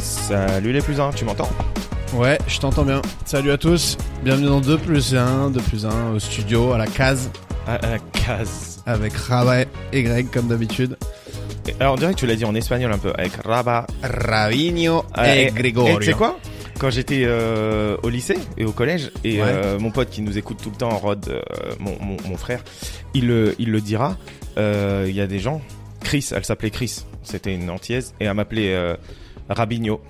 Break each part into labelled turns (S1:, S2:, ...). S1: Salut les plus 1, tu m'entends
S2: Ouais, je t'entends bien. Salut à tous. Bienvenue dans 2 plus 1, 2 plus 1 au studio, à la case,
S1: à, à
S2: ah,
S1: la case.
S2: avec Rabat et Greg comme d'habitude.
S1: Et Alors on dirait que tu l'as dit en espagnol un peu, avec Rabat
S2: Ravinho
S1: Euh,
S2: et Gregorio.
S1: Et tu sais quoi Quand j'étais euh, au lycée et au collège, et
S2: Ouais.
S1: euh, mon pote qui nous écoute tout le temps, Rod, euh, mon, mon, mon frère, il, le- il le dira, euh, il y a des gens, Chris, elle s'appelait Chris, c'était une antillaise, et elle m'appelait euh, Rabinho.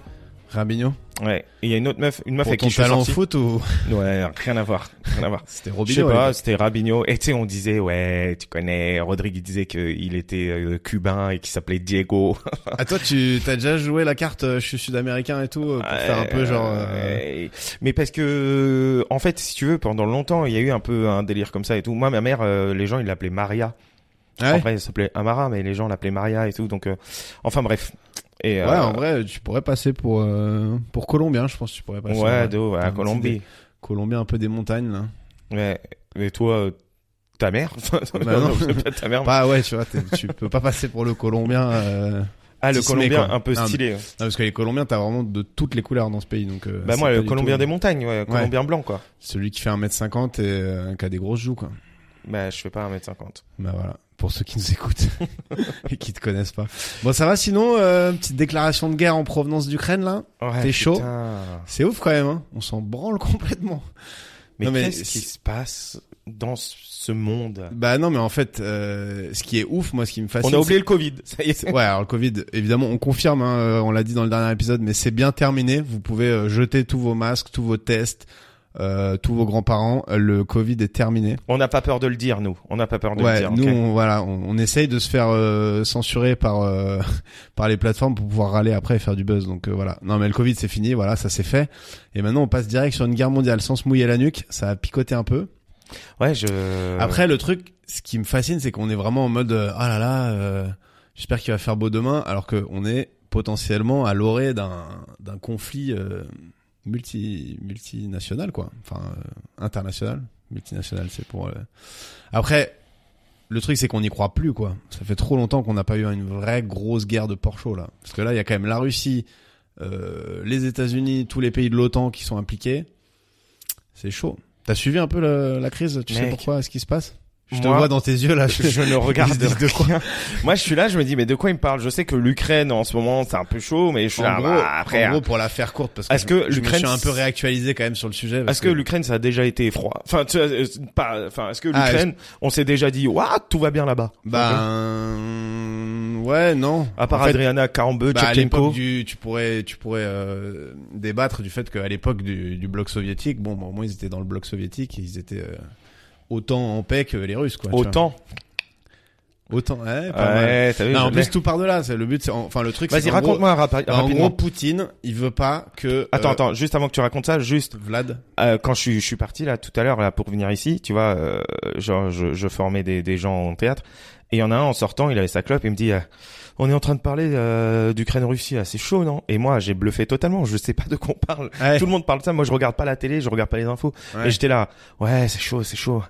S2: Ravinho.
S1: Ouais. Et il y a une autre meuf, une meuf
S2: Pour
S1: avec
S2: ton
S1: qui je suis
S2: talent en
S1: sorti.
S2: foot ou
S1: Ouais, rien à voir, rien à voir.
S2: C'était
S1: Je
S2: Robinho. eh ben.
S1: sais pas,
S2: ouais.
S1: c'était Rabinho. Et tu sais, on disait, ouais, tu connais, Rodrigue il disait qu'il était euh, cubain et qu'il s'appelait Diego.
S2: Ah toi, tu t'as déjà joué la carte euh, je suis sud-américain et tout euh, pour faire un peu genre euh,
S1: Ouais. Mais parce que, en fait, si tu veux, pendant longtemps, il y a eu un peu un délire comme ça et tout. Moi, ma mère, euh, les gens, ils l'appelaient Maria.
S2: Ah ouais.
S1: En vrai, elle s'appelait Amara, mais les gens l'appelaient Maria et tout. Donc, euh, enfin, bref. Et,
S2: Ouais,
S1: euh,
S2: en vrai, tu pourrais passer pour euh, pour colombien, je pense que tu pourrais passer.
S1: Ouais,
S2: en-
S1: de haut, à la
S2: Des
S1: Colombie.
S2: idées. colombien un peu des montagnes là.
S1: Ouais. Mais toi, euh, ta mère
S2: Bah non.
S1: c'est pas ta mère.
S2: Bah ouais, tu vois, t'es- tu peux pas passer pour le colombien euh,
S1: ah, le
S2: si ce n'est,
S1: Colombien,
S2: quoi.
S1: un peu
S2: Ah,
S1: stylé.
S2: Non, parce que les Colombiens, t'as vraiment de toutes les couleurs dans ce pays. Donc, euh,
S1: bah,
S2: c'est
S1: moi,
S2: pas
S1: le
S2: du
S1: Colombien
S2: tout-
S1: des montagnes, ouais, Colombien blanc, quoi.
S2: Celui qui fait 1m50 et euh, qui a des grosses joues, quoi.
S1: Bah, je fais pas 1m50.
S2: Bah voilà, pour ceux qui nous écoutent et qui te connaissent pas. Bon, ça va sinon, euh, petite déclaration de guerre en provenance d'Ukraine, là.
S1: Ouais,
S2: T'es chaud
S1: putain.
S2: C'est ouf quand même, hein. On s'en branle complètement.
S1: Mais,
S2: Non, mais
S1: qu'est-ce qui
S2: si-
S1: se passe dans ce- ce monde
S2: Bah non, mais en fait, euh, ce qui est ouf, moi, ce qui me fascine...
S1: On a oublié le Covid, ça y est.
S2: c'est- Ouais, alors le Covid, évidemment, on confirme, hein, euh, on l'a dit dans le dernier épisode, mais c'est bien terminé. Vous pouvez euh, jeter tous vos masques, tous vos tests, euh, tous vos grands-parents. Euh, Le Covid est terminé.
S1: On n'a pas peur de le dire, nous. On n'a pas peur de
S2: ouais,
S1: le dire.
S2: nous,
S1: ok.
S2: on, voilà, on, on essaye de se faire euh, censurer par euh, par les plateformes pour pouvoir râler après et faire du buzz. Donc euh, voilà. Non, mais le Covid, c'est fini. Voilà, ça c'est fait. Et maintenant, on passe direct sur une guerre mondiale sans se mouiller la nuque. Ça a picoté un peu.
S1: Ouais, je.
S2: Après, le truc, ce qui me fascine, c'est qu'on est vraiment en mode euh, ah là là, euh, j'espère qu'il va faire beau demain, alors que on est potentiellement à l'orée d'un d'un conflit euh, multi multinational quoi, enfin euh, international, multinational, c'est pour. euh. Après, le truc c'est qu'on n'y croit plus quoi. Ça fait trop longtemps qu'on n'a pas eu une vraie grosse guerre de porcho là, parce que là il y a quand même la Russie, euh, les États-Unis, tous les pays de l'OTAN qui sont impliqués. C'est chaud. T'as suivi un peu le- la crise Tu sais
S1: Mec.
S2: pourquoi ce qui se passe je te
S1: Moi,
S2: vois dans tes yeux là.
S1: je- je ne regarde
S2: Ils disent de quoi
S1: rien. Moi, je suis là, je me dis, mais de quoi il me parle Je sais que l'Ukraine, en ce moment, c'est un peu chaud, mais je suis
S2: En,
S1: là.
S2: gros,
S1: bah, après,
S2: en gros, pour la faire courte, parce que,
S1: Est-ce que
S2: je, je me
S1: l'Ukraine-
S2: suis un peu réactualisé quand même sur le sujet. parce
S1: est-ce que l'Ukraine, ça a déjà été froid Enfin, tu vois, euh, pas. Enfin, est-ce que
S2: Ah,
S1: l'Ukraine, on s'est déjà dit, waouh, tout va bien là-bas
S2: Ben ouais, non.
S1: À part
S2: En fait,
S1: Adriana Karambeu,
S2: bah, à
S1: Tchepchenko.
S2: l'époque du, tu pourrais, tu pourrais euh, débattre du fait qu'à l'époque du, du bloc soviétique, bon, bah, au moins ils étaient dans le bloc soviétique, et ils étaient euh, autant en paix que les Russes, quoi. tu vois.
S1: Autant.
S2: autant, ouais, pas mal.
S1: Ouais, t'as vu,
S2: Ah, Non, en
S1: je
S2: plus
S1: l'ai.
S2: tout part de là. C'est le but, c'est enfin le truc. c'est
S1: Vas-y,
S2: qu'en gros-
S1: raconte-moi rapi-
S2: bah, En gros,
S1: rapidement.
S2: Poutine, il veut pas que.
S1: Attends,
S2: euh,
S1: attends, juste avant que tu racontes ça, juste
S2: Vlad.
S1: euh, quand je suis, je suis parti là tout à l'heure là pour venir ici, tu vois, euh, genre je, je formais des, des gens en théâtre et il y en a un en sortant, il avait sa clope, il me dit euh, on est en train de parler euh, d'Ukraine-Russie, là, c'est chaud non Et moi j'ai bluffé totalement, je sais pas de quoi on parle.
S2: Ouais.
S1: Tout le monde parle de ça, moi je regarde pas la télé, je regarde pas les infos.
S2: Ouais.
S1: Et j'étais là, ouais c'est chaud, c'est chaud,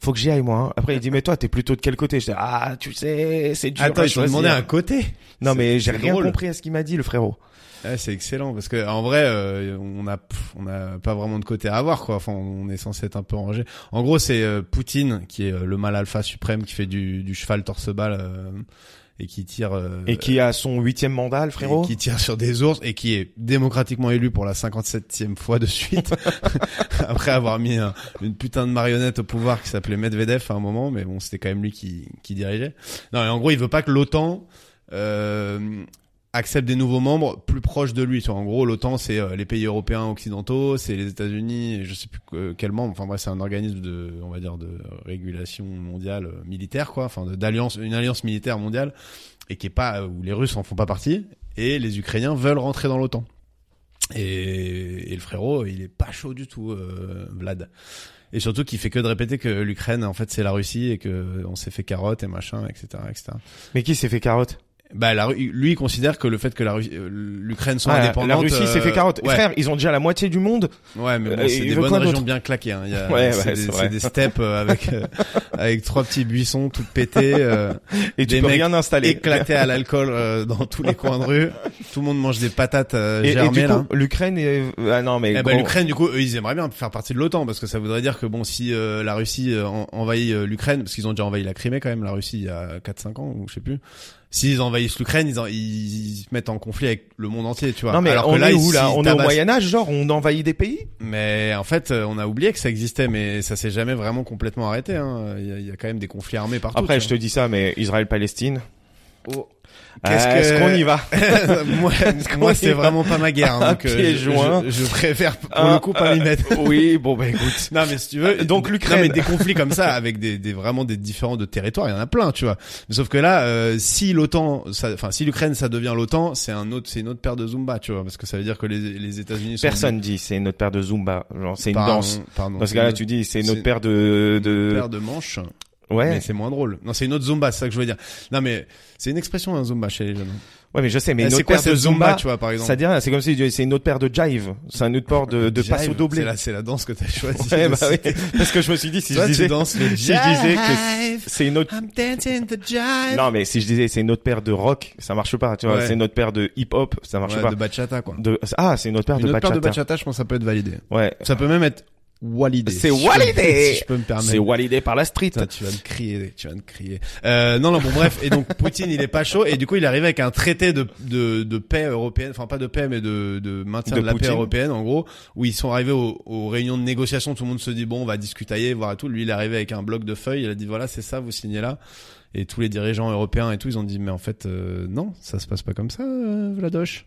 S1: faut que j'y aille moi. hein. Après il dit mais toi t'es plutôt de quel côté J'étais ah tu sais c'est dur.
S2: Attends,
S1: à
S2: ils t'ont demandé
S1: choisir.
S2: un côté.
S1: Non mais
S2: C'est-
S1: j'ai
S2: c'est
S1: rien
S2: drôle.
S1: compris à ce qu'il m'a dit le frérot.
S2: Ouais, c'est excellent parce que en vrai, euh, on a pff, on a pas vraiment de côté à avoir quoi. Enfin, on est censé être un peu rangé. En gros, c'est euh, Poutine qui est euh, le mal alpha suprême qui fait du, du cheval torse bal et qui tire euh,
S1: Et qui a son huitième mandat le
S2: et
S1: frérot.
S2: qui tire sur des ours et qui est démocratiquement élu pour la 57e fois de suite après avoir mis un- une putain de marionnette au pouvoir qui s'appelait Medvedev à un moment mais bon c'était quand même lui qui, qui dirigeait non et en gros il veut pas que l'OTAN euh, accepte des nouveaux membres plus proches de lui Tu vois, en gros l'OTAN c'est euh, les pays européens occidentaux c'est les États-Unis et je sais plus que- quel membre enfin bref c'est un organisme de on va dire de régulation mondiale euh, militaire quoi enfin de- d'alliance une alliance militaire mondiale et qui est pas euh, où les Russes en font pas partie et les Ukrainiens veulent rentrer dans l'OTAN. Et, et le frérot, il est pas chaud du tout, euh, Vlad. Et surtout qu'il fait que de répéter que l'Ukraine, en fait, c'est la Russie et que on s'est fait carotte et machin, etc., etc.
S1: Mais qui s'est fait carotte
S2: Bah, la, Ru- lui, il considère que le fait que la Ru- euh, l'Ukraine soit
S1: Ah, la-
S2: indépendante.
S1: la Russie s'est
S2: euh,
S1: fait carotte.
S2: Ouais,
S1: Frère, ils ont déjà la moitié du monde.
S2: ouais, mais bon,
S1: Euh,
S2: c'est
S1: il
S2: des
S1: veut
S2: bonnes
S1: quoi
S2: régions
S1: d'autre
S2: bien claquées. Hein. Il y a-
S1: Ouais,
S2: c'est
S1: ouais,
S2: des,
S1: c'est
S2: c'est
S1: vrai.
S2: des steppes euh, avec euh, avec trois petits buissons toutes pétées, euh,
S1: Et tu
S2: Des
S1: peux
S2: mecs
S1: rien installer.
S2: éclatées à l'alcool euh, dans tous les coins de rue. Tout le monde mange des patates euh,
S1: Et, et
S2: germées
S1: du
S2: là.
S1: coup, l'Ukraine est... Ah non, mais...
S2: Eh ben,
S1: gros,
S2: l'Ukraine, du coup, eux, ils aimeraient bien faire partie de l'OTAN parce que ça voudrait dire que bon, si euh, la Russie euh, en- envahit euh, l'Ukraine, parce qu'ils ont déjà envahi la Crimée quand même, la Russie il y a 4-5 ans ou je sais plus. S'ils envahissent l'Ukraine, ils, en- ils se mettent en conflit avec le monde entier, tu vois.
S1: Non mais
S2: Alors
S1: on
S2: que là,
S1: est
S2: ils-
S1: où là
S2: ils
S1: On est au
S2: tabassent-
S1: Moyen Âge, genre on envahit des pays
S2: Mais en fait, euh, on a oublié que ça existait, mais ça s'est jamais vraiment complètement arrêté. Hein. Il, y a, il y a quand même des conflits armés partout.
S1: Après,
S2: tu
S1: je te dis ça, mais Israël-Palestine.
S2: Oh. Qu'est-ce
S1: Est-ce
S2: que-
S1: qu'on y va
S2: vois. moi,
S1: qu'on
S2: moi,
S1: y
S2: c'est
S1: va
S2: vraiment pas ma guerre. hein,
S1: Un
S2: donc, euh,
S1: pied
S2: je-
S1: joint.
S2: Je, je préfère pour
S1: Ah,
S2: le coup pas m'y
S1: euh,
S2: mettre.
S1: Oui, bon bah écoute.
S2: Non mais si tu veux,
S1: Euh, Donc, l'Ukraine.
S2: Non, mais des conflits comme ça avec des, des vraiment des différents de territoires, il y en a plein, tu vois. Sauf que là, euh, si l'OTAN, ça- enfin si l'Ukraine ça devient l'OTAN, c'est un autre, c'est une autre paire de zumba, tu vois, parce que ça veut dire que les, les États-Unis sont
S1: Personne dit c'est notre paire de Zumba, genre c'est une
S2: Pardon,
S1: danse.
S2: Pardon.
S1: Dans ce
S2: c'est
S1: cas-là,
S2: une-
S1: tu dis c'est
S2: c'est-
S1: notre paire de
S2: une
S1: de
S2: paire de manches, mais
S1: ouais.
S2: c'est moins drôle. Non, c'est une autre zumba, c'est ça que je veux dire. Non mais c'est une expression un zumba chez les jeunes.
S1: Ouais, mais je sais mais
S2: Eh,
S1: notre
S2: c'est quoi
S1: paire de
S2: cette
S1: Zumba,
S2: tu vois par exemple
S1: ça dit rien, c'est comme si tu disais, c'est une autre paire de jive, c'est un autre paire de de
S2: Jive,
S1: passe au
S2: C'est
S1: doublé.
S2: la, c'est la danse que t'as choisie.
S1: Ouais, bah
S2: aussi.
S1: oui. Parce que je me suis dit si
S2: Toi,
S1: je
S2: tu
S1: disais
S2: danses le
S1: si je disais que
S2: jive.
S1: c'est une autre
S2: I'm dancing the jive.
S1: non mais si je disais c'est une autre paire de rock, ça marche pas, tu vois,
S2: Ouais.
S1: c'est notre paire de hip hop, ça marche
S2: Ouais,
S1: pas.
S2: de bachata quoi.
S1: De... Ah, c'est une autre paire
S2: Une
S1: de
S2: autre paire
S1: bachata.
S2: de bachata, je pense que ça peut être validé.
S1: Ouais,
S2: Ça peut même être walidé.
S1: C'est
S2: si je peux-
S1: walidé
S2: Si je peux me
S1: c'est
S2: permettre.
S1: validé par la street.
S2: Putain, tu vas me crier, tu vas me crier. Euh, non, non, bon, bref. Et donc, Poutine, il est pas chaud. Et du coup, il arrive avec un traité de, de, de paix européenne. Enfin, pas de paix, mais de, de maintien
S1: De
S2: de, la
S1: Poutine.
S2: paix européenne, en gros. Où ils sont arrivés aux, aux réunions de négociation. Tout le monde se dit, bon, on va discutailler, voir et tout. Lui, il est arrivé avec un bloc de feuilles. Il a dit, voilà, c'est ça, vous signez là. Et tous les dirigeants européens et tout, ils ont dit, mais en fait, euh, non, ça se passe pas comme ça, euh, Vladoche.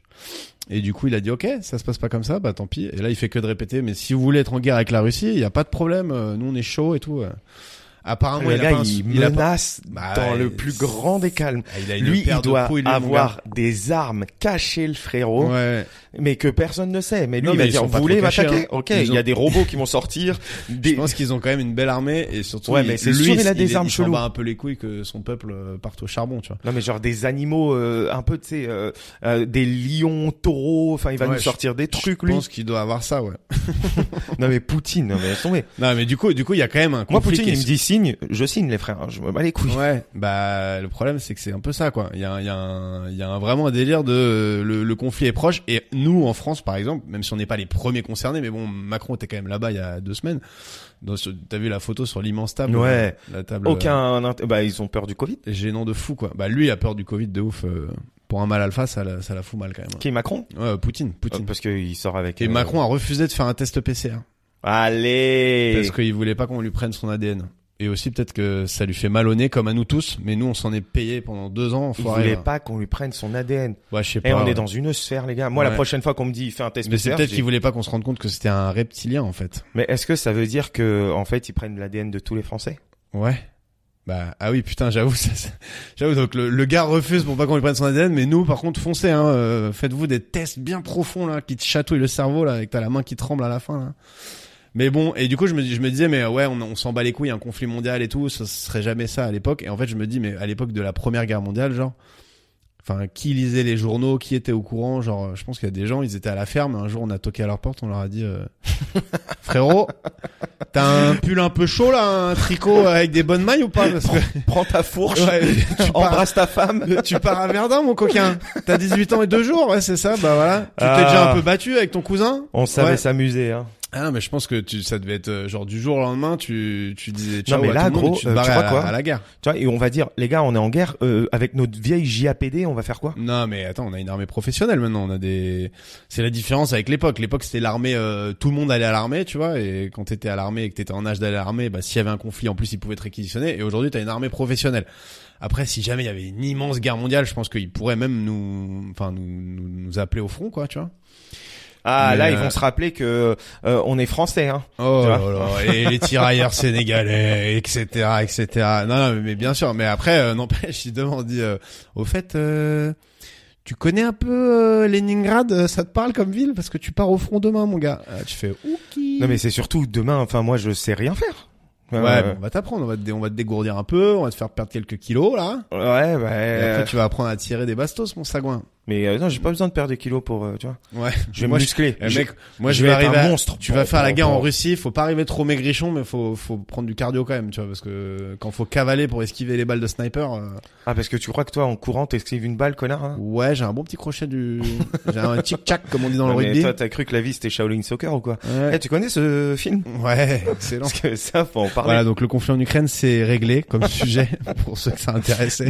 S2: Et du coup, il a dit, ok, ça se passe pas comme ça, bah tant pis. Et là, il fait que de répéter, mais si vous voulez être en guerre avec la Russie, il y a pas de problème, euh, nous on est chaud et tout. euh. Apparemment,
S1: le
S2: il a
S1: gars,
S2: pas un-
S1: il
S2: il a pas-
S1: menace
S2: Bah
S1: dans
S2: ouais,
S1: le plus
S2: c'est-
S1: grand des calmes.
S2: Ah, il a une
S1: Lui,
S2: paire
S1: il
S2: de
S1: doit
S2: couilles, lui, mon
S1: avoir des armes cachées, le
S2: gars.
S1: frérot,
S2: Ouais.
S1: mais que personne ne sait. Mais lui,
S2: Non,
S1: il
S2: mais
S1: va
S2: ils
S1: dire,
S2: sont
S1: vous
S2: pas
S1: voulez
S2: trop cachés,
S1: m'attaquer
S2: hein.
S1: Ok,
S2: Ils
S1: il y
S2: ont-
S1: a des robots qui vont sortir.
S2: Je
S1: Des...
S2: pense qu'ils ont quand même une belle armée et surtout,
S1: Ouais,
S2: il-
S1: mais c'est
S2: lui,
S1: sûr, il a des armes
S2: il s'en
S1: cheloues.
S2: bat un peu les couilles que son peuple euh, parte au charbon, tu vois.
S1: Non, mais genre des animaux, euh, un peu, tu sais, euh, euh, des lions, taureaux, enfin, il va
S2: Ouais,
S1: nous
S2: je-
S1: sortir des trucs,
S2: Je
S1: lui.
S2: pense qu'il doit avoir ça, ouais.
S1: Non, mais Poutine, non, mais laisse tomber.
S2: Non, mais du coup, du coup, il y a quand même un
S1: Moi,
S2: conflit
S1: Poutine,
S2: qui est
S1: il me dit signe, je signe, les frères, hein, je me bats les couilles.
S2: Ouais, bah le problème c'est que c'est un peu ça quoi. Il y a, un- il y a, un- il y a un- vraiment un délire de euh, le, le conflit est proche et nous en France par exemple, même si on n'est pas les premiers concernés, mais bon Macron était quand même là-bas il y a deux semaines. Dans ce- T'as vu la photo sur l'immense table euh,
S1: Ouais.
S2: La table.
S1: Aucun, int- bah, ils ont peur du Covid.
S2: euh, gênant de fou quoi. Bah lui il a peur du Covid de ouf. euh, Pour un mal alpha ça la, ça la fout mal quand même.
S1: Qui est Macron?
S2: Ouais, euh, Poutine, Poutine.
S1: Euh, Parce qu'il sort avec.
S2: et
S1: euh,
S2: Macron a refusé de faire un test PCR
S1: Allez.
S2: parce qu'il voulait pas qu'on lui prenne son ADN. Et aussi peut-être que ça lui fait mal au nez comme à nous tous, mais nous on s'en est payé pendant deux ans.
S1: Il
S2: enfoiré,
S1: voulait
S2: là.
S1: pas qu'on lui prenne son ADN.
S2: Ouais, Bah, je sais pas.
S1: Et on
S2: ouais.
S1: est dans une sphère, les gars. Moi,
S2: Ouais.
S1: la prochaine fois qu'on me dit, fais un test
S2: Mais c'est
S1: PCR,
S2: peut-être
S1: je
S2: qu'ils
S1: dis,
S2: voulaient pas qu'on se rende compte que c'était un reptilien en fait.
S1: Mais est-ce que ça veut dire que, en fait, ils prennent l'ADN de tous les Français
S2: Ouais. Bah ah oui putain j'avoue ça, ça- j'avoue donc le, le gars refuse pour pas qu'on lui prenne son ADN mais nous par contre foncez hein euh, faites-vous des tests bien profonds là qui te chatouillent le cerveau là et que t'as la main qui tremble à la fin là mais bon et du coup je me dis- je me disais mais ouais on, on s'en bat les couilles un conflit mondial et tout ça serait jamais ça à l'époque et en fait je me dis mais à l'époque de la première guerre mondiale genre enfin qui lisait les journaux qui était au courant genre je pense qu'il y a des gens ils étaient à la ferme un jour on a toqué à leur porte on leur a dit euh, frérot t'as un pull un peu chaud là un tricot avec des bonnes mailles ou pas parce que
S1: Prends ta fourche,
S2: Ouais, tu pars
S1: embrasse ta femme.
S2: tu pars à Verdun mon coquin t'as 18 ans et deux jours ouais c'est ça bah voilà tu t'es
S1: Ah.
S2: déjà un peu battu avec ton cousin
S1: On savait
S2: Ouais.
S1: s'amuser, hein.
S2: ah mais je pense que tu ça devait être euh, genre du jour au lendemain tu tu disais ciao
S1: mais
S2: à
S1: là,
S2: tout le monde
S1: gros,
S2: et tu te
S1: euh, tu
S2: barrais
S1: vois
S2: à,
S1: quoi
S2: à la gare
S1: Tu vois, et on va dire, les gars, on est en guerre, euh, avec notre vieille JAPD, on va faire quoi
S2: Non, mais attends, on a une armée professionnelle maintenant. On a des. C'est la différence avec l'époque. L'époque, c'était l'armée. euh, tout le monde allait à l'armée, tu vois. Et quand t'étais à l'armée et que t'étais en âge d'aller à l'armée, bah s'il y avait un conflit, en plus, ils pouvaient te réquisitionner. Et aujourd'hui, t'as une armée professionnelle. Après, si jamais il y avait une immense guerre mondiale, je pense qu'ils pourraient même nous, enfin, nous, nous, nous appeler au front, quoi, tu vois.
S1: Ah,
S2: Mais,
S1: là,
S2: euh,
S1: ils vont se rappeler que euh, on est français, hein.
S2: Oh
S1: Tu
S2: là
S1: vois
S2: là, et les tirailleurs sénégalais, etc., etc. Non, non, mais- mais bien sûr. Mais après, euh, n'empêche, il demande, il dit, euh, au fait, euh, tu connais un peu euh, Leningrad, euh, ça te parle comme ville parce que tu pars au front demain, mon gars. Ah, tu fais ouki.
S1: Non, mais c'est surtout demain. Enfin, moi, je sais rien faire.
S2: Ouais,
S1: Euh,
S2: bon, on va t'apprendre, on va te, dé- on va te dégourdir un peu, on va te faire perdre quelques kilos là.
S1: ouais, bah,
S2: Et
S1: euh,
S2: après tu vas apprendre à tirer des bastos, mon sagouin.
S1: mais euh, non, j'ai pas besoin de perdre des kilos pour, euh, tu vois.
S2: Ouais.
S1: Je vais
S2: Moi,
S1: me muscler.
S2: Eh,
S1: Je-
S2: mec, moi
S1: je
S2: je,
S1: vais
S2: vais
S1: être un
S2: arriver à-
S1: monstre.
S2: Tu vas faire la guerre en Russie, faut pas arriver trop maigrichon, mais faut faut prendre du cardio quand même, tu vois, parce que quand faut cavaler pour esquiver les balles de sniper, euh,
S1: Ah, parce que tu crois que toi, en courant, t'esquives une balle, connard hein
S2: ouais, j'ai un bon petit crochet du, j'ai un tic tac comme on dit dans
S1: Ouais,
S2: le
S1: mais
S2: rugby.
S1: Toi, t'as cru que la vie c'était Shaolin Soccer ou quoi Eh,
S2: Ouais.
S1: Tu connais ce film
S2: Ouais, excellent.
S1: Parce que ça, faut en parler.
S2: Voilà, donc le conflit en Ukraine, c'est réglé comme sujet pour ceux que ça intéressait.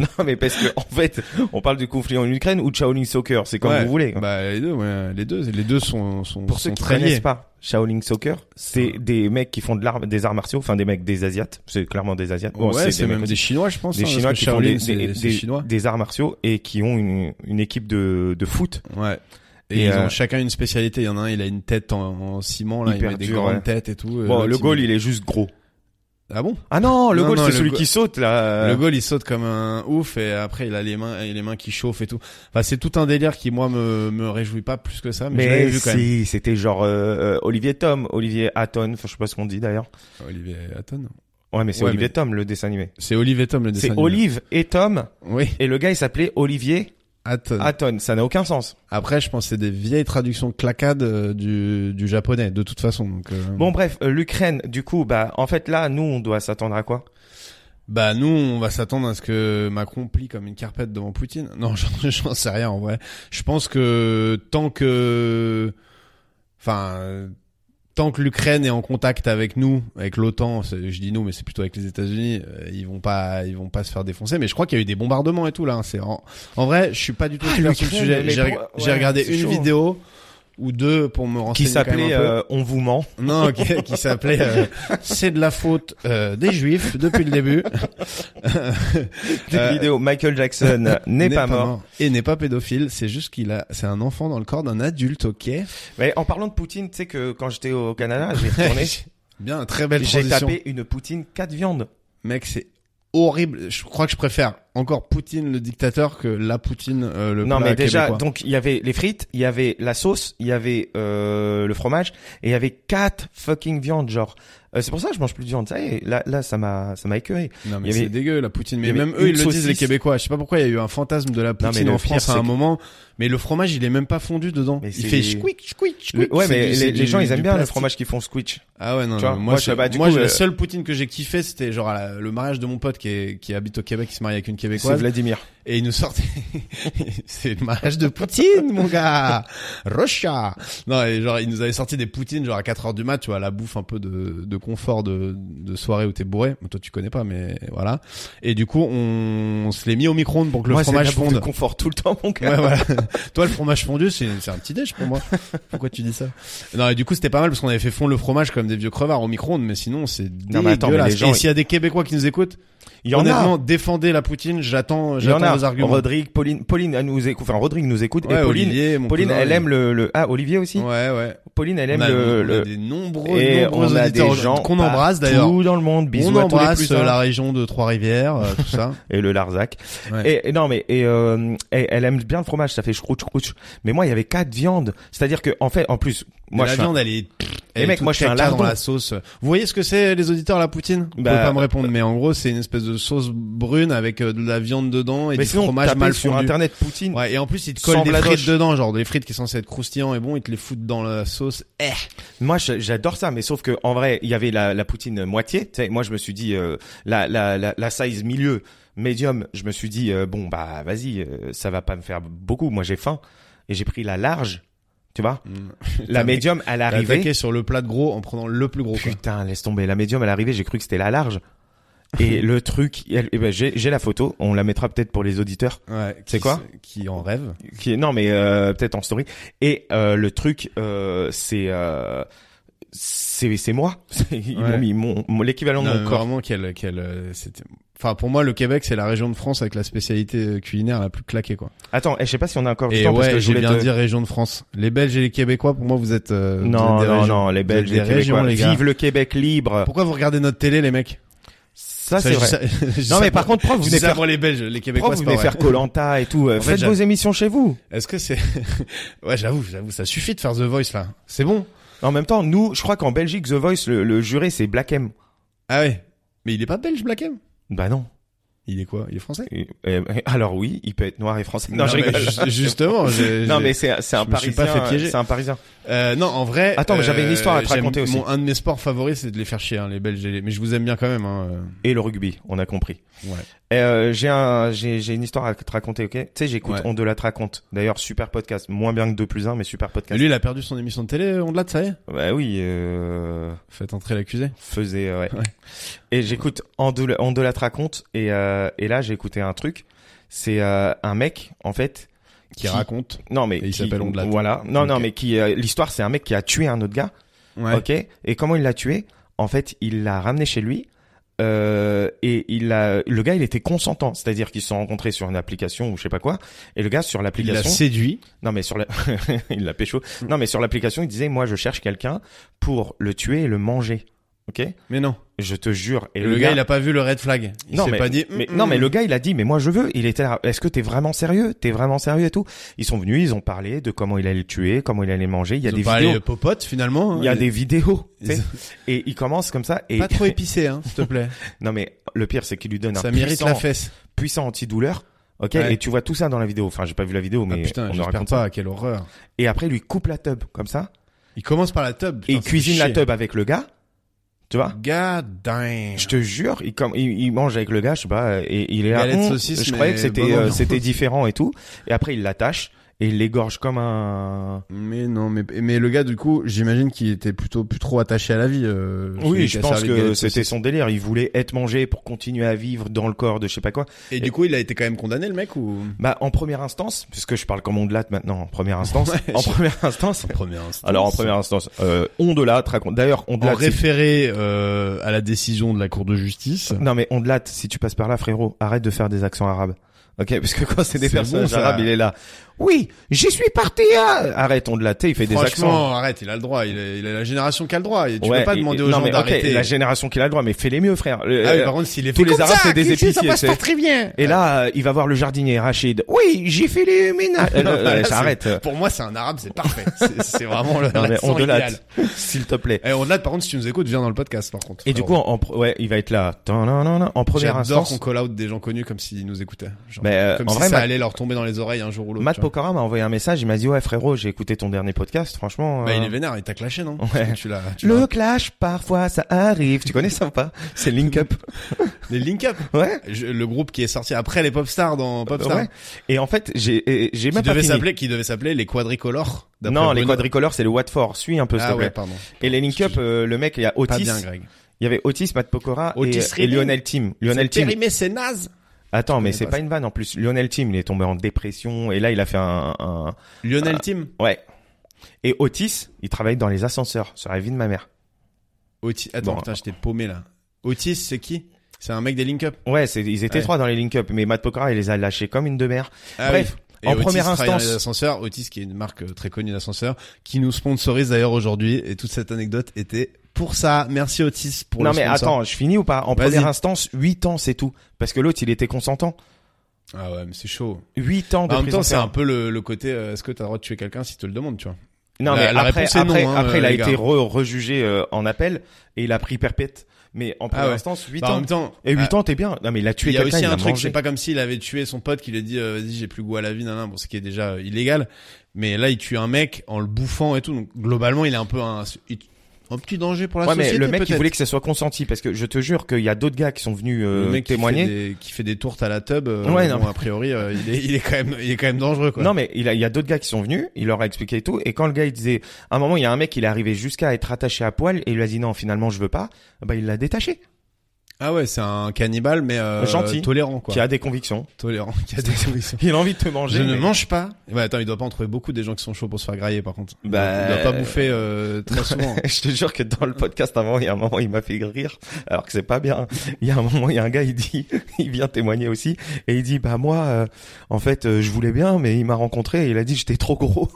S1: Non, mais parce que en fait, on parle du conflit en Ukraine ou de Shaolin Soccer, c'est comme
S2: Ouais.
S1: vous voulez.
S2: Bah les deux, ouais, les deux, les deux sont sont
S1: Pour ceux
S2: sont
S1: qui
S2: très
S1: connaissent
S2: liés.
S1: pas Shaolin Soccer, c'est des mecs qui font de l'art, des arts martiaux, enfin des mecs des asiates, c'est clairement des asiates. Bon,
S2: ouais, c'est
S1: mecs
S2: même
S1: aussi.
S2: des Chinois, je pense.
S1: des
S2: hein, parce
S1: Chinois
S2: que
S1: qui font
S2: Shaolin,
S1: des,
S2: c'est-
S1: des,
S2: c'est
S1: des-
S2: Chinois.
S1: des arts martiaux et qui ont une, une équipe de, de foot.
S2: Ouais. Et,
S1: Et,
S2: ils
S1: euh,
S2: ont chacun une spécialité. Il y en a un, il a une tête en, en ciment, là, il
S1: Hyper
S2: met des
S1: dur,
S2: grandes
S1: ouais.
S2: têtes et tout.
S1: Bon, le goal, il est juste gros.
S2: Ah bon
S1: Ah non, le
S2: Non,
S1: goal,
S2: non,
S1: c'est
S2: le
S1: celui
S2: goal-
S1: qui saute là.
S2: Le goal, il saute comme un ouf et après, il a les mains, il a les mains qui chauffent et tout. Enfin, c'est tout un délire qui, moi, me, me réjouit pas plus que ça, mais, je l'avais
S1: mais
S2: vu quand même.
S1: si, c'était genre euh, euh, Olivier Tom, Olivier Hatton, enfin je sais pas ce qu'on dit d'ailleurs.
S2: Olivier Hatton.
S1: Ouais, mais c'est
S2: Ouais,
S1: Olivier
S2: mais-
S1: Tom, le dessin animé.
S2: C'est Olivier Tom, le dessin
S1: C'est
S2: animé.
S1: Olive et Tom,
S2: Oui,
S1: et le gars il s'appelait Olivier
S2: Hatton.
S1: Hatton. Ça n'a aucun sens.
S2: Après, je pense que c'est des vieilles traductions claquades euh, du, du japonais, de toute façon. Donc, euh,
S1: Bon bref, euh, l'Ukraine, du coup, bah en fait là, nous on doit s'attendre à quoi
S2: Bah nous, on va s'attendre à ce que Macron plie comme une carpette devant Poutine. Non, j'en j'en sais rien en vrai. Je pense que tant que, enfin, euh, tant que l'Ukraine est en contact avec nous, avec l'OTAN, c'est- je dis nous, mais c'est plutôt avec les États-Unis, euh, ils vont pas, ils vont pas se faire défoncer. Mais je crois qu'il y a eu des bombardements et tout là. hein. C'est en, en vrai, je suis pas du tout
S1: Ah,
S2: expert sur le
S1: l'Ukraine,
S2: sujet.
S1: mais
S2: J'ai
S1: pour-
S2: reg- j'ai
S1: ouais,
S2: regardé
S1: c'est
S2: une
S1: chaud. hein.
S2: vidéo ou deux pour me renseigner.
S1: Qui
S2: quand même un
S1: s'appelait
S2: peu.
S1: euh, On vous ment.
S2: Non, qui, qui s'appelait euh, C'est de la faute euh, des juifs depuis le début.
S1: Une
S2: Euh,
S1: vidéo Michael Jackson euh, n'est pas, mort.
S2: Et n'est pas pédophile, c'est juste qu'il a c'est un enfant dans le corps d'un adulte, OK
S1: Mais en parlant de Poutine, tu sais que quand j'étais au Canada, j'ai retourné,
S2: Bien, très belle
S1: j'ai
S2: transition.
S1: tapé une Poutine 4 viandes.
S2: Mec, c'est horrible. Je crois que je préfère encore Poutine le dictateur que la Poutine euh, le
S1: non
S2: plat
S1: mais déjà,
S2: québécois.
S1: donc il y avait les frites, il y avait la sauce, il y avait euh, le fromage et il y avait 4 fucking viandes genre. Euh, c'est pour ça que je mange plus de viande. Ça y est, là là ça m'a ça m'a écœuré.
S2: Non
S1: il
S2: mais
S1: y avait-
S2: c'est dégueu la poutine.
S1: il
S2: Mais
S1: y avait
S2: même eux
S1: une
S2: ils le disent les
S1: saucisse.
S2: Québécois. Je sais pas pourquoi il y a eu un fantasme de la
S1: mais
S2: poutine
S1: le
S2: en
S1: pire,
S2: France à
S1: c'est
S2: un
S1: que-
S2: moment. Mais le fromage il est même pas fondu dedans.
S1: Mais
S2: il
S1: c'est-
S2: fait squeak squeak squeak.
S1: Le- ouais
S2: C'est
S1: mais
S2: du-
S1: les,
S2: c'est
S1: les
S2: du-
S1: gens ils aiment
S2: du
S1: bien le
S2: plastique.
S1: fromage qui font squitch.
S2: Ah ouais, non,
S1: Tu vois,
S2: non,
S1: moi,
S2: moi,
S1: je-
S2: c'est-
S1: bah, du
S2: moi,
S1: coup,
S2: la
S1: euh,
S2: seule poutine que j'ai kiffé, c'était genre à la- le mariage de mon pote qui, est, qui habite au Québec, qui se marie avec une
S1: C'est
S2: Québécoise,
S1: Vladimir.
S2: et il nous sortait, c'est le mariage de poutine, mon gars, Rocha. Non, et genre, il nous avait sorti des poutines, genre à 4 heures du mat, tu vois, la bouffe un peu de, de confort de, de soirée où t'es bourré. Toi, tu connais pas, mais voilà. Et du coup, on, on se l'est mis au micro-ondes pour que le
S1: Moi, c'est
S2: fromage
S1: de la bouffe de
S2: fonde.
S1: confort tout le temps mon
S2: Ouais,
S1: gars.
S2: voilà. Toi, le fromage fondu, c'est c'est un petit déj pour moi. Pourquoi tu dis ça Non, et du coup, c'était pas mal parce qu'on avait fait fondre le fromage comme des vieux crevards au micro-ondes, mais sinon, c'est
S1: Non, mais attends, mais les
S2: dégueulasse.
S1: gens,
S2: et s'il y a des Québécois qui nous écoutent,
S1: Il y en a.
S2: honnêtement, défendez la poutine, j'attends
S1: Il y en
S2: j'attends
S1: a.
S2: vos arguments.
S1: Rodrigue, Pauline, Pauline elle nous écoute. Enfin Rodrigue nous écoute
S2: Ouais,
S1: et Pauline
S2: Olivier, mon
S1: Pauline,
S2: cousin,
S1: elle
S2: et-
S1: aime le, le- ah Olivier aussi.
S2: Ouais, ouais.
S1: Pauline, elle
S2: on
S1: aime
S2: a,
S1: le,
S2: on a
S1: le-
S2: des nombreux,
S1: et
S2: nombreux
S1: on a
S2: auditeurs
S1: des gens
S2: qu'on embrasse d'ailleurs.
S1: tout dans le monde. Bisous
S2: On
S1: à tous les
S2: embrasse
S1: plus,
S2: euh,
S1: hein.
S2: la région de Trois-Rivières, euh, tout ça.
S1: et le Larzac.
S2: Ouais.
S1: Et, et non mais et, euh, et elle aime bien le fromage, ça fait chrouch chrouch. Mais moi, il y avait quatre viandes. C'est-à-dire que en fait, en plus, moi
S2: la
S1: je suis un-
S2: viande, elle est.
S1: Et
S2: Elle
S1: mec,
S2: est toute
S1: moi, je suis un
S2: caca
S1: lardon.
S2: dans la sauce. Vous voyez ce que c'est les auditeurs la poutine Vous
S1: Bah,
S2: pouvez pas me répondre, mais en gros c'est une espèce de sauce brune avec euh, de la viande dedans et
S1: mais
S2: du
S1: sinon
S2: fromage
S1: tapez
S2: mal
S1: sur
S2: fondu.
S1: internet poutine.
S2: Ouais, et en plus ils te
S1: Sans
S2: collent des
S1: bladoche.
S2: frites dedans, genre des frites qui sont censées être croustillants et bon, ils te les foutent dans la sauce. Eh,
S1: Moi, je- j'adore ça, mais sauf que en vrai, il y avait la, la poutine moitié. tu sais. moi, je me suis dit euh, la, la la la size milieu médium. Je me suis dit euh, bon bah vas-y, euh, ça va pas me faire beaucoup. Moi, j'ai faim et j'ai pris la large. Tu vois, la médium, elle
S2: T'as
S1: arrivait.
S2: attaqué sur le plat de gros en prenant le plus gros. quoi.
S1: Putain, laisse tomber. La médium, elle est arrivée, j'ai cru que c'était la large. Et le truc, elle- eh ben, j'ai j'ai la photo, on la mettra peut-être pour les auditeurs.
S2: Ouais, qui
S1: C'est quoi
S2: s- Qui en rêve
S1: Qui, non, mais euh, peut-être en story. Et euh, le truc, euh, c'est euh, c'est c'est moi. C'est- Ils
S2: Ouais.
S1: m'ont mis mon, mon- l'équivalent de
S2: Non,
S1: mon
S2: mais
S1: corps.
S2: Euh, Vraiment, quelle, quelle, euh, c'était. Enfin, pour moi, le Québec, c'est la région de France avec la spécialité euh, culinaire la plus claquée, quoi.
S1: Attends, eh, je sais pas si on a encore du
S2: Et
S1: temps parce que
S2: ouais,
S1: je
S2: j'ai
S1: voulais
S2: bien
S1: te-
S2: dire région de France. Les Belges et les Québécois, pour moi, vous êtes.
S1: Non,
S2: euh, vous êtes des
S1: non,
S2: régions.
S1: non, les
S2: Vous êtes
S1: Belges,
S2: des
S1: les
S2: régions,
S1: Québécois.
S2: les gars.
S1: Vive le Québec libre.
S2: Pourquoi vous regardez notre télé, les mecs Ah,
S1: Ça, c'est vrai. non, mais par contre, prof, vous
S2: vous
S1: venez
S2: ça
S1: faire,
S2: pour les Belges, les Québécois,
S1: prof, vous
S2: c'est pas
S1: venez
S2: vrai.
S1: faire Colanta et tout. euh,
S2: En fait,
S1: Faites
S2: j'a-
S1: vos émissions chez vous.
S2: Est-ce que c'est Ouais, j'avoue, j'avoue, ça suffit de faire The Voice là. C'est bon.
S1: En même temps, nous, je crois qu'en Belgique, The Voice, le, le juré, c'est Black M.
S2: Ah ouais. Mais il est pas belge, Black M.
S1: Bah non.
S2: Il est quoi Il est français
S1: Et- et- alors oui, il peut être noir et français. Non, je
S2: mais
S1: rigole.
S2: ju- Justement. Oh, j'ai-
S1: Non
S2: j'ai-
S1: mais c'est c'est un
S2: je me suis
S1: parisien.
S2: pas fait piéger.
S1: C'est un parisien.
S2: Euh, non, en vrai.
S1: Attends, mais j'avais une
S2: euh,
S1: histoire à te
S2: j'aime-
S1: raconter aussi.
S2: mon- un de mes sports favoris, c'est de les faire chier, hein, les Belges. et les- Mais je vous aime bien quand même. Hein. euh,
S1: Et le rugby, on a compris.
S2: Ouais.
S1: Et, euh, j'ai un j'ai j'ai une histoire à te raconter, ok Tu sais, j'écoute
S2: Ouais.
S1: On de la te raconte. D'ailleurs, super podcast. Moins bien que 2 plus 1, mais super
S2: Et
S1: podcast.
S2: lui, il a perdu son émission de télé, euh, on de là, ça y est.
S1: Bah oui. Euh...
S2: Faites entrer l'accusé.
S1: faisait euh, ouais.
S2: Ouais.
S1: Et j'écoute on de on de la te raconte et euh, et là j'ai écouté un truc, c'est euh, un mec en fait
S2: Qui, raconte.
S1: non mais
S2: Et il
S1: qui-
S2: s'appelle Ondelat.
S1: voilà non non
S2: Ok.
S1: mais qui euh, l'histoire c'est un mec qui a tué un autre gars,
S2: Ouais.
S1: ok et comment il l'a tué en fait il l'a ramené chez lui euh, et il a le gars il était consentant c'est-à-dire qu'ils se sont rencontrés sur une application ou je sais pas quoi et le gars sur
S2: Il l'a Mm.
S1: l'application
S2: séduit.
S1: non mais sur la... il l'a pécho non mais sur l'application il disait moi je cherche quelqu'un pour le tuer et le manger ok
S2: Mais non.
S1: je te jure. Et
S2: le, gars, il a pas vu le red flag. Il
S1: non
S2: s'est
S1: mais,
S2: pas dit.
S1: mais-
S2: Mm,
S1: non mais
S2: mm.
S1: le gars il a dit mais moi je veux. Il était là. Est-ce que t'es vraiment sérieux T'es vraiment sérieux et tout Ils sont venus, ils ont parlé de comment il allait le tuer, comment il allait le manger. Il y a
S2: Ils ont
S1: des
S2: pas
S1: vidéos.
S2: allé popote finalement. hein.
S1: Il y a des vidéos. tu
S2: Ils-
S1: sais. Et il commence comme ça. Et
S2: Pas trop épicé, hein, s'il te plaît.
S1: non mais le pire c'est qu'il lui donne
S2: ça
S1: un
S2: mérite la
S1: puissant,
S2: fesse. Ah,
S1: puissant antidouleur. Ok.
S2: Ouais.
S1: Et tu vois tout ça dans la vidéo. Enfin j'ai pas vu la vidéo
S2: Ah
S1: mais
S2: putain,
S1: on en
S2: j'espère
S1: raconte.
S2: pas, quelle horreur.
S1: Et après il lui coupe la tub comme ça.
S2: Il commence par la
S1: Et
S2: tub. putain,
S1: il
S2: c'est
S1: cuisine la
S2: chier.
S1: tub avec le gars. Tu vois
S2: God damn.
S1: Je te jure, il, comme, il, il mange avec le gars, je sais pas, et il est là.
S2: Galette
S1: hum,
S2: saucisse,
S1: je
S2: mais
S1: croyais que c'était
S2: bon
S1: euh,
S2: ambiance.
S1: c'était différent et tout. Et après, il l'attache et il l'égorge comme un.
S2: Mais non, mais, mais le gars, du coup, j'imagine qu'il était plutôt plus trop attaché à la vie. euh, celui
S1: Oui,
S2: qui
S1: je
S2: a
S1: pense
S2: servi le
S1: que
S2: galette
S1: c'était
S2: saucisse.
S1: son délire. Il voulait être mangé pour continuer à vivre dans le corps de je sais pas quoi.
S2: Et du coup, il a été quand même condamné, le mec, ou
S1: Bah, en première instance, puisque je parle comme on de latte maintenant, en première instance,
S2: Ouais,
S1: en
S2: je-
S1: première instance.
S2: Première instance.
S1: Alors en première instance, euh, on de latte raconte. D'ailleurs, on de
S2: En
S1: latte, si-
S2: référé euh, à la décision de la Cour de justice.
S1: Non mais on de latte, si tu passes par là, frérot, arrête de faire des accents arabes. Ok, parce que quand c'est des
S2: C'est
S1: personnages
S2: bon, ça.
S1: arabes, il est là. Oui, j'y suis parti. hein. Arrête, on de latte, il fait des accents.
S2: Franchement, arrête, il a le droit. Il a, il a la génération qui a le droit. Et tu
S1: Ouais,
S2: peux pas
S1: et-
S2: demander
S1: et-
S2: aux
S1: non,
S2: gens
S1: mais ok,
S2: d'arrêter.
S1: la génération qui a le droit, mais fais-les mieux, frère. Le-
S2: Ah oui,
S1: euh,
S2: par contre, s'il est
S1: tous
S2: fou-
S1: les Arabes, c'est des épiciers. c'est-
S2: très bien.
S1: Et là, euh, il va voir le jardinier Rachid. Oui, j'ai fait les ménages. Euh, euh,
S2: Voilà,
S1: ça
S2: c'est-
S1: arrête.
S2: Pour moi, c'est un arabe, c'est parfait. C'est- C'est vraiment le.
S1: Non, mais
S2: l'accent
S1: on de
S2: idéal.
S1: latte, s'il te plaît.
S2: Et au-delà, par contre, si tu nous écoutes, viens dans le podcast, par contre.
S1: Et du coup, en, en pr- ouais, il va être là. Non, non, non, non. En première
S2: j'adore
S1: instance,
S2: qu'on call out des gens connus comme s'ils nous écoutaient. Genre,
S1: Mais, euh,
S2: comme
S1: en
S2: si
S1: vrai,
S2: ça
S1: Matt-
S2: allait leur tomber dans les oreilles un jour ou l'autre.
S1: Matt
S2: tu vois.
S1: Pokora m'a envoyé un message. Il m'a dit, ouais, frérot, j'ai écouté ton dernier podcast. Franchement,
S2: Bah,
S1: euh,
S2: il est vénère, il t'a clashé, non
S1: Ouais.
S2: Parce que Tu l'as. tu
S1: le
S2: l'as-
S1: clash, parfois, ça arrive. Tu connais ça ou pas? C'est Link Up.
S2: Les Link Up,
S1: Ouais.
S2: je- le groupe qui est sorti après les Popstars dans Popstar,
S1: Ouais. Et en fait, j'ai, et- j'ai
S2: qui
S1: même pas
S2: devait
S1: fini.
S2: s'appeler, qui devait s'appeler les Quadricolores. d'après
S1: Non, les
S2: Bruno.
S1: quadricolores, c'est le Watford. Suis un peu, s'il
S2: Ah
S1: te
S2: ouais,
S1: plaît.
S2: pardon.
S1: Et les Link Up, euh, le mec, il y a
S2: Pas
S1: Otis.
S2: bien, Greg.
S1: Il y avait Otis, Matt Pokora et-
S2: Otis
S1: et,
S2: Redding.
S1: Lionel Tim. Lionel
S2: C'est
S1: Tim.
S2: périmé, c'est naze.
S1: Attends, mais
S2: Je connais
S1: c'est
S2: pas
S1: pas une vanne en plus. Lionel Tim, il est tombé en dépression et là, il a fait un, un-
S2: Lionel
S1: Ah.
S2: Tim.
S1: ouais. Et Otis, il travaille dans les ascenseurs sur la vie de ma mère.
S2: Otis. Attends,
S1: Bon.
S2: putain, j'étais paumé là. Otis, c'est qui C'est un mec des Link Up.
S1: Ouais, c'est, ils étaient
S2: Ouais.
S1: trois dans les Link Up, mais Matt Pokora, il les a lâchés comme une de mer.
S2: Ah
S1: Bref,
S2: oui. Et
S1: en
S2: Otis
S1: première
S2: travaille dans
S1: instance-
S2: les ascenseurs. Otis, qui est une marque euh, très connue d'ascenseurs, qui nous sponsorise d'ailleurs aujourd'hui. Et toute cette anecdote était pour ça. Merci Otis pour
S1: non
S2: le
S1: mais
S2: sponsor.
S1: attends, je finis ou pas En
S2: Vas-y.
S1: première instance, huit ans, c'est tout. Parce que l'autre, il était consentant.
S2: Ah ouais, mais c'est chaud. Bah,
S1: Huit ans de
S2: en même
S1: prison
S2: temps, c'est
S1: ferme.
S2: un peu le, le côté. euh, Est-ce que t'as le droit de tuer quelqu'un si tu le demandes, tu vois
S1: Non,
S2: La-
S1: mais
S2: la
S1: après,
S2: réponse est non,
S1: après,
S2: hein,
S1: après, il
S2: euh,
S1: a
S2: les
S1: été
S2: gars.
S1: re- rejugé euh, en appel et il a pris perpète. Mais en première
S2: ouais.
S1: instance, 8
S2: Bah, En
S1: ans.
S2: même temps.
S1: Et 8
S2: ah,
S1: ans, t'es bien. Non, mais il a tué
S2: Il y a
S1: quelqu'un,
S2: aussi
S1: il
S2: un
S1: l'a
S2: truc,
S1: mangé.
S2: c'est pas comme s'il avait tué son pote qui lui a dit euh, vas-y j'ai plus goût à la vie nanan bon ce qui est déjà euh, illégal mais là il tue un mec en le bouffant et tout donc globalement il est un peu un, un petit danger pour la
S1: Ouais, mais
S2: société
S1: le mec, il
S2: peut-être.
S1: voulait que ça soit consenti parce que je te jure qu'il y a d'autres gars qui sont venus euh,
S2: le mec
S1: témoigner.
S2: qui fait, des, qui fait des tourtes à la tub euh,
S1: Ouais, non,
S2: bon, a priori euh, il est il est quand même il est quand même dangereux quoi
S1: Non, mais il, a- il y a d'autres gars qui sont venus, il leur a expliqué et tout. Et quand le gars, il disait, à un moment, il y a un mec, il est arrivé jusqu'à être attaché à poil et il lui a dit non, finalement, je veux pas. Bah, il l'a détaché.
S2: ah ouais c'est un cannibale mais euh,
S1: Gentil.
S2: tolérant quoi
S1: Qui a des convictions.
S2: tolérant qui a des convictions.
S1: Il a envie de te manger.
S2: je ne
S1: mais-
S2: mange pas ouais attends il doit pas en trouver beaucoup des gens qui sont chauds pour se faire grailler par contre
S1: Bah,
S2: il doit pas bouffer euh, très souvent
S1: Je te jure que dans le podcast avant, il y a un moment, il m'a fait rire, alors que c'est pas bien. Il y a un moment, il y a un gars, il dit, il vient témoigner aussi, et il dit, bah moi, euh, en fait, euh, je voulais bien, mais il m'a rencontré et il a dit, j'étais trop gros.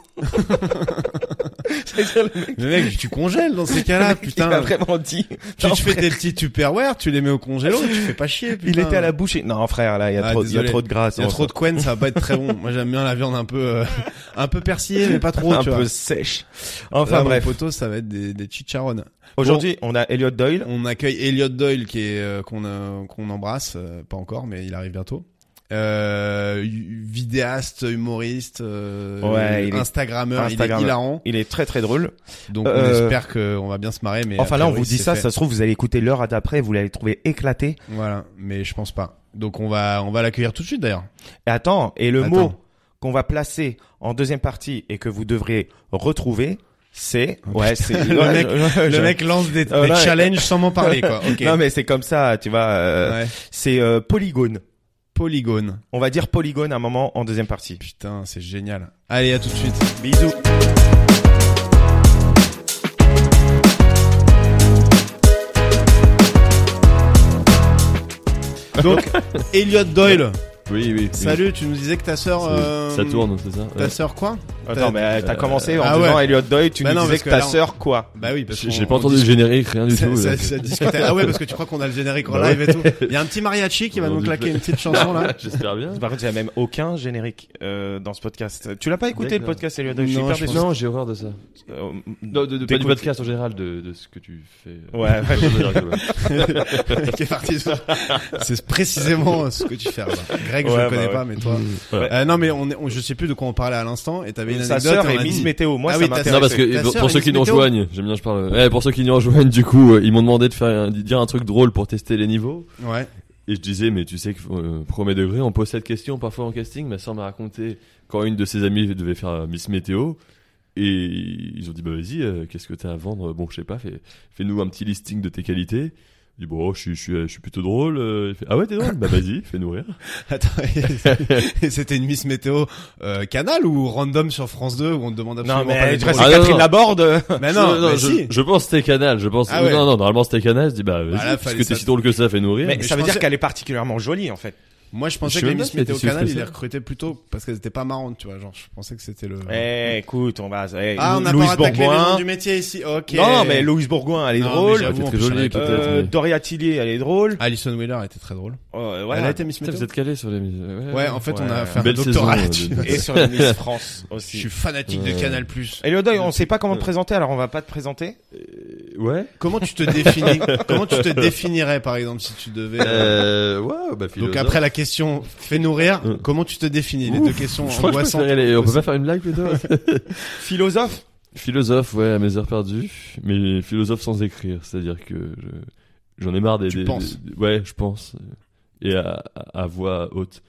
S1: J'allais dire, le mec,
S2: Mais mec, tu congèles dans ces cas-là,
S1: le mec,
S2: Ah, putain.
S1: Il a vraiment dit.
S2: Tu
S1: Non,
S2: te fais tes petits Tupperware, tu les mets au congélo, tu fais pas chier.
S1: Il
S2: putain.
S1: était à la bouche. et- Non, frère, là, il y a
S2: Ah,
S1: trop, il y a
S2: désolé.
S1: trop de grâce.
S2: Il y a
S1: on
S2: trop de quen, ça va pas être très bon. Moi, j'aime bien la viande un peu, euh, un peu persillée, mais pas trop,
S1: un
S2: tu
S1: peu
S2: vois.
S1: sèche.
S2: Là,
S1: Enfin
S2: mon
S1: bref,
S2: poteau, ça va être des, des chicharrones.
S1: aujourd'hui on a Elliot Doyle.
S2: On accueille Elliot Doyle, qui est euh, qu'on euh, qu'on embrasse, euh, pas encore, mais il arrive bientôt. Euh, hu- vidéaste, humoriste, euh,
S1: Ouais, il est-
S2: Instagrammeur,
S1: Instagrammeur.
S2: il est hilarant.
S1: Il est très très drôle.
S2: Donc on
S1: Euh,
S2: espère qu'on va bien se marrer. Mais
S1: enfin
S2: a
S1: là on
S2: priori,
S1: vous dit
S2: c'est
S1: ça,
S2: fait.
S1: ça se trouve vous allez écouter l'heure d'après, vous l'allez trouver éclaté.
S2: Voilà, mais je pense pas. Donc on va on va l'accueillir tout de suite d'ailleurs.
S1: Et attends, et le
S2: Attends.
S1: mot qu'on va placer en deuxième partie et que vous devrez retrouver, c'est
S2: Oh,
S1: ouais,
S2: putain,
S1: c'est
S2: le
S1: Ouais,
S2: mec-
S1: je- je-
S2: Le mec lance des,
S1: Euh,
S2: des
S1: là,
S2: challenges sans m'en parler quoi. Ok.
S1: Non mais c'est comme ça, tu vois. euh,
S2: Ouais.
S1: C'est euh, polygone.
S2: Polygone.
S1: On va dire polygone à un moment en deuxième partie.
S2: Putain, c'est génial. Allez, à tout de suite.
S1: Bisous.
S2: Donc Elliot Doyle.
S3: Oui, oui.
S2: Salut, tu nous disais que ta sœur. euh,
S3: Ça tourne, c'est ça
S2: Ta sœur quoi
S1: Attends mais euh, t'as commencé en
S2: Ah
S1: disant
S2: ouais.
S1: Elliot Doyle, tu
S2: Bah
S1: nous
S2: non,
S1: disais
S2: parce
S1: que
S2: que
S1: ta
S2: là, on-
S1: sœur quoi.
S2: Bah oui, parce
S3: J'ai
S2: qu'on-
S3: j'ai pas
S2: on
S3: entendu le
S2: discute-
S3: générique, rien du
S2: Ça-
S3: tout.
S2: ça-
S3: là.
S2: ça discute- Ah ouais, parce que tu crois qu'on a le générique en
S3: Bah
S2: live
S3: ouais.
S2: et tout. Il y a un petit mariachi qui va
S3: Non,
S2: nous
S3: je-
S2: claquer une petite chanson là.
S3: J'espère bien.
S1: Par contre, il y a même aucun générique euh, dans ce podcast. Tu l'as pas écouté le
S3: D'accord.
S1: podcast, Elliot Doyle Je suis
S2: Non,
S1: hyper
S2: je
S1: déçu.
S3: Non, j'ai horreur de ça.
S1: Euh,
S3: Non, de, de- pas du
S1: t'écoutes-
S3: podcast en général, de, de ce que tu fais. euh,
S1: Ouais, ouais.
S2: qui est parti. sur- C'est précisément ce que tu fais. Arnaud. Greg, je
S1: Ouais,
S2: le connais
S1: bah ouais.
S2: pas, mais toi.
S3: Voilà.
S2: Euh, non, mais on, est- on- je sais plus de quoi on parlait à l'instant. Et t'avais une
S1: Sa
S2: anecdote.
S1: sœur
S2: et on
S1: est
S2: a
S1: Miss
S2: dit-
S1: Météo. Moi,
S2: Ah
S1: ça
S2: oui, ta
S1: m'intéresse.
S3: Non, parce que
S2: Ta
S3: pour,
S2: sœur
S3: pour
S2: est
S3: ceux qui nous
S2: Miss Météo
S3: rejoignent, j'aime bien, je parle. Eh, pour ceux qui nous rejoignent, du coup, euh, ils m'ont demandé de faire un- de dire un truc drôle pour tester les niveaux.
S2: Ouais.
S3: Et je disais, mais tu sais que, euh, premier degré, on pose cette question parfois en casting. Ma soeur m'a raconté quand une de ses amies devait faire euh, Miss Météo. Et ils ont dit, bah vas-y, euh, qu'est-ce que t'as à vendre Bon, je sais pas, fais- fais-nous un petit listing de tes qualités. Il dit, bon, je suis, je suis, je suis plutôt drôle. euh. Il fait, ah ouais, t'es drôle Bah vas-y, fais-nous rire.
S2: Attends, et c'était une Miss Météo euh, canal ou random sur France 2 où on te demande absolument
S1: Non,
S2: pas
S1: mais
S2: d'être
S1: tu vois,
S3: Ah,
S1: c'est
S3: non,
S1: Catherine
S3: non.
S1: Laborde.
S2: drôle. Mais non, mais
S3: je,
S2: si.
S3: je pense que c'était Canal, je pense.
S2: Ah ouais.
S3: Non, non, normalement c'était Canal, je dis bah
S2: Bah là,
S3: vas-y, parce
S2: fallait
S3: que t'es
S2: ça-
S3: si drôle que ça, Bah, fais nourrir.
S1: Mais
S2: mais
S1: ça
S2: je
S1: veut dire
S2: pensais-
S1: qu'elle est particulièrement jolie, en fait.
S2: Moi, je
S3: Je
S2: pensais
S3: sais
S2: que les
S3: même pas
S2: Miss
S3: si elle
S2: Météo
S3: était si
S2: canal,
S3: stressée.
S2: ils les recrutaient plutôt parce qu'elles étaient pas marrantes, tu vois. Genre, je pensais que c'était le.
S1: Eh, écoute, on va, eh,
S2: Ah, on a pas
S1: Louise
S2: attaqué les noms
S1: Bourgoin.
S2: du métier ici. Ok.
S1: Non, mais Louise Bourgoin, elle est
S2: Non, mais
S1: drôle.
S2: j'avoue,
S3: Elle était
S2: en
S3: très
S2: plus,
S3: jolie,
S2: elle était-
S3: peut-être,
S1: Euh,
S3: mais-
S1: Doria Tillier, elle est drôle.
S2: Alison Wheeler était très drôle.
S1: Euh,
S2: Ah. Elle a
S1: voilà.
S2: été Miss
S3: Putain,
S2: Météo.
S3: vous êtes calé sur les. Ouais,
S2: Ouais, en fait, on a
S1: Ouais.
S2: fait un
S3: Belle
S2: doctorat
S3: saison,
S2: là-dessus.
S3: euh,
S1: Et sur les Miss France
S2: Je
S1: aussi.
S2: suis fanatique de
S3: Euh.
S2: Canal+.
S1: Elliot Doyle, on sait pas comment te présenter, alors on va pas te présenter.
S3: Euh, ouais.
S2: Comment tu te définis Comment tu te définirais, par exemple, si tu devais euh,
S3: Euh, ouais, bah
S2: Donc
S3: philosophe.
S2: après la question fais nourrir,
S3: Euh.
S2: comment tu te définis Les
S3: Ouf,
S2: deux questions
S3: je crois que je
S2: angoissantes.
S3: préférais les- on peut pas faire une blague plutôt.
S1: Philosophe.
S3: philosophe, ouais, à mes heures perdues, mais philosophe sans écrire, c'est-à-dire que je- j'en ai marre des.
S2: Tu
S3: des-
S2: penses.
S3: des- ouais, je pense. Et à, à à voix haute.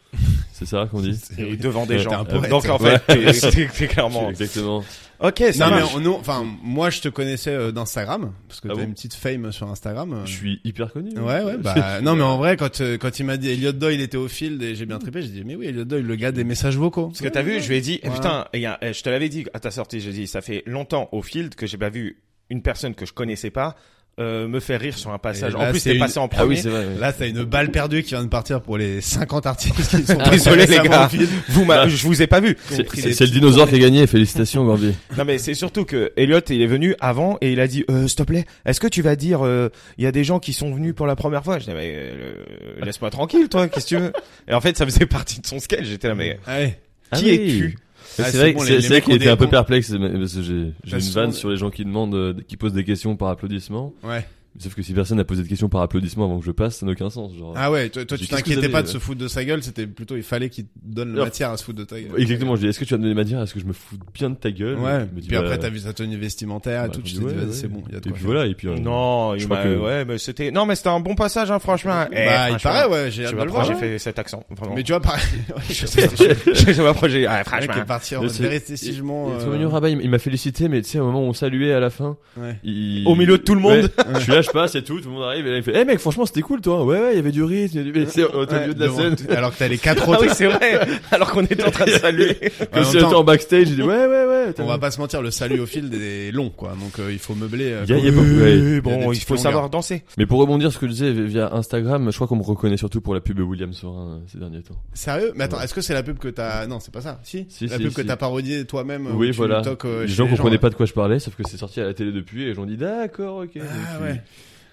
S3: C'est ça qu'on dit.
S1: Et devant des
S3: Ouais, t'es
S1: gens.
S3: un
S2: Euh, poète.
S1: Donc, en fait, t'es- t'es t'es clairement.
S3: Exactement.
S1: Ok, ça
S2: Non mais
S1: marche.
S2: on- nous, enfin moi je te connaissais euh, d'Instagram parce que
S3: Ah
S2: t'as
S3: bon
S2: une petite fame sur Instagram. euh.
S3: Je suis hyper connu.
S2: Ouais ouais bah non mais en vrai quand euh, quand il m'a dit Elliot Doyle était au field et j'ai bien trippé j'ai dit mais oui Elliot Doyle le gars des messages vocaux.
S1: Parce que t'as vu, je lui ai dit, eh,
S2: Voilà.
S1: putain, il y a- eh, je te l'avais dit à ta sortie, j'ai dit, ça fait longtemps au field que j'ai pas vu une personne que je connaissais pas euh, me faire rire sur un passage.
S2: Et
S1: en
S2: là,
S1: plus,
S2: c'est
S1: t'es
S2: une-
S1: passé en
S3: Ah oui,
S1: premier.
S3: c'est vrai. ouais.
S2: Là t'as une balle perdue qui vient de partir pour les 50 artistes qui
S3: Ah,
S2: sont passés
S1: Désolé, les
S2: récemment
S1: gars.
S2: au field.
S1: vous, m'a- je vous ai pas vu.
S3: C'est-
S2: compris
S3: C'est
S2: les
S3: c'est le
S2: petits
S3: dinosaure qui a gagné, félicitations Gordy.
S1: Non mais c'est surtout que Elliot, il est venu avant et il a dit, euh, s'il te plaît, est-ce que tu vas dire, euh, il y a des gens qui sont venus pour la première fois. Je dis, mais euh, laisse-moi tranquille, toi, qu'est-ce que tu veux. Et en fait, ça faisait partie de son sketch. J'étais là, mais
S2: Ouais.
S1: qui es-tu
S3: Ah,
S2: Ah,
S3: c'est vrai,
S2: bon,
S3: que-
S2: les-
S3: c'est
S2: les
S3: c'est
S2: mecs
S3: vrai qu'il
S2: ont
S3: était un
S2: des
S3: peu
S2: cons.
S3: perplexe mais- parce que j'ai j'ai
S2: Parce
S3: une
S2: qu'on-
S3: vanne sur les gens qui demandent, euh, qui posent des questions par applaudissement.
S2: Ouais.
S3: Sauf que si personne n'a posé de questions par applaudissement avant que je passe, ça n'a aucun sens. Genre.
S2: Ah ouais, toi, toi, tu
S3: J'ai- qu'est-ce que
S2: t'inquiétais
S3: vous
S2: pas
S3: avez,
S2: de
S3: euh
S2: se foutre de sa gueule, c'était plutôt il fallait qu'il te donne la
S3: Non.
S2: matière à se foutre de ta gueule.
S3: Euh, Exactement, je dis est-ce que tu vas me donner ma dire Est-ce que je me fous bien de ta gueule
S2: Ouais.
S3: Il me dit,
S2: Puis
S3: bah,
S2: après t'as vu sa tenue vestimentaire et
S3: bah,
S2: tout,
S3: je
S2: tu
S3: dis,
S2: t'es dit
S3: ouais,
S2: vas-y,
S3: ouais.
S2: c'est bon, il y a de
S3: Et
S2: quoi
S3: puis
S2: faire.
S3: voilà, et puis. euh,
S1: Non,
S3: je
S1: il
S3: crois
S1: m'a-
S3: que-
S1: ouais, mais c'était, non mais c'était un bon passage, hein, franchement. Eh,
S2: Bah, il
S1: franchement,
S2: paraît, ouais, j'ai
S1: Je
S2: hâte
S1: sais
S2: de
S1: pas
S2: le
S1: pourquoi
S2: voir.
S1: j'ai
S2: hein.
S1: fait cet accent. vraiment.
S2: Mais tu vois, pareil. Ouais, je sais pas.
S1: je sais pas pourquoi j'ai, ah,
S2: Le mec
S1: franchement.
S2: est parti en
S3: Mais c'est-
S2: véritablement.
S3: il est
S2: euh,
S3: trop mignon, Rabat, il m- il m'a félicité, mais tu sais, au moment où on saluait à la fin,
S2: ouais.
S3: il-
S1: Au milieu de tout le monde.
S3: Ouais. je suis là, je passe et tout, tout le monde arrive, et là, il fait, eh mec, franchement, c'était cool, toi. Ouais, ouais, il y avait du rythme, il y avait, c'est au
S2: Ouais,
S3: milieu de la
S2: devant-
S3: scène.
S2: Alors que t'as les quatre
S1: Ah
S2: autres.
S1: oui, c'est vrai. Alors qu'on était en train de saluer.
S2: Ouais, en
S3: Comme si
S2: même
S3: on était
S2: temps,
S3: en backstage, il dit, ouais, ouais, ouais, ouais,
S2: On va pas se mentir, le salut au fil est long, quoi. Donc euh, il faut meubler. euh,
S3: Y a-
S2: quand
S3: y a
S2: même.
S3: pas- ouais,
S2: y a des
S1: bon, il
S2: petites
S1: faut
S2: longueurs.
S1: savoir danser.
S3: Mais pour rebondir sur ce que je disais via Instagram, je crois qu'on me reconnaît surtout pour la pub de William Sorin euh, ces derniers temps.
S2: Sérieux Mais attends,
S3: Ouais.
S2: est-ce que c'est la pub que t'as Non, c'est pas ça. Si.
S3: Si,
S2: la
S3: si,
S2: pub que
S3: si.
S2: t'as parodiée toi-même. où
S3: oui,
S2: tu
S3: voilà.
S2: toques, euh,
S3: les
S2: chez
S3: gens comprenaient
S2: ouais.
S3: pas de quoi je parlais, sauf que c'est sorti à la télé depuis et les gens dit d'accord, ok.
S2: Ah
S3: Donc,
S2: ouais.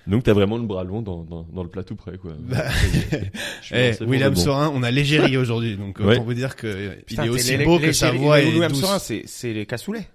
S3: tu- Donc t'as vraiment le bras long dans, dans, dans le plat tout près, quoi.
S2: Bah,
S3: Je suis
S2: Eh,
S3: lancé pour
S2: William
S3: de bon.
S2: Sorin, on a légéri aujourd'hui, donc euh,
S3: Ouais.
S2: autant vous dire que euh,
S1: Putain,
S2: il est
S1: t'es
S2: aussi
S1: les-
S2: beau
S1: les-
S2: que sa
S1: les-
S2: voix
S1: les
S2: est
S1: William
S2: douce.
S1: Sorin, c'est c'est les cassoulets.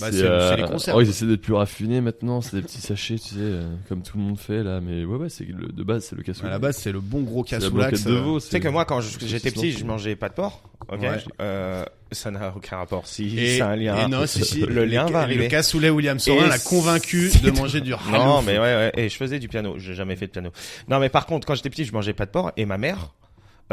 S2: Bah,
S3: C'est,
S2: c'est-
S3: euh,
S2: c'est les concerts.
S3: Oh, ils essaient d'être plus raffinés maintenant, c'est des petits sachets, tu sais, euh, comme tout le monde fait là. Mais ouais, ouais, c'est le- de base, c'est le cassoulet.
S2: À la base, c'est le bon gros
S3: c'est la
S2: cassoulax.
S3: blanquette de
S2: euh,
S3: veau.
S1: Tu sais que moi, quand je-
S3: c'est-
S1: j'étais
S3: c'est
S1: petit,
S3: bon.
S1: je mangeais pas de porc. Ok.
S2: Ouais.
S1: Euh, ça n'a aucun rapport. Si,
S2: Et,
S1: c'est un lien.
S2: et non, si, si,
S1: Le lien va
S2: et
S1: arriver.
S2: Le cassoulet William Sorin
S1: Et
S2: l'a convaincu
S1: c'est-
S2: de manger du
S1: Non,
S2: halouf.
S1: mais ouais, ouais. Et je faisais du piano. J'ai jamais fait de piano. Non, mais par contre, quand j'étais petit, je mangeais pas de porc. Et ma mère,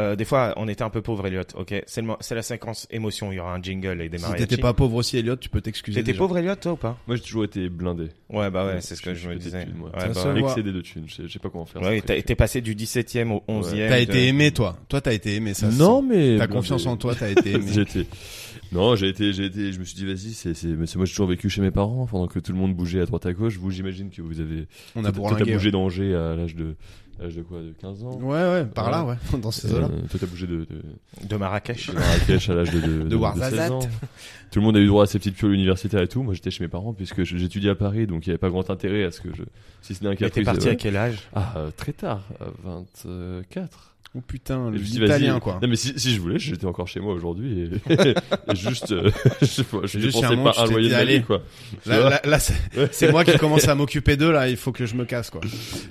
S1: euh, des fois, on était un peu pauvre, Elliot. Ok. C'est le mo- c'est la séquence émotion. Il y aura un jingle et des
S2: Si
S1: mariachis.
S2: t'étais pas pauvre aussi, Elliot, tu peux t'excuser.
S1: T'étais
S2: déjà.
S1: pauvre, Elliot, toi ou pas
S3: Moi, j'ai toujours été blindé.
S1: Ouais, bah ouais, c'est ce que je me
S3: pété de
S1: disais.
S3: thunes, moi.
S1: Ouais, bah
S2: Ça
S1: ouais.
S2: voit.
S3: Excédé de thunes, je sais- je sais pas comment faire.
S1: Ouais,
S3: ça, après.
S1: t'as- t'es passé du 17e au 11e.
S2: T'as
S1: de-
S2: été aimé, toi. Toi, t'as été aimé, ça. se
S3: non,
S2: sent.
S3: mais.
S2: T'as
S3: blindé.
S2: confiance en toi, t'as été aimé.
S3: J'étais. Non, j'ai été, j'ai été, je me suis dit, vas-y, c'est, c'est, mais c'est moi, j'ai toujours vécu chez mes parents, pendant que tout le monde bougeait à droite à gauche. Vous, j'imagine que vous avez,
S2: On a
S3: toi, t'as
S2: bourlingué.
S3: bougé d'Angers à l'âge de, à l'âge de quoi, de 15 ans?
S2: Ouais, ouais, par là, ouais. Dans ces eaux-là.
S3: Euh, toi, t'as bougé de, de,
S1: de Marrakech.
S3: de Marrakech à l'âge de, de,
S2: Ouarzazate.
S3: 16 ans. Tout le monde a eu droit à ses petites pioles universitaires et tout. Moi, j'étais chez mes parents puisque je- j'étudiais à Paris, donc il n'y avait pas grand intérêt à ce que je, si ce n'est un
S1: Mais t'es
S3: caprice.
S1: parti
S3: euh,
S1: à quel âge
S3: Ah, euh, très tard, à 24.
S2: Oh putain,
S3: Et
S2: le
S3: je me suis dit, vas-y.
S2: italien, quoi.
S3: Non mais si, si je voulais, j'étais encore chez moi aujourd'hui et, et juste, euh, je, je
S2: Juste, il y a un
S3: dépensais
S2: moment,
S3: pas
S2: tu
S3: un
S2: t'es
S3: loyer
S2: dit,
S3: de ma vie,
S2: allez.
S3: quoi. Tu
S2: Là,
S3: vois
S2: là, là, c'est c'est moi qui commence à m'occuper d'eux, là. Il faut que je me casse, quoi.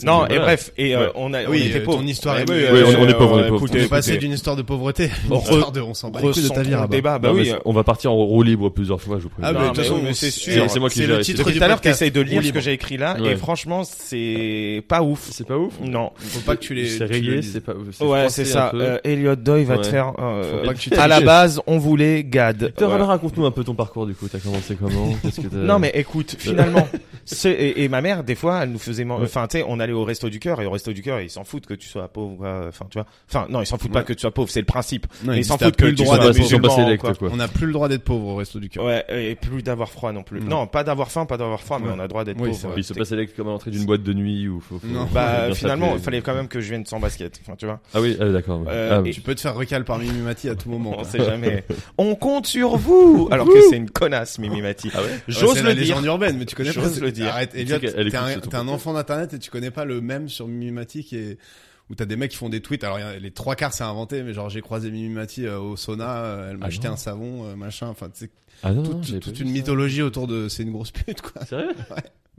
S1: Non,
S3: voilà.
S1: et bref, et euh,
S3: Ouais.
S1: on a,
S2: Oui,
S1: on était
S2: euh,
S1: pauvres.
S2: ton histoire
S1: Ouais,
S2: est-
S1: oui,
S2: Oui,
S1: euh,
S3: on- on est pauvres, on est
S1: euh,
S3: pauvres.
S1: écoutez,
S2: On est
S1: écoutez,
S2: passé d'une histoire de pauvreté à une
S1: Re-
S2: histoire de on s'en bat les couilles de
S1: ressentons
S2: ta vie,
S1: le
S2: rabat.
S1: débat. Bah
S3: Non, mais
S1: oui.
S3: c'est- on va partir en roue libre plusieurs fois, je vous préviens.
S2: Ah,
S1: Non,
S2: mais de
S1: mais
S2: toute façon,
S1: oui, mais
S2: on-
S1: c'est
S2: c'est-
S1: sûr.
S3: c'est moi qui
S2: C'est
S3: gère
S2: le
S3: ici.
S2: titre
S1: Depuis
S2: du
S1: tout à l'heure,
S2: podcast.
S1: t'essayes de lire
S2: Roue
S1: ce que
S2: libre.
S1: j'ai écrit là,
S3: Ouais.
S1: et franchement, c'est pas ouf.
S3: c'est pas ouf.
S1: Non.
S2: Faut pas que tu les.
S3: C'est
S2: tu les
S3: rayé,
S2: lises.
S3: c'est pas.
S1: Ouais,
S3: froncé
S1: c'est
S3: un
S1: ça.
S3: peu.
S1: Euh, Elliot Doyle va te
S3: Ouais.
S1: faire. euh,
S2: Faut pas que tu
S1: à la
S2: t'affiches.
S1: base, on voulait Gad.
S3: Victor,
S1: Ouais.
S3: alors raconte-nous un peu ton parcours du coup. T'as commencé comment Qu'est-ce que t'as-
S1: Non mais écoute, finalement, c'est- et, et ma mère des fois elle nous faisait man-
S3: Ouais.
S1: enfin tu sais on allait au resto du cœur et au resto du cœur ils s'en foutent que tu sois pauvre ou quoi. enfin tu vois. Enfin non, ils s'en foutent pas
S2: Ouais.
S1: que tu sois pauvre, c'est le principe.
S2: Non,
S1: Mais ils
S2: il
S1: s'en
S2: dit, t'as
S1: foutent que
S2: plus
S1: le
S2: le
S1: tu
S2: droit
S1: sois
S3: Ils
S2: d'être
S3: sont
S1: musulman,
S3: passés
S1: quoi.
S3: électes, quoi.
S2: On n'a plus le droit d'être pauvre au resto du cœur.
S1: Ouais, et plus d'avoir froid non plus.
S2: Non.
S1: Non, pas d'avoir faim, pas d'avoir froid, mais
S2: Mm. Ouais.
S1: on a le droit d'être
S2: Oui, c'est
S1: pauvre.
S2: vrai.
S1: euh,
S3: Ils se passent électes comme à l'entrée d'une boîte de nuit ou faut. faut-
S2: Non.
S3: faut bien
S1: Bah
S3: s'appeler.
S1: finalement, il fallait quand même que je vienne sans basket, enfin tu vois.
S3: Ah oui, ah, d'accord. ouais.
S1: Euh,
S3: Ah,
S1: et-
S2: Tu peux te faire recal par Mimimati à tout moment.
S1: On
S2: quoi.
S1: sait jamais. On compte sur vous alors que c'est une connasse Mimi Mati.
S3: Ah ouais
S2: Ouais,
S1: J'ose
S2: c'est
S1: le
S2: la
S1: dire.
S2: légende urbaine, mais tu connais
S1: J'ose
S2: pas.
S1: le dire.
S2: Arrête,
S3: Tu
S2: Elliot,
S3: sais qu'elle
S2: t'es un,
S3: écoute ce
S2: t'es un
S3: truc.
S2: enfant d'internet et tu connais pas le même sur Mimimati qui est où t'as des mecs qui font des tweets. Alors y a- les trois quarts c'est inventé, mais genre j'ai croisé Mimimati euh, au sauna, euh, elle m'a
S3: Ah
S2: acheté
S3: non.
S2: un savon, euh, machin. Enfin, c'est
S3: Ah non, non,
S2: toute,
S3: j'avais
S2: toute
S3: pas
S2: une
S3: vu ça. Ah,
S2: mythologie autour de c'est une grosse pute quoi.
S3: Sérieux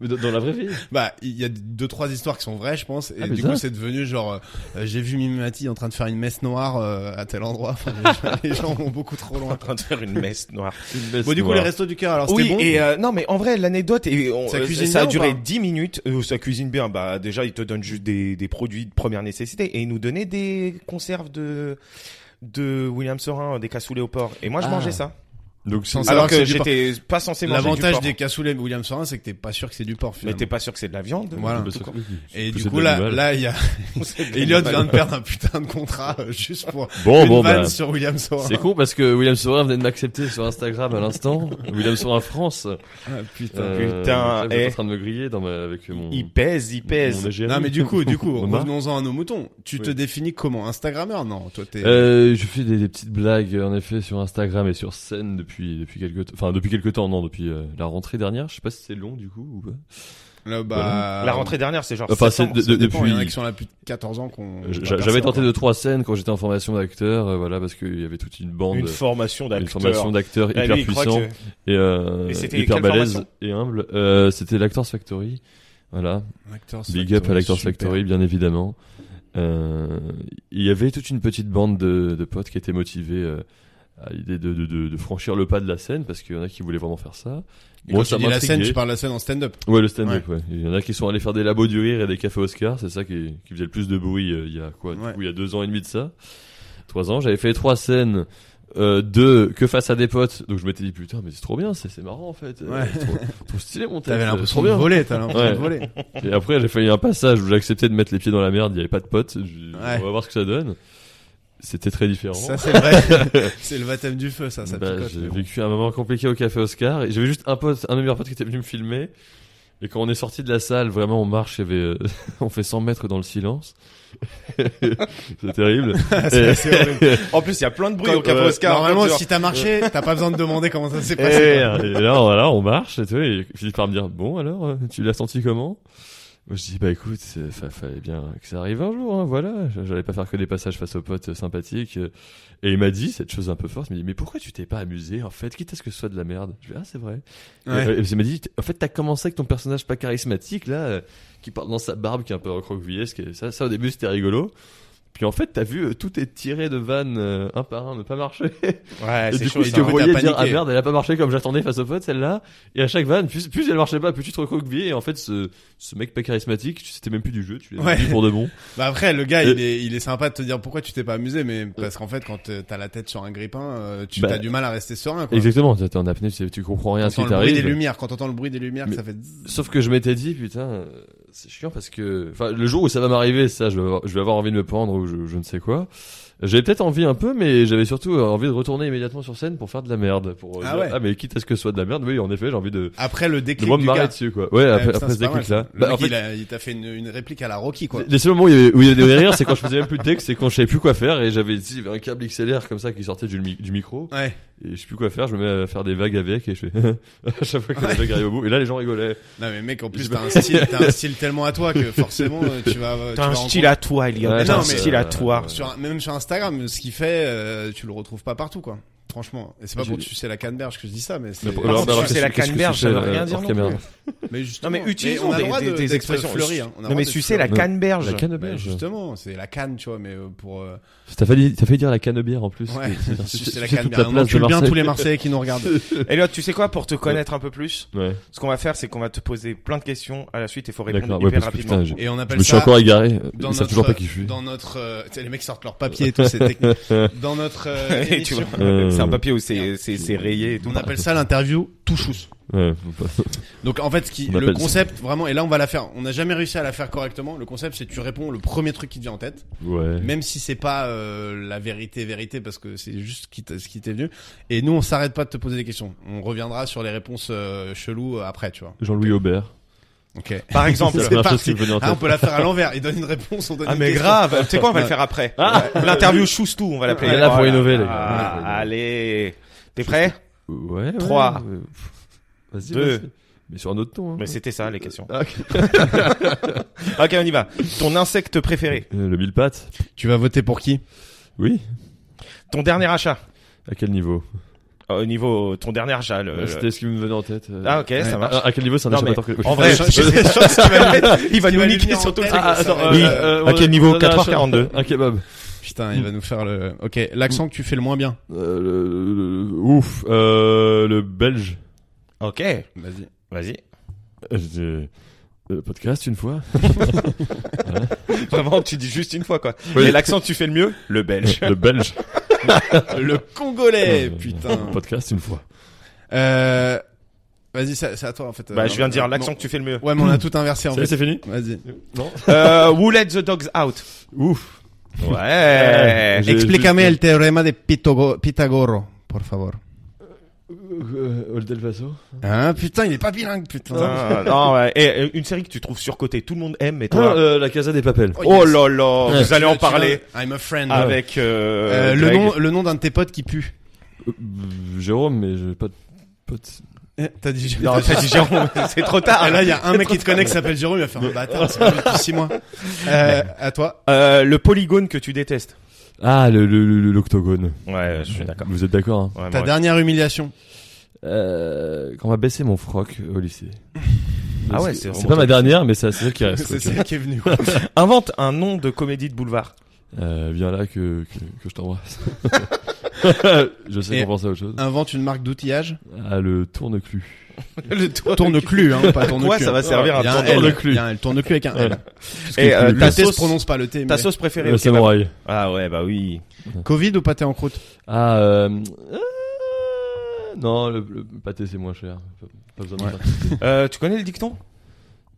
S3: Mais dans- dans la vraie vie
S2: Bah il y a deux trois histoires qui sont vraies, je pense. Et
S3: Ah,
S2: du
S3: putain.
S2: coup c'est devenu genre euh, j'ai vu Mimimati en train de faire une messe noire euh, à tel endroit. Enfin, les, gens, les gens vont beaucoup trop
S1: en
S2: loin.
S1: train de faire une messe noire.
S2: Bon du coup les restos du cœur. Alors c'était
S1: Oui,
S2: bon.
S1: et euh, non, mais en vrai, l'anecdote, et on-
S2: Ça
S1: euh,
S2: cuisine
S1: ça a
S2: bien ou
S1: duré
S2: pas
S1: 10 minutes. Euh, ça cuisine bien. Bah, déjà, ils te donnent juste des, des produits de première nécessité. Et ils nous donnaient des conserves de de William Sorin, des cassoulets au porc. Et moi, je
S3: Ah.
S1: mangeais ça.
S3: Donc
S2: sans
S1: Alors
S2: savoir
S1: que
S2: c'est du porc.
S1: j'étais pas censé manger du
S2: L'avantage
S1: porc.
S2: des cassoulets William Sorin, c'est que t'es pas sûr que c'est du porc
S1: Mais
S2: finalement.
S1: t'es pas sûr que c'est de la viande.
S2: Voilà.
S3: Bah, sauf-
S2: Et
S3: Plus
S2: du
S3: c'est
S2: coup
S3: de
S2: là,
S3: l'animal.
S2: là il y a
S1: C'est de
S2: Elliot
S1: l'animal.
S2: vient de perdre un putain de contrat euh, juste pour
S3: Bon,
S2: une
S3: bon,
S2: vanne
S3: bah,
S2: sur William Sorin.
S3: c'est con parce que William Sorin venait de m'accepter sur Instagram à l'instant. William Sorin France.
S2: Ah, putain.
S1: Putain,
S3: Euh, donc là, vous êtes
S1: eh.
S3: en train de me griller dans ma- avec mon.
S1: Il pèse, il
S3: mon
S1: pèse.
S3: AGM.
S2: Non mais du coup, du coup,
S3: On marche.
S2: revenons-en à nos moutons. Tu te
S3: Oui.
S2: définis comment Instagrammeur Non, toi t'es.
S3: Euh, je fais des, des petites blagues euh, en effet sur Instagram et sur scène depuis depuis quelques temps. Enfin depuis quelques temps non depuis euh, la rentrée dernière. Je sais pas si c'est long du coup ou pas.
S2: là, bah,
S1: La rentrée dernière, c'est genre.
S3: Enfin,
S1: septembre,
S3: c'est
S1: ça
S3: de- de-
S1: dépend.
S2: Bon, il y en a
S3: depuis-
S2: qui sont là depuis 14 ans qu'on.
S3: Euh, j'a- J'avais tenté deux trois scènes quand j'étais en formation d'acteur. euh, voilà parce qu'il y avait toute une bande.
S1: Une formation
S3: une
S1: d'acteur.
S3: formation d'acteurs
S1: Ah,
S3: hyper
S1: lui, il croit
S3: puissants.
S1: que-
S3: et, euh,
S1: Et c'était
S3: hyper
S1: quelle
S3: balèze
S1: formation
S3: et humble. Euh, c'était l'Actors Factory. Voilà. Big up à l'Actors Factory, bien évidemment. Euh, Il y avait toute une petite bande de, de potes qui étaient motivés euh, à l'idée de, de, de, de franchir le pas de la scène parce qu'il y en a qui voulaient vraiment faire ça.
S2: Moi, quand tu dis la scène,
S3: m'intriguait.
S2: tu parles de la scène en stand-up.
S3: Ouais, le stand-up, ouais. Il y en a qui sont allés faire des labos du rire et des cafés Oscar, c'est ça qui, qui faisait le plus de bruit euh, il y a quoi du
S2: Ouais.
S3: coup, il y a deux ans et demi de ça. Trois ans, j'avais fait trois scènes, euh, deux que face à des potes, donc je m'étais dit putain, mais c'est trop bien, c'est c'est marrant en fait. Euh,
S2: Ouais.
S3: trop, trop stylé mon texte.
S2: T'avais
S3: euh,
S2: l'impression
S3: trop
S2: de
S3: bien.
S2: voler, t'as l'impression de
S3: Ouais.
S2: voler.
S3: Et après, j'ai failli un passage où j'acceptais de mettre les pieds dans la merde, il n'y avait pas de potes. Je-
S2: Ouais.
S3: On va voir ce que ça donne. c'était très différent.
S2: Ça, c'est vrai. c'est le baptême du feu, ça. ça
S3: Bah,
S2: picote, mais
S3: j'ai
S2: bon.
S3: vécu un moment compliqué au café Oscar et j'avais juste un pote, un de mes meilleurs potes qui était venu me filmer. Et quand on est sorti de la salle, vraiment on marche, il y avait, euh, on fait 100 mètres dans le silence. c'est terrible.
S2: C'est- c'est horrible.
S1: En plus, il y a plein de bruit
S3: Comme-
S1: au Cap
S3: ouais,
S1: Oscar.
S2: Normalement,
S1: genre-
S2: si t'as marché, t'as pas besoin de demander comment ça s'est
S3: Et,
S2: passé. quoi.
S3: Eh, et là, on, là, on marche, et tu vois, et il finit par me dire, bon, alors, euh, tu l'as senti comment? Moi, je dis, bah, écoute, c'est- fa- fallait bien que ça arrive un jour, hein, voilà. Je- J'allais pas faire que des passages face aux potes euh, sympathiques. euh. Et il m'a dit, cette chose un peu forte, il m'a dit, mais pourquoi tu t'es pas amusé, en fait? Quitte à ce que ce soit de la merde. Je dis, ah, c'est vrai.
S2: Ouais.
S3: Et, euh, il m'a dit, en fait, t'as commencé avec ton personnage pas charismatique, là, euh, qui parle dans sa barbe, qui est un peu recroquevillesque, et ça, ça, au début, c'était rigolo. Puis en fait, t'as vu, euh, tout est tiré de vannes, euh, un par un, ne pas marcher.
S1: Ouais,
S3: Et
S1: c'est
S3: du
S1: chaud. ça.
S2: Ah, ça.
S3: coup, ce que vous
S2: Ouais, t'as
S3: voyez dire, ah
S2: paniqué.
S3: merde, elle a pas marché comme j'attendais face au pote, celle-là. Et à chaque vanne, plus, plus elle marchait pas, plus tu te recroquevillais. Et en fait, ce, ce mec pas charismatique, tu- c'était même plus du jeu, tu l'as
S2: Ouais.
S3: vu pour de bon.
S2: Bah après, le gars,
S3: Euh.
S2: il est, il est sympa de te dire pourquoi tu t'es pas amusé, mais parce qu'en fait, quand t'es- t'as la tête sur un grippin, euh, tu
S3: Bah.
S2: as du mal à rester serein. Quoi.
S3: Exactement, t'es en apnée, tu, tu comprends rien à ce
S2: Quand
S3: qui
S2: le bruit des
S3: t'arrive.
S2: lumières, quand t'entends le bruit des lumières,
S3: Mais-
S2: ça fait. zzz.
S3: Sauf que je m'étais dit, putain, euh, c'est chiant parce que, enfin, le jour où ça va m'arriver, ça, je vais avoir, je vais avoir envie de me pendre ou je, je ne sais quoi. J'avais peut-être envie un peu, mais j'avais surtout envie de retourner immédiatement sur scène pour faire de la merde. Pour, euh,
S2: Ah
S3: dire,
S2: ouais.
S3: ah mais quitte à ce que ce soit de la merde, oui, en effet, j'ai envie de,
S2: Après le
S3: de
S2: déclic
S3: moi me
S2: du
S3: marrer
S2: gars.
S3: dessus, quoi. Ouais,
S2: Ouais,
S3: après,
S2: putain,
S3: après ce
S2: c'est pas mal,
S3: déclic-là.
S2: ça. Le
S3: Bah, en
S2: mec,
S3: fait,
S2: il a- il t'a fait une, une réplique à la Rocky, quoi.
S3: Les- Les seuls moments où il y avait, où il y avait des rires, c'est quand je faisais même plus de texte, c'est quand je savais plus quoi faire et j'avais ici un câble XLR comme ça qui sortait du, mi- du micro
S2: Ouais.
S3: et je sais plus quoi faire, je me mets à faire des vagues avec et je fais à chaque fois que la vague arrive au bout et là les gens rigolaient.
S2: Non mais mec, en plus
S3: Je-
S2: t'as un style, t'as un style tellement à toi que forcément euh, tu vas. tu
S1: T'as
S2: vas
S1: un
S2: rencontrer-
S1: style à toi, Elian.
S3: Ouais, euh,
S1: T'as
S2: non,
S1: un
S2: mais-
S1: style à toi.
S3: Ouais.
S2: sur un- même sur Instagram, ce qui fait, euh, tu le retrouves pas partout quoi. Franchement, et c'est pas
S3: Je-
S2: pour sucer la canneberge que je dis ça, mais c'est.
S3: Mais pour-
S1: Par
S3: Alors,
S1: contre,
S3: Bernard,
S1: tu sais, la
S3: qu'est-ce que-
S1: canneberge,
S3: qu'est-ce que
S1: ça
S3: c'est,
S1: veut
S3: euh,
S1: rien dire
S3: hors
S1: non
S3: caméra
S1: plus.
S2: Mais
S1: Non
S2: justement.
S1: mais utilisons
S2: on a le
S1: des,
S2: droit
S1: des-
S2: de-
S1: des
S2: d'être
S1: expressions.
S2: fleuri, hein. On a le
S1: Non
S2: droit
S1: mais
S2: d'être
S1: tu sais la
S2: fleuri.
S1: canneberge.
S3: La
S2: Mais
S3: canneberge.
S2: justement, c'est la canne, tu vois, mais euh, pour. euh,
S3: T'as failli, t'as failli dire la cannebière en plus.
S2: Ouais, c'est la
S3: toute
S2: canne.
S3: la
S2: On
S3: place de
S2: encule bien
S3: Marseille.
S2: tous les Marseillais qui nous regardent.
S1: Elliot, tu sais quoi pour te connaître un peu plus
S3: Ouais.
S1: Ce qu'on va faire, c'est qu'on va te poser plein de questions à la suite et faut répondre
S3: D'accord. Ouais,
S1: hyper
S3: parce que
S1: rapidement.
S3: putain, je,
S2: Et on
S3: je
S2: appelle
S3: me suis
S2: ça.
S3: encore égaré.
S2: dans
S3: Ils savent
S2: notre,
S3: toujours pas qui je suis.
S2: Dans notre, euh, tu sais, les mecs sortent leur papier et tout, c'est technique. Dans notre euh,
S1: Et tu
S2: émission,
S1: vois,
S3: Euh,
S1: c'est un papier où c'est c'est c'est rayé et tout.
S2: on appelle ça l'interview touchous.
S3: Ouais, faut pas-
S2: Donc en fait, ce qui,
S3: On
S2: le
S3: appelle ça.
S2: concept vraiment, et là on va la faire. On n'a jamais réussi à la faire correctement. Le concept, c'est tu réponds le premier truc qui te vient en tête,
S3: ouais.
S2: même si c'est pas euh, la vérité vérité parce que c'est juste ce qui t'est- ce qui t'est venu. Et nous, on s'arrête pas de te poser des questions. On reviendra sur les réponses euh, cheloues euh, après, tu vois.
S3: Jean-Louis Aubert.
S2: Ok.
S1: Par exemple.
S3: C'est la première chose
S2: parti.
S3: qui me venait en
S2: Ah, on
S3: tête.
S2: peut la faire à l'envers. Il donne une réponse, on donne
S1: Ah
S2: une
S1: mais
S2: question.
S1: grave. Tu sais quoi, on va le faire après.
S3: Ah.
S1: L'interview Choustou, on va l'appeler.
S3: On est là pour
S1: Voilà.
S3: innover, les gars.
S1: Ah,
S3: On est là pour
S1: allez. T'es prêt
S3: Ouais. ouais.
S1: Trois.
S3: Euh, pff. Vas-y.
S1: Deux.
S3: vas-y. Mais sur un autre ton. hein.
S1: Mais c'était ça les questions.
S3: Ah, ok.
S1: Ok, on y va. Ton insecte préféré.
S3: Euh, Le mille pattes.
S2: Tu vas voter pour qui
S3: Oui.
S1: Ton dernier achat.
S3: À quel niveau
S1: Euh, Au niveau ton dernier achat. le-
S3: Euh, C'était ce qui me venait en tête. euh.
S1: Ah ok, ça marche.
S3: À, à quel niveau c'est un
S1: Non,
S3: échappatoire que-
S1: en vrai,
S2: Je- je- je- je-
S1: il va,
S2: qui
S1: nous
S2: va lui
S1: niquer
S2: venir en
S1: sur tous les
S2: tête.
S3: Ah, attends,
S2: ça va
S3: euh,
S1: être-
S3: euh,
S1: Oui. À
S3: on
S1: quel
S3: a-
S1: niveau
S3: on a un
S1: 4h42.
S3: Un kebab.
S2: Putain, il va nous faire le. Ok, l'accent que tu fais le moins bien.
S3: Euh, le- le- le- ouf. Euh, le belge.
S1: Ok,
S2: Vas-y.
S1: vas-y.
S3: Euh, je- euh, le podcast une fois.
S1: Vraiment, tu dis juste une fois quoi.
S3: Oui.
S1: Et l'accent que tu fais le mieux Le belge.
S3: le belge.
S1: Euh,
S2: Le congolais,
S3: Euh,
S2: Eh, putain.
S3: le podcast une fois.
S2: Euh. Vas-y, c'est c'est à toi en fait.
S1: Bah
S2: Euh,
S1: je viens de dire
S2: non.
S1: l'accent que tu fais le mieux.
S2: Ouais, mais on a tout inversé en
S3: Ça y est,
S2: fait.
S3: c'est fini
S2: Vas-y.
S3: Non.
S1: Euh, who let the dogs out
S3: Ouf.
S1: Ouais.
S3: J'ai
S2: Explícame
S3: juste-
S2: el teorema de Pitago- Pitagoro, por favor.
S3: Euh, Old El Paso.
S2: Hein, putain, il est pas bilingue, putain.
S1: Putain, non, ouais. Et euh, une série que tu trouves surcotée, tout le monde aime, mais toi.
S3: Ah, euh, la Casa des Papels.
S1: Oh là là,
S2: Tu
S1: vous allez
S2: l'as-
S1: en
S2: tu l'as-
S1: parler
S2: I'm a friend. ouais.
S1: avec euh,
S2: Euh, le
S1: Greg.
S2: nom, le nom d'un de tes potes qui pue.
S3: Euh, Jérôme, mais j'ai pas de pote.
S2: T'as dit.
S1: Eh, Non, t'as dit Jérôme, c'est trop
S2: Ah,
S1: tard.
S2: là, il y a un mec qui te connaît qui s'appelle Jérôme, il va faire un bâtard, c'est pas lui depuis 6 mois. Euh, à toi.
S1: Euh, le polygone que tu détestes.
S3: Ah, le le- le- l'octogone.
S1: Ouais, Euh, je suis d'accord.
S3: Vous êtes d'accord hein
S1: Ouais,
S2: Ta
S1: moi-
S2: dernière humiliation.
S3: euh, Quand on m'a baissé mon froc au lycée.
S1: Ah ouais, c'est
S3: c'est
S1: vraiment
S3: pas
S1: toi.
S3: ma dernière, mais c'est celle qui reste. quoi,
S2: C'est
S3: tu vois.
S2: celle qui est venue.
S1: Invente un nom de comédie de boulevard.
S3: Euh, viens là que, que, que je t'embrasse. je sais
S2: Et-
S3: qu'on pense à autre chose.
S2: Invente une marque d'outillage.
S3: Ah, le tourneclus.
S1: le tour
S2: Tourneclus, hein, pas tourneclus.
S1: Quoi, ça va servir
S2: Il y a
S1: un
S2: un
S1: tour
S2: L,
S3: tourneclus.
S2: il y a un L, tourneclus avec un L.
S1: Et euh,
S2: Le
S1: ta
S2: T se
S1: sauce,
S2: prononce pas le T.
S1: ta
S2: mais-
S1: sauce préférée
S3: Le
S1: au kebab.
S3: Euh, samouraï.
S1: Ah ouais, bah oui.
S2: Covid ou pâté en croûte
S3: Ah, euh, euh, non, le, le pâté c'est moins cher. Pas, pas besoin de
S2: Ouais.
S3: pâté.
S1: Euh, tu connais le dicton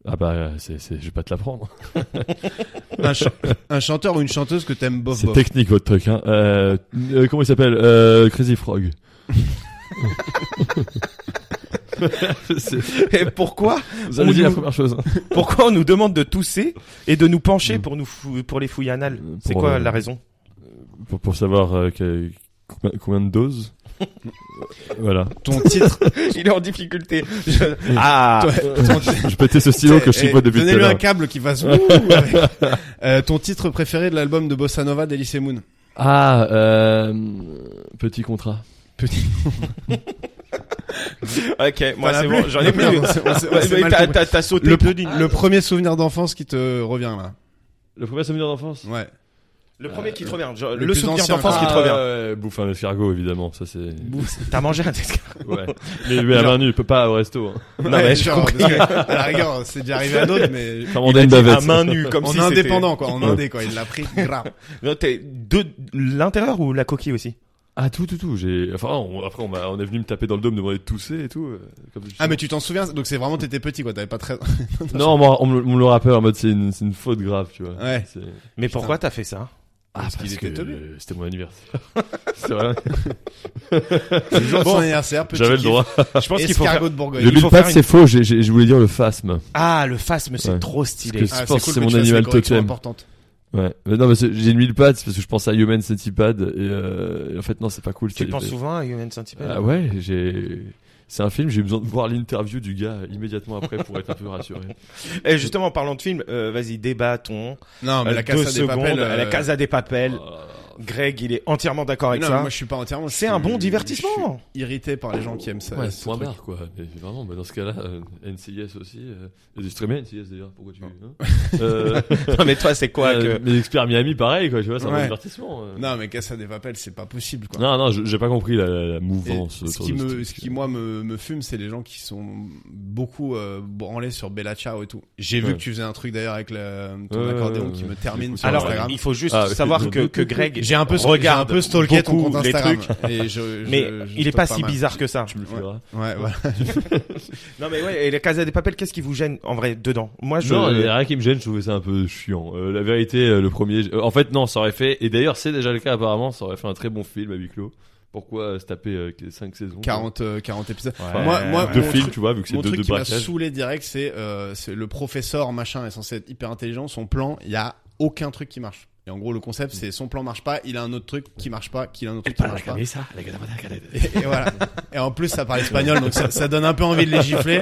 S3: Ah bah, c'est, c'est, je vais pas te l'apprendre.
S2: un, chan- un chanteur ou une chanteuse que t'aimes Oh, bof
S3: C'est
S2: bof.
S3: technique votre truc. Hein. Euh, euh, comment il s'appelle euh, Crazy Frog. C'est-
S1: Et pourquoi
S3: Vous avez
S1: On
S3: dit la
S1: nous-
S3: première chose. hein.
S1: Pourquoi on nous demande de tousser et de nous pencher
S3: Mm.
S1: pour nous fou- pour les fouilles anales
S3: Euh,
S1: C'est
S3: pour,
S1: quoi
S3: euh,
S1: la raison
S3: Pour, pour savoir euh, que- combien- combien de doses. voilà.
S2: Ton titre.
S1: Il est en difficulté. Je- Ah
S3: je, je pétais ce stylo que je
S2: Eh,
S3: chipote depuis tout à
S2: Donnez-lui un
S3: l'heure.
S2: câble qui fasse. ouh avec. Euh, ton titre préféré de l'album de Bossa Nova d'Elysée Moon.
S3: Ah, euh, petit contrat.
S1: Ok, moi
S2: T'en as
S1: c'est bon,
S2: plus
S1: j'en ai plus.
S2: Merde, on s'est- on s'est- on s'est
S1: Ouais,
S2: mal
S1: t'as-
S2: compris.
S1: T'as t'as sauté
S2: Le-
S1: deux lignes.
S2: Le premier souvenir d'enfance qui te revient là.
S3: Le premier souvenir d'enfance
S2: Ouais.
S1: Le premier qui te revient, genre,
S2: le
S1: le,
S2: plus
S1: souvenir
S2: ancien,
S1: d'enfance qui
S2: quoi.
S1: te
S3: Ah,
S1: revient.
S3: ouais, Bouffe un escargot, évidemment. Ça, c'est.
S1: T'as mangé un escargot
S3: Ouais. Mais lui à main nue, il peut pas au resto. Hein.
S1: Non
S2: Ouais,
S1: mais j'ai
S2: genre,
S1: compris.
S2: parce que, à la rigueur, c'est déjà arrivé à d'autres, mais
S3: Comment
S1: Il a
S3: une
S1: dit
S3: bavette.
S1: à main nue comme
S2: en
S1: si c'était-
S2: indépendant quoi, en indé quoi, il l'a pris grave.
S1: Non, t'es de l'intérieur ou la coquille aussi
S3: Ah tout tout tout. J'ai. Enfin on- après on, m'a- on est venu me taper dans le dos, me demander de tousser et tout. euh, comme je-
S2: Ah mais tu t'en souviens Donc c'est vraiment t'étais petit quoi, t'avais pas très.
S3: Non on, m'a- on me- on me le rappelle en mode c'est une, c'est une faute grave tu vois.
S2: Ouais.
S3: C'est-
S1: Mais pourquoi t'as fait ça
S3: Ah
S2: Parce qu'il était teubé.
S3: euh, c'était mon anniversaire. C'est vrai.
S2: Le jour de
S1: Bon,
S2: son anniversaire, petit
S3: J'avais le
S2: kiff.
S3: droit.
S1: Je pense qu'il faut faire...
S2: Escargot de
S3: Le
S2: Bourgogne. Ah,
S1: il faut
S3: Bill Pass
S1: faire une-
S3: c'est faux. j'ai- j'ai- Je voulais dire le phasme.
S1: Ah, le phasme, c'est
S3: Ouais.
S1: trop stylé.
S3: Parce que- je pense que c'est mon animal totem.
S2: importante.
S3: Ouais. Mais non mais c'est- j'ai une mille pattes parce que je pensais à Human Centipede et, euh, et en fait non c'est pas cool.
S1: Ah, Tu
S3: c'est-
S1: penses souvent à Human Centipede
S3: Ah ouais j'ai. C'est un film j'ai eu besoin de voir l'interview du gars immédiatement après pour être un peu rassuré.
S1: Et Eh, justement, en parlant de film, euh, vas-y, débattons.
S2: Non, mais
S1: Euh,
S2: la
S1: Deux
S2: Casa des
S1: secondes,
S2: Papel.
S1: la
S2: euh,
S1: Casa des Papel.
S3: Ah.
S1: Greg, il est entièrement d'accord avec
S2: non,
S1: ça.
S2: moi je suis pas entièrement. je
S1: C'est un
S2: suis-
S1: bon
S2: je suis
S1: divertissement.
S2: Irrité par les gens qui aiment ça.
S3: Ouais,
S2: ce
S3: point
S2: truc.
S3: barre quoi. Mais vraiment, bah, dans ce cas-là, euh, NCIS aussi. Euh, et du streamer NCIS d'ailleurs, pourquoi tu.
S2: Non.
S3: hein euh,
S1: Non, mais toi, c'est quoi
S3: euh,
S1: que...
S3: Mes experts Miami, pareil quoi, tu vois, c'est un
S2: Ouais.
S3: bon divertissement. euh.
S2: Non, mais Casa des Papel, c'est pas possible quoi.
S3: Non, non, je- j'ai pas compris la, la- la
S2: Et
S3: mouvance.
S2: ce
S3: autour
S2: qui
S3: de
S2: me,
S3: truc.
S2: ce qui moi me, me fume, c'est les gens qui sont beaucoup euh, branlés sur Bella Ciao et tout. J'ai vu
S3: Ouais.
S2: que tu faisais un truc d'ailleurs avec le, ton
S3: Ouais,
S2: accordéon
S3: ouais,
S2: qui
S3: ouais.
S2: me termine sur
S3: Alors,
S1: Alors,
S2: Instagram.
S1: il faut juste
S3: Ah,
S1: savoir
S3: oui.
S1: que, que Greg,
S2: J'ai un peu, j'ai un
S1: regarde
S2: peu stalké ton
S1: beaucoup
S2: compte
S1: les
S2: Instagram.
S1: trucs,
S2: et je, je-
S1: mais
S2: je
S1: il est
S2: stoppe
S1: pas si
S2: mal.
S1: bizarre que ça.
S3: Tu me le feras.
S2: Ouais, voilà.
S1: Non, mais ouais, et la Casa des Papel, qu'est-ce qui vous gêne en vrai dedans Moi, Ah, je.
S3: Non, il
S2: euh,
S3: y a rien qui me gêne, je trouvais ça un peu chiant. Euh, la vérité, euh, le premier. j- euh, en fait, non, ça aurait fait. Et d'ailleurs, c'est déjà le cas apparemment, ça aurait fait un très bon film à huis clos. Pourquoi euh, se taper 5 saisons
S2: 40, euh, 40 épisodes.
S1: Ouais.
S2: moi- moi-
S3: De
S2: mon
S3: films,
S2: truc-
S3: tu vois, vu que c'est
S2: Mon
S3: deux
S2: truc
S3: de
S2: qui m'a
S3: braquage.
S2: saoulé direct, c'est euh, c'est le professeur machin est censé être hyper intelligent. Son plan, il y a aucun truc qui marche. Et en gros, le concept, c'est son plan marche pas, il a un autre truc qui marche pas, qu'il a un autre truc qui marche pas.
S3: ça, la
S2: Et, et voilà. Et en plus, ça parle espagnol, donc ça, ça donne un peu envie de les gifler.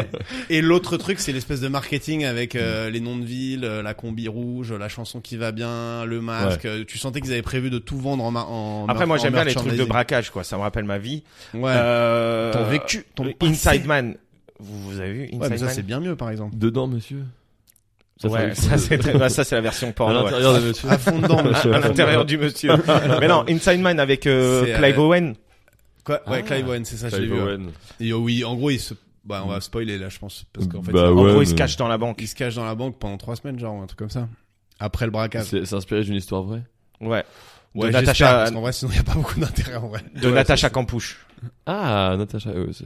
S2: Et l'autre truc, c'est l'espèce de marketing avec
S1: Mm.
S2: euh, les noms de villes, euh, la combi rouge, la chanson qui va bien, le masque. Euh, Tu sentais qu'ils avaient prévu de tout vendre en, mar- en
S1: Après,
S2: mar-
S1: moi,
S2: en
S1: j'aime bien les trucs de
S2: merchandising.
S1: braquage, quoi. Ça me rappelle ma vie.
S2: Ouais.
S1: Euh,
S2: ton vécu, ton
S1: le
S2: passé.
S1: Inside Man. Vous, vous avez vu Inside
S2: Ouais, mais ça
S1: Man
S2: c'est bien mieux, par exemple.
S3: Dedans, monsieur Ça
S1: Ouais,
S3: traduit-
S1: ça c'est très- bah, ça c'est la version
S3: À
S1: porno. ouais.
S3: l'intérieur de monsieur.
S2: À fond dedans.
S1: À, à l'intérieur du monsieur. Mais non, Inside Man avec euh,
S2: C'est, euh,
S1: Clive Owen.
S2: Quoi Ouais,
S3: Ah.
S2: Clive Owen, c'est ça, j'ai
S3: Clive
S2: vu. ouais.
S3: Owen.
S2: Et oh oui, en gros, il se. Bah, on va spoiler là, je pense. Parce qu'en fait,
S3: Bah
S1: En
S3: ouais,
S1: gros, il se
S3: mais-
S1: cache dans la banque.
S2: il se cache dans la banque pendant trois semaines, genre, ou un truc comme ça. Après le braquage.
S3: C'est c'est inspiré d'une histoire vraie.
S1: Ouais.
S2: Ouais,
S1: de
S2: j'espère,
S1: Natacha,
S2: Parce qu'en vrai, sinon, il n'y a pas beaucoup d'intérêt, en vrai.
S1: de
S3: Ouais,
S1: Natacha
S3: ça,
S1: Campouche.
S3: Ah, Natacha. ouais, c'est-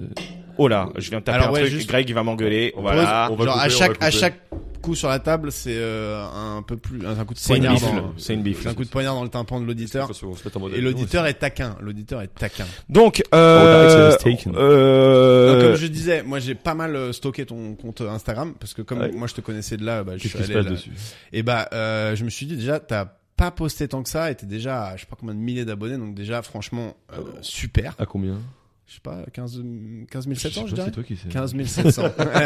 S1: Oh là, je viens de taper
S2: Alors,
S1: un
S2: ouais,
S1: truc.
S2: juste- Oh,
S1: Greg, il va m'engueuler.
S3: On
S1: Voilà.
S3: pose- on va
S2: genre,
S3: couper,
S2: à,
S3: on va
S2: chaque, à
S3: couper.
S2: chaque coup sur la table, c'est euh, un peu plus. Un coup de
S1: C'est une
S2: poignard.
S1: bifle.
S2: dans-
S1: C'est une
S2: C'est
S1: bifle.
S2: un coup de poignard dans le tympan de l'auditeur.
S3: Faut se- on se mette en mode
S2: Et
S3: avion,
S2: l'auditeur est taquin. L'auditeur est taquin.
S1: Donc, euh,
S3: Oh, Dark Side is taken.
S2: Donc,
S1: euh,
S2: comme je disais, moi j'ai pas mal euh, stocké ton compte Instagram parce que comme
S3: Ouais.
S2: moi je te connaissais de là, bah,
S3: c'est-
S2: je suis
S3: Qu'est-ce qui se
S2: allé
S3: passe
S2: là-
S3: dessus
S2: Et bah, euh, je me suis dit déjà, t'as pas posté tant que ça, et t'es déjà, à, je sais pas combien de milliers d'abonnés, donc déjà, franchement, euh,
S3: Oh.
S2: super.
S3: À combien
S2: Je sais pas, 15, 15 700, je
S3: sais pas,
S2: dirais.
S3: c'est toi qui sais.
S2: 15 700.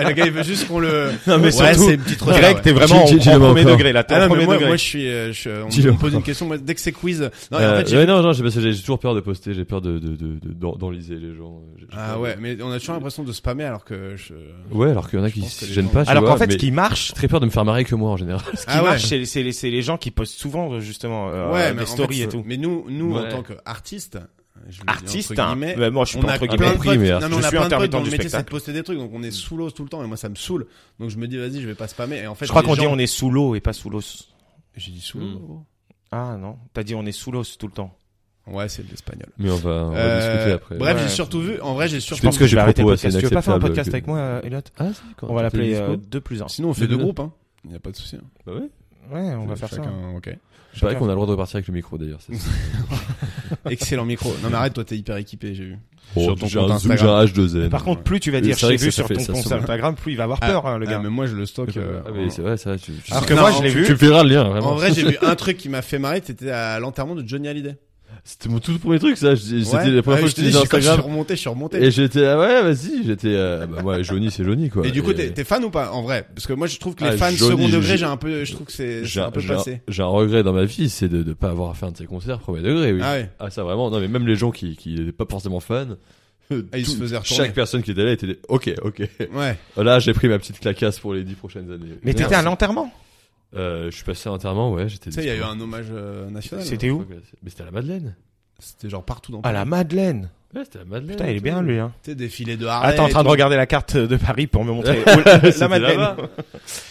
S2: le gars, il veut juste qu'on le.
S1: Non, mais
S2: ouais,
S1: surtout,
S2: c'est une petite retraite,
S1: Greg,
S2: ouais.
S1: t'es vraiment
S3: Dis-
S1: au
S3: dis- dis-le
S1: premier
S3: encore.
S1: degré là. T'es
S2: Ah
S1: au
S2: non, mais
S1: premier
S2: moi,
S1: degré.
S2: moi, je suis, euh, je, on
S3: Dis-le
S2: me pose une
S3: encore.
S2: question, moi, dès que c'est quiz. Non, et en
S3: Euh,
S2: fait, j'ai-
S3: ouais, non, non, j'ai- parce que j'ai j'ai toujours peur de poster, j'ai peur de, de, de, de- d'en- d'enliser les gens. euh, j'ai- j'ai
S2: Ah
S3: peur
S2: ouais,
S3: de-
S2: mais on a toujours l'impression de spammer alors que je.
S3: Ouais, alors qu'il y en a
S2: Je
S3: qui
S2: pense que
S3: se
S2: les
S3: gênent
S2: gens-
S3: pas. tu
S1: Alors qu'en
S3: vois,
S1: fait,
S3: mais
S1: ce qui marche,
S3: j'ai très peur de me faire marrer que moi en général.
S1: ce qui
S2: Ah ouais.
S1: marche, c'est- c'est les- c'est les gens qui postent souvent euh, justement euh,
S2: ouais, mais
S1: des
S2: en
S1: stories
S2: fait,
S1: et tout.
S2: Mais nous, nous, en
S3: Ouais.
S2: tant qu'artistes, je le dis entre
S1: Artiste, hein.
S2: guillemets,
S1: Ouais, moi je suis
S2: on
S1: pas
S2: a
S1: entre
S2: plein
S1: guillemets. hein.
S2: de potes,
S3: compris, mais
S2: non, mais
S1: je
S2: on a
S1: suis
S2: plein de potes
S1: intermittent
S2: dont le
S1: du
S2: métier c'est de
S1: spectacle.
S2: poster des trucs, donc on est sous l'eau tout le temps, et moi ça me saoule, donc je me dis vas-y je vais pas spammer, et en fait
S1: Je crois
S2: les
S1: qu'on dit
S2: gens-
S1: on est sous l'eau et pas sous l'os. Hmm.
S2: J'ai dit sous
S3: Mm.
S2: l'eau.
S1: Ah non, t'as dit on est sous l'os tout le temps.
S2: Ouais, c'est de l'espagnol.
S3: Mais on va, on va
S2: Euh,
S3: discuter après.
S2: Bref,
S1: Ouais.
S2: j'ai surtout vu. En vrai, j'ai
S1: Je
S2: surtout.
S1: pense que je vais
S3: propos
S1: arrêter le
S3: assez
S1: podcast. Tu veux pas faire un
S3: inacceptables
S1: podcast
S3: que-
S1: avec moi, euh, Elliot
S3: Ah, c'est d'accord.
S1: On va l'appeler
S3: T'es dispo
S1: euh, 2 plus 1.
S2: Sinon, on fait
S3: Les
S2: deux
S3: deux.
S2: groupes. Hein. Il n'y a pas de souci. hein.
S3: Bah ouais.
S1: Ouais, on va faire ça. hein.
S2: Chacun- Ok.
S3: Je parie qu'on a le droit de repartir avec le micro d'ailleurs. c'est ça.
S2: Excellent micro. Non mais arrête, toi t'es hyper équipé, j'ai vu.
S3: Oh,
S2: Sur ton
S3: J'ai
S2: compte
S3: un Zoom, j'ai
S2: Instagram.
S3: un H2N.
S1: Par contre, plus tu vas
S3: Et
S1: dire
S3: c'est vrai
S1: j'ai
S3: que
S1: vu
S3: ça
S1: sur
S3: fait-
S1: ton
S3: ça
S1: compte
S3: fait-
S1: Instagram, plus il va avoir
S2: Ah,
S1: peur, hein, le
S2: Ah,
S1: gars.
S2: mais moi je le stocke. euh,
S3: Ah, mais c'est vrai, c'est vrai. Tu, tu-
S1: Alors
S2: Non,
S1: que moi,
S2: en-
S1: je l'ai
S3: tu
S1: vu.
S3: me feras le lien,
S2: en- En
S3: vraiment.
S2: vrai, j'ai vu un truc qui m'a fait marrer. C'était à l'enterrement de Johnny Hallyday.
S3: C'était mon tout premier truc, ça. Je- C'était
S2: Ouais.
S3: la première
S2: Ouais,
S3: fois que
S2: je te
S3: j'utilisais
S2: dis, quand Je suis
S3: Instagram.
S2: remonté, je suis remonté.
S3: Et j'étais, ah ouais, vas-y, j'étais, euh, bah, ouais, Johnny, c'est Johnny, quoi.
S2: Et du coup, t'es t'es fan ou pas en vrai Parce que moi, je trouve que les
S3: Ah,
S2: fans
S3: Johnny,
S2: second degré,
S3: j'ai-
S2: j'ai un peu, je trouve que c'est c'est
S3: J'ai
S2: un peu
S3: j'ai
S2: passé.
S3: j'ai un regret dans ma vie, c'est de ne pas avoir fait un de ses concerts premier degré, oui.
S2: Ah ouais.
S3: Ah, ça vraiment, non, mais même les gens qui qui n'étaient pas forcément fans.
S2: Ah, ils se
S3: tout-
S2: faisaient retourner.
S3: chaque personne qui était là était des- ok, ok.
S2: Ouais.
S3: Là, j'ai pris ma petite clacasse pour les dix prochaines années.
S1: Mais t'étais à l'enterrement.
S3: Euh, je suis passé à l'enterrement, ouais, j'étais.
S2: Tu sais, il y a eu
S3: dispo.
S2: un hommage euh, national.
S1: C'était où
S3: Mais c'était à la Madeleine.
S2: C'était genre partout dans.
S1: À la Madeleine.
S3: Ouais, c'était à la Madeleine.
S1: Putain, il est bien lui. Hein.
S2: Tu sais, des filets de harnais.
S1: Ah, t'es en train
S2: et
S1: de
S2: tout.
S1: regarder la carte de Paris pour me montrer Oh, la- la
S3: C'était
S1: Madeleine.
S3: là-bas.
S2: Non,
S3: Ah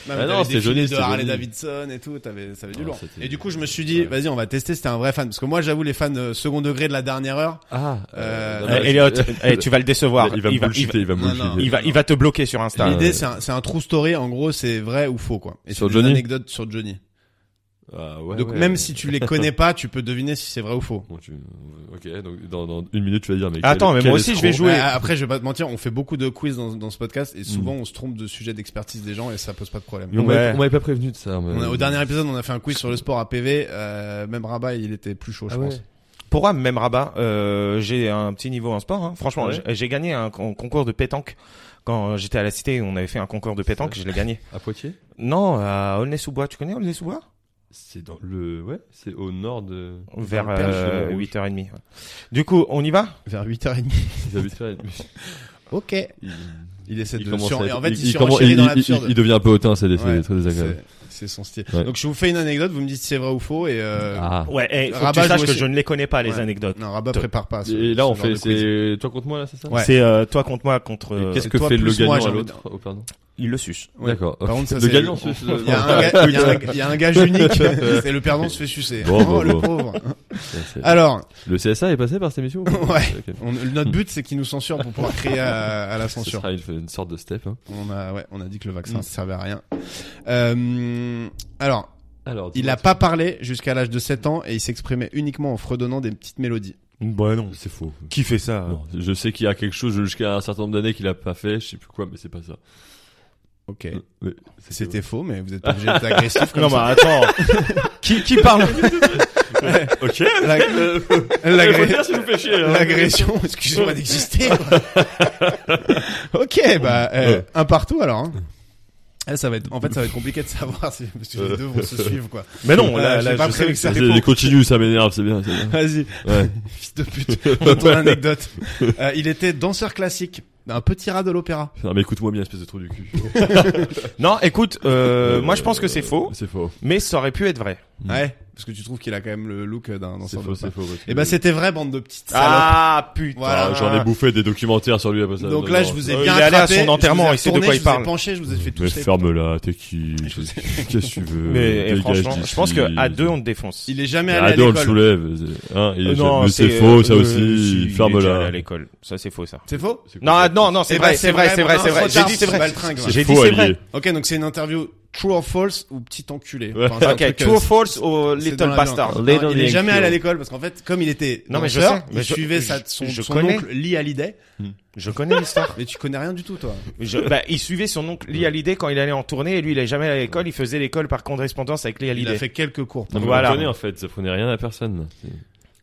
S2: mais
S3: non,
S2: t'avais
S3: c'était
S2: des filets
S3: joli,
S2: de
S3: c'était
S2: Harley
S3: joli.
S2: Davidson et tout, t'avais, ça avait du
S3: Ah,
S2: lourd.
S3: c'était-
S2: Et du coup, je me suis dit,
S3: Ouais.
S2: vas-y, on va tester, c'était un vrai fan. Parce que moi, j'avoue, les fans euh, second degré de la dernière heure,
S3: Ah,
S2: Euh,
S3: non,
S1: Eh,
S3: mais-
S1: Elliot, eh, tu vas le décevoir.
S3: Il va me bullshiter, il va me
S2: Non, non.
S3: bullshiter.
S1: il va- il va te bloquer sur Insta.
S3: Ah,
S2: l'idée,
S3: ouais.
S2: c'est un, c'est un true story, en gros, c'est vrai ou faux, quoi. Et
S3: Sur
S2: c'est des
S3: Johnny
S2: anecdotes sur Johnny.
S3: Ah, ouais,
S2: Donc,
S3: ouais.
S2: même si tu les connais pas, tu peux deviner si c'est vrai ou faux.
S3: Bon, tu- Ok, donc dans, dans une minute, tu vas dire, mais.
S1: Attends,
S3: quel-
S1: mais
S3: quel
S1: moi aussi, je vais
S3: escroc.
S1: jouer.
S2: Ouais, euh, après, je vais pas te mentir, on fait beaucoup de quiz dans, dans ce podcast et
S3: Mm.
S2: souvent, on se trompe de sujets d'expertise des gens et ça pose pas de problème.
S3: Mais on
S1: Ouais.
S3: m'avait- on m'avait pas prévenu de ça. mais-
S2: On a- au dernier épisode, on a fait un quiz sur le sport à PV. Euh, même Rabat, il était plus chaud,
S3: Ah
S2: je
S3: ouais.
S2: pense.
S1: Pour moi, même rabat, euh, j'ai un petit niveau en sport. hein. Franchement,
S3: Ouais.
S1: j'ai- j'ai gagné un con- concours de pétanque quand j'étais à la cité. On avait fait un concours de pétanque, je l'ai gagné.
S3: À Poitiers
S1: Non, à Aulnay-sous-Bois. Tu connais Aulnay-sous-Bois
S3: C'est dans le. Ouais, c'est au nord de.
S1: Vers
S3: le Perche,
S1: euh,
S3: le rouge.
S1: 8h30. ouais. Du coup, on y va
S2: Vers 8h30.
S3: Ils habitent là.
S2: Ok.
S3: Il-
S2: Il essaie
S3: il
S2: de
S3: commence
S2: sur...
S3: à
S2: et
S3: être-
S2: en fait, il,
S3: il commence-
S2: surenchérit
S3: il-
S2: dans
S3: il-
S2: l'absurde.
S3: il devient un peu hautain, c'est c'est
S2: Ouais,
S3: très désagréable.
S2: C'est- C'est son style.
S3: Ouais.
S2: Donc je vous fais une anecdote, vous me dites si c'est vrai ou faux et euh...
S3: Ah.
S1: Ouais, eh, faut que
S2: Rabat
S1: tu
S2: joue
S1: saches que
S2: aussi.
S1: je ne les connais pas les
S2: Ouais.
S1: anecdotes.
S2: non, Rabat prépare pas. ce-
S3: Et là,
S2: ce
S3: on
S2: genre de
S3: fait.
S2: quiz.
S3: C'est toi contre moi là, c'est ça
S2: Ouais.
S1: C'est euh, toi contre moi contre.
S3: Et
S1: euh,
S3: Qu'est-ce
S2: et
S3: que
S2: toi
S3: fait le
S2: plus moi,
S3: gagnant
S2: j'ai
S3: à
S2: envie
S3: l'autre Oh, pardon.
S1: Il le suce.
S2: Ouais.
S3: D'accord.
S2: Par contre, ça,
S3: Le Ah,
S2: c'est-
S3: gagnant, c'est. c'est-
S2: Il y a un gars- il y a un- il y a un gage unique, c'est le perdant se fait sucer.
S3: Bon, bon,
S2: oh, le
S3: bon.
S2: pauvre.
S3: c'est- c'est-
S2: Alors,
S3: Le CSA est passé par cette émission ou pas
S2: Ouais.
S3: Ok.
S2: on- notre but c'est qu'il nous censure pour pouvoir créer à, à la
S3: Ce
S2: censure.
S3: sera une, une sorte de step. Hein.
S2: On a, ouais, on a dit que le vaccin
S1: Mm.
S2: ça servait à rien. Euh, alors,
S3: Alors,
S2: il
S3: dis-moi,
S2: n'a pas parlé jusqu'à l'âge de 7 ans et il s'exprimait uniquement en fredonnant des petites mélodies.
S1: Bah non.
S3: tu- C'est faux. Ah,
S1: Qui fait ça
S3: Non, je sais qu'il y a quelque chose jusqu'à un certain nombre d'années qu'il a pas fait, je sais plus quoi, mais c'est pas ça.
S2: Ok.
S3: Mais c'est-
S2: C'était faux, mais vous êtes pas obligé d'être agressif comme
S1: Non, mais
S2: ça.
S1: attends. qui, qui parle
S3: Ok.
S2: La-
S3: Euh,
S2: l'agré-
S3: faut dire si vous faites chier, hein.
S2: L'agression, excusez-moi d'exister. quoi. ok, bah euh, un partout alors. hein. Eh, ça va être, en fait, ça va être compliqué de savoir si parce que les deux vont se suivre quoi.
S1: Mais non,
S2: Euh,
S1: là,
S2: j'ai
S1: là,
S2: pas
S1: je sais
S2: prévu
S1: que
S2: que ça
S1: c'est-
S2: répond.
S3: Vas-y, continue, ça m'énerve, c'est bien. c'est bien.
S2: Vas-y,
S3: Ouais.
S2: fils de pute. Ton anecdote. Euh, il était danseur classique, un petit rat de l'opéra.
S3: Non, mais écoute-moi bien, espèce de trou du cul.
S1: Non, écoute, euh, moi je pense que c'est faux,
S3: C'est faux.
S1: mais ça aurait pu être vrai.
S3: Mm.
S2: Ouais, parce que tu trouves qu'il a quand même le look d'un
S3: C'est
S2: danseur.
S3: faux, c'est faux.
S1: Eh
S2: Et ben c'était vrai bande de petites salopes.
S1: Ah putain.
S2: Voilà.
S3: J'en ai bouffé des documentaires sur lui après ça.
S2: Donc
S3: Non,
S2: là,
S3: non,
S2: je vous
S3: non.
S2: ai
S1: Euh,
S2: bien
S1: il est allé à
S2: attrapé,
S1: son
S2: je vous ai
S1: enterrement, il sait de
S2: retourné,
S1: quoi il
S2: Je vous
S1: parle.
S2: ai penché, je vous ai fait
S3: Mais
S2: tousser.
S3: ferme-la, t'es qui Qu'est-ce que tu veux
S1: Mais eh,
S3: Dégage
S1: franchement,
S3: d'ici.
S1: je pense que à deux on te défonce.
S2: Il est jamais allé
S3: Ah,
S2: à
S3: non, on le
S2: l'école.
S3: soulève. c'est- Hein, il est-
S1: Euh,
S3: mais c'est
S1: euh,
S3: faux, ça
S1: euh, si,
S3: aussi.
S1: il est déjà allé à
S3: Ferme-la.
S1: l'école. Ça c'est faux ça.
S2: C'est faux
S3: C'est quoi
S1: Non, ah,
S3: ça
S1: non, non, c'est vrai, c'est vrai, c'est vrai, c'est vrai. J'ai dit c'est vrai.
S2: vrai.
S1: J'ai dit
S3: Faux,
S1: c'est vrai.
S3: allié.
S2: Ok, donc c'est une interview true or false ou petit enculé.
S3: Ouais.
S2: c'est un
S1: Ok,
S2: truc,
S1: true or
S2: euh,
S1: false ou
S2: c'est
S1: Little
S2: dans la
S1: Bastard.
S2: viande.
S3: Little
S2: Non, il est
S3: Link
S2: jamais allé à
S3: Hero.
S2: l'école parce qu'en fait, comme il était
S1: Non, mais je
S2: danseur,
S1: sais, mais
S2: il
S1: je-
S2: suivait
S1: je-
S2: sa, son,
S1: je
S2: son
S1: connais.
S2: oncle Lee Hallyday.
S1: Je connais l'histoire.
S2: Mais tu connais rien du tout, toi.
S1: Je- bah, il suivait son oncle Lee Hallyday quand il allait en tournée et lui il est jamais allé à l'école, il faisait l'école par correspondance avec Lee
S2: Il a
S1: Hallyday.
S2: fait quelques cours.
S3: Non, mais
S1: Voilà.
S3: vous comprenez, en fait, ça prenait rien à personne. C'est-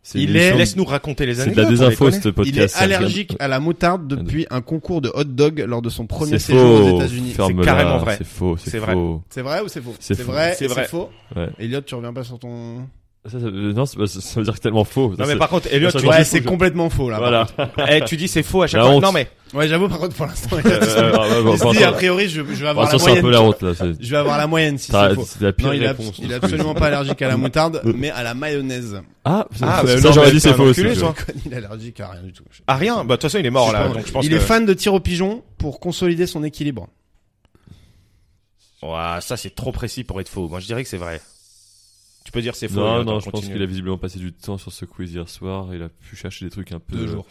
S3: c'est
S2: Il
S3: une
S2: est-
S3: émission de-
S1: Laisse-nous raconter les
S3: C'est de
S1: anecdotes.
S3: la
S1: on les
S3: désinfo,
S1: connaît.
S3: ce podcast.
S2: Il est
S3: ça, regarde.
S2: allergique à la moutarde depuis un concours de hot dog lors de son premier
S3: C'est
S2: séjour aux
S3: faux.
S2: États-Unis.
S3: Ferme-la,
S1: carrément vrai.
S3: C'est faux,
S1: C'est
S3: c'est
S1: vrai.
S3: faux.
S2: C'est vrai ou c'est faux
S3: C'est
S2: C'est
S3: faux.
S2: vrai,
S1: C'est
S2: et
S1: vrai.
S2: c'est faux.
S3: Ouais.
S2: Elliot, tu reviens pas sur ton.
S3: Ça, ça- euh, non, c'est- ça veut dire que c'est tellement faux. Ça,
S1: Non mais
S3: c'est-
S1: par contre, Elliot,
S3: Ça,
S1: tu,
S3: c'est-
S2: Ouais,
S3: faux,
S2: c'est
S3: je-
S2: complètement faux là.
S3: Voilà.
S1: eh, tu dis c'est faux à chaque
S3: La
S1: fois.
S3: honte.
S1: Non mais
S2: Ouais, j'avoue par contre pour l'instant.
S3: Euh, euh, bah, bah,
S2: On se dit, a
S3: bah,
S2: priori, je, je vais
S3: bah,
S2: avoir
S3: ça,
S2: la
S3: c'est un
S2: moyenne.
S3: peu la honte, là. c'est-
S2: Je vais avoir la moyenne si
S3: t'as-
S2: c'est faux.
S3: C'est la pire
S2: Non, il, a-
S3: réponse.
S2: il est absolument pas allergique à la moutarde, mais à la mayonnaise.
S3: Ah,
S1: Ah,
S3: ça,
S1: bah,
S3: ça,
S1: non, mais
S3: j'aurais dit
S1: t'es un
S3: c'est faux aussi.
S1: enculé,
S3: je-
S1: toi.
S2: Il est allergique à rien du tout.
S1: à rien. Bah de toute façon, il est mort là, donc je pense
S2: il
S1: que-
S2: est fan de tir au pigeon pour consolider son équilibre.
S1: Ouah, ça c'est trop précis pour être faux. Moi je dirais que c'est vrai. Tu peux dire c'est faux.
S3: Non,
S1: attends,
S3: non, je pense
S1: continue.
S3: qu'il a visiblement passé du temps sur ce quiz hier soir. Il a pu chercher des trucs un peu.
S2: Deux jours.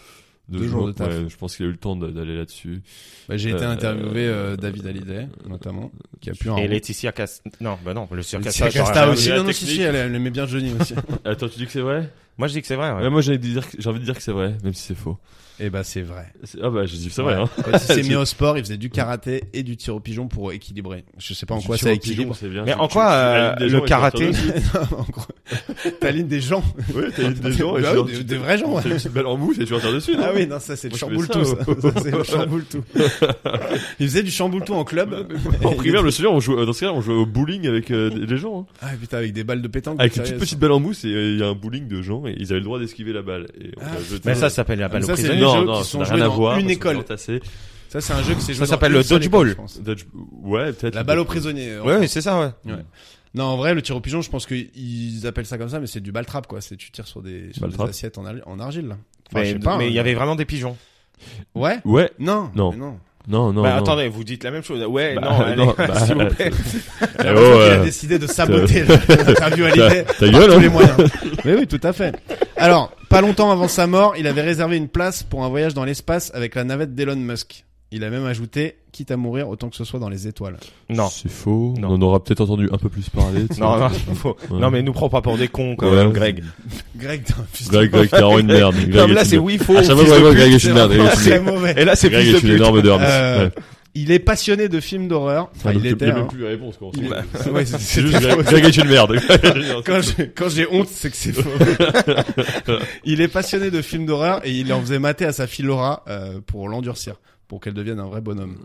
S3: Deux,
S2: Deux
S3: jours,
S2: jours de taf.
S3: ouais, je pense qu'il a eu le temps de- d'aller là-dessus.
S2: Bah, j'ai été
S3: Euh,
S2: interviewé euh,
S3: euh,
S2: David Hallyday, notamment, qui a pu en.
S1: Et Laetitia Cast... Non, bah non, le euh,
S2: Laetitia
S1: Circasta.
S2: Casta
S3: j'aurais
S2: aussi.
S3: aimé
S2: Non,
S3: la
S2: non, si, si,
S3: technique.
S2: elle, elle aimait bien Johnny aussi.
S3: Attends, tu dis que c'est vrai
S1: Moi, je dis que c'est vrai. ouais.
S3: Ouais, Moi, j'ai envie de dire que- j'ai envie de dire que c'est vrai, même si c'est faux.
S2: Et bah, c'est vrai.
S3: C'est- Ah bah, j'ai dit c'est vrai.
S2: Ouais.
S3: Hein.
S2: Quand il s'est mis au sport, il faisait du karaté et du tir au pigeon pour équilibrer. Je sais pas en
S3: Tu
S2: quoi
S3: tires
S2: ça
S3: au
S2: équilibre.
S3: pigeon, c'est bien.
S1: Mais
S3: Tu-
S1: en
S3: tu-
S1: quoi,
S3: tu
S1: euh,
S3: alignes des
S1: le
S3: gens et tu
S1: karaté-
S3: retournes dessus.
S2: En gros, T'alignes des gens.
S3: Ouais, t'alignes des gens et
S2: Bah
S3: tu
S2: oui,
S3: leur-
S2: des-
S3: tu-
S2: des vrais gens, ouais.
S3: T'as une petite balle en mousse et tu retires dessus. non
S2: Ah oui, non, ça c'est le
S3: Moi, je
S2: chamboule
S3: fais
S2: tout.
S3: ça,
S2: Ça, Ça, c'est le chamboule tout. Il faisait du chamboule tout en club.
S3: En primaire, je me souviens, on jouait, dans ce cas-là, on jouait au bowling avec euh, des des gens. hein.
S2: Ah putain, avec des balles de pétanque.
S3: Avec une
S2: sérieux,
S3: toute petite balle en mousse et euh, il y a un bowling de gens et ils avaient le droit d'esquiver la balle. Et on
S2: Ah,
S3: l'a jeté.
S1: Mais ça, ça s'appelle la balle
S2: ça,
S1: au
S2: c'est
S1: prisonnier.
S2: les
S3: non,
S2: jeux
S3: non,
S2: qui
S3: ça
S2: sont
S3: n'a
S2: joués
S3: rien à
S2: dans
S3: voir,
S2: une
S3: parce qu'on
S2: école.
S3: est entassés.
S2: ça. Ça c'est un jeu qui s'est joué. dans
S1: s'appelle
S2: une
S1: le
S2: seule
S1: dodgeball.
S2: école, je pense.
S3: Dodge- Ouais, peut-être.
S2: La balle au prisonnier. euh,
S1: Ouais, ouais, c'est ça, ouais.
S2: Non, en vrai, le tir au pigeon, je pense qu'ils appellent ça comme ça, mais c'est du baltrap, quoi. C'est tu tires sur des, sur
S3: Ball
S2: des
S3: trap.
S2: assiettes en, al- en argile, là. Enfin, je
S1: Mais
S2: sais pas,
S1: mais
S2: hein.
S1: il y avait vraiment des pigeons.
S2: Ouais.
S3: Ouais,
S2: Non.
S3: Non.
S2: mais non.
S3: non, non.
S1: bah,
S3: non.
S1: attendez, vous dites la même chose. Ouais,
S3: Bah,
S1: non, allez,
S3: non, bah,
S1: s'il vous plaît.
S3: Eh
S2: Il
S3: oh,
S2: a
S3: euh,
S2: décidé de saboter l'interview à l'idée.
S3: ta- ta gueule,
S2: tous les
S3: hein.
S2: moyens. Oui, oui, tout à fait. Alors, pas longtemps avant sa mort, il avait réservé une place pour un voyage dans l'espace avec la navette d'Elon Musk. Il a même ajouté, quitte à mourir, autant que ce soit dans les étoiles.
S1: Non.
S3: C'est faux.
S1: Non.
S3: On en aura peut-être entendu un peu plus parler. tu sais.
S1: Non, non, faut-
S3: Ouais.
S1: non, mais nous prends pas pour des cons, quand
S3: Ouais,
S1: même,
S3: c'est-
S1: Greg.
S2: Greg, t'es un fils de-
S3: Greg, Greg, t'es vraiment une merde. Greg
S1: Non, mais là,
S3: est
S1: c'est
S3: une-
S1: oui, faux.
S3: À chaque fois,
S1: fils de
S3: Greg,
S1: pute.
S3: Greg est une merde. Greg est une
S2: Très
S3: merde.
S2: mauvais.
S1: Et là, c'est
S3: Greg
S1: fils de
S3: est une
S1: pute.
S3: énorme derme.
S2: Euh,
S3: Ouais.
S2: Il est passionné de films d'horreur. Enfin, il
S3: Donc, y
S2: était.
S3: a même
S2: hein.
S3: plus la réponse, quoi.
S2: Il est-
S3: Bah,
S2: Ouais, c'est- c'est-
S3: C'est juste Greg Greg est une merde.
S2: Quand j'ai- quand j'ai honte, c'est que c'est faux. il est passionné de films d'horreur et il en faisait mater à sa fille Laura euh, pour l'endurcir, pour qu'elle devienne un vrai bonhomme.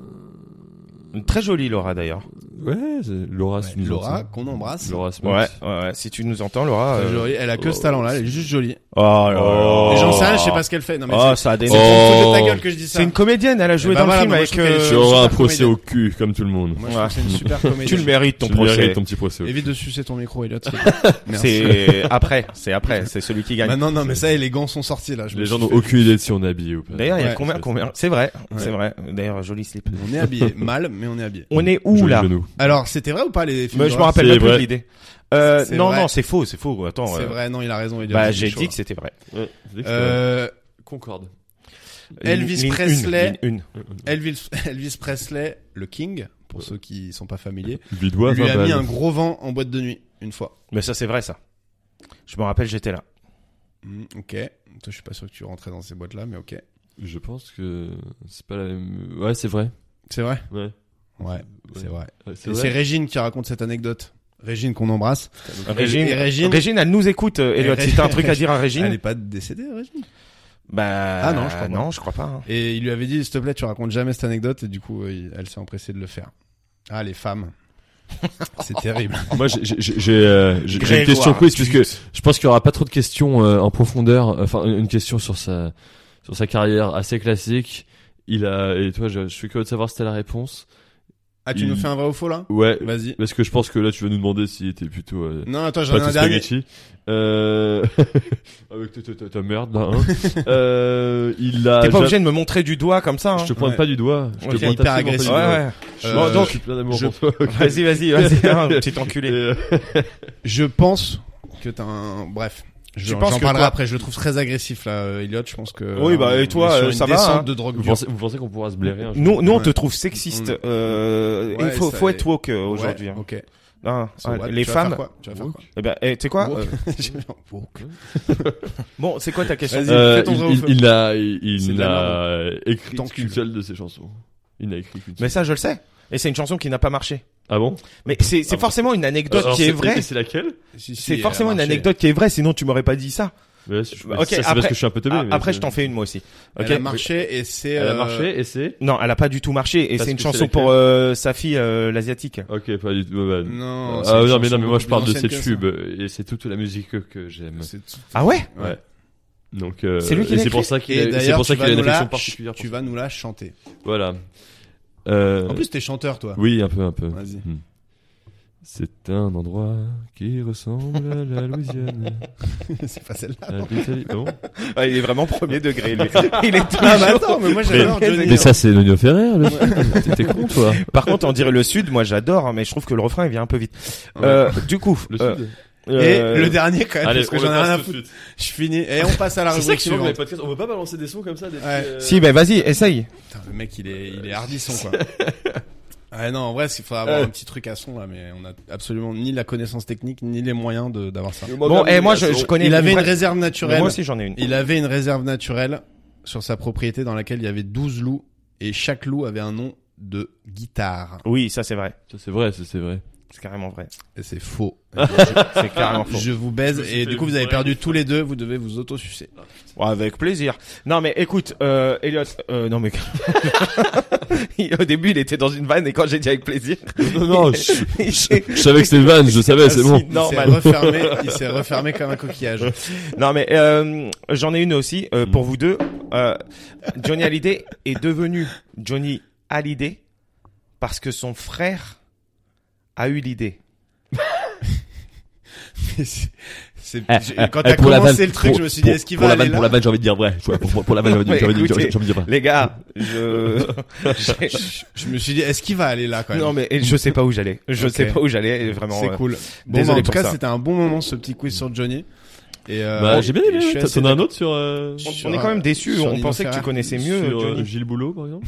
S1: Très jolie, Laura, d'ailleurs.
S3: Ouais, c'est Laura
S2: Ouais,
S3: Smith.
S2: Laura,
S3: ça.
S2: qu'on embrasse.
S3: Laura Smith.
S1: Ouais, ouais, si tu nous entends, Laura.
S2: Très
S1: euh,
S2: jolie. Elle a que ce
S3: oh,
S2: talent-là, elle est juste jolie.
S1: Oh là
S3: Oh.
S1: là.
S2: Et
S3: Les
S2: j'en
S3: gens
S2: sais rien, je sais
S1: Oh.
S2: pas ce qu'elle fait. Non, mais
S1: Oh, ça a des.
S2: c'est- c'est une faute de
S3: Oh.
S2: ta gueule que je dis ça.
S1: C'est une comédienne, elle a joué
S2: bah
S1: dans le
S2: voilà,
S1: film
S2: moi, je
S1: avec.
S2: trouve qu'elle est
S1: euh,
S3: Tu
S2: Euh,
S3: auras un
S2: super
S3: procès
S2: comédienne.
S3: au cul, comme tout le monde.
S2: Moi, je trouve que c'est une super comédie.
S1: Tu le mérites, ton
S3: Tu mérites
S1: procès.
S3: ton petit procès. au cul.
S2: Évite de sucer ton micro, Elliot. Merci.
S1: C'est après, c'est après, c'est celui qui gagne.
S2: Maintenant, non, mais ça, et les gants sont sortis, là. je me
S3: Les gens
S2: suis
S3: n'ont
S2: fait-
S3: aucune idée de si on est habillé ou pas.
S1: D'ailleurs, il y a
S2: Ouais,
S1: combien,
S3: c'est
S1: combien C'est vrai,
S2: Ouais.
S1: c'est vrai. D'ailleurs, joli slip.
S2: On est habillés. Mal, mais on est habillés.
S1: On est où
S3: Joli
S1: là
S3: genou.
S2: Alors, c'était vrai ou pas, les films
S1: Mais Bah, je me
S2: d'horreur
S1: rappelle
S3: C'est
S1: même plus de
S3: vrai.
S1: l'idée. Euh,
S2: C'est
S1: non,
S2: vrai.
S1: non, c'est faux, c'est faux. Attends.
S2: C'est
S1: euh,
S2: vrai, non, il a raison, Elliot.
S1: Bah,
S2: il est
S1: j'ai
S2: chaud,
S1: dit
S2: là.
S1: que c'était vrai.
S3: Ouais, c'est vrai que c'est vrai.
S2: Euh,
S3: Concorde.
S2: Elvis
S1: Ligne- une,
S2: Presley.
S1: Une, une.
S2: Elvis, Elvis Presley, le King, pour ceux qui sont pas familiers,
S3: Vidois,
S2: lui a mis un
S3: un
S2: gros vent en boîte de nuit, une fois.
S1: Mais ça, c'est vrai, ça. Je me rappelle, j'étais là.
S2: Hmm, ok. Toi, je suis pas sûr que tu rentrais dans ces boîtes-là, mais ok.
S3: Je pense que c'est pas la même. Ouais, c'est vrai.
S2: C'est vrai
S3: Ouais.
S2: Ouais,
S3: Ouais.
S2: c'est vrai.
S3: Ouais, C'est
S2: Et C'est
S3: vrai.
S2: Régine qui raconte cette anecdote. Régine qu'on embrasse.
S1: Régine,
S2: et Régine-
S1: Régine, elle nous écoute, euh, Elliot.
S2: Régine-
S1: Si t'as un truc à dire à Régine,
S2: Elle est pas décédée, Régine.
S1: bah
S2: Ah non, je crois pas.
S1: non, je crois pas. hein.
S2: Et il lui avait dit, s'il te plaît, tu racontes jamais cette anecdote. Et du coup, euh, il- elle s'est empressée de le faire. Ah, les femmes. C'est terrible.
S3: Moi, j'ai- j'ai- j'ai j'ai, euh, j'ai- j'ai
S1: Grégoire,
S3: une question quiz
S1: tu-
S3: puisque je pense qu'il y aura pas trop de questions euh, en profondeur. Enfin, une question sur sa sur sa carrière assez classique. Il a et toi, je, je suis curieux de savoir si t'as la réponse.
S2: Ah, tu
S3: Il-
S2: nous fais un vrai ou faux là
S3: Ouais.
S2: Vas-y.
S3: Parce que je pense que là, tu vas nous demander si était plutôt euh,
S2: Non, attends, j'en ai
S3: pas
S2: un
S3: tout
S2: dernier.
S3: spaghetti. Euh... Avec ta- ta- ta- ta merde là. Hein. euh, il a.
S2: Ah,
S1: T'es pas
S3: ja-
S1: obligé de me montrer du doigt comme ça. hein.
S3: Je te pointe
S2: Ouais.
S3: pas du doigt. Je
S1: Ok,
S3: te pointe
S2: hyper
S3: absolument pas du
S2: agressif.
S1: Ouais,
S3: doigt.
S1: ouais.
S2: Euh,
S1: Bon, donc,
S3: je suis plein d'amour
S2: je-
S3: pour toi. ok.
S1: Vas-y, vas-y, vas-y. hein, petit
S3: Et,
S1: enculé.
S3: euh,
S2: Je pense que t'as un. Bref. Je,
S1: Tu penses
S2: j'en
S1: que
S2: parlerai
S1: quoi
S2: après. Je le trouve très agressif là, euh, Elliot. Je pense que.
S1: Oui,
S2: là,
S1: bah,
S2: on
S1: et
S2: est
S1: toi,
S2: sur
S1: euh,
S2: une
S1: ça va,
S2: descente
S1: hein
S2: de drogue
S3: vous,
S2: dure.
S3: pensez, vous hein, pensez qu'on pourra se blairer un jour
S1: Nous, nous, on te
S2: Ouais.
S1: trouve sexiste.
S2: On-
S1: Euh,
S2: Ouais,
S1: il faut,
S2: ça
S1: faut
S2: est-
S1: être woke euh, aujourd'hui.
S2: Ouais,
S1: hein.
S2: Ok.
S1: Hein,
S2: So
S1: hein,
S2: what
S1: les
S2: Tu vas faire
S1: femmes.
S2: quoi Tu vas faire quoi
S1: Eh ben, eh, tu sais quoi
S2: Woke.
S1: euh,
S2: J'ai bien- woke.
S1: Bon, c'est quoi ta question
S2: Vas-y.
S3: Euh,
S2: Fais ton vrai ou
S3: il,
S2: faux.
S3: il, il a, il,
S2: C'est de
S3: il
S2: la
S3: n'a écrit
S2: Tant
S3: qu'une
S2: que-
S3: seule de ses chansons. Il n'a écrit qu'une seule.
S1: Mais ça, je le sais. Et c'est une chanson qui n'a pas marché.
S3: Ah bon
S1: Mais c'est c'est
S3: Ah bon.
S1: forcément une anecdote
S3: Alors,
S1: qui est
S3: c'est-
S1: vraie.
S3: et C'est laquelle
S2: Si, si,
S1: C'est
S2: elle a
S1: forcément une
S2: marché.
S1: anecdote qui est vraie, sinon tu m'aurais pas dit ça.
S3: Ouais, je-
S1: Bah,
S3: ça,
S1: ok,
S3: C'est
S1: après-
S3: parce que je suis un peu teubé.
S1: Ah,
S3: mais
S1: après,
S3: c'est-
S1: je t'en fais une moi aussi. Ok.
S2: Elle a marché et c'est.
S3: Elle a
S2: euh,
S3: marché et c'est.
S1: Non, elle a pas du tout marché. Et
S3: Parce
S1: c'est une
S3: que
S1: chanson
S3: c'est
S1: pour
S3: laquelle
S1: euh, sa fille euh, l'asiatique.
S3: Ok, pas du tout. ouais, bah,
S2: Non.
S3: euh,
S2: c'est
S3: ah
S2: une
S3: non, mais
S2: chanson
S3: non, mais moi je
S2: beaucoup
S3: parle
S2: plus
S3: de cette
S2: ancienne
S3: tube
S2: que
S3: euh, et c'est toute la musique que, que j'aime.
S2: ça. C'est tout-
S1: Ah ouais
S2: Ouais.
S3: Ouais. Donc euh,
S1: C'est lui qui
S3: et
S1: l'a
S3: c'est pour
S1: écrit
S3: ça qu'il
S2: Et
S3: a, c'est
S2: d'ailleurs,
S3: pour ça
S2: tu
S3: qu'il a
S2: vas
S3: une
S2: nous
S3: affection
S2: la-
S3: particulière.
S2: tu vas nous la chanter.
S3: Voilà. Euh,
S2: En plus, t'es chanteur, toi.
S3: oui, un peu, un peu.
S2: Vas-y.
S3: Hmm. C'est un endroit qui ressemble à la Louisiane.
S2: C'est pas celle-là.
S3: à l'Italie. Ah bon
S1: Ah, Il est vraiment premier degré. lui. Il est
S2: Ah, mais
S1: toujours...
S2: attends, mais moi j'adore
S1: Mais-
S2: Johnny.
S3: Mais ça, c'est Nuno Ferrer, le film. T'es con, toi.
S1: Par contre, on dirait le sud. Moi, j'adore, hein, mais je trouve que le refrain il vient un peu vite. Euh, du coup,
S3: Le
S1: euh,
S3: sud
S2: Et
S1: Euh,
S2: le dernier quand même,
S3: Allez,
S2: parce eh, que
S3: on le
S2: j'en ai
S3: passe
S2: rien à
S3: tout
S2: foutre.
S3: de suite.
S2: Je finis. Et on passe à la
S3: C'est ça
S2: rubrique
S3: qui est marrant dans les
S2: suivante.
S3: podcasts, on peut pas balancer des sons comme ça. Des
S2: Ouais.
S3: petits, euh,
S1: Si, ben vas-y, essaye.
S2: Putain, le mec, il est, il est hardisson, quoi. Ouais, non, en vrai, il faudrait avoir
S3: Ouais.
S2: un petit truc à son, là, mais on a absolument ni la connaissance technique, ni les moyens de- d'avoir ça.
S3: le
S1: Bon,
S3: Morgan
S1: et moi, je,
S3: Williamson.
S1: je connais.
S2: Il avait une
S1: vraie-
S2: réserve
S1: Mais
S2: naturelle.
S1: Moi aussi, j'en ai une.
S2: Il avait une réserve naturelle sur sa propriété dans laquelle il y avait 12 loups et chaque loup avait un nom de guitare.
S1: Oui, ça c'est vrai.
S3: Ça, C'est vrai, ça, c'est vrai.
S1: C'est carrément vrai.
S2: Et c'est faux.
S1: C'est carrément faux.
S2: Je vous baise
S3: Je me suis
S2: et
S3: fait
S2: du coup vous avez
S3: bourrer,
S2: perdu
S3: je me
S2: tous les deux, vous devez vous autosucer.
S1: Ouais, avec plaisir. Non mais écoute, euh, Elliot, euh, non mais Il- au début il était dans une vanne et quand j'ai dit avec plaisir,
S3: Non, non, je,
S1: il s'est-
S3: je savais que c'était une vanne, je savais, c'est bon.
S2: Il s'est
S1: normal.
S2: refermé, il s'est refermé comme un coquillage.
S1: Non mais euh, j'en ai une aussi euh, pour vous deux. Euh, Johnny Hallyday est devenu Johnny Hallyday parce que son frère a eu l'idée.
S2: C'est- c'est-
S3: Eh,
S2: j'ai-
S3: eh,
S2: Quand
S3: eh,
S2: t'as
S3: pour la
S2: commencé
S3: vanne,
S2: le truc,
S3: pour-
S2: je me suis dit,
S3: pour-
S2: est-ce qu'il
S3: pour
S2: va
S3: la
S2: aller
S3: vanne, Pour la
S2: là
S3: vanne, j'ai envie de dire vrai. Ouais, pour, pour la vanne, j'ai envie de-
S1: Ouais,
S3: j'ai envie de dire-
S1: écoutez.
S3: j'ai envie de dire vrai.
S1: Les gars, je j'ai-
S2: Je me suis dit, est-ce qu'il va aller là quand même
S1: non mais je sais pas où j'allais. Je
S2: Ok.
S1: sais pas où j'allais et vraiment.
S2: C'est
S1: euh,
S2: cool. Bon,
S1: désolé
S2: bah, en tout
S1: pour
S2: cas,
S1: ça.
S2: c'était un bon moment ce petit quiz sur Johnny. Et euh,
S3: Bah, j'ai bien
S2: je suis
S3: aimé, t'as-
S2: assez
S3: t'en as un autre sur, euh,
S1: On,
S2: Sur-
S1: on est quand même déçus.
S2: sur
S1: On
S2: Nino
S1: pensait que tu
S2: Ferrer.
S1: connaissais mieux
S3: sur, euh,
S1: Johnny.
S3: Gilles Boulot, par exemple.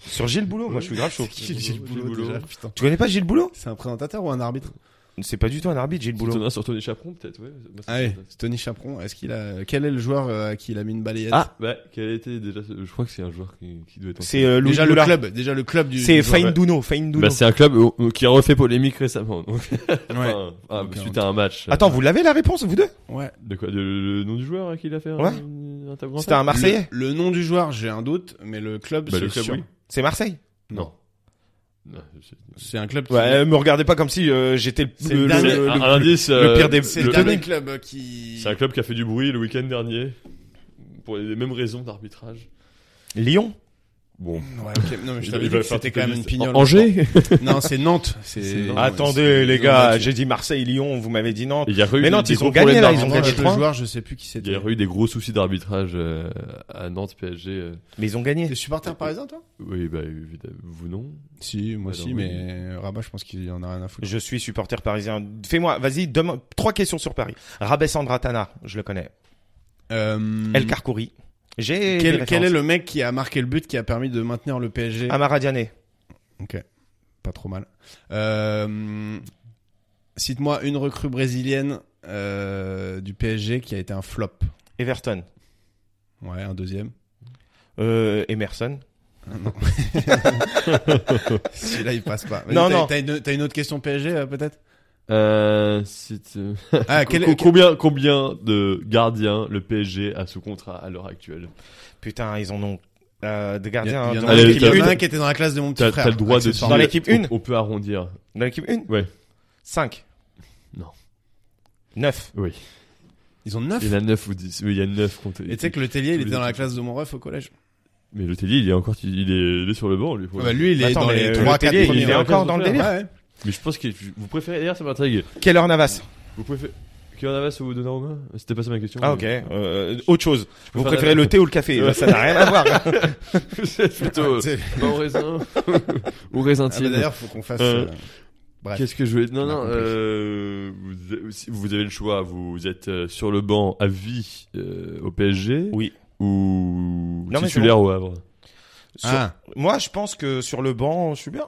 S1: Sur Gilles Boulot, moi je suis grave chaud.
S2: Gilles, Gilles Boulot,
S3: Gilles Boulot.
S2: déjà, putain.
S1: Tu connais pas Gilles Boulot
S2: C'est un présentateur ou un arbitre
S1: C'est pas du tout un arbitre, Gilles
S3: T'en
S1: Boulot.
S3: as un sur Tony Chaperon, peut-être, ouais. Moi, ça
S2: Ah oui,
S3: m'intéresse.
S2: c'est Tony Chaperon. Est-ce qu'il a quel est le joueur euh, à qui il a mis une balayette
S3: Ah, bah, quel était déjà, ce- je crois que c'est un joueur qui, qui doit être en
S1: C'est euh, Louis
S2: déjà le
S1: Boulard.
S2: club, déjà le club du
S1: C'est
S2: du joueur.
S1: Fainduno, Fainduno.
S3: Bah, c'est un club euh, euh, qui a refait polémique récemment. Donc,
S2: Ouais.
S3: enfin, ah,
S2: Donc,
S3: suite à un match. euh,
S1: Attends, vous l'avez la réponse, vous deux
S2: Ouais.
S3: De quoi de, Le nom du joueur à qui il a fait un,
S1: Ouais.
S3: un tableau en
S1: C'était un Marseillais.
S2: Le, le nom du joueur, j'ai un doute, mais le club
S3: fait Bah,
S2: c'est
S3: le club,
S2: sûr.
S3: oui.
S1: C'est Marseille.
S3: Non. Non, je-
S2: C'est un club qui
S1: Ouais, euh, me regardez pas comme si euh, j'étais le,
S2: C'est
S1: le-
S2: dingue.
S1: le- le-
S3: un, un indice,
S1: le
S3: euh,
S1: pire des-
S2: c'est
S1: le-
S2: le
S1: le-
S2: dernier club qui
S3: C'est un club qui a fait du bruit le week-end dernier pour les mêmes raisons d'arbitrage.
S1: Lyon.
S3: Bon.
S2: Ouais, ok. Non mais je t'avais
S3: Il
S2: dit
S3: va
S2: que
S3: faire
S2: c'était
S3: toute
S2: quand même
S3: liste.
S2: une pignole.
S3: Angers
S2: Non, c'est Nantes,
S3: C'est
S2: c'est
S3: Nantes.
S2: Ouais,
S1: Attendez
S2: c'est-
S1: les
S2: non,
S1: gars,
S2: mais-
S1: j'ai dit Marseille, Lyon, vous m'avez dit non.
S3: Il y a eu
S1: Mais
S3: des-
S1: Nantes,
S3: des
S1: ils
S3: gros
S1: ont gagné,
S3: problèmes
S1: là, ils ont
S2: Non,
S3: d'arbitrage.
S1: gagné
S2: le
S1: trois.
S2: joueur, je sais plus qui
S3: Il y
S2: c'était.
S3: a eu des gros soucis d'arbitrage euh, à Nantes PSG. euh.
S1: Mais ils ont gagné.
S2: T'es supporter parisien toi
S3: Oui, bah évidemment, vous non.
S2: Si, moi
S3: Alors,
S2: si,
S3: oui.
S2: mais Rabat, je pense qu'il en a rien à foutre.
S1: Je suis supporter parisien. Fais-moi, vas-y, demande trois questions sur Paris. Rabès Sandratana, je le connais.
S2: Euh,
S1: El Karkouri. J'ai
S2: Quel, quel est le mec qui a marqué le but qui a permis de maintenir le PSG
S1: Ah. Amaradiané.
S2: Ok, pas trop mal. Euh, Cite-moi une recrue brésilienne euh, du PSG qui a été un flop.
S1: Everton.
S2: Ouais, un deuxième.
S1: Euh, Emerson.
S2: Ah, non. Celui-là, il passe pas. Vas-y,
S1: Non,
S2: t'as-
S1: non.
S2: T'as une, t'as une autre question PSG, euh, peut-être
S3: Euh, c'est, euh,
S2: Ah,
S3: co-
S2: quel-
S3: co-
S2: quel-
S3: combien, combien de gardiens le PSG a sous contrat à l'heure actuelle
S1: Putain, ils en ont euh, de
S2: Il y,
S1: gardiens.
S2: en
S1: dans
S2: a-
S3: Allez,
S2: il
S1: l'équipe
S2: y en a
S1: une.
S2: un qui était dans la classe de mon petit
S3: T'as
S2: frère.
S3: t'as le droit de
S2: accessoirement.
S1: Dans l'équipe
S3: on-
S1: une
S3: On peut arrondir.
S1: Dans l'équipe 1
S3: Ouais.
S1: 5
S3: Non.
S1: 9
S3: Oui.
S2: Ils ont neuf.
S3: Il y en a 9 ou 10. Oui, il y a 9 comptés.
S2: Et tu sais que le Tellier, il
S3: Tous
S2: était
S3: les
S2: dans la
S3: équipes.
S2: classe de mon ref au collège.
S3: Mais le Teddy, il est encore, il est, il est sur le banc, lui. pour
S2: Ah
S3: le
S2: bah,
S3: coup.
S2: lui, il est
S1: Attends,
S2: dans
S1: mais
S2: les
S1: le
S2: 3 4
S1: Tellier,
S2: premiers.
S1: il est
S2: ouais.
S1: encore dans le
S3: Ouais,
S1: délire
S2: Ouais.
S3: Mais je pense que vous préférez, d'ailleurs, ça m'intrigue.
S1: Quelle heure Navas
S3: Vous préférez, qui en avait ou Donnarumma? C'était pas ça ma question.
S1: Ah ok,
S3: mais-
S1: euh, autre chose. Vous
S3: préfère
S1: préférez
S3: la-
S1: le thé ou le café
S3: Ouais.
S1: Ça n'a rien à voir.
S3: Vous êtes plutôt,
S2: Ouais,
S3: euh,
S2: t'sais.
S3: pain au raisin, ou raisin
S2: Ah bah, D'ailleurs, faut qu'on fasse.
S3: Euh,
S2: euh, Bref.
S3: Qu'est-ce que je vais
S2: On
S3: Non,
S2: a
S3: non.
S2: compris.
S3: Euh, vous, avez- si vous avez le choix. Vous êtes euh, sur le banc à vie euh, au PSG
S1: Oui.
S3: ou
S1: Non, mais
S3: titulaire au Havre.
S1: Sur-
S2: Ah.
S1: Moi, je pense que sur le banc, je suis bien.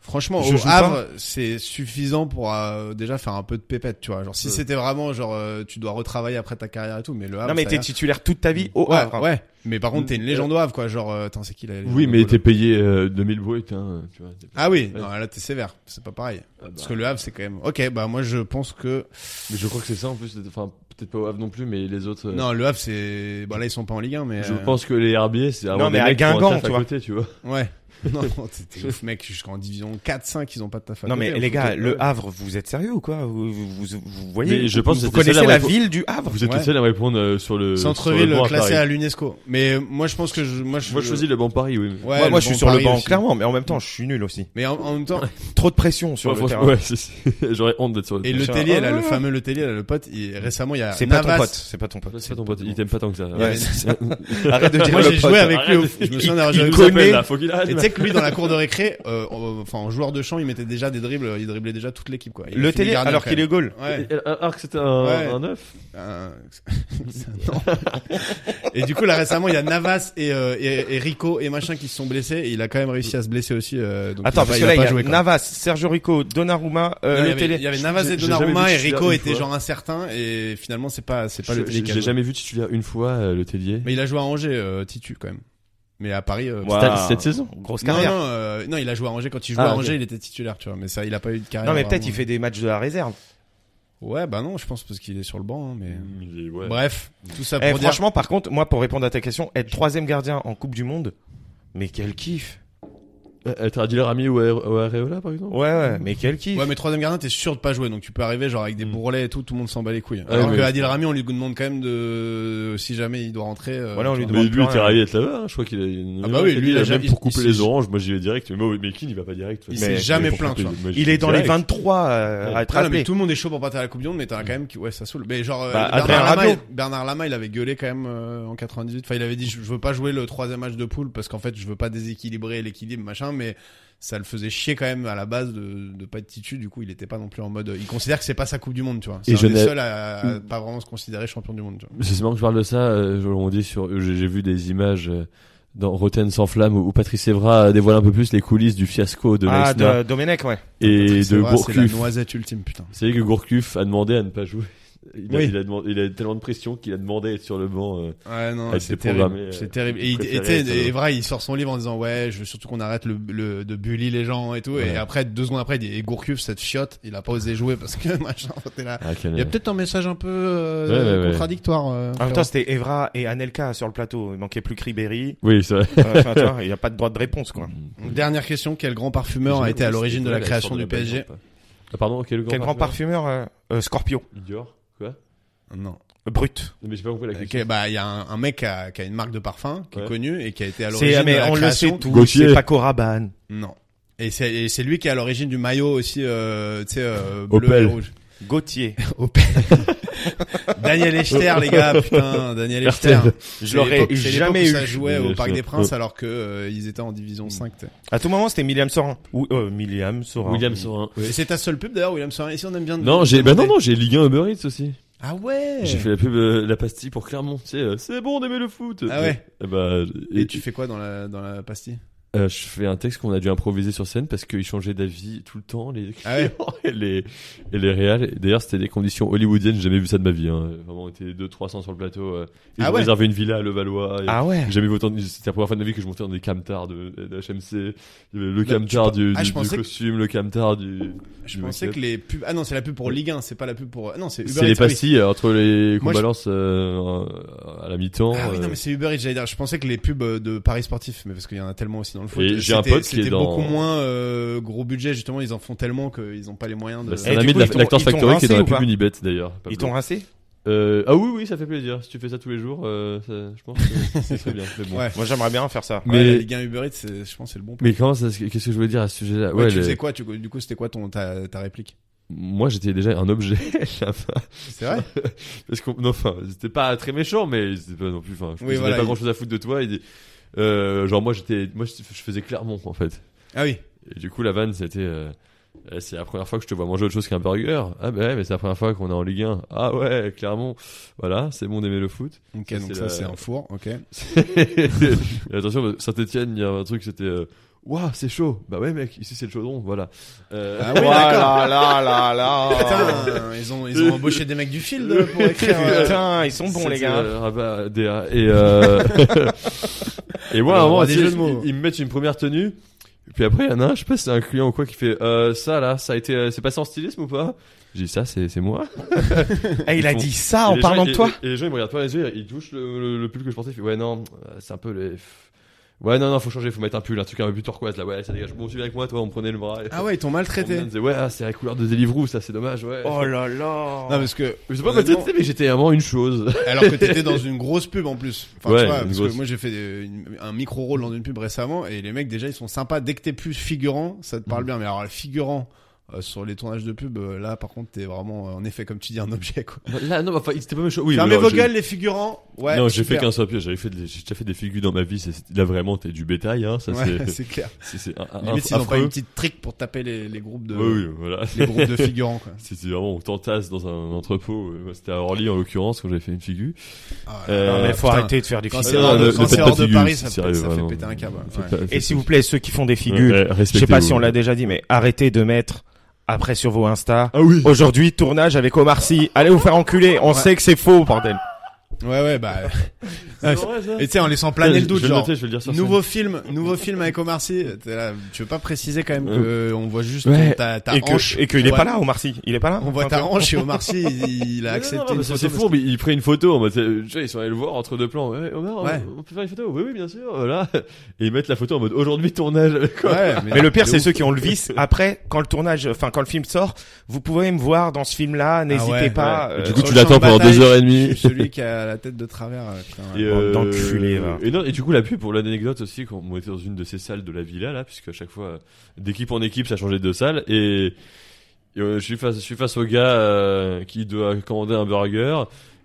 S2: Franchement,
S1: Je
S2: au
S1: joue pas.
S2: Havre, c'est suffisant pour euh, déjà faire un peu de pépette, tu vois. Genre, si
S3: Ouais.
S2: c'était vraiment genre, euh, tu dois retravailler après ta carrière et tout, mais le Havre.
S1: non mais
S2: Ah, ça
S1: t'es
S2: a l'air-
S1: titulaire toute ta vie au
S2: ouais,
S1: Havre.
S2: ouais. Mais par contre, t'es une
S3: Euh,
S2: légende au Havre, quoi. Genre, euh, attends, c'est qui la légende
S3: Oui,
S2: au
S3: mais
S2: Havre
S3: t'es payé euh, 2000 bruts. Hein, tu vois, t'es-
S2: Ah oui,
S3: Ouais.
S2: non, là t'es sévère, c'est pas pareil.
S3: Ah bah.
S2: Parce que le Havre, c'est quand même. Ok, bah moi je pense que
S3: Mais je crois que c'est ça en plus. Enfin, peut-être pas au Havre non plus, mais les autres. euh,
S2: non, le Havre, c'est. Bah là ils sont pas en Ligue 1, mais.
S3: Je
S2: euh,
S3: pense que les herbiers, c'est avoir
S1: mais
S3: des
S1: à
S3: mecs qui ont un
S1: Guingamp,
S3: taf
S1: tu
S3: à
S1: vois.
S3: côté, tu vois.
S2: Ouais. Non, t'es- t'es ouf, mec. Jusqu'en division 4-5, ils ont pas de taf. à
S1: Non
S2: côté, hein.
S1: mais
S2: au
S1: les
S2: foot.
S1: gars, le Havre, vous êtes sérieux ou quoi vous, vous, vous- vous voyez
S3: Mais je pense
S1: Vous
S3: que c'était ça,
S1: connaissez
S3: la
S1: la
S3: vraie-
S1: ville du Havre
S3: Vous êtes
S2: Ouais.
S3: le seul à me répondre euh, sur le sur le
S2: Centre-ville
S3: banc à
S2: classé
S3: Paris.
S2: à l'UNESCO. Mais euh, moi, je pense que je, moi, je,
S3: Moi, je choisis le bon pari, oui.
S2: Ouais,
S1: moi,
S2: le
S1: moi, je suis
S2: bon
S1: sur le
S2: pari
S1: banc,
S2: aussi.
S1: clairement, mais en même temps, je suis nul aussi.
S2: Mais en, en même temps,
S1: Trop de pression sur
S3: Ouais,
S1: le
S3: franchement,
S1: terrain.
S3: ouais, c'est- c'est- j'aurais honte d'être sur le
S2: et
S3: terrain.
S2: le
S1: Chien.
S2: Tellier, là,
S1: Ah,
S2: le
S1: ouais.
S2: fameux le Tellier, là, le pote, il, récemment, il y a
S1: C'est pas ton
S2: Navas-
S1: pote, c'est pas ton pote.
S3: C'est pas ton pote, il t'aime pas tant que ça.
S1: Ouais, c'est ça. Arrête de dire
S2: Moi,
S1: le
S2: j'ai
S1: pote.
S2: joué avec lui. au-
S3: Arrête.
S2: Je me souviens d'avoir
S3: Il
S2: joué
S3: nous
S2: avec
S1: connaît.
S3: appelle, là, faut qu'il arrête.
S2: Et tu sais que lui, dans la cour de récré, euh, en- enfin, en joueur de champ, il mettait déjà des dribbles, il driblait déjà toute l'équipe, quoi. Il a
S1: Le
S2: fini
S1: télé,
S2: gardien,
S1: alors
S2: quand
S1: qu'il est goal.
S2: même. Ouais.
S3: Et- et- Alors que c'était un,
S2: Ouais.
S3: un œuf.
S2: Euh, non. et du coup, là, récemment, il y a Navas et, euh, et, et Rico et machin qui se sont blessés et il a quand même réussi à se blesser aussi, euh, donc il
S1: Attends,
S2: a
S1: parce
S2: pas-
S1: que
S2: il a
S1: là, il y
S2: pas
S1: a
S2: joué, quoi.
S1: Navas, Sergio Rico, Donnarumma, euh,
S2: Non, il y
S1: le
S2: avait-
S1: télé.
S2: Il y avait Navas
S3: J'ai-
S2: et
S3: j'ai jamais
S2: Donnarumma
S3: vu
S2: et
S3: Schiller
S2: Rico
S3: une
S2: était
S3: fois.
S2: genre incertain et finalement c'est pas c'est pas le
S3: Je-
S2: télé qui a
S3: J'ai
S2: joué.
S3: jamais vu titulaire une fois euh, le Tellier.
S2: Mais il a joué à Angers euh, Titu quand même. Mais à Paris euh,
S1: Wow.
S3: Cette- Cette saison.
S1: Grosse
S2: non
S1: carrière.
S2: non, euh, non, il a joué à Angers quand il jouait
S3: Ah,
S2: à
S3: ok.
S2: Angers, il était titulaire, tu vois, mais ça il a pas eu de carrière.
S1: Non, mais peut-être
S2: vraiment.
S1: il fait des matchs de la réserve.
S2: Ouais, bah non, je pense parce qu'il est sur le banc hein, mais
S3: Il- ouais.
S2: bref, tout ça
S1: Eh,
S2: pour dire
S1: franchement, par contre, moi, pour répondre à ta question, être troisième gardien en Coupe du Monde, mais quel kiff.
S3: Euh, T'as dit leur ami ou Are- ou Areola par exemple
S1: Ouais, ouais, mais quel kiff.
S2: Ouais, mais troisième gardien, t'es sûr de pas jouer, donc tu peux arriver genre avec des bourrelets et tout, tout le monde s'en bat les couilles.
S3: Mm. Ah,
S2: Alors
S3: oui.
S2: que Adil Rami, on lui demande quand même de, si jamais il doit rentrer. euh,
S1: Voilà, on lui
S2: tu vois.
S1: demande
S3: Mais
S1: plus
S3: lui, t'es
S1: rien.
S3: arrivé à être là-bas, hein, je crois qu'il a.
S2: Ah bah oui,
S3: il
S2: lui,
S3: a
S2: il
S3: dit,
S2: a
S3: même
S2: jamais-
S3: pour
S2: il-
S3: couper
S2: il-
S3: les oranges, moi j'y vais direct. Mais, mais, mais qui n'y va pas direct
S2: Il
S3: mais-
S1: s'est
S2: jamais
S3: mais pour
S2: plaint,
S3: couper-
S2: tu vois.
S3: moi, j'y
S1: Il
S3: vais
S1: est dans les
S3: direct.
S1: 23 euh, à être
S2: Ah non, mais
S1: appelé.
S2: tout le monde est chaud pour partir à la Coupe du Monde, mais t'as quand même qui, ouais, ça saoule. Mais genre, euh,
S1: Bah, Adrien
S2: Bernard, Lama,
S1: Rabiot.
S2: il, Bernard Lama, il avait gueulé quand même euh, en 98. Enfin, il avait dit, je, je veux pas jouer le troisième match de poule parce qu'en fait, je veux pas déséquilibrer l'équilibre, machin, mais ça le faisait chier quand même à la base de, de pas de titu. Du coup, il était pas non plus en mode, il considère que c'est pas sa Coupe du Monde, tu vois. C'est
S3: Et
S2: un
S3: je
S2: des
S3: n'ai-
S2: seuls à, à pas vraiment se considérer champion du monde, tu vois.
S3: C'est marrant que je parle de ça. euh, je- on dit sur, j'ai j'ai vu des images euh, dans Rotten sans flamme où Patrice Evra dévoile un peu plus les coulisses du fiasco de
S1: Ah,
S3: Meixner
S1: de- Domenech, ouais.
S3: et
S2: C'est
S3: de
S2: vrai, C'est la
S3: Gourcuff.
S2: noisette ultime, putain.
S3: Vous savez que Gourcuff a demandé à ne pas jouer. Il a,
S2: Oui.
S3: il a demandé- il a tellement de pression qu'il a demandé à être sur le banc. euh.
S2: Ouais, non,
S3: Ah,
S2: c'est
S3: c'était programmé,
S2: terrible.
S3: euh,
S2: C'est terrible. Et, il- et,
S3: préféré,
S2: t'sais,
S3: ça.
S2: et vrai, il sort son livre en disant ouais, je veux surtout qu'on arrête le, le- de bully les gens et tout.
S3: Ouais.
S2: Et après, deux secondes après, il dit, et Gourcuff, cette chiotte, il a pas osé jouer parce que machin, t'es là.
S3: Ah, quel-
S2: Il y a peut-être un message un peu euh,
S3: Ouais, ouais, ouais.
S2: contradictoire. euh,
S1: En même temps,
S2: frérot.
S1: c'était Evra et Anelka sur le plateau. Il manquait plus que Ribéry.
S3: Oui, c'est vrai.
S1: Enfin, tu vois, il n'y a pas de droit de réponse, quoi.
S2: Dernière question quel grand parfumeur a été à l'origine de la création du PSG
S3: Ah, pardon, quel grand,
S2: bah,
S1: Quel grand parfumeur euh, euh, Scorpio.
S3: Dior, quoi
S2: Non.
S1: Brut.
S3: Non, Mais j'ai pas compris la question.
S2: Ok, bah il y a un, un mec qui a, qui a une marque de parfum qui
S3: Ouais.
S2: est connue et qui a été à l'origine
S1: C'est,
S2: de
S1: mais
S2: la
S1: on le
S2: création.
S1: sait tous.
S3: Gauthier.
S1: C'est Paco Rabanne.
S2: Non. Et c'est et c'est lui qui est à l'origine du maillot aussi, euh, tu sais, euh, bleu
S3: Opel.
S2: et rouge.
S1: Gauthier.
S2: Opel. Daniel Echter, les gars, putain, Daniel Echter.
S1: Je l'aurais
S2: C'est l'époque
S1: jamais
S2: où
S1: eu.
S2: Ça jouait au
S3: Bien
S2: Parc
S3: sûr.
S2: des Princes alors que euh, ils étaient en division 5. t'sais.
S1: À tout moment, c'était William Sorin. Ou, euh, William Sorin.
S3: William Sorin.
S2: Et c'est ta seule pub d'ailleurs, William Sorin. Ici, on aime bien. de-
S3: Non, j'ai,
S2: de
S3: bah non,
S2: demander.
S3: non, j'ai Ligue 1 Uber Eats aussi.
S2: Ah ouais.
S3: J'ai fait la pub, euh, la pastille pour Clermont, tu sais, euh, c'est bon d'aimer le foot.
S2: Ah ouais.
S3: Eh bah,
S2: Et tu fais quoi dans la dans la pastille
S3: euh, je fais un texte qu'on a dû improviser sur scène parce qu'ils changeaient d'avis tout le temps, les clients
S2: Ah ouais.
S3: et les, et les réals. Et D'ailleurs, c'était des conditions hollywoodiennes, j'ai jamais vu ça de ma vie, hein. Vraiment, on était 2 300 sur le plateau, euh, et
S2: Ah
S3: je
S2: ouais.
S3: réservais une villa à Levallois. et-
S1: Ah ouais.
S3: J'ai jamais vu autant de... C'était la première fois de ma vie que je montais dans des camtars de, de HMC. Il y avait Le
S2: Là,
S3: camtar
S2: tu
S3: du,
S2: Ah,
S3: du-
S2: je pensais
S3: du
S2: que-
S3: costume, le camtar du...
S2: Je
S3: Du
S2: pensais
S3: make-up.
S2: que les pubs. Ah non, c'est la pub pour Ligue 1. C'est pas la pub pour. Non, c'est Uber.
S3: C'est les
S2: Eats, ah oui.
S3: pastilles euh, entre les
S2: Moi,
S3: qu'on
S2: je-
S3: balance euh, à la mi-temps.
S2: Ah oui,
S3: euh,
S2: non, mais c'est Uber Eats, j'allais dire. Je pensais que les pubs euh, de Paris Sportif, mais parce qu'il y en a tellement aussi dans le foot. euh,
S3: Et j'ai un
S2: c'était-
S3: pote qui est
S2: C'était
S3: dans-
S2: beaucoup moins euh, gros budget, justement. Ils en font tellement qu'ils n'ont pas les moyens de.
S3: bah,
S1: Et
S3: C'est un
S1: du
S3: ami
S1: coup,
S3: de la-
S1: ils t'ont-
S3: l'Actors
S1: ils t'ont
S3: Factory qui est dans la
S1: rincé ou
S3: pub
S1: pas
S3: Unibet d'ailleurs. Pablo.
S1: Ils t'ont rincé
S3: Euh, ah oui, oui, ça fait plaisir. Si tu fais ça tous les jours, euh, ça- je pense que c'est très bien. mais bon.
S2: Ouais.
S1: Moi, j'aimerais bien faire ça.
S3: Mais-
S2: Ouais, la Ligue 1 Uber Eats, c'est- je pense, que c'est le bon. plan.
S3: Mais comment ça, se- qu'est-ce que je voulais dire à ce
S2: Ouais,
S3: sujet-là Ouais,
S2: Bah tu
S3: le-
S2: faisais quoi tu- Du coup, c'était quoi ton ta, ta réplique
S3: Moi, j'étais déjà un objet. là-bas.
S2: C'est vrai.
S3: Parce qu'on, non, enfin, c'était pas très méchant, mais c'était pas non plus. Enfin, je
S2: Oui,
S3: n'avais
S2: voilà,
S3: pas
S2: il-
S3: grand-chose à foutre de toi. Et, euh, genre moi, j'étais, moi, je je faisais Clermont en fait.
S2: Ah oui.
S3: Et du coup, la vanne, c'était. euh, Eh, c'est la première fois que je te vois manger autre chose qu'un burger. Ah, ben ouais, mais c'est la première fois qu'on est en Ligue 1. Ah, ouais, clairement. Voilà, c'est bon d'aimer le foot.
S2: Ok,
S3: Ça,
S2: donc
S3: c'est
S2: ça
S3: la-
S2: c'est un four. Ok.
S3: Et attention, Saint-Etienne, il y a un truc, c'était. euh, Waouh, c'est chaud. Bah ouais, mec, ici c'est le chaudron, voilà. Euh,
S2: Ah oui, d'accord.
S1: là là
S2: Ah.
S1: là.
S2: Putain, ils ont ils ont embauché des mecs du field euh, pour écrire. euh,
S1: Putain, ils sont bons, les
S3: c'était,
S1: gars.
S3: euh, Rabat, DA, et euh... et moi, à un moment,
S2: roi des
S3: tu sais,
S2: jeux de mots.
S3: ils, ils me mettent une première tenue. Et puis après, il y en a un, je sais pas si c'est un client ou quoi, qui fait euh, ça là, ça a été, euh, c'est passé en stylisme ou pas J'ai dit ça, c'est c'est moi.
S1: Eh, il a
S3: ils font-
S1: dit ça
S3: Et
S1: en
S3: les gens,
S1: parlant
S3: et-
S1: de toi.
S3: Et, et les gens, ils me regardent pas les yeux, ils touchent le, le- le pull que je portais, ils font, ouais, non, euh, c'est un peu les. Ouais, non, non, faut changer, faut mettre un pull, un truc un peu plus turquoise là. Ouais, ça dégage. Bon, tu viens avec moi, toi, on prenait le bras. et-
S2: Ah ouais, ils t'ont
S3: On
S2: maltraité.
S3: me disait, ouais, ah, c'est la couleur de Deliveroo, ça, c'est dommage, ouais.
S1: Oh là là.
S2: Non, parce que
S3: Je sais pas peut-être, mais j'étais vraiment une chose.
S2: Alors que t'étais dans une grosse pub en plus. Enfin,
S3: Ouais,
S2: tu vois,
S3: une
S2: parce
S3: grosse.
S2: que moi j'ai fait euh, une- un micro rôle dans une pub récemment et les mecs déjà ils sont sympas. Dès que t'es plus figurant, ça
S3: Mm.
S2: te parle bien. Mais alors le figurant euh, sur les tournages de pub, euh, là par contre t'es vraiment euh, en effet comme tu dis un objet quoi.
S3: là, non, enfin, c'était pas méchant. Oui,
S2: Fermez
S3: mais
S2: vos
S3: j'ai-
S2: gueules les figurants. Ouais.
S3: non, j'ai fait
S2: super.
S3: qu'un seul pied, j'avais fait, des- j'ai déjà fait des figures dans ma vie, c'est- là vraiment t'es du bétail, hein, ça
S2: Ouais,
S3: c'est,
S2: c'est clair.
S3: c'est, c'est un, un-
S2: Limite ils ont pas
S3: affreux.
S2: une petite trick pour taper les, les groupes de
S3: Oui, oui, voilà.
S2: les groupes de figurants quoi.
S3: C'était vraiment, on t'entasse dans un entrepôt, euh, moi, c'était à Orly en l'occurrence quand j'avais fait une figure.
S2: Ah,
S3: Euh, Ah,
S1: Non, mais
S2: là,
S1: faut
S2: putain.
S1: arrêter de faire des
S2: Quand
S1: figures.
S2: c'est
S3: Non,
S2: hors
S3: non,
S2: de,
S3: ne
S2: quand
S3: faites
S2: c'est
S3: pas
S2: hors
S3: de
S2: de
S3: figure,
S2: Paris, ça,
S3: sérieux,
S2: fait, ça fait
S3: vraiment.
S2: péter un câble. ouais.
S3: Faites pas-
S1: Et
S3: faites-
S1: s'il vous plaît, ceux qui font des figures, je
S3: Ouais,
S1: sais pas
S3: respectez-vous.
S1: si on l'a déjà dit, mais arrêtez de mettre après sur vos Insta.
S3: Ah oui!
S1: Aujourd'hui, tournage avec Omar Sy. Allez vous faire enculer. On
S2: Ouais.
S1: sait que c'est faux, bordel.
S2: Ouais ouais bah.
S3: C'est vrai, ça
S2: Et tu sais en laissant planer le doute
S3: Je vais
S2: genre.
S3: noter, je vais le dire sur scène.
S2: Nouveau film, nouveau film avec Omar Sy. T'es là, tu veux pas préciser quand même que euh, on voit juste
S3: Ouais.
S2: ton- ta, ta
S1: et
S2: hanche
S1: que, et qu'il est
S2: Ouais.
S1: pas là, Omar Sy. Il est pas là.
S2: On voit ta hanche et Omar Sy, il, il a
S3: Non, non,
S2: accepté.
S3: non,
S2: une
S3: parce que
S2: photo
S3: c'est
S2: parce
S3: fourbe, il il prenait une photo en mode, euh, tu vois, ils sont allés le voir entre deux plans. Ouais, Omar,
S2: Ouais.
S3: on peut faire une photo? Oui, oui, bien sûr, voilà. Et ils mettent la photo en mode, aujourd'hui tournage avec
S2: que- Ouais,
S1: Mais le pire,
S2: de
S1: c'est
S2: ouf.
S1: ceux qui ont le vice. Après, quand le tournage, enfin, quand le film sort, vous pouvez me voir dans ce film-là. N'hésitez
S2: ouais,
S1: pas.
S3: ouais.
S1: euh,
S3: Du coup,
S2: Sur
S3: tu
S2: le
S3: l'attends
S2: champ de
S3: pendant
S2: bataille,
S3: deux heures et
S2: je suis
S3: demie.
S2: Celui qui a la tête de travers. euh, putain, ouais.
S3: Et,
S1: Bande d'enculés, va.
S3: et non, et du coup, la pub, pour l'anecdote aussi, quand on était dans une de ces salles de la villa, là, puisque à chaque fois, euh, d'équipe en équipe, ça changeait de salle, et, et, euh, je suis face, je suis face au gars euh, qui doit commander un burger,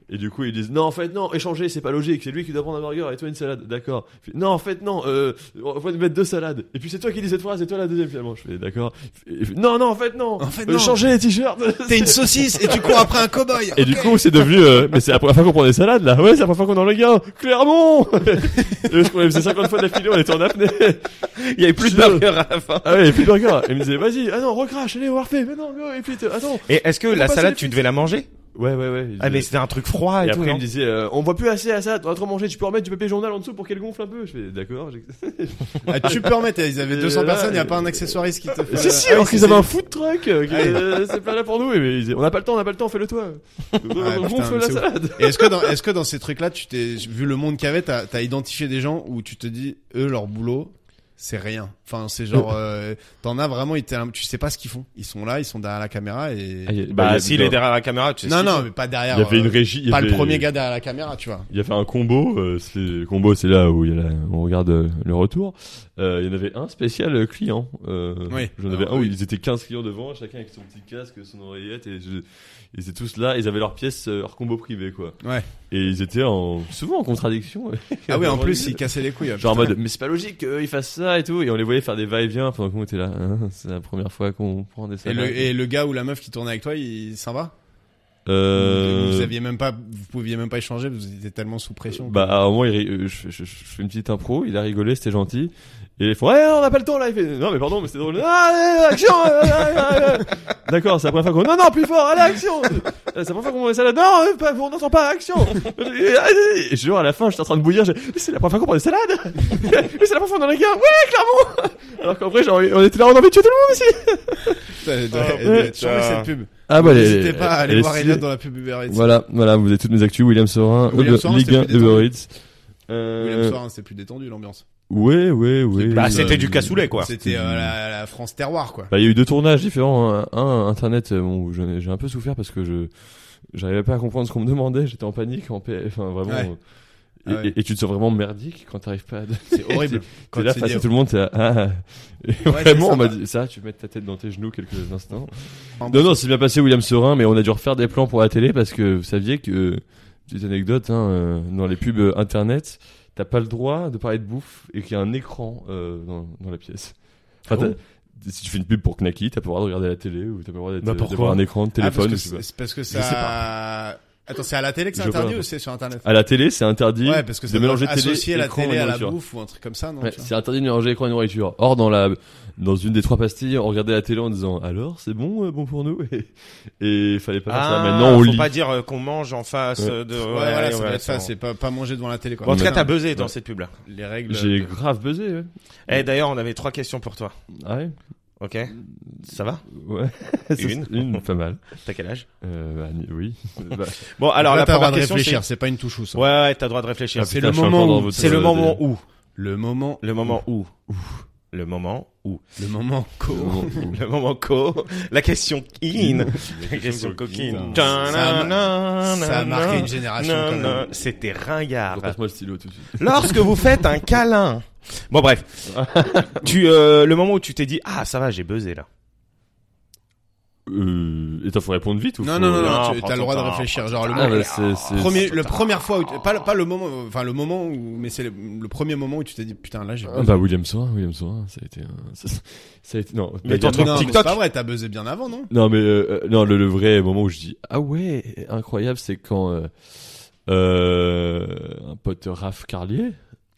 S3: et du coup, ils disent, non, en fait, non, échanger, c'est pas logique, c'est lui qui doit prendre un burger et toi une salade, d'accord. Il fait, Non, en fait, non, euh, on va te mettre deux salades. Et puis c'est toi qui dis cette phrase, c'est toi la deuxième, finalement. Je fais, d'accord. Il fait, Non, non, en fait, non.
S2: En fait,
S3: Euh,
S2: non.
S3: changer les t-shirts.
S2: T'es une saucisse et tu cours après un cowboy.
S3: Et du coup, c'est devenu. euh, mais c'est la première fois qu'on prend des salades là. Ouais, c'est la première fois qu'on est dans le gain. Clermont Et je faisait 50 fois d'affilée, on était en apnée.
S1: Il y avait plus de
S3: Je-
S1: burger à la fin.
S3: Ah ouais, et puis le gars, il me disait, vas-y, ah non, recrache, allez, Warfait, mais non, go, et puis, te- attends.
S1: Et est-ce que
S3: On
S1: la
S3: passe
S1: salade,
S3: les
S1: tu devais la manger?
S3: Ouais, ouais, ouais. il
S1: Ah, mais
S3: disait-
S1: c'était un truc froid et,
S3: et
S1: tout.
S3: après, il
S1: non
S3: me disait, euh, on voit plus assez à ça, t'auras trop mangé, tu peux remettre du papier journal en dessous pour qu'elle gonfle un peu. Je fais, d'accord. j'ai-
S2: Ah, tu peux remettre. Ils avaient
S3: Et
S2: 200
S3: là,
S2: personnes. Il y a
S3: et-
S2: pas un accessoiriste qui te. fait-
S3: Si, si,
S2: Ah,
S3: alors
S2: oui,
S3: qu'ils
S2: c'est-
S3: avaient un food truck, euh, qui-
S2: Ah, oui.
S3: euh, c'est plein là pour nous, et mais ils disaient, on n'a pas le temps, on n'a pas le temps, fais-le toi.
S2: putain, mais
S3: Gonfle la
S2: c'est ouf.
S3: salade.
S2: Et est-ce que dans, est-ce que dans ces trucs-là, tu t'es vu le monde qu'il y avait, t'as, t'as identifié des gens où tu te dis, eux, leur boulot, c'est rien. Enfin, c'est genre, euh, t'en as vraiment, ils t'es un- tu sais pas ce qu'ils font. Ils sont là, ils sont derrière la caméra
S3: Ah,
S2: et.
S1: Bah, s'il est derrière la caméra, tu sais.
S2: non, non, mais pas derrière.
S3: Il y avait une
S2: euh,
S3: régie. il y
S2: pas le
S3: avait-
S2: premier gars derrière la caméra, tu vois.
S3: Il a fait un combo. euh, c'est- le combo, c'est là où il y a la- on regarde euh, le retour. Euh, il y en avait un spécial euh, client. Euh,
S2: Oui.
S3: J'en avais
S2: Alors,
S3: un où
S2: oui.
S3: ils étaient 15 clients devant, chacun avec son petit casque, son oreillette. Et je- ils étaient tous là. Ils avaient leur pièce, euh, leur combo privé, quoi.
S2: Ouais.
S3: Et ils étaient en, souvent en contradiction.
S2: Ah oui, en plus, ils cassaient les couilles.
S3: Genre en mode, mais c'est pas logique qu'ils fassent ça et tout. Et on les voyait faire des va-et-vient pendant qu'on était là. Hein, c'est la première fois qu'on prend des
S2: Et
S3: salades.
S2: le, et le gars ou la meuf qui tournait avec toi, il s'en va?
S3: Euh,
S2: Vous aviez même pas, vous pouviez même pas échanger, vous étiez tellement sous pression.
S3: Bah, à un moment, il ri- euh, je, je- je- je fais une petite impro, il a rigolé, c'était gentil. Et ils font, ouais, non, on n'a pas le temps là. Il fait, non, mais pardon, mais c'était drôle. Ah, allez, action euh, euh, euh, euh. D'accord, c'est la première fois qu'on. Non, non, plus fort, allez, action Euh, C'est la première fois qu'on voit ça là. Non, euh, pas- on n'entend pas, action Et, allez. Et Genre, à la fin, j'étais en train de bouillir, j'ai, mais c'est la première fois qu'on prend des salades Mais c'est la première fois qu'on en a qu'un Ouais, clairement Alors qu'en vrai, genre, on était là, on a envie de tuer tout le monde ici
S1: Ah,
S2: Putain, de- de- de-
S1: putain.
S2: changer cette pub.
S3: Ah,
S2: N'hésitez pas à aller voir Elliot dans la pub Uber Eats.
S3: Voilà, voilà, vous avez toutes mes actus, William Sorin,
S2: William
S3: Uber-
S2: Sorin,
S3: Ligue
S2: c'était
S3: 1,
S2: plus détendu.
S3: Uber Eats. Euh,
S2: William Sorin, c'est plus détendu, l'ambiance.
S3: Ouais, ouais, ouais.
S1: Bah,
S2: Euh,
S1: c'était du cassoulet, quoi.
S2: C'était euh, la, la France terroir, quoi.
S3: Bah, il y a eu deux tournages différents. Un, un, internet, euh, bon, où j'en ai- j'ai un peu souffert parce que je j'arrivais pas à comprendre ce qu'on me demandait. J'étais en panique, en paix. Enfin, vraiment.
S2: Ouais.
S3: euh,
S2: Ah
S3: et,
S2: ouais.
S3: et- et tu te sens vraiment merdique quand t'arrives pas à.
S2: C'est horrible.
S3: T'es
S2: Quand
S3: là
S2: tu
S3: face
S2: dis-
S3: à tout le monde, t'es là, ah. Et
S2: c'est
S3: vraiment, on m'a
S2: sympa.
S3: dit ça, tu mets ta tête dans tes genoux quelques instants.
S2: Enfin,
S3: Non,
S2: bon,
S3: non, c'est bien passé, William Sorin, mais on a dû refaire des plans pour la télé parce que vous saviez que, petite anecdote, hein, euh, dans les pubs euh, internet, t'as pas le droit de parler de bouffe et qu'il y a un écran euh, dans, dans la pièce. Enfin,
S1: Ah
S3: t'as- si tu fais une pub pour Knacky, t'as pas le droit de regarder la télé ou t'as pas le droit d'être-
S1: Bah,
S3: euh,
S1: pourquoi
S3: d'avoir un écran de téléphone.
S2: Ah,
S3: je
S2: parce,
S3: sais pas.
S2: que c'est- parce que
S3: sais
S2: ça. Attends, c'est à la télé que c'est
S3: Je vois,
S2: interdit
S3: ouais.
S2: ou c'est sur internet
S3: À la télé, c'est interdit
S2: Ouais, parce que
S3: de
S2: ça doit
S3: mélanger télé,
S2: associer la
S3: écran
S2: télé
S3: et
S2: à la
S3: nourriture.
S2: bouffe ou un truc comme ça, non
S3: Ouais,
S2: tu vois
S3: c'est interdit de mélanger écran et nourriture. Or, dans la, dans une des trois pastilles, on regardait la télé en disant, alors, c'est bon, euh, bon pour nous? Et, il fallait pas faire ça.
S2: Ah,
S3: Maintenant, on
S1: faut
S3: lit.
S1: pas dire euh, qu'on mange en face
S3: Ouais.
S1: euh, de.
S2: Ouais, voilà, ça
S1: ouais,
S2: doit être ça,
S1: bon.
S2: c'est pas, pas manger devant la télé, quoi.
S1: Bon, en tout cas,
S3: Mais-
S1: t'as buzzé dans
S3: Ouais.
S1: cette pub-là.
S2: Les règles.
S3: J'ai grave buzzé, ouais.
S1: Eh, d'ailleurs, on avait trois questions pour toi.
S3: Ah ouais?
S1: Ok. Ça va
S3: Ouais. C'est-
S1: Une.
S3: Une, pas mal.
S1: T'as quel âge
S3: Euh, bah, ni- oui. Bah,
S1: Bon, alors
S2: Là,
S1: la
S2: t'as le droit
S1: première
S2: de
S1: question, c'est.
S2: réfléchir, c'est pas une touche ou ça. Ah,
S1: Ouais, ouais, t'as le droit de réfléchir.
S3: putain,
S2: le
S3: je suis
S2: moment
S3: encore dans
S2: où-
S3: votre-
S1: C'est le
S3: euh,
S1: moment
S3: des-
S1: où
S2: Le moment,
S1: Le moment où Le moment où
S2: le moment co.
S1: Le moment co La question in La question coquine
S2: Ça a
S1: Ta-na-na,
S2: Ça a marqué
S1: na-na,
S2: une génération quand
S1: na-na.
S2: même.
S1: C'était ringard.
S3: Repasse-moi le stylo tout de suite.
S1: Lorsque vous faites un câlin. Bon bref. tu euh, le moment où tu t'es dit ah ça va j'ai buzzé là.
S3: Euh, et t'as faut répondre vite ou
S2: Non,
S3: faut-
S2: non, non,
S1: Non,
S2: non, tu
S1: prends
S2: as le
S1: ton
S2: droit de
S1: temps,
S2: réfléchir. Genre, le
S3: Ah,
S2: moment,
S3: bah, c'est, c'est-
S2: premier, le première fois où, tu- pas, le- pas le moment, enfin, le moment où, mais c'est le, le premier moment où tu t'es dit, putain, là, j'ai
S3: Ah, bah William Sorin, William Sorin, ça a été un... ça, ça a été non,
S1: Mais
S3: pas-
S1: t'es entre-
S2: Non, mais
S1: TikTok.
S2: c'est pas vrai, t'as buzzé bien avant, non?
S3: non mais euh, euh, non le, le vrai moment où je dis ah ouais incroyable c'est quand euh, euh, un pote Raph Carlier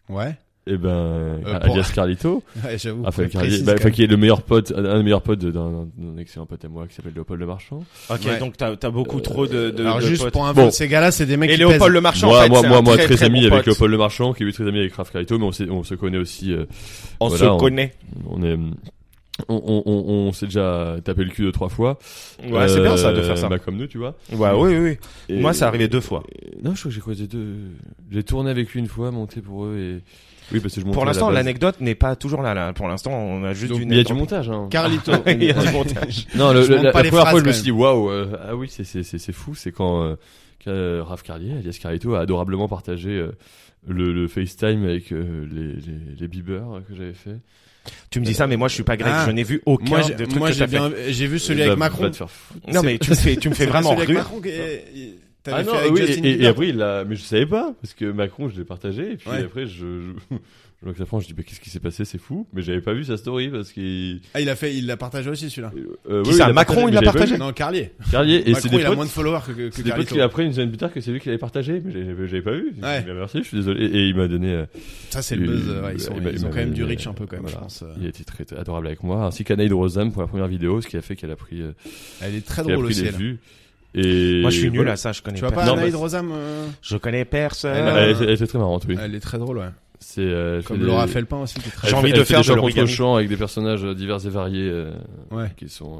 S2: Ouais.
S3: et ben
S2: pour-
S3: alias Carlito
S2: Ouais, j'avoue.
S3: Ah,
S2: faut
S3: fallait
S2: être
S3: qu'il
S2: précis,
S3: y ait- bah,
S2: quand
S3: fallait qu'il y ait le meilleur pote, un un des meilleurs potes d'un d'un excellent pote à moi qui s'appelle Léopold Le Marchand.
S1: Ok
S2: Ouais.
S1: donc t'as as beaucoup
S3: Euh,
S1: trop de. de,
S2: même. Alors,
S1: de
S2: juste
S1: potes.
S2: pour info,
S3: Bon.
S2: ces gars-là, c'est des mecs
S1: Et
S2: qui
S1: Léopold
S2: pèsent.
S1: Le Marchand.
S3: moi,
S1: en fait,
S3: moi,
S1: c'est
S3: moi,
S1: un
S3: moi,
S1: très,
S3: très,
S1: très
S3: ami
S1: bon
S3: avec
S1: pote.
S3: Léopold Le Marchand, qui est lui très ami avec Raph Carito, mais on, s'est- on se connaît aussi. euh,
S1: On
S3: Voilà,
S1: se
S3: on-
S1: connaît.
S3: on est, on, on, on, on s'est déjà tapé le cul deux trois fois.
S1: Ouais c'est bien ça de
S3: Euh,
S1: faire ça.
S3: Bah, comme nous, tu vois.
S1: Ouais oui oui.
S3: Et-
S1: Moi ça arrivait deux fois.
S3: et- Non, je crois que j'ai croisé deux. J'ai tourné avec lui une fois, monté pour eux et. Oui, parce que je montais.
S1: Pour
S3: à la
S1: l'instant
S3: base.
S1: l'anecdote n'est pas toujours là là. Pour l'instant on a juste
S2: Donc,
S1: une.
S3: Il y a du montage, hein.
S2: Carlito.
S1: Il y a du montage.
S3: Non, le-
S2: Je
S3: le-
S2: monte
S3: la,
S2: pas
S3: la
S2: les
S3: première
S2: phrases,
S3: fois, je me
S2: quand
S3: suis dit, waouh, euh, ah oui, c'est, c'est, c'est, c'est fou, c'est quand euh, quand, euh, Raph Carlier, alias Carlito, a adorablement partagé euh, le, le FaceTime avec euh, les, les, les Bieber euh, que j'avais fait.
S1: Tu me dis ça mais moi je suis pas grec.
S2: Ah.
S1: Je n'ai vu aucun
S2: Moi,
S1: des
S2: j'ai-
S1: trucs
S2: moi,
S1: que
S2: j'ai
S1: t'as fait.
S2: bien, j'ai vu celui
S3: Et
S2: avec
S3: bah, va
S2: Macron.
S3: te faire fou.
S1: Non mais tu me fais tu me fais vraiment
S2: Celui avec
S1: rire.
S2: Macron qui est- il- t'avais
S3: Ah
S2: fait
S3: non,
S2: avec
S3: oui,
S2: Justin
S3: et, et, et
S2: Bieber.
S3: après, il l'a, mais je savais pas, parce que Macron, je l'ai partagé, et puis
S2: Ouais.
S3: après, je, je, je vois que la France, je dis, bah, qu'est-ce qui s'est passé, c'est fou, mais j'avais pas vu sa story, parce qu'il,
S2: Ah, il a fait, il l'a partagé aussi, celui-là.
S3: euh,
S1: Qui ça,
S3: a
S1: Macron,
S3: partagé,
S1: il l'a
S3: mais j'avais pas
S1: partagé
S2: Non, Carlier.
S3: vu. Carlier, et c'est
S2: Macron,
S3: des
S2: il a moins de
S3: potes,
S2: followers que, que, que
S3: C'est des potes
S2: Carlito.
S3: qui après une semaine plus tard que c'est lui qui l'avait partagé, mais j'avais j'avais pas vu. Je
S2: Ouais.
S3: dis, bah, merci, je suis désolé. Et il m'a donné. euh,
S2: Ça, c'est le
S3: il-
S2: buzz. ouais, ils sont,
S3: il m'a-
S2: ils
S3: il
S2: ont
S3: m'a-
S2: quand même du
S3: il-
S2: reach un peu, quand même, je
S3: voilà.
S2: pense. euh.
S3: Il a été très, très adorable avec moi, ainsi qu'Anaïde Rosen pour la première vidéo, ce qui a fait qu'elle a pris, euh,
S2: Elle est très
S3: qu'elle a
S2: Ah, drôle
S3: pris
S2: aussi,
S3: des
S2: elle.
S3: vues. Et
S1: Moi je suis nul
S3: voilà.
S1: à ça je connais
S2: Tu vois pas
S1: personne.
S3: Non,
S2: Anaïd
S3: bah,
S2: Rosam euh,
S1: Je connais
S2: Elle
S3: Elle,
S1: personne.
S2: a-
S3: était- elle était très marrante, oui.
S2: Elle est très drôle, ouais.
S3: C'est euh, elle fait
S2: Comme
S3: des-
S2: Laura Felpin aussi, qui est très
S1: J'ai
S3: elle fait-
S1: envie
S3: elle
S1: de
S3: fait
S1: faire
S3: des
S1: de
S3: chants
S1: l'origami.
S3: contre chants avec des personnages euh, divers et variés euh,
S2: Ouais.
S3: qui sont. euh,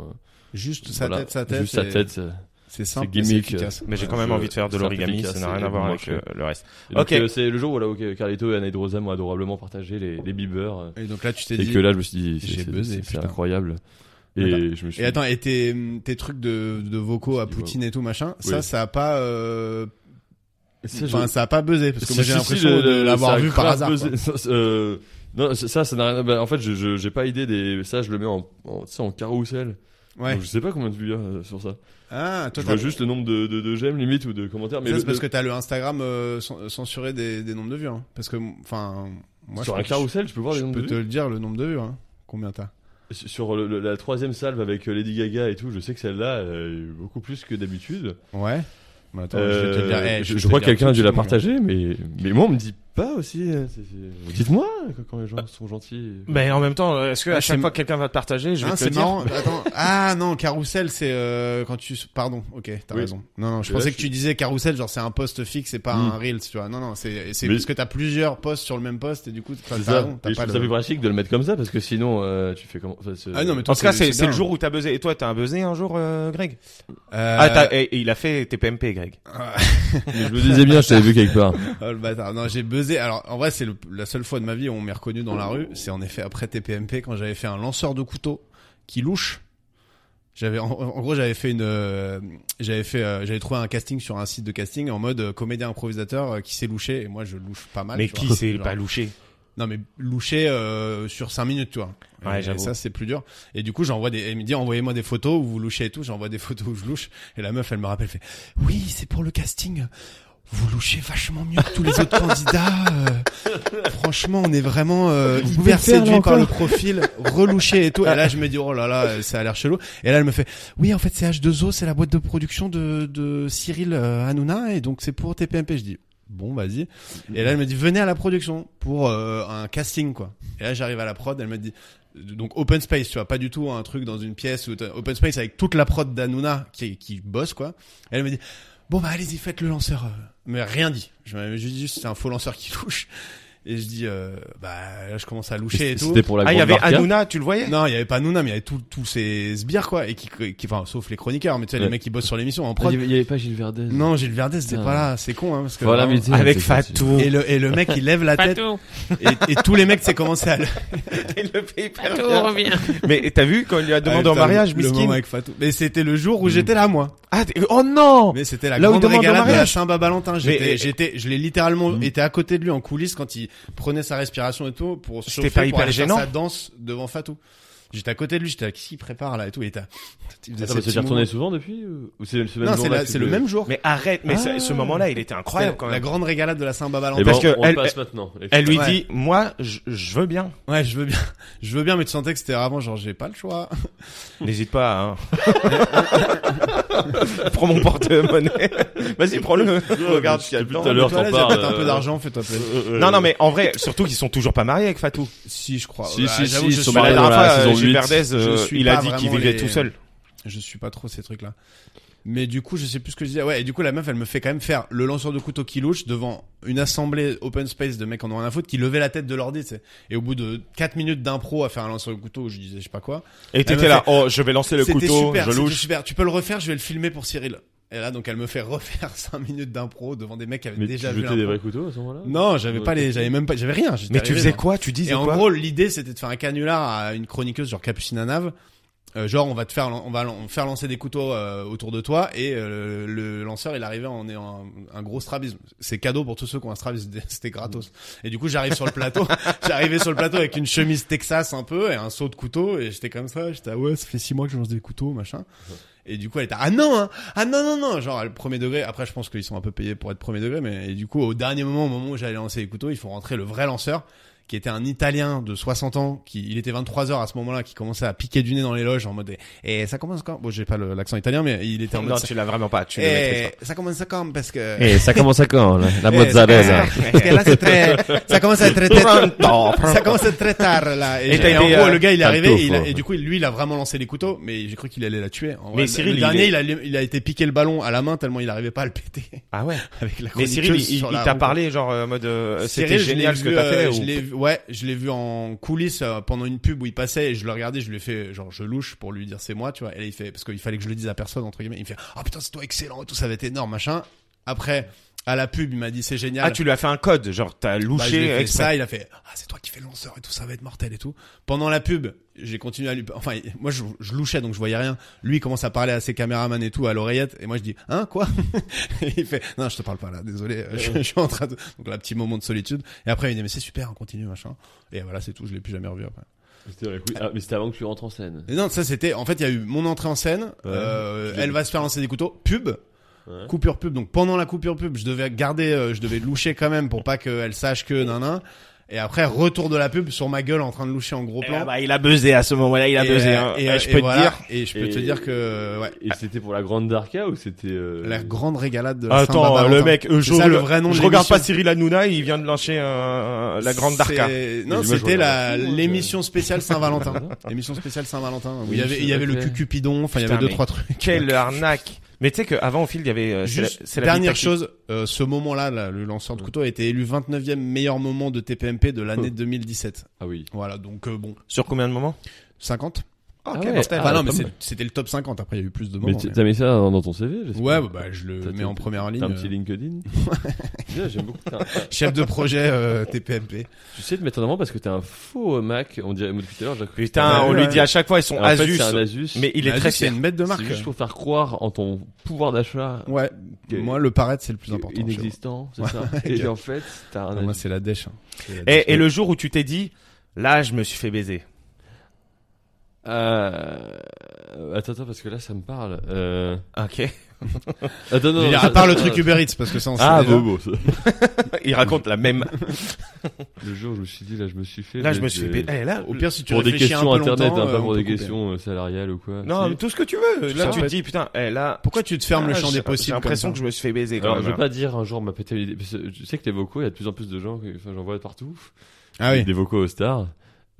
S2: Juste sa
S3: voilà.
S2: tête, sa tête.
S3: Juste sa
S2: et-
S3: tête. euh. ça.
S2: C'est simple,
S3: C'est
S2: mais c'est
S3: gimmick.
S2: efficace.
S1: Mais j'ai quand
S3: Ouais,
S1: même
S3: je-
S1: envie de faire de
S3: c'est
S1: l'origami,
S3: efficace
S1: ça n'a
S3: et
S1: rien à voir avec
S3: marche.
S1: euh, le reste.
S3: Et donc,
S1: Ok.
S3: euh, c'est le jour voilà, où Carlito et Anaïd Rosen m'ont adorablement partagé les, les Bieber. euh,
S2: Et donc là, tu t'es
S3: et
S2: dit.
S3: que là, je me suis dit, c'est-
S2: j'ai
S3: c'est-
S2: buzzé,
S3: c'est- c'est
S2: putain.
S3: incroyable. Et
S2: Attends.
S3: je me suis
S2: Et attends, et tes, tes trucs de, de vocaux à
S3: Je dis,
S2: Poutine et tout machin,
S3: Oui.
S2: ça, ça a pas, euh,
S3: Ça,
S2: enfin,
S3: je-
S2: ça a pas buzzé parce que moi
S3: Si,
S2: j'ai
S3: si,
S2: l'impression
S3: si, le-
S2: de
S3: le- euh, ça
S2: l'avoir
S3: a
S2: vu par
S3: grave
S2: hasard.
S3: buzzé.
S2: quoi.
S3: Ça, euh, non, ça, ça ça n'a rien. à- bah, en fait, je- je j'ai pas idée des. Ça, je le mets en, en, tu sais, en carrousel.
S2: Ouais.
S3: Donc, je sais pas combien de vues il y a euh, sur ça.
S2: Ah, toi,
S3: je
S2: t'as
S3: vois juste le nombre de, de, de j'aime limite ou de commentaires. Mais
S2: Ça,
S3: le-
S2: c'est parce que
S3: le-
S2: t'as le Instagram euh, cen- censuré des, des nombres de vues, hein. Parce que, enfin, moi,
S3: sur
S2: je,
S3: un
S2: je-
S3: carrousel, je peux voir
S2: je
S3: les nombres
S2: peux
S3: de
S2: te
S3: vues.
S2: le dire le nombre de vues, hein. Combien t'as
S3: Sur le- le- la troisième salve avec euh, Lady Gaga et tout, je sais que celle-là euh, il y a eu beaucoup plus que d'habitude.
S2: Ouais. Mais attends, je vais te le dire.
S3: Euh,
S2: Eh,
S3: Je
S2: vais
S3: je
S2: te
S3: crois
S2: le
S3: que
S2: dire
S3: quelqu'un a
S2: tout
S3: dû
S2: de
S3: la
S2: suite, mon gars.
S3: partager, mais mais moi on me dit pas aussi. euh, c'est- c'est- Dites-moi quand- quand les gens sont gentils.
S1: Mais en même temps, est-ce que
S2: Ah,
S1: à chaque
S2: c'est-
S1: fois que quelqu'un va te partager, je vais
S2: Hein,
S1: te
S2: c'est
S1: le dire
S2: marrant. Attends. Ah non, carrousel, c'est euh, quand tu. Pardon. Ok, t'as
S3: Oui.
S2: raison. Non, non, je
S3: Et
S2: pensais
S3: là,
S2: que
S3: je-
S2: tu disais carrousel, genre c'est un poste fixe et pas
S3: Mm.
S2: un reels, tu vois. Non, non, c'est c'est
S3: Mais-
S2: parce que t'as plusieurs postes sur le même poste et du coup t'as
S3: C'est
S2: t'as
S3: ça.
S2: raison.
S3: Et
S2: T'as
S3: je
S2: pas
S3: trouve ça plus
S2: le.
S3: pratique de le mettre comme ça parce que sinon euh, tu fais comment enfin, c'est-
S2: Ah non, mais toi,
S1: En tout cas, c'est c'est
S2: bien.
S1: le jour où t'as buzzé. Et toi, t'as un buzzé un jour, euh, Greg
S2: Euh,
S1: Ah, t'as- et- et il a fait TPMP, Greg.
S3: Mais je me disais bien, je t'avais vu quelque part.
S2: Oh le bâtard. Non, j'ai buzzé. Alors, en vrai, c'est le- la seule fois de ma vie où on m'est reconnu dans la rue. C'est en effet après TPMP quand j'avais fait un lanceur de couteau qui louche. J'avais en, en gros j'avais fait une euh, j'avais fait euh, j'avais trouvé un casting sur un site de casting en mode euh, comédien improvisateur euh, qui s'est louché et moi je louche pas mal
S1: mais
S2: tu
S1: qui
S2: vois.
S1: s'est
S2: Genre-
S1: pas louché
S2: non mais louché euh, sur 5 minutes tu vois
S1: Ouais,
S2: Et
S1: j'avoue.
S2: ça c'est plus dur et du coup j'envoie des elle me dit envoyez-moi des photos où vous louchez et tout j'envoie des photos où je louche et la meuf elle me rappelle fait oui c'est pour le casting vous louchez vachement mieux que tous les autres candidats euh, franchement on est vraiment euh, hyper séduit par le profil relouché et tout et là je me dis oh là là euh, ça a l'air chelou et là elle me fait oui en fait c'est H2O c'est la boîte de production de, de Cyril euh, Hanouna et donc c'est pour TPMP je dis bon vas-y et là, elle me dit, venez à la production pour euh, un casting, quoi. Et là, j'arrive à la prod, elle me dit, donc open space, tu vois, pas du tout un truc dans une pièce, ou t'as- open space avec toute la prod d'Anouna qui, qui bosse, quoi. Et elle me dit, bon, bah allez-y, faites le lanceur. euh. Mais rien dit. Je me je lui dis juste, c'est un faux lanceur qui louche. Et je dis, euh, bah, là, je commence à loucher et tout.
S3: C'était pour la
S1: Ah, il
S3: grande
S1: y avait
S3: barca.
S1: Hanouna, tu le voyais
S2: Non, il y avait pas Nouna, mais il y avait tous tous ces sbires quoi, et qui, qui, enfin, sauf les chroniqueurs, mais tu sais,
S3: Ouais.
S2: les mecs qui bossent sur l'émission en
S3: Ah, Il
S2: prod.
S3: y avait- il y avait pas Gilles Verdez.
S2: Non, Gilles Verdez, c'était
S3: Ah.
S2: pas là, c'est con, hein, parce que.
S3: Voilà,
S2: vraiment-
S3: mais tu sais,
S1: Avec
S3: c'est sorti.
S1: Fatou.
S2: et le, et le mec, il lève la tête,
S4: Patou,
S2: et, et tous les mecs, c'est commencé à le,
S1: Il le fait hyper
S4: Patou,
S1: bien.
S4: reviens.
S1: Mais t'as vu quand il lui a demandé
S2: Ah,
S1: en
S2: putain,
S1: mariage,
S2: le moment
S1: Miskin
S2: avec Fatou. Mais c'était le jour où j'étais là, moi.
S1: Ah, t'es- oh non
S2: Mais c'était la
S1: Là où il
S2: grande
S1: demande en
S2: régalade de la
S1: mariage.
S2: Saint-Valentin.
S1: Mais-
S2: J'étais, j'étais, je l'ai littéralement
S3: Mm.
S2: été à côté de lui en coulisses quand il prenait sa respiration et tout pour se
S1: C'était
S2: chauffer
S1: pas
S2: pour
S1: hyper
S2: aller faire
S1: gênant
S2: sa danse devant Fatou. J'étais à côté de lui, j'étais à qui il prépare là et tout. Et t'as, il faisait
S3: Attends,
S2: ses
S3: mais tu
S2: petits
S3: t'es retourné
S2: mouvements.
S3: souvent depuis ou ou c'est le ce même
S2: Non, c'est,
S3: jour-là
S2: la-
S3: que
S2: c'est le
S3: tu-
S2: même jour.
S1: Mais arrête, mais ce-
S3: Ah.
S1: ce moment-là, il était
S2: C'était
S1: incroyable quand
S2: la
S1: même.
S2: grande régalade de la Saint-Valentin.
S3: Eh ben,
S1: Parce que
S3: on
S1: elle-
S3: passe maintenant.
S1: Elle lui
S2: Ouais.
S1: dit, moi, je, je veux bien.
S2: Ouais, je veux bien, je veux bien, mais tu sentais que c'était avant, genre j'ai pas le choix.
S1: N'hésite pas. Hein. prends mon porte-monnaie. Vas-y, prends-le. Regarde ce qu'il y a
S3: depuis
S1: dedans.
S3: tout à l'heure,
S2: Toi, là,
S3: t'en
S2: j'ai
S3: parles.
S2: fait un peu
S3: euh,
S2: d'argent, fais-toi plaisir.
S1: Non, non, mais en vrai, surtout qu'ils sont toujours pas mariés avec Fatou.
S2: Si, je crois.
S3: Si,
S2: Ouais,
S3: si,
S2: j'avoue,
S3: si,
S2: je
S3: ils
S2: suis
S3: sont
S1: Mais
S3: mariés
S1: la
S2: pas-
S3: dans
S1: dernière
S3: la
S1: fois, euh,
S3: saison
S1: Gilles
S3: huit.
S1: Verdez, euh,
S2: Je suis
S1: il a
S2: pas
S1: dit qu'il
S2: vraiment
S1: vivait
S2: les-
S1: tout seul.
S2: je suis pas trop ces trucs là mais du coup je sais plus ce que je disais ouais et du coup la meuf elle me fait quand même faire le lanceur de couteau qui louche devant une assemblée open space de mecs en ont rien à foutre qui levaient la tête de l'ordi tu sais et au bout de 4 minutes d'impro à faire un lanceur de couteau où je disais je sais pas quoi
S1: Et t'étais
S2: me
S1: là, oh, je vais lancer le
S2: c'était
S1: couteau,
S2: super
S1: je
S2: c'était
S1: louche.
S2: super tu peux le refaire je vais le filmer pour Cyril et là donc elle me fait refaire 5 minutes d'impro devant des mecs qui avaient
S3: Mais tu
S2: déjà vu
S3: jetais des
S2: l'impro.
S3: vrais couteaux à ce moment-là
S2: non j'avais pas les j'avais même pas j'avais rien j'étais
S1: Mais tu
S2: arrivé
S1: faisais
S2: dans-
S1: quoi Tu disais
S2: et en
S1: quoi
S2: gros, l'idée c'était de faire un canular à une chroniqueuse genre Capucine Nave. Euh, genre on va te faire lan- on va lan- faire lancer des couteaux euh, autour de toi et euh, le lanceur il arrivait en ayant un, un gros strabisme. C'est cadeau pour tous ceux qui ont un strabisme, c'était gratos. Et du coup, j'arrive sur le plateau, j'arrivais sur le plateau avec une chemise Texas un peu et un seau de couteau et j'étais comme ça, j'étais ah ouais, ça fait six mois que je lance des couteaux, machin. Et du coup, elle était ah non, hein, ah non non non, genre le premier degré. Après, je pense qu'ils sont un peu payés pour être premier degré, mais et du coup, au dernier moment, au moment où j'allais lancer les couteaux, il faut rentrer le vrai lanceur qui était un Italien de 60 ans, qui il était 23 heures à ce moment-là, qui commençait à piquer du nez dans les loges en mode et ça commence quand Bon, j'ai pas le- l'accent italien, mais il était en
S1: Non,
S2: mode Eh.
S1: tu l'as vraiment pas. Tu le maîtrises
S2: et ça commence quand parce que
S5: Eh, ça commence à quand là La hein.
S2: Eh,
S5: mozzarella.
S2: ça- Parce que là, c'est très, ça commence à être très,
S1: pas. Pronto, pronto.
S2: ça commence à être très tard là. Et,
S1: Et t'as
S2: et en
S1: été,
S2: gros,
S1: euh,
S2: le gars, il est
S5: t'as le
S2: arrivé
S5: tofu,
S2: et, il a-
S5: en
S2: et
S5: fait.
S2: du coup, lui, il a vraiment lancé les couteaux, mais j'ai cru qu'il allait la tuer. En
S1: Mais
S2: vrai, le-
S1: Cyril,
S2: le
S1: il
S2: dernier,
S1: est-
S2: il a, il a été piqué le ballon à la main tellement il arrivait pas à le péter
S1: Ah ouais.
S2: avec la
S1: Mais Cyril,
S2: chroniqueuse
S1: il, il
S2: sur la
S1: t'a
S2: roue.
S1: parlé genre euh, en mode euh, c'était
S2: Cyril, je l'ai
S1: génial ce que
S2: vu,
S1: t'as fait
S2: euh,
S1: ou-
S2: je l'ai vu- ouais, je l'ai vu en coulisses euh, pendant une pub où il passait et je le regardais, je lui ai fait genre je louche pour lui dire c'est moi, tu vois. Et là il fait parce qu'il fallait que je le dise à personne entre guillemets. Il me fait ah putain c'est toi excellent et tout ça va être énorme machin. Après à la pub il m'a dit c'est génial.
S1: Ah, tu lui as fait un code, genre t'as
S2: Bah, je lui ai
S1: louché
S2: fait
S1: exprès.
S2: ça, il a fait ah c'est toi qui fais le lanceur et tout ça va être mortel et tout. Pendant la pub j'ai continué à lui enfin il- moi je, je louchais donc je voyais rien. Lui il commence à parler à ses caméramans et tout à l'oreillette et moi je dis hein quoi et il fait non je te parle pas là désolé euh, je, je suis en train de donc là petit moment de solitude et après il dit mais c'est super on continue machin et voilà c'est tout je l'ai plus jamais revu après
S3: C'était dans les couilles. Ah, mais c'était avant que tu rentres en scène.
S2: et non ça c'était en fait il y a eu mon entrée en scène euh, elle va se faire lancer des couteaux pub
S3: Ouais.
S2: coupure pub donc pendant la coupure pub je devais garder euh, je devais loucher quand même pour pas qu'elle sache que nanan et après retour de la pub sur ma gueule en train de loucher en gros
S1: Eh
S2: plan
S1: bah, il a buzzé à ce moment-là, il a
S2: Et,
S1: buzzé.
S2: euh,
S1: hein.
S2: et,
S1: Euh,
S2: euh,
S1: je
S2: et
S1: peux te
S2: voilà.
S1: dire.
S2: et je peux
S3: Et-
S2: te dire que ouais
S3: Et c'était pour la grande Darka ou c'était euh,
S2: la grande régalade de la
S1: Attends,
S2: Saint-Valentin.
S1: le mec, euh, je,
S2: C'est ça, le vrai nom
S1: je
S2: de
S1: regarde pas
S2: l'émission.
S1: Cyril Hanouna, il vient de lancer euh, la grande Darka.
S2: C'est-
S3: Mais
S2: Non,
S3: moi, je
S2: c'était la
S3: regarde beaucoup, hein,
S2: l'émission spéciale Saint-Valentin. l'émission spéciale Saint-Valentin. Où il y avait, il y avait le
S3: Ok.
S2: cul Cupidon. Enfin, il y
S1: Putain,
S2: avait deux
S1: mais
S2: trois trucs.
S1: Quelle arnaque Mais tu sais qu'avant au fil, il y avait. euh, c'est la-
S2: Juste,
S1: c'est la
S2: dernière
S1: petite
S2: chose, euh, ce moment-là, là, le lanceur de
S3: Mm.
S2: couteau a été élu 29e meilleur moment de TPMP de l'année 2017.
S3: Ah oui.
S2: Voilà, donc euh, bon,
S1: tactique. Sur combien de moments
S2: 50.
S1: Ok,
S3: ouais.
S1: mortel.
S3: Ah,
S2: Enfin, non, mais
S3: quand
S2: c'est-
S3: même.
S2: c'était le top 50. Après, il y a eu plus de
S3: Mais
S2: moments.
S3: t-
S2: mais-
S3: t'as mis ça dans dans ton CV j'espère
S2: Ouais, bah, bah, je le
S3: T'as-
S2: mets
S3: t'as-
S2: en première
S3: t'as
S2: ligne.
S3: un petit
S2: euh,
S3: LinkedIn. Bien, J'aime beaucoup. T'as un-
S2: Chef de projet euh, TPMP.
S3: Tu sais te mettre en avant parce que t'es un faux Mac. On dirait depuis tout à l'heure. j'ai cru que
S1: Putain,
S3: t'étais-
S1: on
S2: Ouais,
S1: lui
S2: ouais.
S1: dit à chaque fois, ils sont
S3: Et Bah, En fait,
S1: Asus.
S3: c'est un Asus.
S1: Mais il est
S2: Asus,
S1: très
S2: Bah, c'est
S1: fier.
S2: une bête de
S3: C'est
S2: marque.
S3: juste pour faire croire en ton pouvoir d'achat
S2: Ouais.
S3: Que-
S2: Moi, le paraître, c'est le plus important. chez moi.
S3: inexistant, c'est ça. Et en fait, t'as
S2: Ah,
S3: un
S2: Moi,
S3: Asus.
S2: c'est la dèche. hein.
S1: Et, et le jour où tu t'es dit, là, je me suis fait baiser.
S3: Euh... Attends, attends, parce que là, ça me parle. Euh...
S1: Ok.
S3: Attends, non,
S2: Je veux dire,
S3: ça-
S2: à part le
S3: ça-
S2: truc Uber Eats, parce que ça, on sait
S3: Ah,
S2: déjà.
S3: bon, bon. ça.
S1: il raconte la même.
S3: Le jour, où je me suis dit, là, je me suis fait.
S1: Là, je
S3: des-
S1: me suis fait
S3: des-
S1: baiser. Eh, là,
S2: Au pire, si tu
S3: Pour des
S2: réfléchis un
S3: questions
S2: peu
S3: internet,
S2: longtemps,
S3: hein, pas
S2: euh, on
S3: pour
S2: peut
S3: des
S2: couper.
S3: questions euh, salariales ou quoi.
S1: non,
S3: Si.
S1: mais tout ce que tu veux.
S2: Ça
S1: Là, tu
S2: peut
S1: te
S2: être-
S1: dis, putain, eh, là.
S2: Pourquoi tu te fermes le
S1: ah,
S2: champ
S1: j'ai-
S2: des possibles
S1: J'ai l'impression
S2: comme
S1: que
S2: ça
S1: je me suis fait baiser quand
S3: Alors, je
S1: même.
S3: veux pas dire un jour m'a pété les- parce que Je sais que les vocaux, il y a de plus en plus de gens, que- enfin, j'en vois partout.
S2: Ah oui.
S3: Des vocaux aux stars.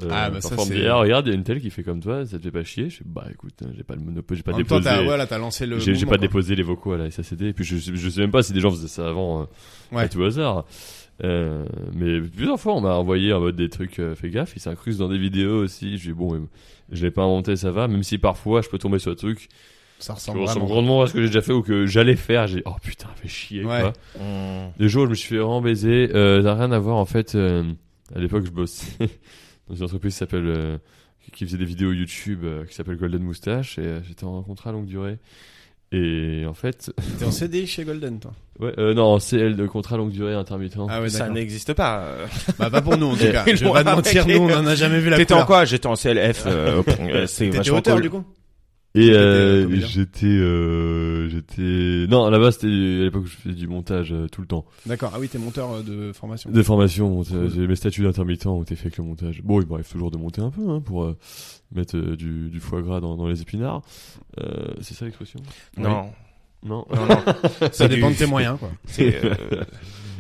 S3: Euh,
S2: Ah, bah, ça,
S3: parfois, on me
S2: c'est-
S3: dit, ah, regarde, il y a une telle qui fait comme toi, ça te fait pas chier. Je fais, bah, écoute, hein, j'ai pas le monopole, j'ai pas
S2: en même temps,
S3: déposé.
S2: t'as, voilà, t'as lancé le.
S3: J'ai j'ai
S2: mouvement,
S3: pas
S2: quoi.
S3: déposé les vocaux à la SACD, et puis je, je sais même pas si des gens faisaient ça avant, euh,
S2: Ouais.
S3: à tout hasard. Euh, mais plusieurs fois, on m'a envoyé en mode des trucs, euh, fais gaffe, il s'incruste dans des vidéos aussi. Je dis, bon, mais je l'ai pas inventé, ça va, même si parfois je peux tomber sur des trucs
S2: Ça
S3: qui
S2: ressemble
S3: ressemblent
S2: vraiment.
S3: grandement à ce que j'ai déjà fait ou que j'allais faire. J'ai, oh putain, fait chier,
S2: Ouais.
S3: quoi. Le jour où je me suis fait vraiment baiser, euh, ça n'a rien à voir en fait. euh, à l'époque, je bossais dans une entreprise qui s'appelle euh, qui faisait des vidéos YouTube euh, qui s'appelle Golden Moustache et euh, j'étais en contrat longue durée. Et en fait,
S2: T'es en CDI chez Golden, toi
S3: ouais, euh, non, en CL de contrat longue durée intermittent.
S2: Ah ouais,
S1: Ça
S2: d'accord.
S1: n'existe pas. euh.
S2: Bah, pas pour nous, en tout cas.
S1: Ils
S2: Je
S1: l'ont
S2: vais pas te mentir,
S1: arrêté.
S2: nous, on en a jamais vu la
S1: T'étais en
S2: couleur. Bah,
S1: quoi J'étais en CLF. euh, euh, c'est
S2: T'étais
S1: vachement
S2: auteur,
S1: cool.
S2: du coup
S3: Et
S2: T'étais,
S3: euh,
S2: euh, comédien
S3: j'étais, euh, j'étais, non, là-bas c'était à l'époque où je faisais du montage euh, tout le temps.
S2: D'accord. Ah oui, t'es monteur euh, de formation.
S3: Des formations, euh,
S2: Cool.
S3: j'ai mes statuts d'intermittent ont été faits avec le montage. Bon, il m'arrive toujours de monter un peu hein, pour euh, mettre euh, du, du foie gras dans, dans les épinards. Euh, c'est ça l'expression
S1: Non,
S3: Non.
S1: non, non.
S2: Ça
S1: C'est
S2: dépend
S1: du-
S2: de tes moyens, quoi.
S1: C'est euh,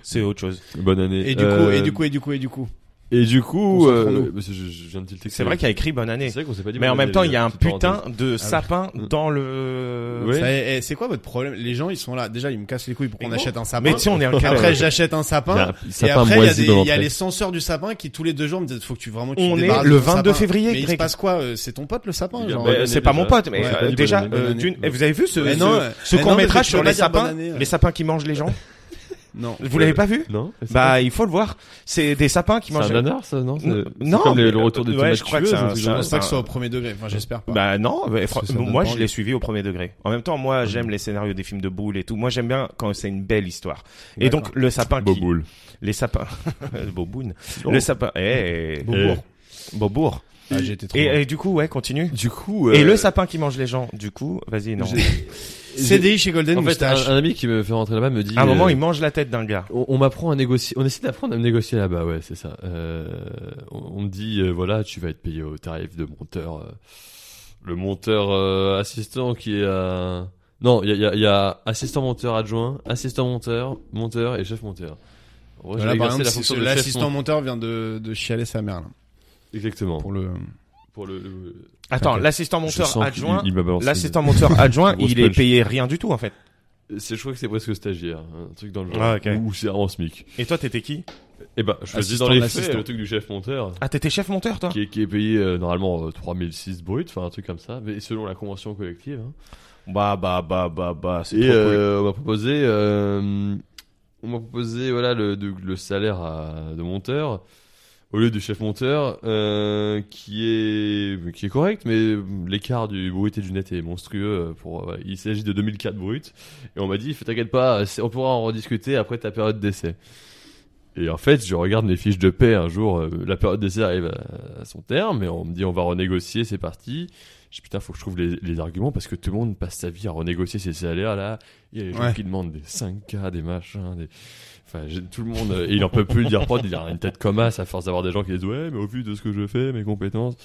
S1: c'est autre chose.
S3: Bonne année.
S2: Et du coup,
S3: Euh,
S2: et du coup, et du coup, et du coup.
S3: Et du coup, euh,
S2: Concentrons-nous.
S3: parce que je, je viens de tilter.
S1: C'est vrai qu'il y a écrit bonne
S3: C'est
S1: année.
S3: vrai qu'on s'est pas dit.
S1: Mais en
S3: bonne
S1: même
S3: année,
S1: temps,
S3: les
S1: il y a
S3: gars,
S1: un
S3: petite
S1: putain
S3: parenthèse.
S1: de sapin dans le.
S3: Ouais.
S2: Ça, eh, eh, C'est quoi votre problème Les gens, ils sont là. Déjà, ils me cassent les couilles pour qu'on
S1: Mais gros,
S2: achète un sapin.
S1: Mais tiens, on est en
S2: Après,
S1: Calais.
S2: j'achète un
S3: Il y a
S2: sapin.
S3: un
S2: Et
S3: sapin
S2: après, il y a,
S3: moisi
S2: des,
S3: dans
S2: il y a
S3: l'entrée.
S2: les censeurs du sapin qui tous les deux jours me disent faut que tu vraiment tu
S1: On
S2: te
S1: est
S2: débarrasses
S1: le
S2: de ton
S1: 22
S2: sapin.
S1: février,
S2: Mais il se
S1: Greg.
S2: passe quoi euh, C'est ton pote le sapin
S3: Il y a
S2: genre,
S3: Bonne
S1: Euh,
S3: année
S1: c'est pas
S3: déjà.
S1: mon pote, mais
S3: Ouais,
S1: euh,
S3: bonne année,
S1: déjà,
S3: bonne
S1: euh,
S2: année.
S1: d'une- eh, vous avez vu ce,
S2: Mais
S1: ce-
S2: non,
S1: ce
S2: mais non,
S1: court métrage
S2: mais tu
S1: sur
S2: peux
S1: les
S2: pas dire
S1: sapins,
S2: bonne année, euh.
S1: les sapins qui mangent les gens.
S2: Non.
S1: Vous l'avez pas vu
S3: Non. c'est
S1: Bah, il faut le voir. C'est des sapins qui
S3: C'est un
S1: mangent.
S3: nanar, ça, non C'est-
S1: Non,
S3: c'est comme
S1: mais-
S3: le, le retour des
S1: ouais,
S3: tomates
S1: je crois que
S3: tueuses,
S1: c'est un-
S3: truc
S1: c'est
S3: genre
S1: un-
S2: Je pense
S3: Ah, ça.
S2: pas que ce soit au premier degré. Enfin, j'espère pas.
S1: Bah non, mais
S2: Parce que
S1: fran-
S2: ça donne
S1: moi
S2: pas
S1: je
S2: envie.
S1: l'ai suivi au premier degré. En même temps,
S3: Ah
S1: moi j'aime les scénarios des films de boules et tout. Moi j'aime bien quand c'est une belle histoire. Et
S2: D'accord.
S1: donc le sapin qui,
S3: Boboul.
S1: les sapins, Boboun,
S3: Oh.
S1: le sapin, eh,
S2: Beaubourg.
S1: Beaubourg.
S2: Ah, j'ai été trop loin.
S3: euh,
S1: Et, et du coup, ouais, continue.
S3: Du coup.
S1: Et
S3: euh,
S1: le sapin qui mange les gens. Du coup, vas-y, non.
S2: J'ai- CDI chez Golden
S3: En fait, un,
S2: Moustache.
S3: un ami qui me fait rentrer là-bas me dit.
S1: À un moment,
S3: euh,
S1: il mange la tête d'un gars.
S3: on, on m'apprend à négocier. On essaie d'apprendre à me négocier là-bas, ouais, c'est ça. Euh, on, on me dit, euh, voilà, tu vas être payé au tarif de monteur. euh, le monteur euh, assistant qui est à... Non, il y a, il y a- il y a assistant monteur adjoint, assistant monteur, monteur et chef monteur. En vrai, j'ai
S2: Voilà, par
S3: exercé
S2: exemple,
S3: la
S2: si-
S3: fonction
S2: ce-
S3: de chef
S2: l'assistant
S3: monteur.
S2: monteur vient de, de chialer sa mère là,
S3: Exactement. Pour,
S2: pour le.
S3: le, le-
S1: Attends,
S2: ok.
S1: l'assistant
S3: Je sens
S1: monteur
S3: qu'il-
S1: adjoint.
S3: il m'a balancé.
S1: L'assistant monteur adjoint,
S3: Grosse
S1: il est
S3: punch.
S1: payé rien du tout en fait.
S3: C'est, je crois que c'est presque stagiaire, un truc dans le genre.
S1: Ah, ok.
S3: Ou c'est en SMIC.
S1: Et toi, t'étais qui
S3: Et ben, je faisais
S2: Assistant
S3: dans les
S2: de
S3: faits
S2: l'assistant.
S3: le truc du chef monteur.
S1: Ah, t'étais chef monteur toi
S3: qui est, qui est payé euh, normalement euh, 3006 brut, enfin un truc comme ça, mais selon la convention collective. hein.
S1: Bah bah bah bah bah. C'est
S3: Et
S1: trop
S3: euh, on m'a proposé, euh, on m'a proposé voilà le, de- le salaire à- de monteur au lieu du chef monteur, euh, qui est qui est correct, mais l'écart du brut et du net est monstrueux. euh, Pour euh, voilà. il s'agit de 2004 brut, et on m'a dit, Fais, t'inquiète pas, c'est- on pourra en rediscuter après ta période d'essai. Et en fait, je regarde mes fiches de paie un jour, euh, la période d'essai arrive à, à son terme, et on me dit on va renégocier, c'est parti. Je dis putain, faut que je trouve les, les arguments parce que tout le monde passe sa vie à renégocier ses salaires là. Il y a les gens
S2: Ouais.
S3: qui demandent des 5K, des machins, des. Enfin, j'ai- tout le monde, euh, et il en peut plus le dire prod, il a une tête comme as à force d'avoir des gens qui disent ouais, mais au vu de ce que je fais, mes compétences.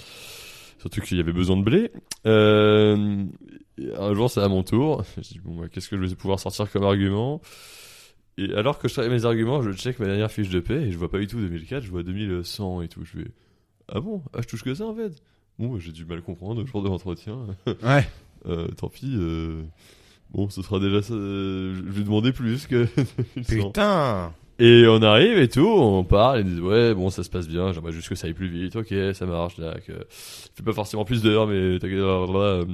S3: Surtout qu'il y avait besoin de blé. Euh, un jour, c'est à mon tour. Je dis, bon, bah, qu'est-ce que je vais pouvoir sortir comme argument Et alors que je travaille mes arguments, je check ma dernière fiche de paie et je vois pas du tout 2004, je vois 2100 et tout. Je vais, ah bon Ah, je touche que ça en fait Bon, bah, j'ai du mal comprendre au jour de l'entretien.
S2: Ouais.
S3: Euh, tant pis. euh, Bon, ce sera déjà ça. euh, Je vais demander plus que. 2100.
S1: Putain.
S3: Et on arrive et tout, on parle, ils disent ouais bon ça se passe bien, j'aimerais juste que ça aille plus vite, ok ça marche, là, que... fais pas forcément plus d'heures mais t'inquiète, blablabla, euh,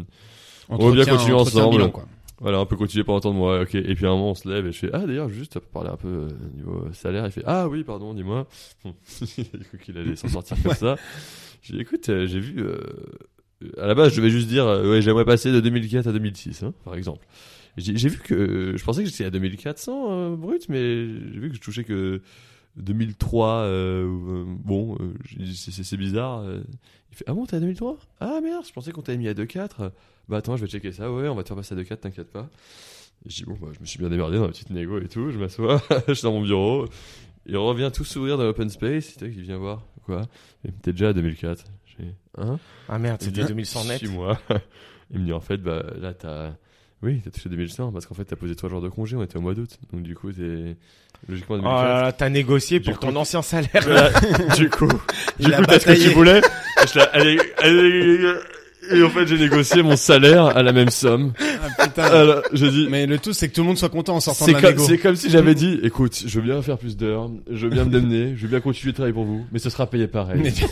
S3: On va bien
S2: Entretien-
S3: continuer
S2: entretien
S3: ensemble.
S2: bilan, quoi.
S3: voilà on peut continuer pendant tant de mois, ok. Et puis à un moment on se lève et je fais ah d'ailleurs juste pour parler un peu euh, niveau euh, salaire, il fait ah oui pardon dis-moi, Bon, il a cru qu'il allait s'en sortir comme ça. J'ai dit écoute euh, j'ai vu, euh, à la base je devais juste dire euh, ouais j'aimerais passer de 2004 à 2006 hein, par exemple. J'ai j'ai vu que euh, je pensais que j'étais à 2400 euh, brut, mais j'ai vu que je touchais que 2003. euh, euh, bon, euh, j'ai dit, c'est- c'est c'est bizarre. euh. il fait Ah bon, t'es à 2003 Ah merde, je pensais qu'on t'avait mis à 2,4. Bah attends, je vais checker ça. Ouais, on va te faire passer à 2,4, t'inquiète pas. Et je dis Bon, bah, je me suis bien démerdé dans la petite négo et tout. Je m'assois, je suis dans mon bureau. Il revient tout sourire dans l'open space. Il vient voir. Quoi Il me dit, T'es déjà à 2004. J'ai dit, Hein
S1: Ah merde, c'était 2100 net.
S3: Six mois. Il me dit en fait, bah, là, t'as. Oui, t'as touché 2100 parce qu'en fait, t'as posé trois jours de congé, on était au mois d'août. Donc, du coup, t'es. Logiquement,
S1: Oh
S3: 2004.
S1: là là, t'as négocié
S3: Du
S1: pour
S3: coup-
S1: ton ancien salaire.
S3: Voilà. du coup, j'ai
S2: Il a
S3: cru peut-être que
S2: bataillé.
S3: tu voulais. Je l'ai- allez, allez, et en fait, j'ai négocié mon salaire à la même somme.
S2: Ah, putain.
S3: Alors, j'ai dit,
S2: Mais le tout, c'est que tout le monde soit content en sortant de
S3: Euh, c'est
S2: la
S3: comme,
S2: négo.
S3: c'est comme si j'avais dit, écoute, je veux bien faire plus d'heures, je veux bien me donner, je veux bien continuer de travailler pour vous, mais ce sera payé pareil.
S2: Mais tu,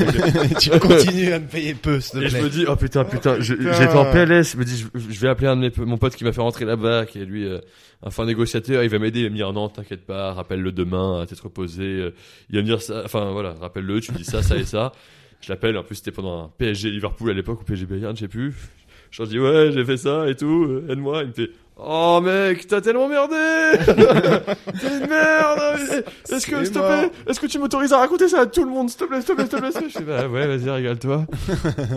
S2: tu continues à me payer peu, s'il te
S3: Et je
S2: plaît.
S3: me dis, oh putain, putain, je-
S1: putain.
S3: j'étais en PLS, je me dis, je, je vais appeler un de mes, mon pote qui m'a fait rentrer là-bas, qui est lui, euh, un fin négociateur, il va m'aider, il va me dire, non, t'inquiète pas, rappelle-le demain, à t'être reposé, euh, il va me dire ça, enfin voilà, rappelle-le, tu me dis ça, ça et ça. Je l'appelle, en plus c'était pendant un PSG Liverpool à l'époque, ou PSG Bayern, je sais plus. Je leur dis, ouais, j'ai fait ça et tout, euh, aide-moi, il me fait, Oh mec, t'as tellement merdé T'es une merde Est-ce que,
S2: C'est
S3: s'il te
S2: mort.
S3: plaît, est-ce que tu m'autorises à raconter ça à tout le monde S'il te plaît, s'il te plaît, s'il te plaît, s'il te plaît. Je fais, bah ouais, vas-y, régale-toi.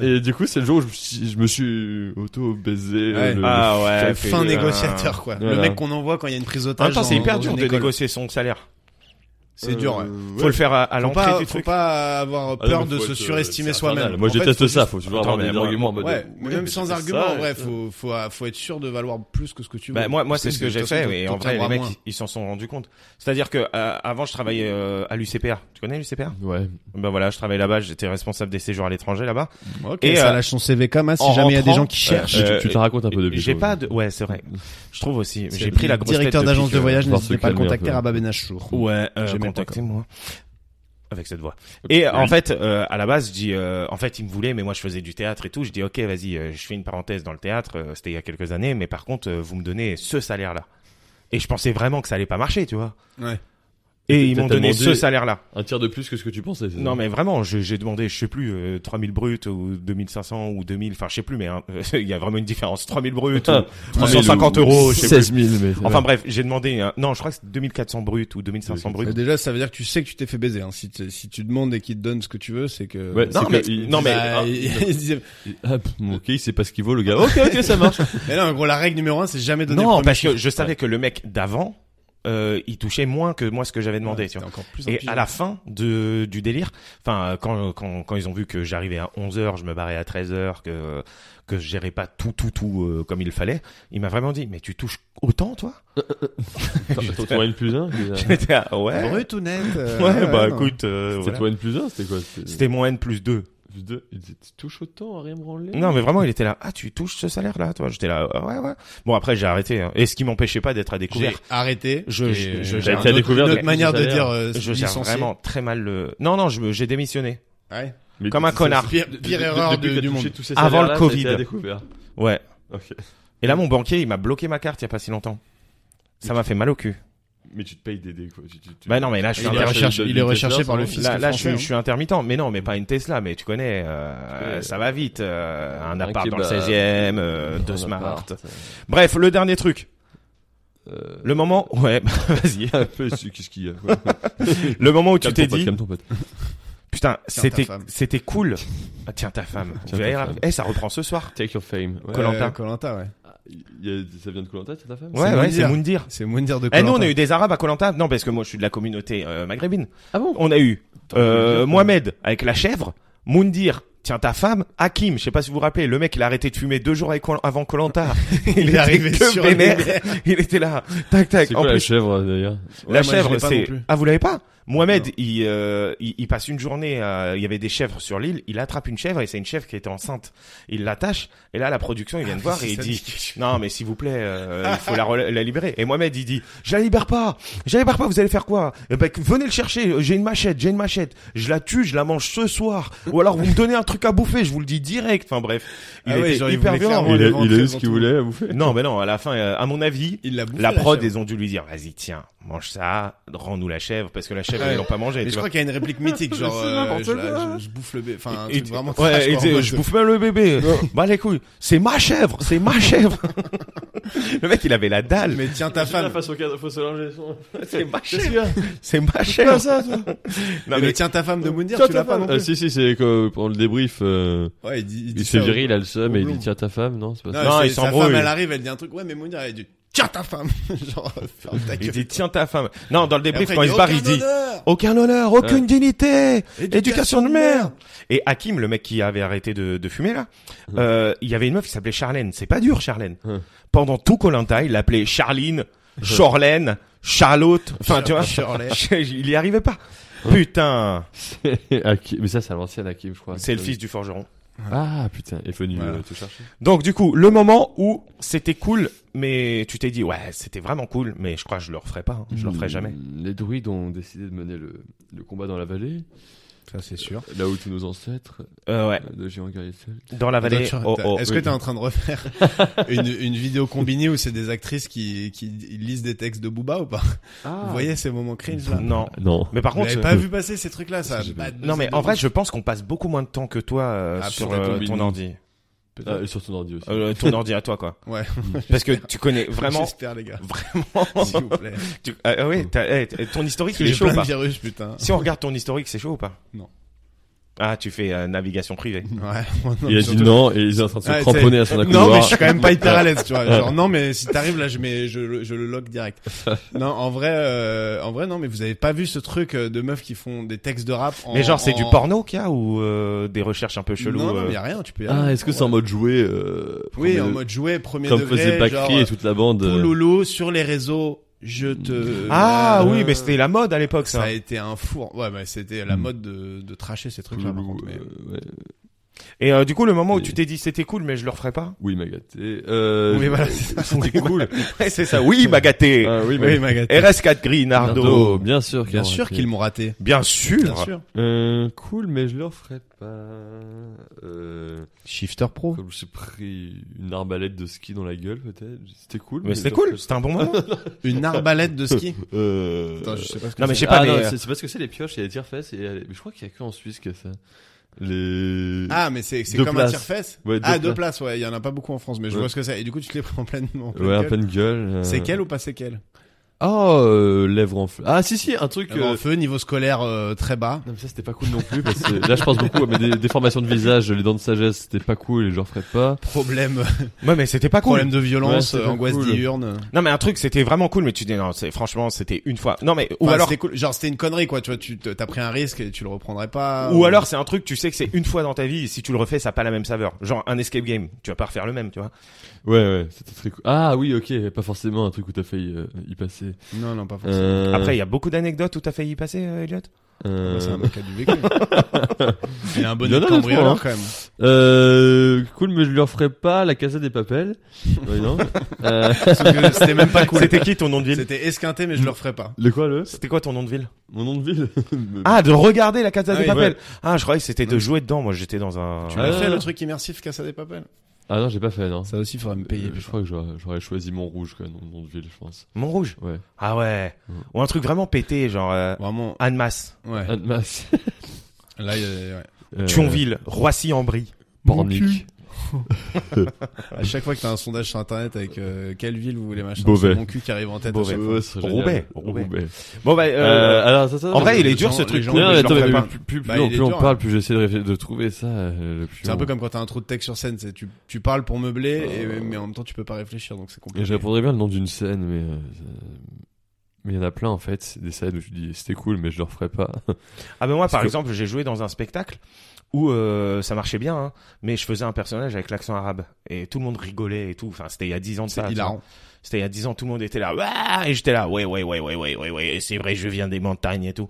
S3: Et du coup, c'est le jour où je me suis, je me suis auto-baisé.
S2: Ouais.
S3: le-
S1: Ah ouais.
S3: fait-
S2: Fin
S1: euh,
S2: négociateur, quoi. Le
S3: voilà. Ah,
S2: mec qu'on envoie quand il y a une prise
S1: En
S2: d'otage.
S1: même temps, c'est
S2: dans-
S1: hyper
S2: dans
S1: dur
S2: une
S1: de
S2: école.
S1: négocier son salaire.
S2: C'est dur, ouais.
S3: euh,
S1: Faut le faire à, à
S2: Faut
S1: l'entrée
S2: pas,
S1: du
S2: faut
S1: truc.
S2: pas avoir
S3: Ah non,
S2: peur
S3: mais
S2: de
S3: faut
S2: se
S3: être, euh,
S2: surestimer
S3: c'est
S2: soi-même.
S3: infernal. Moi,
S2: En
S3: je
S2: fait,
S3: déteste
S2: faut
S3: ça.
S2: juste-
S3: Faut toujours
S1: Attends,
S3: avoir des
S1: mais moi-
S3: arguments. en mode,
S2: Ouais,
S3: oui,
S2: même
S3: mais
S2: sans
S3: c'était
S2: argument,
S3: ça,
S2: en vrai,
S3: et-
S2: faut, faut, faut être sûr de valoir plus que ce que tu veux.
S1: Bah, moi, moi,
S2: Parce
S1: c'est ce que
S2: de
S1: j'ai
S2: toute
S1: fait,
S2: façon, t'en-
S1: et
S2: t'en
S1: en vrai, les
S2: tiendras
S1: mecs,
S2: moins.
S1: ils ils s'en sont rendus compte. C'est-à-dire que, euh, avant, je travaillais euh, à l'UCPA. Tu connais l'UCPA
S3: Ouais.
S1: Ben voilà, je travaillais là-bas, j'étais responsable des séjours à l'étranger là-bas.
S2: Ok,
S1: Et,
S2: ça
S1: euh,
S2: lâche son CV comme hein, si
S1: en
S2: jamais il y a des
S1: rentrant,
S2: gens qui cherchent.
S1: Euh,
S3: tu, tu te racontes un peu depuis.
S1: J'ai
S3: toi.
S1: pas de, ouais, c'est vrai. Je trouve aussi,
S2: C'est
S1: j'ai pris la
S2: le
S1: grosse tête
S2: Directeur
S1: depuis
S2: d'agence
S1: que-
S2: de voyage,
S3: Faut se
S2: n'hésitez pas à le
S3: calmer un
S2: contacter
S3: peu.
S2: à Benachour.
S1: Ouais, euh,
S2: J'ai même pas
S1: contactez-moi. Avec cette voix. Et en fait, euh, à la base, je dis, euh, en fait, il me voulait, mais moi, je faisais du théâtre et tout. Je dis, ok, vas-y, euh, je fais une parenthèse dans le théâtre. euh, C'était il y a quelques années, mais par contre, euh, vous me donnez ce salaire-là. Et je pensais vraiment que ça allait pas marcher, tu vois.
S2: Ouais.
S1: Et ils m'ont
S3: T'as
S1: donné
S3: demandé-
S1: ce
S3: Hmm.
S1: salaire-là.
S3: Un tiers de plus que ce que tu pensais. c'est ça
S1: Non, mais vraiment, je- j'ai demandé, je sais plus, euh, 3000 bruts ou 2500 ou 2000, enfin, je sais plus, mais hein, il y a vraiment une différence. 3000 bruts ou 350 euros, je sais plus.
S3: 16 000, mais. c'est
S1: Enfin
S3: vrai.
S1: bref, j'ai demandé, un- non, je crois que c'est 2400 bruts ou 2500 bruts.
S2: Bah, Déjà, ça veut dire que tu sais que tu t'es fait baiser. hein. Si, tu- si tu demandes et qu'ils te donnent ce que tu veux, c'est que.
S3: Ouais,
S1: Non,
S3: c'est
S1: mais-
S3: que il-
S1: euh, non, mais- hein.
S2: Bah, ils- ils disaient-
S3: Ah, pff, ok, il sait pas ce qu'il vaut, le gars. Ok, ok, ça marche.
S2: Mais non, en gros, la règle numéro un, c'est jamais donner.
S1: Non,
S2: le premier
S1: parce que je savais que le mec d'avant, euh, il touchait moins que moi ce que j'avais demandé.
S2: Ouais,
S1: tu vois.
S2: c'était encore plus
S1: Et
S2: empire.
S1: à la fin de, du délire, enfin euh, quand, quand quand ils ont vu que j'arrivais à 11h, je me barrais à 13h, que que je gérais pas tout tout tout euh, comme il fallait, il m'a vraiment dit "Mais tu touches autant toi
S3: T'as ton N plus 1
S1: J'étais ah, ouais.
S2: Brut ou net euh,
S1: ouais, bah
S2: non.
S1: écoute euh,
S3: C'était
S1: voilà.
S3: ton N plus 1 C'était quoi
S1: C'était mon N plus 2.
S3: plus 2. Il disait, tu touches autant à rien me branler
S2: Mm.
S1: Non, mais vraiment, il était là. Ah, tu touches ce salaire-là, toi. J'étais là. ah, Ouais, ouais. Bon, après, j'ai arrêté. hein. Et ce qui m'empêchait pas d'être à
S2: J'ai
S1: découvert.
S2: arrêté.
S1: Je-
S2: et,
S1: je- je-
S2: euh,
S1: j'ai
S2: un
S1: été à
S2: autre-
S3: découvert
S2: une
S3: des-
S2: autre manière
S3: des
S2: de
S3: salaires.
S2: dire. euh,
S1: Je gère
S2: licencié.
S1: vraiment très mal le. Non, non, je me- j'ai démissionné.
S2: Ouais.
S3: Mais
S1: Comme un
S3: c'est-
S1: connard.
S2: Pire,
S3: c'est-
S2: pire
S3: de- de-
S2: erreur
S3: depuis
S2: de-
S3: que t'as
S2: du monde.
S3: touché tous ces
S1: Avant le
S3: salaires-là, t'as été
S1: Covid.
S3: à découvert.
S1: Ouais.
S3: Ok.
S1: Et là, mon banquier, il m'a bloqué ma carte il y a pas si longtemps. Ça m'a fait mal au cul.
S3: Mais tu te payes des dés, quoi. Tu- tu- tu-
S1: Bah non, mais là, je
S2: Il
S1: suis
S2: est
S1: intermittent.
S2: recherché, il est recherché par le
S3: Là,
S2: fisc.
S1: Là, là, je,
S2: français,
S1: suis-
S2: hein.
S1: je suis intermittent. Mais non, mais pas une Tesla. Mais tu connais, euh,
S3: Ouais.
S1: ça va vite. euh, un
S3: Un
S1: appart dans le
S3: kebab.
S1: 16e, euh, deux
S3: bah, Un
S1: smart.
S3: appart,
S1: Bref, le dernier truc.
S3: euh,
S1: Le moment. Ouais, bah, vas-y.
S3: Un peu, c'est- qu'est-ce qu'il y a quoi.
S1: Le moment où tu
S3: Calme
S1: t'es
S3: ton pote,
S1: dit.
S3: calme ton pote.
S1: Putain,
S2: Tiens,
S1: c'était
S2: ta femme.
S1: c'était cool. Ah, tiens ta femme.
S3: Tiens,
S1: Vous
S3: ta
S1: allez-
S3: femme.
S1: Eh, ça reprend ce soir.
S3: Take your fame. hein. Ouais.
S1: Col- Koh-Lanta.
S2: Euh, Koh-Lanta, ouais.
S3: Il y a- Ça vient de Colanta, ta femme
S1: Ouais,
S2: C'est
S1: ouais,
S2: Moundir.
S1: c'est Moundir.
S2: C'est moins dire de
S1: Eh, nous, on
S2: Koh-Lanta.
S1: a eu des Arabes à Colanta. Non, parce que moi, je suis de la communauté euh, maghrébine.
S3: Ah bon
S1: On a eu euh,
S3: Attends,
S1: Mohamed avec la chèvre, Moundir. Tiens ta femme, Hakim, je sais pas si vous vous rappelez, le mec il a arrêté de fumer deux jours avec- avant Colanta.
S2: Il est arrivé
S1: que
S2: sur
S1: vénère.
S2: le-
S1: il était là, tac tac.
S3: C'est
S1: En
S3: quoi la
S1: plus,
S3: chèvre d'ailleurs
S2: Ouais,
S1: la
S2: moi, je l'ai
S1: chèvre,
S2: pas non
S1: c'est
S2: plus.
S1: ah vous l'avez pas Mohamed,
S2: Non.
S1: il, euh, il il passe une journée, à- il y avait des chèvres sur l'île, il attrape une chèvre et c'est une chèvre qui était enceinte. Il l'attache et là la production il vient de voir et il
S2: Ah, Ça
S1: dit
S2: quelque chose.
S1: Non, mais s'il vous plaît, euh, il faut la, rela- la libérer. Et Mohamed, il dit, je la libère pas, je la libère pas, vous allez faire quoi Eh ben, que- Venez le chercher, euh, j'ai une machette, j'ai une machette, je la tue, je la mange ce soir. Ou alors vous me donnez un truc à bouffer, je vous le dis direct. Enfin bref, il
S2: Ah ouais,
S1: était
S2: genre, il
S1: hyper
S2: voulait
S1: violent.
S2: clairement-
S3: Il a-
S2: les ventres,
S3: il a eu
S2: les
S3: ce qu'il
S2: ventres.
S3: voulait à bouffer.
S1: Non, mais non, à la fin, euh, à mon avis...
S2: Il l'a bouffé.
S1: La prod,
S2: chèvre.
S1: ils ont dû lui dire, vas-y, tiens, mange ça, rends-nous la chèvre, parce que la chèvre,
S2: Ouais.
S1: ils l'ont pas mangée.
S2: Mais
S1: tu
S2: je
S1: vois.
S2: crois qu'il y a une réplique mythique, genre
S3: C'est
S2: euh,
S3: n'importe
S2: je,
S3: quoi.
S2: la- je- je bouffe le bébé. Enfin, un
S1: Et-
S2: truc vraiment
S1: ouais,
S2: trash,
S1: et
S2: quoi,
S1: tu sais,
S2: en mode-
S1: je bouffe même le bébé. Bah les couilles, c'est ma chèvre, c'est ma chèvre. le mec, il avait la dalle.
S2: Mais tiens ta
S3: Putain,
S2: femme.
S3: face au cadre, faut se langer son.
S1: C'est ma
S3: Qu'est-ce
S1: chèvre,
S3: qu'il y a
S1: c'est ma chèvre.
S3: ça, toi
S1: Non,
S2: mais
S1: mais-
S2: le tiens ta femme de Moundir,
S3: Tiens,
S2: tu
S3: ta
S2: l'as pas
S3: femme.
S2: non
S3: Ah,
S2: plus.
S3: si, si, c'est que pendant le débrief, euh,
S2: Ouais, il dit, dit
S3: il se fait
S2: ça au-
S3: virer, il a le seum et il
S2: au
S3: dit
S2: blond.
S3: tiens ta femme, non c'est pas ça.
S1: Non,
S2: c'est-
S1: il
S2: sa
S1: s'embrouille.
S2: femme, elle arrive, elle dit un truc. Ouais, mais Mounir, elle dit tiens ta femme. Genre, ferme ta
S1: Il
S2: gueule.
S1: dit tiens ta femme. Non, dans le
S2: Et après,
S1: débrief quand il se barre, il
S2: Aucun
S1: dit
S2: honneur.
S1: aucun honneur, aucune dignité, éducation de merde.
S2: merde.
S1: Et Hakim, le mec qui avait arrêté de, de fumer là, euh, il y avait une meuf qui s'appelait Charlène. C'est pas dur Charlène.
S3: Hum.
S1: Pendant tout Colanta, il l'appelait Charline, Chorlène, Charlotte. Enfin, tu vois,
S2: Shirley.
S1: il y arrivait pas. Putain,
S3: Hakim- Mais ça, c'est à l'ancienne Hakim, je crois.
S1: c'est le fils du forgeron.
S3: Ah putain, il faut nu
S2: Voilà.
S3: euh, tout chercher.
S1: Donc du coup, le moment où c'était cool, mais tu t'es dit ouais, c'était vraiment cool, mais je crois que je le referai pas, hein. je le referai jamais.
S3: Hmm, Les druides ont décidé de mener le, le combat dans la vallée,
S2: Ça, c'est sûr.
S3: là où tous nos ancêtres,
S1: Euh, ouais,
S3: euh, de géants guerriers seuls.
S1: dans la vallée.
S2: Attends,
S1: oh,
S2: t'as-
S1: oh,
S2: Est-ce que
S1: oui.
S2: t'es en train de refaire une, une vidéo combinée où c'est des actrices qui, qui lisent des textes de Booba ou pas
S1: Ah.
S2: Vous voyez ces moments cringe là
S1: Non.
S3: Non.
S1: Mais par
S2: Ah. Vous
S1: contre,
S2: n'avez pas vu passer ces trucs là ça
S3: J'ai pas
S2: bat
S1: non mais en vrai, je pense qu'on passe beaucoup moins de temps que toi euh,
S2: Ah,
S1: sur
S2: sur la
S1: euh,
S3: combine.
S1: ton ordi,
S3: Ah, et sur ton ordi aussi.
S1: Euh, ton ordi à toi quoi.
S2: Ouais.
S1: Parce que tu connais vraiment,
S2: J'espère les gars.
S1: vraiment.
S2: S'il vous plaît.
S1: tu- ah, ah oui, t'as- eh, t- ton historique
S2: Parce que
S1: il est
S2: j'ai
S1: chaud ou
S2: plein
S1: pas
S2: de virus putain.
S1: Si on regarde ton historique, c'est chaud ou pas
S2: Non.
S1: Ah, tu fais euh, navigation privée.
S2: Ouais. moi, non,
S3: il a dit
S2: surtout-
S3: non et ils sont en train de se
S2: Ouais,
S3: cramponner à
S2: t'sais,
S3: son accoudoir.
S2: Non, mais je suis quand même pas hyper à l'aise, tu vois. Genre, non, mais si t'arrives là, je mets, je, le- je le log direct. Non, en vrai, euh, en vrai, non, mais vous avez pas vu ce truc euh, de meufs qui font des textes de rap en,
S1: mais genre, c'est
S2: en-
S1: du porno qu'il y a ou euh, des recherches un peu cheloues
S2: Non, non,
S1: euh,
S2: y a rien, tu peux y
S3: Ah,
S2: aller.
S3: est-ce que c'est en
S2: Ouais.
S3: mode jouer euh,
S2: Oui,
S3: premier
S2: en
S3: de-
S2: mode jouer, premier
S3: comme faisait
S2: degré, genre,
S3: Bakri et toute la bande. euh,
S2: Pouloulou sur les réseaux, je te...
S1: Ah
S2: Euh,
S1: oui, mais c'était la mode à l'époque
S2: Ça
S1: ça.
S2: a été un four. Ouais, mais c'était la
S3: Mm.
S2: mode de, de tracher ces trucs-là, par
S3: Pouloulou,
S2: contre. Mais...
S3: euh, ouais.
S1: Et euh, du coup, le moment où
S3: Et-
S1: tu t'es dit c'était cool, mais je le referai pas.
S3: Oui, Magaté. Euh,
S2: Oui, voilà,
S3: c'était cool.
S1: Ouais, c'est ça. Oui, bah gâté.
S3: Ah, oui,
S2: Oui,
S3: Magaté.
S2: Magath.
S1: RS4 Green, Ardo.
S3: Nardo, bien sûr.
S2: Bien sûr qu'ils m'ont raté.
S1: Bien sûr.
S2: Bien sûr.
S3: Euh, cool, mais je leur ferai pas. Euh,
S2: Shifter Pro.
S3: comme j'ai pris une arbalète de ski dans la gueule, peut-être. C'était cool.
S1: Mais c'était
S3: je-
S1: cool, c'était un bon moment.
S2: Une arbalète de ski.
S3: Euh...
S2: Attends, je sais pas ce que
S1: Non mais
S2: c'est.
S1: je sais pas.
S3: Ah,
S1: mais,
S3: non,
S1: euh,
S3: c'est c'est parce que c'est les pioches et les tire-fesses. Et... euh, mais Je crois qu'il y a que en Suisse qu'il y a ça. Les...
S2: Ah, mais c'est c'est
S3: Mm. Deux
S2: comme un
S3: places.
S2: tire-fesse
S3: Ouais, deux
S2: Ah, deux
S3: places.
S2: places, ouais. Il y en a pas beaucoup en France, mais je
S3: Ouais.
S2: vois ce que c'est. Et du coup, tu te les prends en pleine. en pleine
S3: ouais, en
S2: gueule.
S3: pleine gueule. euh.
S2: C'est quel ou pas c'est quel
S3: Oh, euh, lèvres en feu. Ah, si, si, un truc. euh,
S2: En feu, niveau scolaire euh, très bas.
S3: Non, mais ça, c'était pas cool non plus. Parce que là, je pense beaucoup à mes dé- déformations de visage, les dents de sagesse, c'était pas cool et je leur ferais pas.
S2: Problème,
S1: Ouais, mais c'était pas cool.
S2: problème de violence, euh,
S3: Ouais, c'est pas
S2: angoisse
S3: cool.
S2: diurne.
S1: Non mais un truc, c'était vraiment cool, mais tu dis non, c'est franchement, c'était une fois. Non mais ou
S2: Enfin,
S1: alors,
S2: c'était cool. Genre, c'était une connerie, quoi. Tu vois, tu te- t'as pris un risque et tu le reprendrais pas.
S1: ou alors c'est un truc, tu sais que c'est une fois dans ta vie. Et si tu le refais, ça a pas la même saveur. Genre un escape game, tu vas pas refaire le même, tu vois.
S3: Ouais, ouais, c'était très cool. Ah oui, ok, pas forcément un truc où t'as failli euh, y passer.
S2: Non, non, pas forcément.
S3: Euh,
S1: Après, il y a beaucoup d'anecdotes où t'as failli y passer, euh, Elliot.
S3: euh,
S2: Moi, C'est un mec qui a du vécu. Il a un
S3: Il y en
S2: bonnet
S3: a hein.
S2: de
S3: des
S2: cambrioleur,
S3: fois,
S2: quand même.
S3: euh, cool, mais je leur ferai pas la casa des papels. Ouais, non. Euh,
S2: Sauf que C'était même pas cool.
S1: C'était qui ton nom de ville
S2: C'était esquinté, mais je le referais pas.
S3: le quoi, le
S1: C'était quoi ton nom de ville
S2: Euh.
S3: Mon nom de ville
S1: Ah, de regarder la Casa
S2: Ah
S1: des
S2: oui,
S1: Papel.
S3: ouais.
S1: Ah, je croyais que c'était de jouer dedans. Moi, j'étais dans un.
S2: Tu
S3: Ah,
S2: l'as
S3: ouais,
S2: fait,
S3: ouais.
S2: le truc immersif, Casa des Papel
S3: Ah non, j'ai pas fait, non.
S2: Ça aussi, faudrait me
S3: Euh, je crois que j'aurais j'aurais choisi Montrouge, quand même, mon nom de ville, je pense.
S1: Montrouge.
S3: Ouais.
S1: Ah ouais.
S3: Mm.
S1: Ou un truc vraiment pété, genre euh,
S2: Vraiment,
S1: Annemasse,
S2: ouais.
S3: Un de masse.
S2: Là, il y a- ouais.
S3: Euh,
S1: Thionville, Roissy-en-Brie.
S3: Pornic.
S2: À chaque fois que t'as un sondage sur internet avec euh, quelle ville vous voulez machin,
S3: Beauvais.
S2: c'est mon cul qui arrive en tête. à chaque fois.
S3: Ouais, ce serait
S1: Roubaix,
S3: génial.
S1: Roubaix.
S3: Roubaix.
S1: Bon bah, euh,
S3: Euh, alors, ça, ça,
S1: en vrai, il est
S2: les
S1: dur
S2: gens-
S1: ce
S2: les
S1: truc.
S2: gens-
S1: cool,
S3: Non,
S1: mais je
S3: attends,
S1: le
S3: mais
S1: ferai pas.
S3: plus, plus, plus,
S2: Bah, il
S3: on,
S2: est
S3: plus on
S2: dur, hein.
S3: parle, plus j'essaie de, réfl- de trouver ça. euh, le plus
S2: C'est un
S3: on-
S2: peu comme quand t'as un trou de texte sur scène, c'est tu, tu parles pour meubler,
S3: Euh.
S2: et, mais en même temps tu peux pas réfléchir, donc c'est
S3: Et
S2: compliqué.
S3: je répondrais bien le nom d'une scène, mais euh, ça- mais il y en a plein en fait, c'est des scènes où tu dis c'était cool, mais je le referai pas.
S1: Ah ben moi, par
S3: que-
S1: exemple, j'ai joué dans un spectacle où euh, ça marchait bien, hein, mais je faisais un personnage avec l'accent arabe et tout le monde rigolait et tout. Enfin, c'était il y a dix ans de ça.
S2: C'est
S1: tu vois.
S2: hilarant.
S1: C'était il y a dix ans, tout le monde était là, Ouah et j'étais là, ouais, ouais, ouais, ouais, ouais, ouais, ouais, c'est vrai, je viens des montagnes et tout.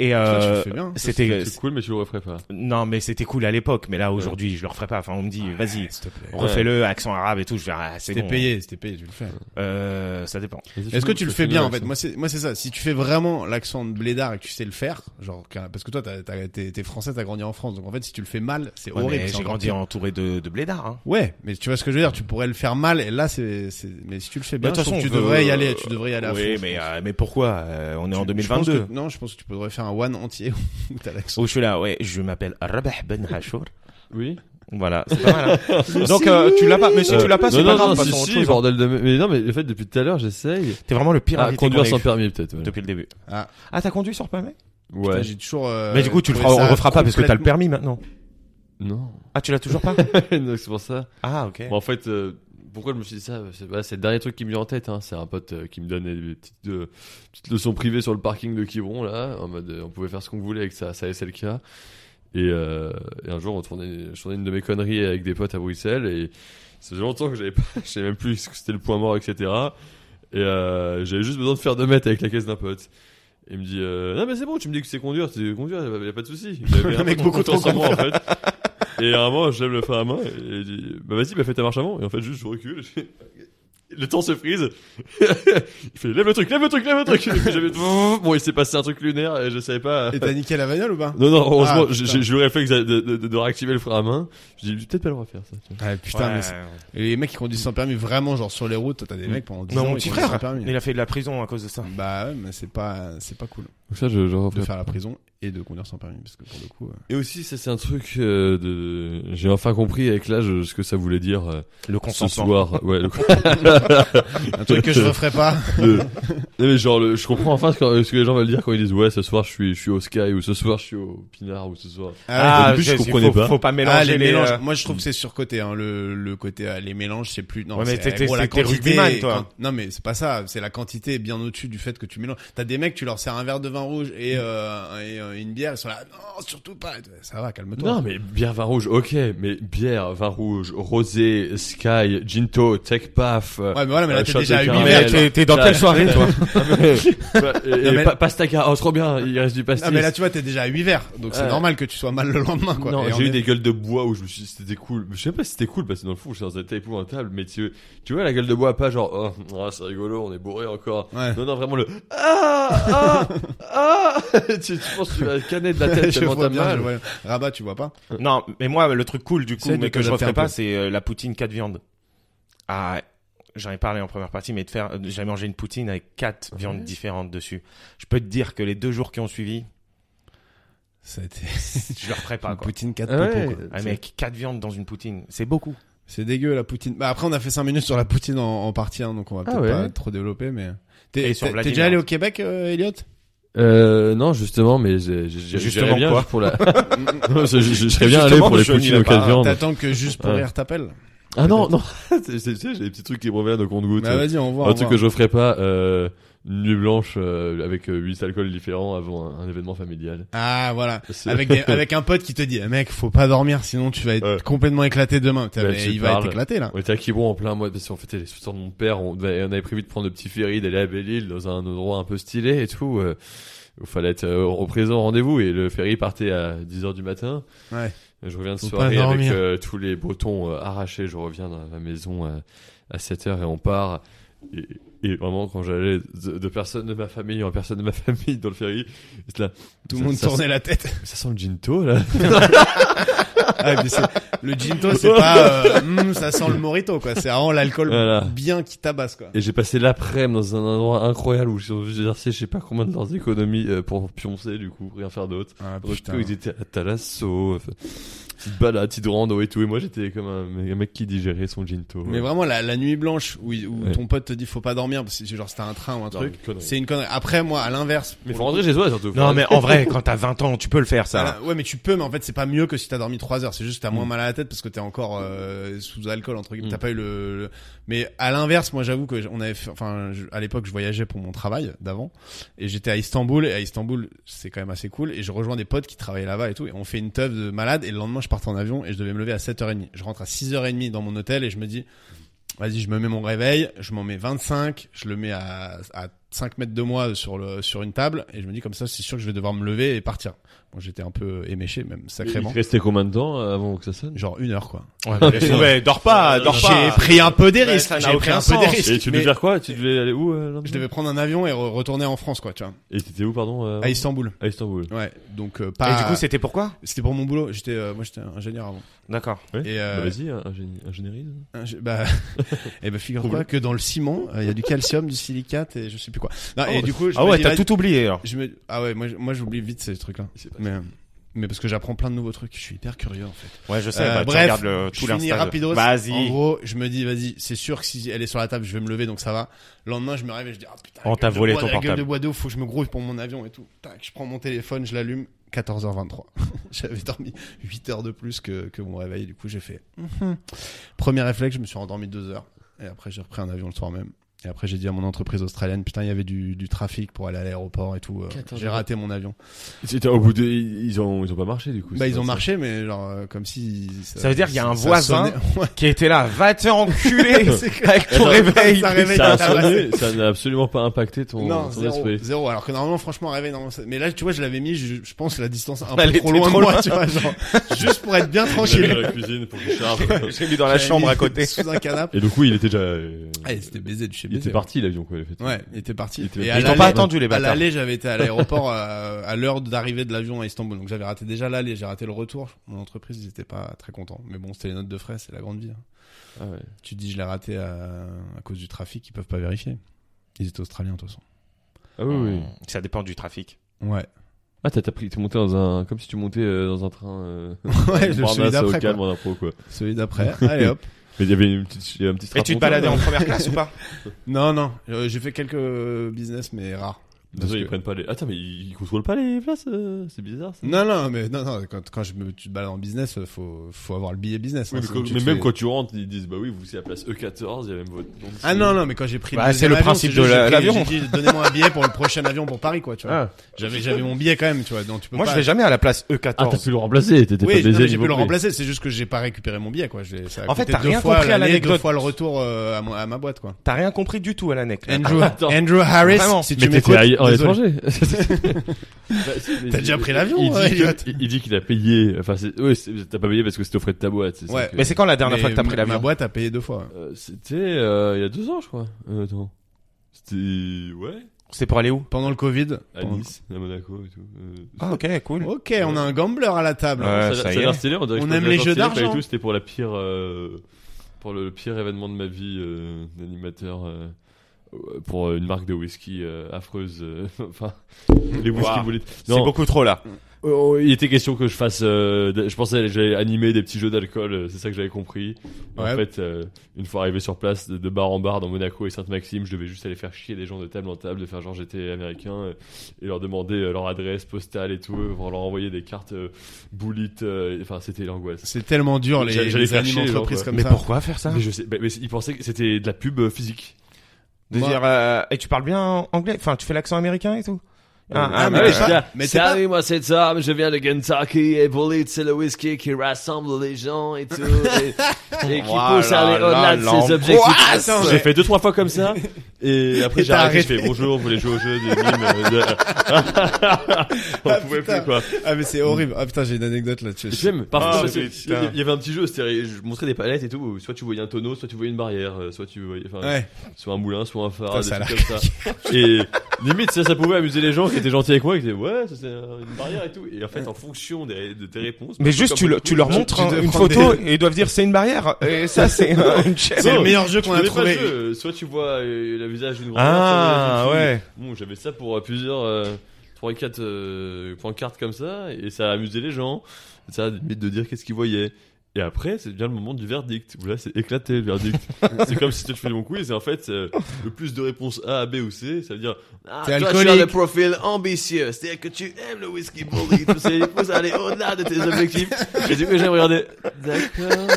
S1: Et
S2: Ça,
S1: euh,
S2: tu le fais bien.
S1: c'était,
S3: C'est cool, mais tu le referais pas.
S1: non, mais c'était cool à l'époque, mais là aujourd'hui, je le referai pas. Enfin, on me dit, vas-y,
S2: S'il te plaît.
S3: Ouais.
S1: refais-le, accent arabe et tout. Je vais, ah, c'est
S2: C'était
S1: bon.
S2: payé, c'était payé, tu le fais.
S1: Euh, ça dépend.
S2: Est-ce que tu le fais bien en fait Moi c'est moi c'est ça. Si tu fais vraiment l'accent de blédard et que tu sais le faire, genre qu'un- parce que toi t'as- t'as- t'es t'es français, t'as grandi en France, donc en fait si tu le fais mal, c'est
S1: Ouais,
S2: horrible.
S1: mais
S2: c'est
S1: j'ai
S2: encore
S1: grandi
S2: pire.
S1: entouré de, de blédards. Hein.
S2: Ouais, mais tu vois ce que je veux dire, tu pourrais le faire mal et là c'est c'est- mais si tu le fais bien,
S1: Bah, De
S2: je
S1: toute
S2: trouve
S1: façon,
S2: que tu
S1: on veut-
S2: devrais y aller, tu devrais y aller à
S1: Oui,
S2: fond, je
S1: mais
S2: pense.
S1: euh, mais pourquoi euh, On est en
S2: Tu- je pense
S1: 2022.
S2: que- non, je pense que tu pourrais faire un one entier où t'as l'accent.
S1: Où je suis là, ouais, je m'appelle Rabah Ben Hachour.
S3: Oui.
S1: Voilà, c'est pas mal. hein. Donc euh, tu l'as pas, mais si tu l'as pas, c'est
S3: non,
S1: pas
S3: non,
S1: grave.
S3: non,
S1: passons
S3: si,
S1: à autre
S3: si,
S1: chose.
S3: bordel de. me- Mais non, mais en fait depuis tout à l'heure j'essaye.
S1: T'es vraiment le pire
S3: Ah,
S1: invité qu'on
S3: conduire
S1: ait
S3: sans
S1: eu
S3: permis peut-être. voilà.
S1: depuis le début.
S2: Ah.
S1: Ah, t'as conduit sans permis
S2: Putain,
S3: Ouais.
S2: j'ai toujours. euh,
S1: Mais du coup, tu le
S2: trouvé
S1: feras, on
S2: ça
S1: refera pas parce que t'as le
S2: complètement-
S1: permis maintenant.
S3: Non.
S1: Ah, tu l'as toujours pas
S3: Donc, c'est pour ça.
S1: Ah, ok.
S3: Bon, en fait, euh, pourquoi je me suis dit ça C'est voilà, c'est le dernier truc qui me vient en tête. hein. C'est un pote euh, qui me donnait des petites, euh, petites leçons privées sur le parking de Quiberon, là, en mode euh, on pouvait faire ce qu'on voulait avec sa, sa SLK. Et, euh, et un jour, on tournait, je tournais une de mes conneries avec des potes à Bruxelles et ça faisait longtemps que j'avais pas, je savais même plus ce que c'était le point mort, etc. Et euh, j'avais juste besoin de faire deux mètres avec la caisse d'un pote. Et il me dit euh, non mais c'est bon, tu me dis que c'est conduire, c'est conduire, y a pas de souci. Il avait
S2: Le mec
S3: un
S2: beaucoup
S3: confiance
S2: trop
S3: en moi, en fait. Et à un moment, j'aime le frein à main. Et il dit, bah vas-y, bah fais ta marche avant. Et en fait, juste, je recule. je fais- Le temps se frise. il fait, lève le truc, lève le truc, lève le truc. Et puis j'avais- Bon, il s'est passé un truc lunaire et je savais pas.
S2: Et t'as niqué la bagnole ou pas
S3: Non, non, heureusement,
S2: Ah, putain.
S3: j'ai j'ai eu le réflexe de, de, de- de réactiver le frein à main. Je dis, j'ai peut-être pas le droit de faire ça. tu vois.
S2: Ouais, Ah, putain,
S1: Ouais.
S2: mais c'est- et les mecs qui conduisent sans permis, vraiment, genre sur les routes, t'as des mecs pendant 10
S1: Non,
S2: ans
S1: Mm. mon
S2: ils
S1: petit
S2: conduisent sans
S1: frère,
S2: permis.
S1: il a fait de la prison à cause de ça.
S2: Bah ouais, mais c'est pas, c'est pas cool
S3: Donc ça, je, je
S2: de
S3: referai
S2: faire la prison et de conduire sans permis, parce que pour le coup, euh,
S3: Et aussi, ça, c'est un truc euh, de. J'ai enfin compris avec l'âge euh, ce que ça voulait dire euh,
S1: Le
S3: ce
S1: consentement.
S3: soir. euh, Ouais, le...
S2: un truc que je referais pas.
S3: le- Non, mais genre, le- je comprends enfin ce que, ce que les gens veulent dire quand ils disent ouais, ce soir je suis, je suis au Sky ou ce soir je suis au Pinard ou ce soir.
S2: Ah, ouais.
S3: Au début, je
S1: sais,
S3: comprenais
S1: Ah, faut,
S3: pas.
S1: Faut pas mélanger
S2: Ah, les, mélanges.
S1: euh,
S2: Moi, je trouve que c'est surcoté. Hein. Le, le côté euh, les mélanges, c'est plus. Non,
S1: Ouais, mais
S2: c'est
S1: t'étais-
S2: gros, la
S1: t'étais
S2: quantité.
S1: rugbyman,
S2: et
S1: toi.
S2: quand- Non, mais c'est pas ça. C'est la quantité est bien au-dessus du fait que tu mélanges. T'as des mecs, tu leur sers un verre de vin rouge et,
S3: Mm.
S2: euh, et, euh, une bière, ils sont là. Non, surtout pas. Ça va, calme-toi.
S3: Non, mais bière, vin rouge, ok, mais bière, vin rouge, rosé, Sky, Ginto, Tech Paf. euh,
S2: Ouais, mais voilà, mais là,
S3: euh,
S2: t'es
S3: shot
S2: déjà
S3: de
S2: à huit
S1: mais
S2: verres,
S3: caramel.
S1: t'es- t'es dans
S3: Ça-
S1: quelle soirée, toi
S3: Ouais, et- et
S2: Non, mais-
S3: pa- Pastaka, oh, trop bien, il reste du pastis.
S2: Ah mais là tu vois t'es déjà à 8 verres donc c'est
S3: Ouais.
S2: normal que tu sois mal le lendemain quoi.
S3: Non,
S2: Et on
S3: j'ai eu
S2: est-
S3: des gueules de bois où je me suis dit c'était cool. Je sais pas si c'était cool parce que dans le fond, j'étais dans un état épouvantable. Mais tu, tu vois, la gueule de bois, pas genre, oh, oh, c'est rigolo, on est bourré encore.
S2: Ouais.
S3: Non, non, vraiment le ah, ah, ah. tu, tu penses que tu vas canner de la tête
S2: je
S3: tellement
S2: vois
S3: t'as
S2: bien,
S3: mal.
S2: je vois. Rabat tu vois pas
S1: Non, mais moi, le truc cool, du coup,
S2: Essaye de
S1: mais que je
S2: t'adapter
S1: referais
S2: un
S1: pas,
S2: peu.
S1: c'est euh, la poutine 4 viandes. Ah, j'en ai parlé en première partie, mais de faire, euh, j'avais mangé une poutine avec 4 viandes différentes dessus. Je peux te dire que les deux jours qui ont suivi,
S2: Ça a été
S1: je le referais pas, quoi.
S2: poutine 4
S3: Ah ouais.
S2: popos, quoi.
S1: Ah, mec, 4 viandes dans une poutine, c'est beaucoup.
S2: C'est dégueu la poutine. Bah après on a fait 5 minutes sur la poutine en, en partie hein, donc on va
S3: Ah
S2: peut-être
S3: ouais.
S2: pas trop développer mais t'es
S1: Et sur
S2: t'es- t'es
S1: Vladimir.
S2: déjà allé au Québec euh, Elliot
S3: Euh, non, justement, mais j'ai- j'ai- j'ai-
S1: Justement
S3: j'irais bien
S1: quoi
S3: juste pour la. non, je, je, je serais bien allé
S1: Justement,
S3: pour les
S1: je n'irais
S3: poutines au
S1: pas.
S3: cas de viande.
S2: T'attends que juste pour
S3: Ouais.
S2: rire t'appelles.
S3: Ah non, non. C'est- c'est- Tu sais, j'ai des petits trucs qui me reviennent au compte-gouttes.
S2: Bah vas-y on voit.
S3: un
S2: on
S3: truc
S2: voit.
S3: que je ferais pas. Euh, une nuit blanche euh, avec euh, huit alcools différents avant un, un événement familial.
S2: Ah voilà.
S3: C'est-
S2: Avec des- avec un pote qui te dit Eh, mec faut pas dormir sinon tu vas être
S3: Ouais.
S2: complètement éclaté demain. Putain,
S3: Là,
S2: mais
S3: tu
S2: il va être
S3: parles.
S2: éclaté là.
S3: On était à Quiberon en plein mois parce qu'en fait les 60 de mon père, on, devait- on avait prévu de prendre le petit ferry d'aller à Belle-Île dans un endroit un peu stylé et tout. euh, Il fallait être euh, au présent au rendez-vous et le ferry partait à 10h du matin.
S2: Ouais.
S3: Je reviens de
S2: Faut
S3: soirée
S2: pas
S3: avec
S2: dormir.
S3: euh, tous les bretons euh, arrachés. Je reviens dans ma maison euh, à 7h et on part. Et, et vraiment quand j'allais de, de personne de ma famille en personne de ma famille dans le ferry, c'est là,
S2: Tout le
S3: ça-
S2: monde
S3: ça-
S2: tournait la tête.
S3: Ça sent le ginto là.
S2: Ah, mais c'est- le ginto c'est pas euh, Hmm, ça sent le morito quoi. C'est vraiment l'alcool
S3: Voilà.
S2: bien qui tabasse quoi.
S3: Et j'ai passé l'après-midi dans un endroit incroyable où j'ai versé je sais pas combien de leurs économies euh, pour pioncer du coup, rien faire d'autre.
S2: Ah,
S3: Donc eux, ils étaient à Talasso, euh, petite balade, petite rando et tout. Et moi j'étais comme un, un mec qui digérait son ginto.
S2: Mais vraiment la, la nuit blanche où, il- où
S3: Ouais.
S2: ton pote te dit faut pas dormir parce que c'est genre c'était un train ou un
S3: Non,
S2: truc.
S3: une connerie.
S2: C'est une connerie. Après moi à l'inverse.
S3: Mais faut
S2: pour le
S3: rentrer chez soi surtout.
S1: Non, mais en vrai, quand t'as 20 ans, tu peux le faire,
S2: coup,
S1: ça.
S2: voilà. Ouais mais tu peux mais en fait c'est pas mieux que si t'as dormi 3 heures. C'est juste que t'as moins
S3: Mm.
S2: mal à la tête parce que t'es encore euh, sous alcool entre guillemets.
S3: Mm.
S2: T'as pas eu le. le- Mais à l'inverse moi j'avoue que j- on avait fait- enfin je- à l'époque je voyageais pour mon travail d'avant et j'étais à Istanbul et à Istanbul c'est quand même assez cool et je rejoins des potes qui travaillaient là-bas et tout et on fait une teuf de malade et le lendemain je partais en avion et je devais me lever à 7h30. Je rentre à 6h30 dans mon hôtel et je me dis Vas-y, je me mets mon réveil, je m'en mets 25, je le mets à, à 5 mètres de moi sur, le, sur une table, et je me dis comme ça, c'est sûr que je vais devoir me lever et partir. Bon, j'étais un peu éméché, même
S3: Il
S2: oh, sacrément.
S3: te restait combien de temps euh, avant que ça sonne Euh,
S2: Genre une heure, quoi.
S1: Ouais, bah, ouais, dors pas, dors
S2: J'ai
S1: pas.
S2: pris un peu des
S1: Ouais,
S2: risques,
S1: ça n'a
S2: j'ai pris
S1: aucun
S2: un peu des
S1: sens.
S2: risques.
S3: Et tu devais
S2: mais
S3: faire quoi Tu devais aller où euh,
S2: Je
S3: lendemain
S2: devais prendre un avion et re- retourner en France, quoi, tu vois.
S3: Et t'étais où pardon euh,
S2: À Istanbul.
S3: À Istanbul.
S2: Ouais, donc euh,
S1: Ah Et
S2: pas...
S1: du coup, c'était pourquoi?
S2: c'était pour mon boulot, j'étais, euh, moi j'étais ingénieur avant.
S1: D'accord.
S3: Ouais.
S2: Et, euh,
S3: Bah, vas-y, hein, ingénie- ingénierie.
S2: Hein, je- Bah, et bah figure-toi
S3: Problème.
S2: que dans le ciment, euh, il y a du calcium, du silicate et je sais plus quoi. Non, et
S3: Oh.
S2: du coup, je
S1: Ah
S2: me
S1: ouais,
S2: dis,
S1: t'as
S2: vas-y,
S1: tout oublié, alors.
S2: Je me... Ah ouais, moi, je- moi j'oublie vite ces trucs-là. Mais, mais parce que j'apprends plein de nouveaux trucs, je suis hyper curieux en fait.
S1: Ouais, je sais,
S2: Euh,
S1: bah, tu
S2: bref,
S1: regardes le, tout
S2: je finis
S1: l'insta. de-
S2: rapidos. En
S1: Vas-y.
S2: gros, je me dis, vas-y, c'est sûr que si elle est sur la table, je vais me lever, donc ça va. Le lendemain, je me réveille, je dis, ah putain,
S1: On
S2: la
S1: t'a
S2: gueule de
S1: Oh, volé
S2: bois,
S1: ton
S2: la gueule
S1: portable.
S2: de bois d'eau, faut que je me grouille pour mon avion et tout. Tac, je prends mon téléphone, je l'allume. 14h23. J'avais dormi 8 heures de plus que, que mon réveil, du coup j'ai fait. mhm. Premier réflexe, je me suis endormi 2 heures. Et après j'ai repris un avion le soir même. Et après, j'ai dit à mon entreprise australienne, putain, il y avait du, du trafic pour aller à l'aéroport et tout. euh,
S3: 14
S2: j'ai
S3: heures.
S2: raté mon avion.
S3: C'était au bout de, ils ont, ils ont pas marché du coup.
S2: Bah,
S3: c'est
S2: ils
S3: pas
S2: ont
S3: ça.
S2: marché, mais genre, euh, comme si.
S1: Ça veut dire qu'il y a un
S2: ça
S1: voisin
S2: sonnait.
S1: qui était là, va te faire enculer
S2: C'est clair.
S1: avec ton
S3: Attends,
S1: réveil.
S2: ça réveille.
S3: Ça a
S2: Ah,
S3: sonné, ça n'a absolument pas impacté ton,
S2: Non,
S3: ton
S2: zéro,
S3: esprit.
S2: zéro. Alors que normalement, franchement, réveil, normalement, c'est- mais là, tu vois, je l'avais mis, je, je pense, la distance un
S1: Elle
S2: peu trop
S1: était
S2: loin de
S1: trop
S2: moi,
S1: loin.
S2: tu vois, genre, juste pour être bien
S3: J'avais
S2: tranquille.
S3: la cuisine pour que je charge.
S1: J'ai mis dans la chambre à côté.
S2: Sous un canapé.
S3: Et du coup, il était déjà, euh,
S2: Ah, il était baisé de chez
S3: il était parti l'avion quoi. il fait.
S2: Ouais, il était parti.
S3: Il était-
S2: à
S1: Ils t'ont
S2: l'aller-
S1: pas attendu les
S2: À
S1: bâtards.
S2: l'aller, j'avais été à l'aéroport euh, à l'heure d'arrivée de l'avion à Istanbul. Donc j'avais raté déjà l'aller, j'ai raté le retour. Mon entreprise, ils étaient pas très contents. Mais bon, c'était les notes de frais, c'est la grande vie. hein.
S3: Ah ouais.
S2: Tu te dis, je l'ai raté à, à cause du trafic, ils peuvent pas vérifier. Ils étaient australiens, de toute façon.
S3: Ah oui, oui.
S1: Ça dépend du trafic.
S2: Ouais.
S3: Ah, t'as t'as pris, t'es monté dans un, comme si tu montais euh, dans un train. Euh,
S2: ouais, je
S3: Barnas
S2: celui
S3: au
S2: d'après.
S3: euh, calme
S2: quoi.
S3: en impro quoi.
S2: Celui d'après. Allez hop.
S3: Mais il y avait une petite, il y avait un petit
S1: Et tu te baladais en première classe ou pas
S2: Non, non. Euh, j'ai fait quelques euh, business, mais rares. Parce
S3: ils
S2: que-
S3: prennent pas les. Attends, mais ils ils contrôlent pas les places. euh, C'est bizarre.
S1: Mmh.
S3: Ça.
S2: Non, non, mais non, non. Quand, quand je me, tu te balades en business, euh, faut, faut avoir le billet business. hein,
S3: mais
S2: sinon tu te
S3: même
S2: fais-
S3: quand tu rentres, ils disent bah oui, vous c'est la place E14, il y a même votre. nom dessus.
S2: Ah non, non, mais quand j'ai pris
S1: Bah,
S2: le
S1: c'est
S2: deuxième
S1: le
S2: avion,
S1: principe
S2: juste
S1: de la-
S2: j'ai pris-
S1: l'avion.
S2: J'ai dit, donnez-moi un billet pour le prochain avion pour Paris, quoi, tu vois.
S1: Ah.
S2: J'avais, j'avais mon billet quand même, tu vois. Donc tu peux
S1: Moi,
S2: pas...
S1: je vais jamais à la place E E14.
S3: Ah, t'as pu le remplacer. T'étais
S2: Oui,
S3: pas
S2: non,
S3: baisé.
S2: mais j'ai
S3: niveau
S2: pu le
S3: prix.
S2: remplacer. C'est juste que j'ai pas récupéré mon billet, quoi. J'ai- ça a
S1: En fait,
S2: coûté
S1: t'as
S2: deux
S1: rien
S2: fois
S1: compris à
S2: l'aller,
S1: l'anecdote.
S2: Deux fois le retour euh, à, mon- à ma boîte, quoi.
S1: T'as rien compris du tout à l'anecdote.
S2: Andrew,
S3: Attends.
S2: Andrew Harris,
S1: Vraiment.
S2: si tu
S3: Mais
S2: m'écoutes,
S3: t'étais à- en
S2: désolé.
S3: étranger.
S2: T'as déjà pris l'avion,
S3: Bah, Il dit
S2: ouais,
S3: que-
S2: idiote.
S3: il- il dit qu'il a payé. Enfin, c'est- ouais, c'est- t'as pas payé parce que c'était au frais de ta boîte. c'est ça
S2: Ouais.
S3: que-
S1: Mais c'est quand la dernière
S2: Mais
S1: fois que t'as pris
S2: Ma
S1: l'avion
S2: boîte a payé deux fois.
S3: Euh, C'était euh, il y a deux ans, je crois. Euh, attends. C'était ouais.
S1: C'est pour aller où
S2: Pendant le Covid.
S3: À
S2: pendant-
S3: Nice, à Monaco et tout. Euh,
S1: Ah, ok, cool.
S2: Ok, on a un gambler à la table.
S1: Ouais.
S3: ça,
S1: ça
S3: a
S1: y
S3: l'air
S1: est.
S3: stylé. On, dirait que
S2: On
S3: je
S2: aime
S3: peux
S2: les
S3: dire
S2: jeux
S3: stylé, pas du
S2: d'argent.
S3: tout, C'était pour la pire, euh, pour le, le pire événement de ma vie euh, d'animateur. euh, euh, pour une marque de whisky euh, affreuse euh, enfin les whisky
S1: Waouh.
S3: voulaient
S1: C'est beaucoup trop là.
S3: Oh, oh, il était question que je fasse. euh, de- je pensais que j'allais animer des petits jeux d'alcool, euh, c'est ça que j'avais compris. Et
S2: Ouais.
S3: En fait, euh, une fois arrivé sur place, de, de bar en bar dans Monaco et Sainte-Maxime, je devais juste aller faire chier des gens de table en table, de faire genre j'étais américain euh, et leur demander euh, leur adresse postale et tout, euh, pour leur envoyer des cartes euh, bullites. euh, Enfin, c'était l'angoisse.
S2: C'est tellement dur, les,
S3: J'allais- j'allais
S2: les
S3: faire
S2: animaux
S3: chier, genre,
S2: entreprises
S3: quoi.
S2: comme
S1: Mais
S2: ça.
S1: pourquoi faire ça
S3: Mais je sais, mais, mais ils pensaient que c'était de la pub euh, physique.
S1: De
S2: Moi-
S1: dire euh, et tu parles bien anglais, enfin tu fais l'accent américain et tout. Ah,
S2: ah, mais
S1: mais
S2: ouais,
S1: ouais.
S2: je- pas- mais c'est pas-
S3: Salut, moi c'est Tom, je viens de Kentucky et Bullitt, c'est le whisky qui rassemble les gens et tout, et, et qui
S1: Oh
S3: pousse à
S1: là
S3: aller au-delà
S1: là,
S3: de
S1: l'angoisse.
S3: ses objectifs.
S2: Oh, ah, Attends,
S3: J'ai
S2: ouais.
S3: fait deux trois fois comme ça et après
S2: Et
S3: j'ai
S2: t'as
S3: arrêté. Je
S2: arrêté.
S3: fais bonjour, vous voulez jouer au jeu des mimes euh, de- On
S2: Ah,
S3: pouvait
S2: putain.
S3: plus quoi.
S2: Ah, mais c'est horrible. Ah, putain, j'ai une anecdote là-dessus.
S3: Et puis même, parfois,
S1: Ah,
S3: parce que il y
S1: putain.
S3: avait- il y avait un petit jeu, c'était je montrais des palettes et tout. où Soit tu voyais un tonneau, soit tu voyais une barrière, euh, soit tu voyais, enfin,
S2: Ouais.
S3: soit un moulin, soit un phare,
S2: Putain, ça a
S3: des trucs comme ça. Et limite, ça, ça pouvait amuser les gens qui étaient gentils avec moi, qui disaient ouais, ça, c'est une barrière et tout. Et en fait, en fonction des, de tes réponses. bah,
S1: Mais juste tu, le- tu leur montres
S2: tu
S1: un-
S2: dois
S1: une
S2: prendre
S1: photo et ils doivent dire c'est une barrière et ça c'est euh, une chaîne.
S2: C'est le meilleur jeu qu'on a trouvé.
S3: Soit tu vois euh, le visage d'une grande euh,
S1: Ah ouais.
S3: Bon, j'avais ça pour euh, plusieurs euh, 3 4 pancartes comme ça et ça amusait les gens. Ça a limite de dire qu'est-ce qu'ils voyaient. Et après, c'est bien le moment du verdict. Où là, c'est éclaté le verdict. c'est comme si tu te fais mon quiz et en fait, euh, le plus de réponses A, B ou C, ça veut dire Ah,
S2: T'es
S3: toi, tu as le
S2: alcoolique.
S3: profil ambitieux, c'est-à-dire que tu aimes le whisky bully, tu sais, il faut aller au-delà de tes objectifs. J'ai dit que j'aime regarder. D'accord.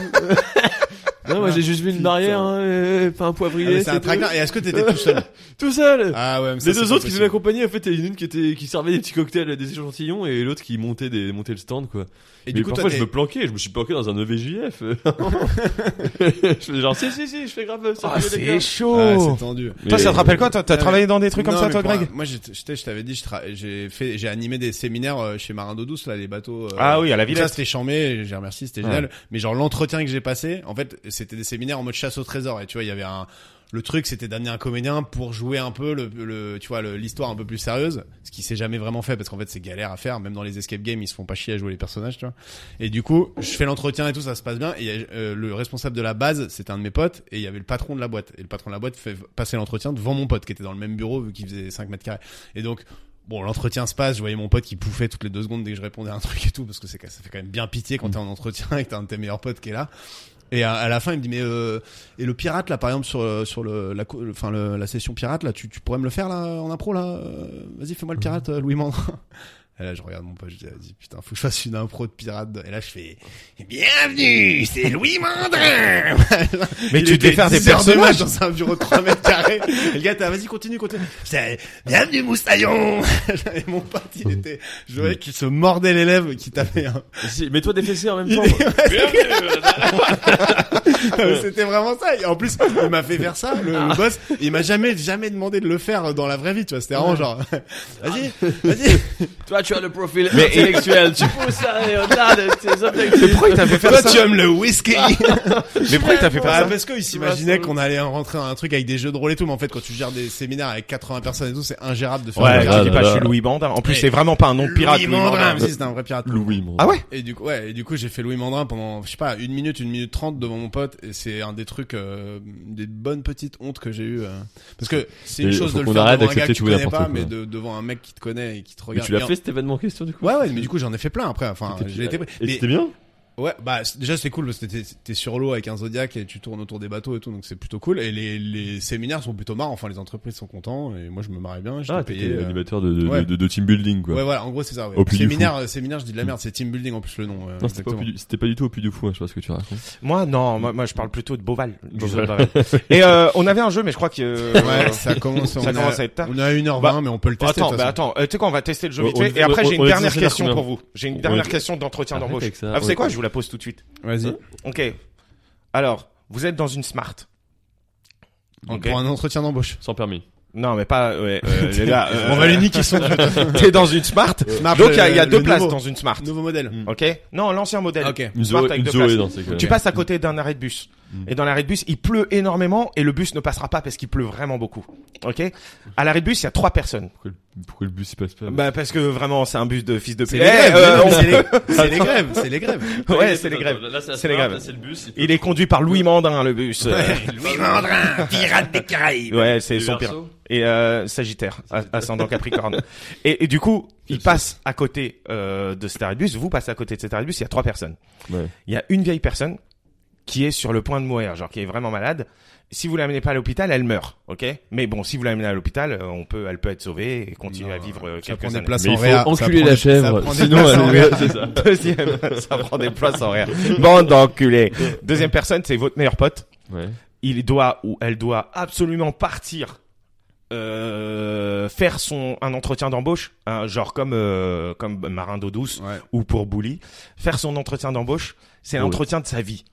S3: non, moi j'ai juste vu une
S2: Ah, Putain.
S3: barrière, hein, euh, pas un
S2: Ah, mais
S3: poivrier.
S2: c'est un
S3: tout.
S2: traquenard. Et est-ce que t'étais tout seul
S3: Tout seul.
S2: Ah ouais, mais ça,
S3: Les
S2: c'est
S3: deux
S2: pas
S3: autres qui
S2: possible.
S3: devaient m'accompagner, en fait, il y en a une qui, était, qui servait des petits cocktails, des échantillons, et l'autre qui montait, des, montait le stand, quoi.
S2: Et
S3: Mais
S2: du coup, toi,
S3: parfois,
S2: t'es-
S3: je me planquais, je me suis planqué dans un E EVJF. je faisais genre, si, si, si, je fais grave ça.
S1: Ah,
S3: fait des gars.
S1: c'est chaud.
S2: Ah, c'est tendu.
S1: Toi ça te
S3: Mais-
S1: rappelle quoi Toi, T'as
S2: Ouais.
S1: travaillé dans des trucs comme
S2: Non,
S1: ça
S2: mais
S1: toi
S2: pour
S1: Greg
S2: un- Moi, je t- je t'ai- je t'avais dit, je tra- j'ai fait, j'ai animé des séminaires euh, chez Marin d'eau douce là, les bateaux. euh,
S1: Ah oui à la
S2: Ça,
S1: villette.
S2: c'était chambé, j'ai remercié, c'était
S1: Ouais.
S2: génial. Mais genre, l'entretien que j'ai passé, en fait, c'était des séminaires en mode chasse au trésor. Et tu vois, il y avait un, le truc, c'était d'amener un comédien pour jouer un peu le, le tu vois, le- l'histoire un peu plus sérieuse. Ce qui s'est jamais vraiment fait parce qu'en fait, c'est galère à faire. Même dans les escape games, ils se font pas chier à jouer les personnages, tu vois. Et du coup, je fais l'entretien et tout, ça se passe bien. Et il y a, euh, le responsable de la base, c'était un de mes potes. Et il y avait le patron de la boîte. Et le patron de la boîte fait passer l'entretien devant mon pote qui était dans le même bureau vu qu'il faisait 5 mètres carrés. Et donc, Bon, l'entretien se passe, je voyais mon pote qui pouffait toutes les deux secondes dès que je répondais à un truc et tout, parce que c'est, ça fait quand même bien pitié quand t'es en entretien et que t'as un de tes meilleurs potes qui est là. Et à, à la fin, il me dit, mais euh, et le pirate là, par exemple sur le- sur le la cou- le- enfin le, la session pirate là, tu, tu pourrais me le faire là en impro là, Euh, vas-y fais-moi le pirate euh, Louis Mandrin. Et là, je regarde mon pote, je dis, ah, dis, putain, faut que je fasse une impro de pirate. de- Et là, je fais, bienvenue, c'est Louis Mandrin!
S1: Mais
S2: Il
S1: tu devais
S2: était
S1: faire des
S2: 10 heures de
S1: personnages.
S2: match dans un bureau de 3 mètres carrés. Et le gars, t'as, vas-y, continue, continue. J'étais, bienvenue, Moustillon! Et mon pote, il était, je voyais qu'il se mordait les lèvres, qu'il tapait un,
S3: Si, Mets-toi des fessées en même
S2: Il
S3: temps.
S2: est-
S3: Bienvenue.
S1: Ah,
S2: C'était vraiment ça. Et en plus, il m'a fait faire ça, le, le boss. Et Il m'a jamais, jamais demandé de le faire dans la vraie vie, tu vois. C'était vraiment genre, vas-y,
S1: Ah.
S2: vas-y.
S3: Toi, tu as le profil intellectuel. tu pousses à au-delà de tes
S1: Mais
S3: objectifs.
S1: pourquoi il t'a fait faire
S2: Toi,
S1: ça
S2: tu aimes le whisky.
S1: Mais pourquoi il t'a fait faire
S2: Bah,
S1: ça
S2: parce qu'ils s'imaginaient qu'on allait rentrer dans un truc avec des jeux de rôle et tout. Mais en fait, quand tu gères des séminaires avec 80 personnes et tout, c'est ingérable de faire
S1: Ouais,
S2: des
S1: je
S3: là,
S1: dis
S3: là,
S1: pas, je
S3: là.
S1: suis Louis Bandin. En plus,
S2: Ouais.
S1: c'est vraiment pas un nom de pirate.
S2: Louis
S1: Louis
S2: Mandrin,
S1: Bandin.
S2: mais si, c'était un vrai pirate.
S3: Louis, mon.
S1: Ah ouais
S2: Et du coup, ouais, et du coup, j'ai fait Louis Mandrin pendant, je sais pas, une minute, une minute trente devant mon pote, et c'est un des trucs, euh, des bonnes petites hontes que j'ai eu, parce que c'est une
S3: Mais
S2: chose
S3: faut
S2: de le
S3: qu'on
S2: faire
S3: arrête
S2: devant un gars que
S3: d'accepter
S2: tu
S3: tout et
S2: connais pas,
S3: n'importe quoi.
S2: mais de- devant un mec qui te connaît et qui te
S3: Mais
S2: regarde.
S3: tu l'as
S2: Et en-
S3: fait cet événement en question du coup
S2: Ouais, ouais, mais du coup, j'en ai fait plein après, enfin,
S3: T'étais-
S2: j'ai été pris.
S3: Et
S2: Mais-
S3: c'était bien
S2: Ouais, bah c- déjà c'est cool parce que t'es- t'es sur l'eau avec un Zodiac et tu tournes autour des bateaux et tout, donc c'est plutôt cool. Et les, les séminaires sont plutôt marrants, enfin les entreprises sont contents et moi je me marrais bien, j'étais
S3: Ah,
S2: payé.
S3: t'étais
S2: euh,
S3: animateur de, de,
S2: ouais.
S3: de, de team building quoi.
S2: Ouais, voilà, en gros c'est ça. Ouais.
S3: Au Puy du
S2: Séminaire, euh, séminaire, je dis de la merde, c'est team building en plus le nom. euh,
S3: Non, c'était pas, au
S2: exactement.
S3: Puy du- c'était pas du tout au Puy du Fou, hein, je sais pas ce que tu racontes.
S1: Moi, non, moi, moi, je parle plutôt de Beauval. du
S3: Beauval.
S1: zoo de Beauval. Et euh, on avait un jeu, mais je crois que. euh,
S2: Ouais, ça commence, on
S1: Ça
S2: est
S1: commence
S2: à,
S1: à être tard.
S2: On est à 1h20,
S1: Bah,
S2: mais on peut le tester.
S1: Attends,
S2: de toute
S1: bah
S2: façon.
S1: attends, euh, tu sais quoi, on va tester le jeu
S3: On-
S1: vite fait.
S3: on-
S1: Et après,
S3: on-
S1: j'ai
S3: on
S1: une
S3: est
S1: dernière
S3: déjà
S1: question
S3: combien
S1: pour vous. J'ai une
S3: On
S1: dernière
S3: est-
S1: question d'entretien
S3: Arrête
S1: d'embauche.
S3: avec ça,
S1: Ah, vous
S3: on
S1: savez
S3: est-
S1: quoi Je vous la pose tout de suite.
S2: Vas-y.
S1: Ok. Alors, vous êtes dans une smart. Ok.
S2: Pour un entretien d'embauche.
S3: Sans permis.
S1: Non, mais pas. Ouais, euh, les gars, euh,
S2: On va les niquer son jeu.
S1: T'es dans une smart.
S2: Smart,
S1: Donc il y a, il y a
S2: le
S1: deux places
S2: nouveau.
S1: dans une smart.
S2: Nouveau modèle.
S1: Ok. Non, l'ancien modèle.
S2: Ok.
S3: Une
S1: Smart
S3: Zoé,
S1: avec
S3: une
S1: deux
S3: Zoé
S1: places.
S3: dans ces cas-là.
S1: Tu passes à côté d'un arrêt de bus.
S2: Mm.
S1: Et dans l'arrêt de bus, il pleut énormément et le bus ne passera pas parce qu'il pleut vraiment beaucoup. Ok. À l'arrêt de bus, il y a trois personnes.
S3: Pourquoi, le- pourquoi le bus il passe pas
S1: Bah parce que vraiment, c'est un bus de fils de
S2: Euh, C'est
S1: pute.
S2: les,
S1: Eh,
S2: grèves,
S1: euh,
S2: mais non,
S1: on-
S2: c'est les- c'est les grèves, c'est les grèves.
S1: Ouais, c'est les grèves.
S3: Là, c'est
S1: C'est les
S3: smart,
S1: grèves.
S3: là, C'est le bus. il-
S1: Il est conduit par Louis Mandin, le bus. Euh,
S2: Louis Mandrin, pirate des Caraïbes.
S1: Ouais, c'est
S3: Du
S1: son pire.
S3: Verseau.
S1: Et euh, Sagittaire, a- ascendant Capricorne. Et, et du coup, il passe à côté euh, de cet arrêt de bus. Vous passez à côté de cet arrêt de bus. Il y a trois personnes.
S3: Ouais.
S1: Il y a une vieille personne qui est sur le point de mourir, genre qui est vraiment malade. Si vous l'amenez pas à l'hôpital, elle meurt, ok Mais bon, si vous l'amenez à l'hôpital, euh, on peut, elle peut être sauvée et continuer à vivre euh,
S2: Ça
S1: quelques
S2: prend des
S1: années.
S2: places
S3: Mais
S2: en
S3: il faut
S2: réa. ça
S3: enculer
S2: prend
S3: la
S2: des- ça
S3: chèvre.
S2: prend des
S3: Sinon,
S2: places en
S3: elle
S2: réa.
S3: est c'est ça.
S1: Deuxième, ça prend des places en rire. Bande d'enculés. Deuxième personne, c'est votre meilleur pote.
S3: Ouais.
S1: Il doit ou elle doit absolument partir. euh, faire son un entretien d'embauche hein, genre comme euh, comme marin d'eau douce
S2: Ouais,
S1: ou pour Bouli faire son entretien d'embauche c'est
S3: Ouais.
S1: l'entretien de sa vie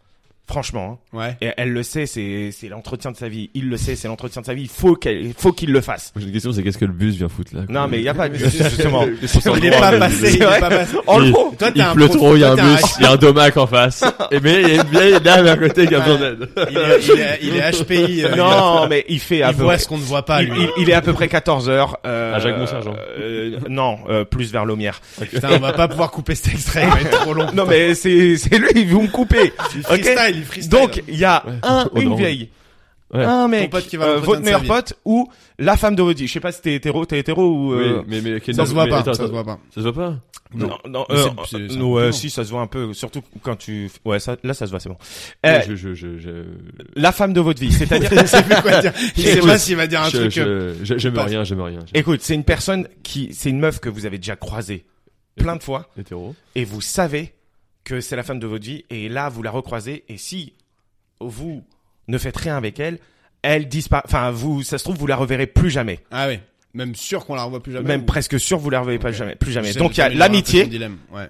S1: franchement hein.
S2: ouais.
S1: Et elle le sait, c'est c'est l'entretien de sa vie. Il le sait, c'est l'entretien de sa vie. Il faut qu'elle, il faut qu'il le fasse.
S3: Moi, J'ai une question, c'est qu'est-ce que le bus vient foutre là quoi
S1: Non, mais il y a pas de justement. Oh,
S2: Il est pas passé, il est
S1: vrai.
S2: pas passé.
S1: En
S3: Il-
S1: gros,
S2: Toi, t'es
S3: Il
S2: un
S3: pleut
S2: prof-
S3: trop, il y a un
S2: toi, t'es
S3: bus, il y a un domac en face. Et mais il y a une vieille dame à côté qui a besoin d'aide.
S2: Il est, il est, il est HPI. euh,
S1: non, mais il fait à
S2: Il
S1: peu
S2: voit
S1: près.
S2: ce qu'on ne voit pas,
S1: il,
S2: lui.
S1: il- il est à peu près 14 heures. Euh,
S3: À Jacques-Mont-Sergent.
S1: euh, non, euh, plus vers Lomière.
S2: Putain, on va pas pouvoir couper cet extrait, il va être trop long.
S1: Non, mais c'est c'est lui. Vous me coupez.
S2: Il
S1: ok.
S2: freestyle, il freestyle.
S1: Donc il y a
S3: Ouais.
S1: un,
S3: Oh,
S1: une
S3: non.
S1: vieille,
S3: Ouais.
S1: un mec,
S2: pote qui va
S1: euh,
S2: l'entretien
S1: votre
S2: de sa
S1: meilleur
S2: vie.
S1: pote ou la femme de votre vie. Je sais pas si t'es hétéro, t'es hétéro ou. euh,
S3: Oui, mais, mais,
S2: ça se voit
S3: mais
S2: pas, ça
S3: attends,
S2: se
S3: attends.
S2: voit pas.
S3: Ça se voit pas
S1: Non, non,
S2: Mais
S1: euh,
S2: c'est- c'est-
S1: euh,
S2: c'est un
S1: non,
S2: peu
S1: euh,
S2: long.
S1: si, ça se voit un peu, surtout quand tu, ouais, ça, là, ça se voit, c'est bon.
S3: Ouais,
S1: Euh,
S3: je, je, je, je,
S1: La femme de votre vie, c'est-à-dire,
S2: Il sait plus quoi dire. Il sait
S3: Écoute,
S2: pas s'il va dire un
S3: je-
S2: truc. euh,
S3: je- je- j'aime
S2: pas-
S3: rien, j'aime rien. J'aime-
S1: écoute, c'est une personne qui, c'est une meuf que vous avez déjà croisée plein de fois
S3: Hétéro.
S1: et vous savez que c'est la femme de votre vie et là, vous la recroisez et si vous ne faites rien avec elle, elle disparaît, enfin, vous, ça se trouve, vous la reverrez plus jamais.
S2: Ah oui. Même sûr qu'on la revoit plus jamais.
S1: Même
S2: ou-
S1: presque sûr, vous la reverrez pas
S2: Ok.
S1: jamais, plus jamais.
S2: J'aime
S1: Donc, il y a
S2: comme il aura un peu
S1: l'amitié.
S2: son dilemme, Ouais.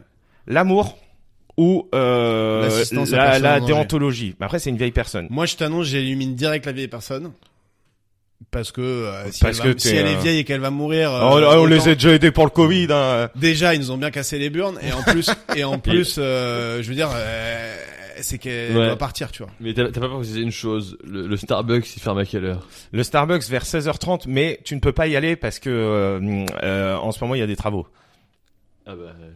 S1: l'amour ou euh,
S2: L'assistance à
S1: la,
S2: personne en
S1: la
S2: danger.
S1: déontologie. Mais après, c'est une vieille personne.
S2: Moi, je t'annonce, j'élimine direct la vieille personne. Parce que, euh, si,
S1: Parce
S2: elle, va-
S1: que
S2: si
S1: t'es,
S2: elle est
S1: euh, Oh,
S2: vieille et qu'elle va mourir. euh,
S1: on
S2: autant-
S1: les a déjà aidés pour le Covid. Hein.
S2: Déjà, ils nous ont bien cassé les burnes. Et en plus, et en plus, euh, je veux dire, euh, c'est qu'elle
S3: Ouais.
S2: doit partir, tu vois.
S3: Mais t'as t'as pas précisé une chose, le, le Starbucks il ferme à quelle heure
S1: Le Starbucks vers 16h30, mais tu ne peux pas y aller parce que euh, euh, en ce moment il y a des travaux.
S3: Ah bah. euh,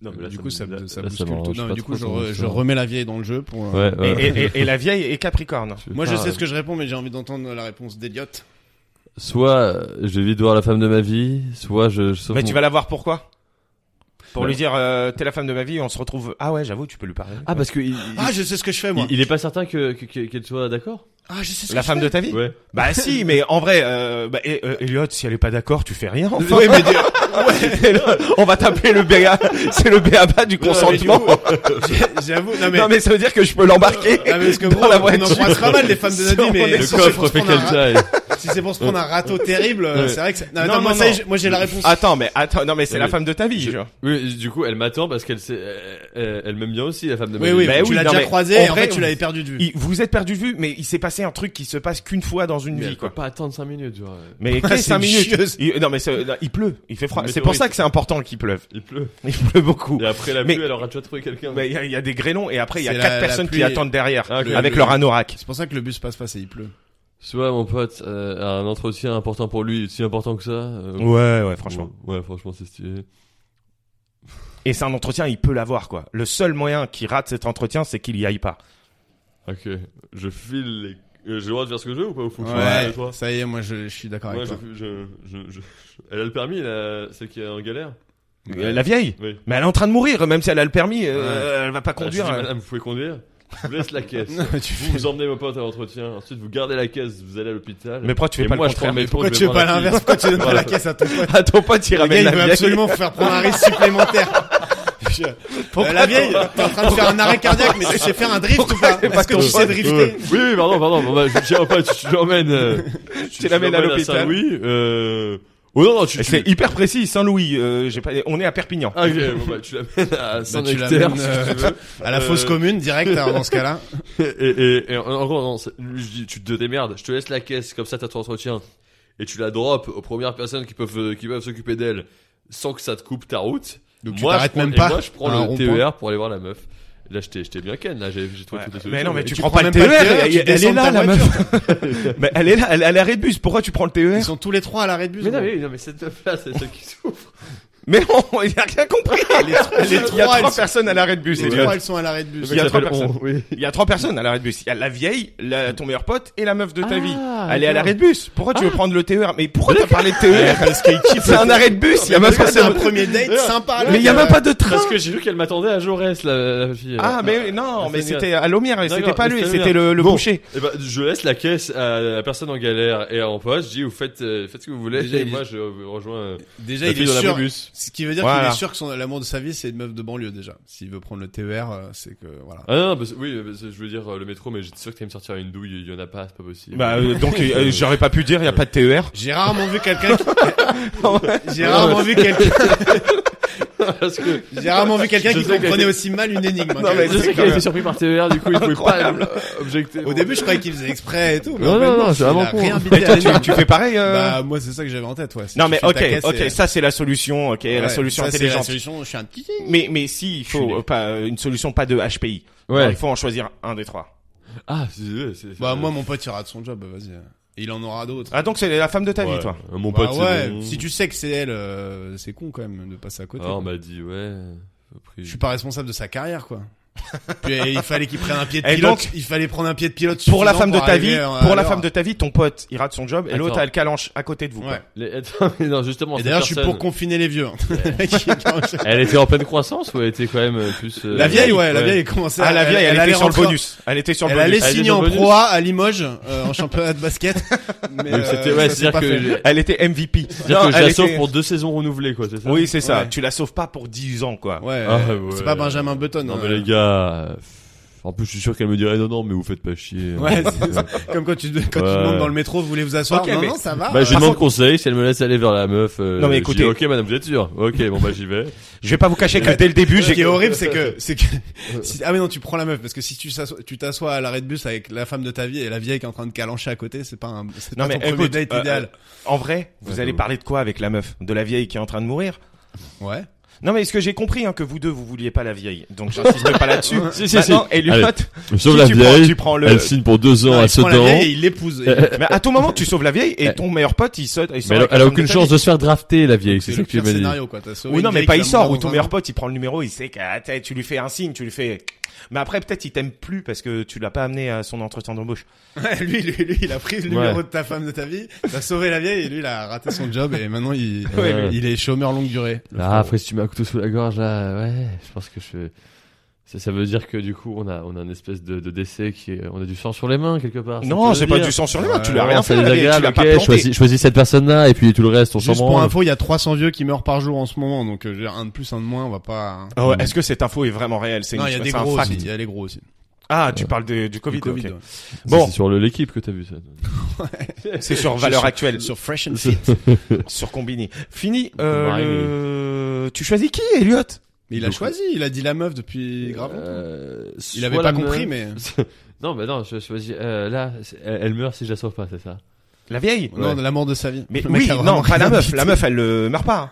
S3: Non, mais là,
S2: du coup, ça,
S3: me- là,
S2: ça
S3: là,
S2: bouscule tout.
S3: m'arrange
S2: Non,
S3: pas
S2: du coup, je,
S3: trop, ça
S2: re-
S3: me-
S2: je remets la vieille dans le jeu pour. euh,
S3: Ouais,
S1: Et,
S3: ouais.
S1: et- et- et la vieille est Capricorne.
S2: Moi, je
S3: Ah,
S2: sais ce que je réponds, mais j'ai envie d'entendre la réponse d'Eliott.
S3: Soit euh, je vais devoir la femme de ma vie, soit je. je sauve
S1: Mais tu
S3: mon-
S1: vas la voir pourquoi
S2: Bah.
S1: pour lui dire euh, t'es la femme de ma vie, on se retrouve. Ah ouais, j'avoue, tu peux lui parler.
S3: Ah, parce que. il-
S2: Ah, je sais ce que je fais, moi.
S3: il, il est pas certain que que- que- qu'elle soit d'accord.
S2: Ah, je sais ce
S1: la
S2: que
S1: femme
S2: je
S1: de ta
S2: fais.
S1: vie.
S3: Ouais.
S1: Bah si, mais en vrai, euh, bah, eh, euh, Elliot, si elle est pas d'accord, tu fais rien. Enfin.
S2: Ouais, mais Dieu-
S1: on va taper le BA, c'est le BABA du consentement.
S2: j'avoue, non mais.
S1: Non mais ça veut dire que je peux l'embarquer.
S2: Ah, mais parce que
S1: Dans
S2: bon,
S1: la
S2: on
S1: voiture.
S2: embrasse pas mal les femmes de
S1: Si
S2: notre vie,
S1: on
S2: mais
S1: est
S2: si
S3: Le
S2: c'est pour
S3: coffre
S2: se
S3: fait
S2: prendre un ra-
S3: quelqu'un. et-
S2: si c'est pour se prendre un râteau terrible, euh,
S3: Ouais.
S2: c'est vrai que. c'est- Non,
S1: Non,
S2: attends,
S1: non,
S2: moi,
S1: non.
S2: ça y est, j'ai- moi j'ai la réponse. Euh,
S1: Attends, mais attends, non mais c'est
S3: Mais
S1: la
S3: oui.
S1: femme de ta vie.
S3: Je-
S1: genre.
S3: Oui, du coup, elle m'attend parce qu'elle sait, elle, elle m'aime bien aussi, la femme de ma
S2: Oui,
S3: vie.
S2: oui,
S1: Bah
S2: tu
S1: oui,
S2: l'as
S1: non,
S2: déjà
S1: mais en
S2: croisé, et en fait,
S1: vrai,
S2: tu l'avais perdu de vue.
S1: Il- vous êtes perdu de vue, mais il s'est passé un truc qui se passe qu'une fois dans une
S3: Mais
S1: vie,
S3: elle peut
S1: quoi.
S3: pas attendre 5 minutes, genre. euh.
S1: Mais
S2: Ouais,
S1: qu'est-ce
S2: Ah, c'est
S1: cinq
S2: une
S1: minutes
S2: chieuse.
S1: il, Non mais c'est- non, il pleut, il fait froid.
S3: Une
S1: C'est pour ça
S3: météorite.
S1: que c'est important qu'il pleuve.
S3: Il pleut.
S1: Il pleut beaucoup.
S3: Et après la
S1: Mais-
S3: pluie, elle aura déjà trouvé quelqu'un.
S1: Mais il y, a- il y a des grêlons et après il y a
S2: C'est
S1: quatre
S2: la- la
S1: personnes qui
S2: pluie.
S1: attendent derrière
S3: Ah,
S2: le-
S1: avec
S2: le-
S1: leur anorak.
S2: C'est pour ça que le bus passe pas, c'est il pleut.
S3: Tu vois, mon pote, euh, a un entretien important pour lui, si important que ça. euh,
S1: Ouais ouais franchement.
S3: Ouais, ouais, franchement, c'est stylé.
S1: Et c'est un entretien, il peut l'avoir quoi. Le seul moyen qu'il rate cet entretien, c'est qu'il y aille pas.
S3: Ok, je file les. euh, J'ai le droit de faire ce que je veux ou pas au fond
S2: Ouais, ça y est, moi je, je suis d'accord
S3: Moi,
S2: avec
S3: je,
S2: toi.
S3: je, je, je- Elle a le permis, la... celle qui est en galère
S1: Euh, La vieille.
S3: Oui. Ah,
S1: Mais elle est en train de mourir, même si elle a le permis, euh, elle va pas
S3: Conduire.
S1: conduire. elle-
S3: Madame, vous pouvez conduire Je vous laisse la caisse.
S2: Non, mais tu
S3: vous vous emmenez mon pote à l'entretien. Ensuite, vous gardez la caisse, vous allez à l'hôpital.
S1: Mais pourquoi tu fais
S3: Et
S1: pas
S3: moi,
S1: le
S3: je prends
S1: contraire
S3: le métro.
S2: Pourquoi
S3: je
S2: tu
S3: vais
S2: veux pas
S3: voir la fille.
S2: l'inverse Pourquoi tu donnes pas la
S3: Voilà.
S2: caisse à ton pote
S1: À ton pote, il
S2: Le gars,
S1: ramène
S2: il
S1: la
S2: veut
S1: vieille.
S2: absolument faire prendre un risque supplémentaire. Je- Euh, la vieille, t'es en train de faire un arrêt cardiaque, mais tu sais faire un drift ou pas Parce que tu sais drifter.
S3: Euh, Oui, oui, pardon, pardon. Bon, bah, je tiens, pas, tu, tu l'emmènes. euh,
S1: Tu l'emmènes à l'hôpital.
S3: Oui. Euh... Oh non, non, tu.
S1: Et
S3: tu-
S1: C'est hyper précis, Saint-Louis. euh, j'ai pas... On est à Perpignan.
S3: Ah, ok, bon, bah, tu l'amènes à Saint-Nectaire,
S2: l'amènes,
S3: si
S2: euh,
S3: tu veux.
S2: À la
S3: Euh,
S2: fausse commune, direct, alors, dans ce cas-là.
S3: Et, et, et E, en- en gros, non, c'est- lui, je dis, tu te démerdes, je te laisse la caisse, comme ça t'as ton entretien. Et tu la drops aux premières personnes qui peuvent, euh, qui peuvent s'occuper d'elle sans que ça te coupe ta route.
S2: Donc tu
S3: moi, je
S2: t'arrêtes
S3: prends,
S2: même
S3: et
S2: pas.
S3: Moi, je prends
S2: à un
S3: le
S2: rond-point.
S3: TER pour aller voir la meuf. Là, j'étais, j'étais bien ken, là, j'ai, j'ai trouvé
S1: Ouais,
S3: toutes les
S1: mais
S3: solutions.
S1: non, mais
S3: Et
S1: tu,
S2: tu
S1: prends,
S2: prends
S1: pas le E
S2: même
S1: TER,
S2: pas le TER,
S1: elle,
S2: tu
S1: elle est
S2: descends
S1: là,
S2: ta
S1: la
S2: voiture.
S1: meuf. mais elle est là, elle est à l'arrêt de bus. Pourquoi tu prends le E TER
S2: Ils sont tous les trois à l'arrêt de bus.
S3: mais
S2: bon.
S1: hein.
S3: non, mais, non, mais cette meuf-là, c'est celle qui souffre.
S1: Mais non, il a rien compris.
S2: les
S1: il y a
S2: trois,
S1: trois
S2: elles-
S1: personnes à l'arrêt de bus,
S2: Les
S1: Elliot.
S2: trois, elles sont à l'arrêt de bus.
S1: Il y a trois
S3: s'appelle
S1: personnes.
S3: On, oui.
S1: Il y a trois personnes à l'arrêt de bus. Il y a la vieille, la, ton meilleur pote et la meuf de ta
S3: Ah,
S1: vie. Elle est à
S3: d'accord.
S1: l'arrêt de bus. Pourquoi tu veux prendre Ah. le E TER Mais pourquoi t'as parlé de TER
S2: Parce qu'il kiffe.
S1: C'est un arrêt de bus. Il y a même
S2: Parce que
S1: pas
S2: c'est un
S1: de...
S2: premier date sympa.
S1: Mais il y a même pas de train.
S3: Parce que j'ai vu qu'elle m'attendait à Jaurès, la, la fille.
S1: Ah mais
S3: Ah,
S1: non, mais
S3: c'est bien.
S1: c'était à Lomière. C'était
S3: D'accord,
S1: pas lui,
S3: c'était
S1: c'était
S3: Lomière.
S1: le, le
S3: Bon.
S1: boucher.
S3: Eh ben, je laisse la caisse à la personne en galère et à en poste. Je dis, vous faites, euh, faites ce que vous voulez.
S2: Déjà,
S3: et
S2: il-
S3: moi, je rejoins euh,
S2: Déjà,
S3: la
S2: il
S3: fille
S2: est
S3: dans
S2: sûr.
S3: l'abribus.
S2: Ce qui veut dire
S1: Voilà.
S2: qu'il est sûr que son, l'amour de sa vie, c'est une meuf de banlieue, déjà. S'il veut prendre le TER, euh, c'est que, voilà.
S3: Ah non, non, parce- oui, parce que je veux dire euh, le métro, mais j'étais sûr que t'allais me sortir une douille. Il y en a pas, c'est pas possible.
S1: Bah euh, donc euh, j'aurais pas pu dire il y a pas de E TER.
S2: J'ai rarement vu quelqu'un qui... J'ai rarement vu quelqu'un,
S3: parce que
S2: j'ai rarement vu quelqu'un
S3: Je
S2: qui
S3: sais qu'elle
S2: comprenait
S3: était-
S2: aussi mal une énigme. hein,
S1: Non,
S2: quand
S1: mais
S2: même.
S3: je sais qu'elle était surpris par TER, du coup, il pouvait pas
S1: Incroyable.
S3: euh, objecter.
S2: Au début, je croyais qu'il faisait exprès et tout. mais
S3: Non,
S2: en fait,
S3: non, non,
S2: il
S3: c'est vraiment
S2: a
S3: con.
S2: rien bidé
S1: Et toi
S2: à
S1: tu,
S2: l'énigme.
S1: tu fais pareil. euh
S2: Bah, moi, c'est ça que j'avais en tête, ouais. Si
S1: Non
S2: tu
S1: mais
S2: fais ta
S1: ok,
S2: caisse,
S1: ok,
S2: c'est-
S1: ça c'est la solution. Ok,
S2: ouais,
S1: la solution
S2: ça, c'est La
S1: intelligente.
S2: solution, je suis un petit.
S1: Mais mais si il
S3: suis
S1: faut
S3: né.
S1: euh, pas euh, une solution pas de HPI. Alors,
S3: ouais.
S1: il faut en choisir un des trois.
S3: Ah, c'est, c'est, c'est-
S2: Bah, moi, mon pote, il rate son job, bah, vas-y. Et Il en aura d'autres.
S1: Ah donc c'est la femme de ta
S3: Ouais.
S1: vie toi.
S3: Euh, Mon
S2: Bah
S3: pote,
S2: ouais,
S3: c'est bon.
S2: si tu sais que c'est elle, euh, c'est con quand même de passer à côté.
S3: Ah, on m'a dit, ouais. faut pris-
S2: Je suis pas responsable de sa carrière, quoi. Puis euh, il fallait qu'il prenne un pied de
S1: Et
S2: pilote.
S1: donc,
S2: il fallait prendre un pied de pilote
S1: Pour la
S2: suffisant
S1: femme de ta
S2: arriver,
S1: vie,
S2: euh,
S1: pour
S2: à
S1: la
S2: l'heure.
S1: femme de ta vie, ton pote il rate son job et
S3: Attends.
S1: l'autre a le calanche à côté de vous.
S2: Ouais.
S1: quoi.
S3: Les- Attends, mais non, justement.
S2: Et
S3: cette
S2: d'ailleurs, je suis pour
S3: personne,
S2: confiner les vieux.
S3: Elle était en pleine croissance ou elle était quand même euh, plus. euh,
S2: la vieille, ouais, la vieille elle commençait.
S1: Ah la vieille, elle,
S2: allait
S1: était sur le
S2: rentrer-
S1: bonus. Elle était sur le
S2: Elle
S1: bonus.
S2: allait
S3: Elle était
S2: signer
S3: sur
S2: en
S3: le bonus.
S2: pro A à Limoges euh, en championnat de basket. Mais,
S3: Donc,
S2: euh,
S3: c'était-
S2: ça s'est
S3: ouais, c'est-à-dire
S2: pas
S3: que
S2: fait.
S3: j'ai-
S1: Elle était MVP.
S3: C'est-à-dire
S1: Non,
S3: que je
S1: elle
S3: la sauve
S1: était-
S3: pour deux saisons renouvelées, quoi, c'est ça
S1: Oui, c'est ça.
S2: Ouais.
S1: Tu la sauves pas pour 10 ans, quoi.
S2: Ouais,
S3: Ah,
S2: euh,
S3: ouais.
S2: c'est pas Benjamin Button.
S3: Non,
S2: euh.
S3: mais les gars. euh, En plus, je suis sûr qu'elle me dirait non, non, mais vous faites pas chier. hein.
S2: Ouais, c'est ça. Comme quand tu quand tu
S3: Ouais.
S2: demandes dans le métro, vous voulez vous asseoir
S1: Ok,
S2: Non,
S1: mais-
S2: non, ça va.
S3: Bah,
S1: Ah, Par
S3: je lui demande
S1: contre-
S3: conseil, si elle me laisse aller vers la meuf. euh,
S1: Non, mais
S3: je
S1: écoutez-
S3: dis, ok, madame, vous êtes sûre Ok, bon, bah, j'y vais.
S1: Je vais pas vous cacher que dès le début,
S2: Ce qui est
S1: j'ai...
S2: horrible, c'est que, c'est que, si- ah mais non, tu prends la meuf, parce que si tu s'assois- tu t'assois à l'arrêt de bus avec la femme de ta vie et la vieille qui est en train de calancher à côté, c'est pas un, c'est
S1: Non,
S2: pas
S1: mais
S2: ton premier
S1: écoute,
S2: date
S1: euh,
S2: idéal.
S1: En vrai, vous
S3: Ouais,
S1: allez
S3: ouais.
S1: parler de quoi avec la meuf De la vieille qui est en train de mourir euh,
S2: Ouais.
S1: Non, mais ce que j'ai compris, hein, que vous deux, vous vouliez pas la vieille. Donc, j'insiste pas là-dessus.
S3: Si, si,
S1: Maintenant, et lui,
S3: Allez.
S1: pote,
S3: Sauf
S1: qui
S3: la
S1: tu
S3: vieille,
S1: prends, tu prends le...
S3: elle signe pour deux ans
S2: Non,
S3: à
S2: il prend la
S3: Sedan.
S2: vieille et il l'épouse. Et-
S1: Mais à tout moment, tu sauves la vieille et
S3: Elle-
S1: ton meilleur pote, il saute. Il sort
S3: Eh. Mais elle,
S1: avec la
S3: elle a
S1: femme
S3: aucune
S1: ta
S3: chance
S1: vie.
S3: de se faire drafter, la vieille,
S2: C'est
S3: c'est ça
S2: le
S3: que tu
S2: pire
S3: m'as dit.
S2: scénario, quoi. T'as sauvé
S1: Oui,
S2: une
S1: non, mais
S2: vieille
S1: pas
S2: qui
S1: il
S2: va
S1: sort.
S2: mourir
S1: Ou ton
S2: dans un
S1: meilleur
S2: an.
S1: pote, il prend le numéro, il sait que ah, t'as- tu lui fais un signe, tu lui fais... Mais après, peut-être, il t'aime plus parce que tu l'as pas amené à son entretien d'embauche.
S2: Ouais, lui, lui, lui, il a pris le
S3: Ouais.
S2: numéro de ta femme de ta vie, t'as sauvé la vieille et lui, il a raté son job et maintenant il,
S3: Ouais,
S2: il est chômeur longue durée.
S3: Ah, après, si tu m'as couteau sous la gorge, là, ouais, je pense que je. Ça, ça veut dire que du coup, on a, on a une espèce de, de décès qui est... On a du sang sur les mains, quelque part. ça
S1: Non,
S3: peut
S1: c'est
S3: dire.
S1: pas du sang sur les mains, tu
S2: Ouais,
S1: lui as
S3: Non,
S1: rien fait.
S3: c'est
S1: mec, tu
S3: désagréable,
S1: l'as pas
S3: ok,
S1: planté.
S3: choisis, choisis cette personne-là, et puis tout le reste, on s'en
S2: Juste pour
S3: branle.
S2: info, il y a 300 vieux qui meurent par jour en ce moment, donc euh, je veux dire, un de plus, un de moins, on va pas. hein.
S1: Ah ouais, Est-ce que cette info est vraiment réelle C'est
S2: non,
S1: une-
S2: il y a
S1: c'est
S2: des
S1: un
S2: gros
S1: fact.
S2: aussi. Il y a les gros aussi.
S1: Ah, tu parles de- du Covid.
S2: Du Covid,
S1: ok.
S2: ouais.
S3: Ça,
S1: Bon.
S3: C'est sur le- l'équipe que t'as vu, ça.
S1: C'est sur valeur
S2: sur-
S1: actuelle, sur,
S2: Sur Fresh and
S3: C'est-
S2: Fit.
S1: Combini. Fini.
S3: Ouais,
S1: Euh, le- Tu choisis qui, Elliot
S2: Mais il a
S3: Donc-
S2: choisi, il a dit la meuf depuis grave longtemps.
S3: Euh,
S2: Il
S3: soit
S2: avait pas
S3: la
S2: compris,
S3: meuf-
S2: mais.
S3: non, mais non, je choisis. euh, là, c'est- elle, elle meurt si je la sauve pas, c'est ça.
S1: La vieille
S2: Non, la mort de sa vie.
S1: Mais
S2: Le mec
S1: oui,
S2: a vraiment
S1: non, pas la
S2: rien
S1: meuf.
S2: pitié.
S1: La meuf, elle ne meurt pas. hein.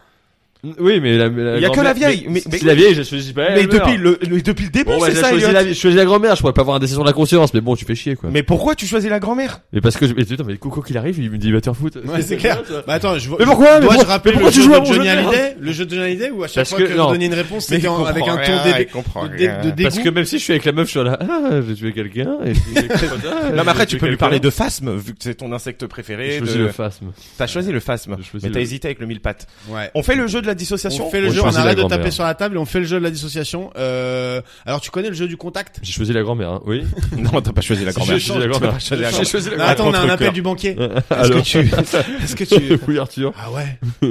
S3: Oui, mais la. la
S1: Il y a que
S3: grand-mère-
S1: la vieille, mais-
S3: si
S1: mais-
S3: la vieille, je choisis
S2: Eh,
S3: pas.
S1: mais
S3: elle meurt.
S1: depuis le, le- depuis le début,
S3: Bon, bah,
S1: c'est
S3: j'ai
S1: ça,
S3: choisi
S1: Elliot.
S3: la, je choisis la grand-mère, je pourrais pas avoir un décès sur la conscience, mais bon, tu fais chier, quoi. Mais,
S1: Mais pourquoi tu choisis la grand-mère
S3: parce que, je- mais, putain, mais Coco qu'il arrive, il me dit, va te foot.
S2: Ouais, c'est clair. Bah attends, je vois.
S3: Mais pourquoi Mais
S2: Dois-je
S3: pourquoi-
S2: rappeler
S3: mais
S2: le
S3: pourquoi tu
S2: jeu
S3: joues à
S2: de
S3: mon jeu
S2: Johnny
S3: merde
S2: Hallyday Le jeu de Johnny Hallyday où à chaque
S3: Parce
S2: fois
S3: que-
S2: que
S3: non.
S2: vous donniez une réponse, c'était en- avec un ton
S1: début.
S2: dé- de dé- de
S3: Parce
S2: dégoût.
S3: que même si je suis avec la meuf, je suis là, ah, j'ai tué quelqu'un, et puis-
S1: Non, mais après, tu peux lui
S3: quelqu'un.
S1: parler de phasme, vu que c'est ton insecte préféré.
S3: Je choisis
S1: de-
S3: le phasme.
S1: T'as choisi le phasme.
S3: Je choisis
S1: Mais t'as
S3: le-
S1: hésité avec le mille pattes.
S2: Ouais.
S1: On fait le jeu de la dissociation.
S2: On fait le
S3: On
S2: jeu, on
S3: choisit la
S2: arrête de
S3: grand-mère.
S2: taper sur la table et on fait le jeu de la dissociation. Euh, alors tu connais le jeu du contact
S3: J'ai choisi la grand-mère, hein. Oui.
S1: Non, t'as pas choisi la
S3: J'ai
S1: grand-mère.
S3: choisi la grand-mère.
S1: J'ai choisi la
S3: J'ai choisi la
S2: Non,
S3: grand-mère.
S2: Attends, on a un
S1: contre-cœur.
S2: appel du banquier. Est-ce que
S3: Alors.
S2: tu, est-ce que tu,
S3: Oui, Arthur.
S2: ah ouais.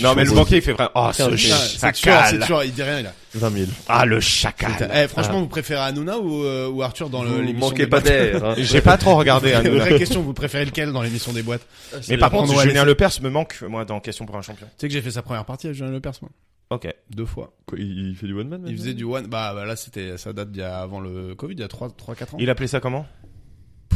S1: Non, mais le banquier, il fait vraiment, oh, ce
S3: Putain,
S2: Putain, C'est toujours, c'est
S1: chacal.
S2: toujours, il dit rien, il a.
S3: 20 000.
S1: Ah, le chacal.
S2: Putain, eh, franchement, vous préférez Hanouna ou, euh, ou Arthur dans le, l'émission des boîtes
S3: d'air. hein.
S1: J'ai pas trop regardé,
S2: C'est une
S1: Hanouna.
S2: vraie question, vous préférez lequel dans l'émission des boîtes
S1: Mais par
S2: dépend
S1: contre,
S2: d'où elle
S1: Julien
S2: est.
S1: Lepers me manque, moi, dans Question pour un champion.
S2: Tu sais que j'ai fait sa première partie avec Julien Lepers, moi.
S1: Ok.
S2: Deux fois.
S3: Quoi, il il fait du one man
S2: Il
S3: maintenant
S2: faisait du one, bah, bah, là c'était, ça date d'il y a, avant le Covid, il y a trois, trois, quatre ans.
S1: Il appelait ça comment?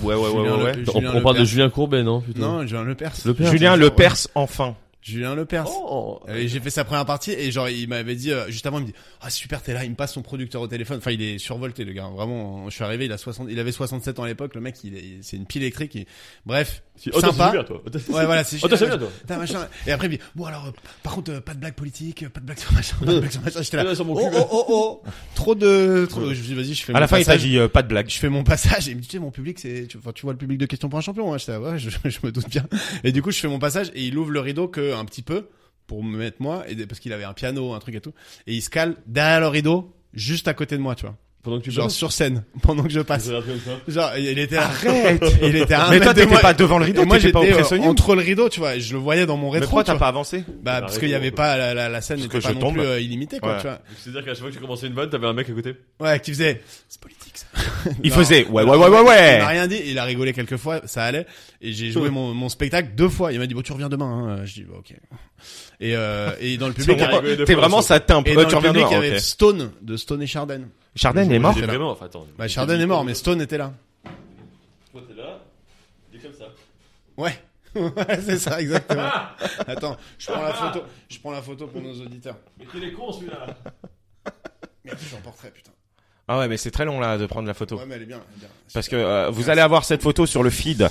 S1: Ouais,
S3: Ah
S1: ouais, ouais,
S2: Julien
S1: ouais, ouais.
S2: Le-
S3: On,
S2: Julien
S3: on parle de
S2: Lepers.
S3: Julien Courbet, non plutôt
S2: Non, Julien Lepers.
S3: Le père.
S1: Julien
S2: c'est-
S1: Lepers, enfin.
S2: Julien Lepers.
S3: Oh.
S2: Euh, Et j'ai fait sa première partie et genre il m'avait dit euh, juste avant il me dit ah super t'es là il me passe son producteur au téléphone enfin il est survolté le gars vraiment euh, je suis arrivé il a 60 il avait 67 ans à l'époque le mec il est il- c'est une pile électrique il- bref
S3: Si- Oh, t'as
S2: Sympa.
S3: saisi bien, toi. Oh, t'as saisi-
S2: ouais voilà c'est
S3: Oh, t'as saisi bien, toi.
S2: Putain, machin. et après il me dit bon alors euh, par contre euh, pas de blague politique euh, pas de blague sur machin pas de blague sur machin j'étais là
S3: Ouais, sur mon
S2: oh
S3: cul.
S2: oh oh oh trop de trop de- je me dis vas-y je fais
S1: À
S2: mon
S1: la fin, il t'a
S2: passage.
S1: dit, euh, pas de blague.
S2: Je fais mon passage et il me dit, tu sais, mon public, c'est, tu, enfin, tu vois le public de Question pour un champion, hein. J'étais, ah ouais, je, je me doute bien. Et du coup, je fais mon passage et il ouvre le rideau que un petit peu pour me mettre moi, et, parce qu'il avait un piano, un truc et tout. Et il se cale derrière le rideau, juste à côté de moi, tu vois.
S3: Pendant que tu
S2: Genre
S3: passes.
S2: sur scène, pendant que je passe.
S3: Regarde comme ça.
S2: Genre, il était arrête! Il était à un
S1: Mais
S2: mètre
S1: toi,
S2: de
S1: t'étais
S2: moi.
S1: pas devant le rideau,
S2: Et moi,
S1: t'étais
S2: j'étais
S1: pas au
S2: euh,
S1: pressonium.
S2: entre le rideau, tu vois, et je le voyais dans mon
S1: Mais
S2: rétro.
S1: pourquoi
S2: tu
S1: t'as
S2: vois.
S1: pas avancé?
S2: Bah, parce qu'il y avait pas, la, la, la scène n'était
S1: que
S2: pas
S1: je
S2: non
S1: tombe.
S2: plus euh, illimitée, quoi,
S1: Ouais.
S2: tu vois.
S3: C'est-à-dire qu'à chaque fois que tu commençais une vanne, t'avais un mec à côté.
S2: Ouais, qui faisait, c'est politique, ça.
S1: Il
S2: Non.
S1: faisait, ouais, ouais, ouais, ouais,
S2: Il m'a
S1: ouais.
S2: rien dit, il a rigolé quelques fois, ça allait. Et j'ai joué mon, mon spectacle deux fois. Il m'a dit, bon, tu reviens demain. Hein. Je dis, bah, ok. Et, euh, et dans le
S1: T'es
S2: public,
S3: Sans
S1: vraiment-
S3: rigolé deux
S1: T'es
S3: fois,
S1: vraiment
S3: surtout.
S1: sa timbre.
S2: et
S1: Euh,
S2: dans
S1: Tu
S2: le
S1: reviens
S2: public, il y
S1: demain,
S2: avait
S1: ok.
S2: Stone de Stone et Charden.
S1: Charden est mort?
S3: J'étais
S2: là.
S3: Vraiment, enfin, attends.
S2: Bah, Charden est mort, mais Stone était là.
S3: Toi, t'es là. T'es comme ça.
S2: Ouais. Ouais, c'est ça, exactement. Attends, je prends la photo. Je prends la photo pour nos auditeurs.
S3: Mais qu'il est con, celui-là.
S2: Merde, je suis en portrait, putain.
S1: Ah ouais, mais c'est très long, là, de prendre la photo.
S2: Ouais, mais elle est bien. elle est bien.
S1: Parce que, euh, vous allez avoir cette photo sur le feed.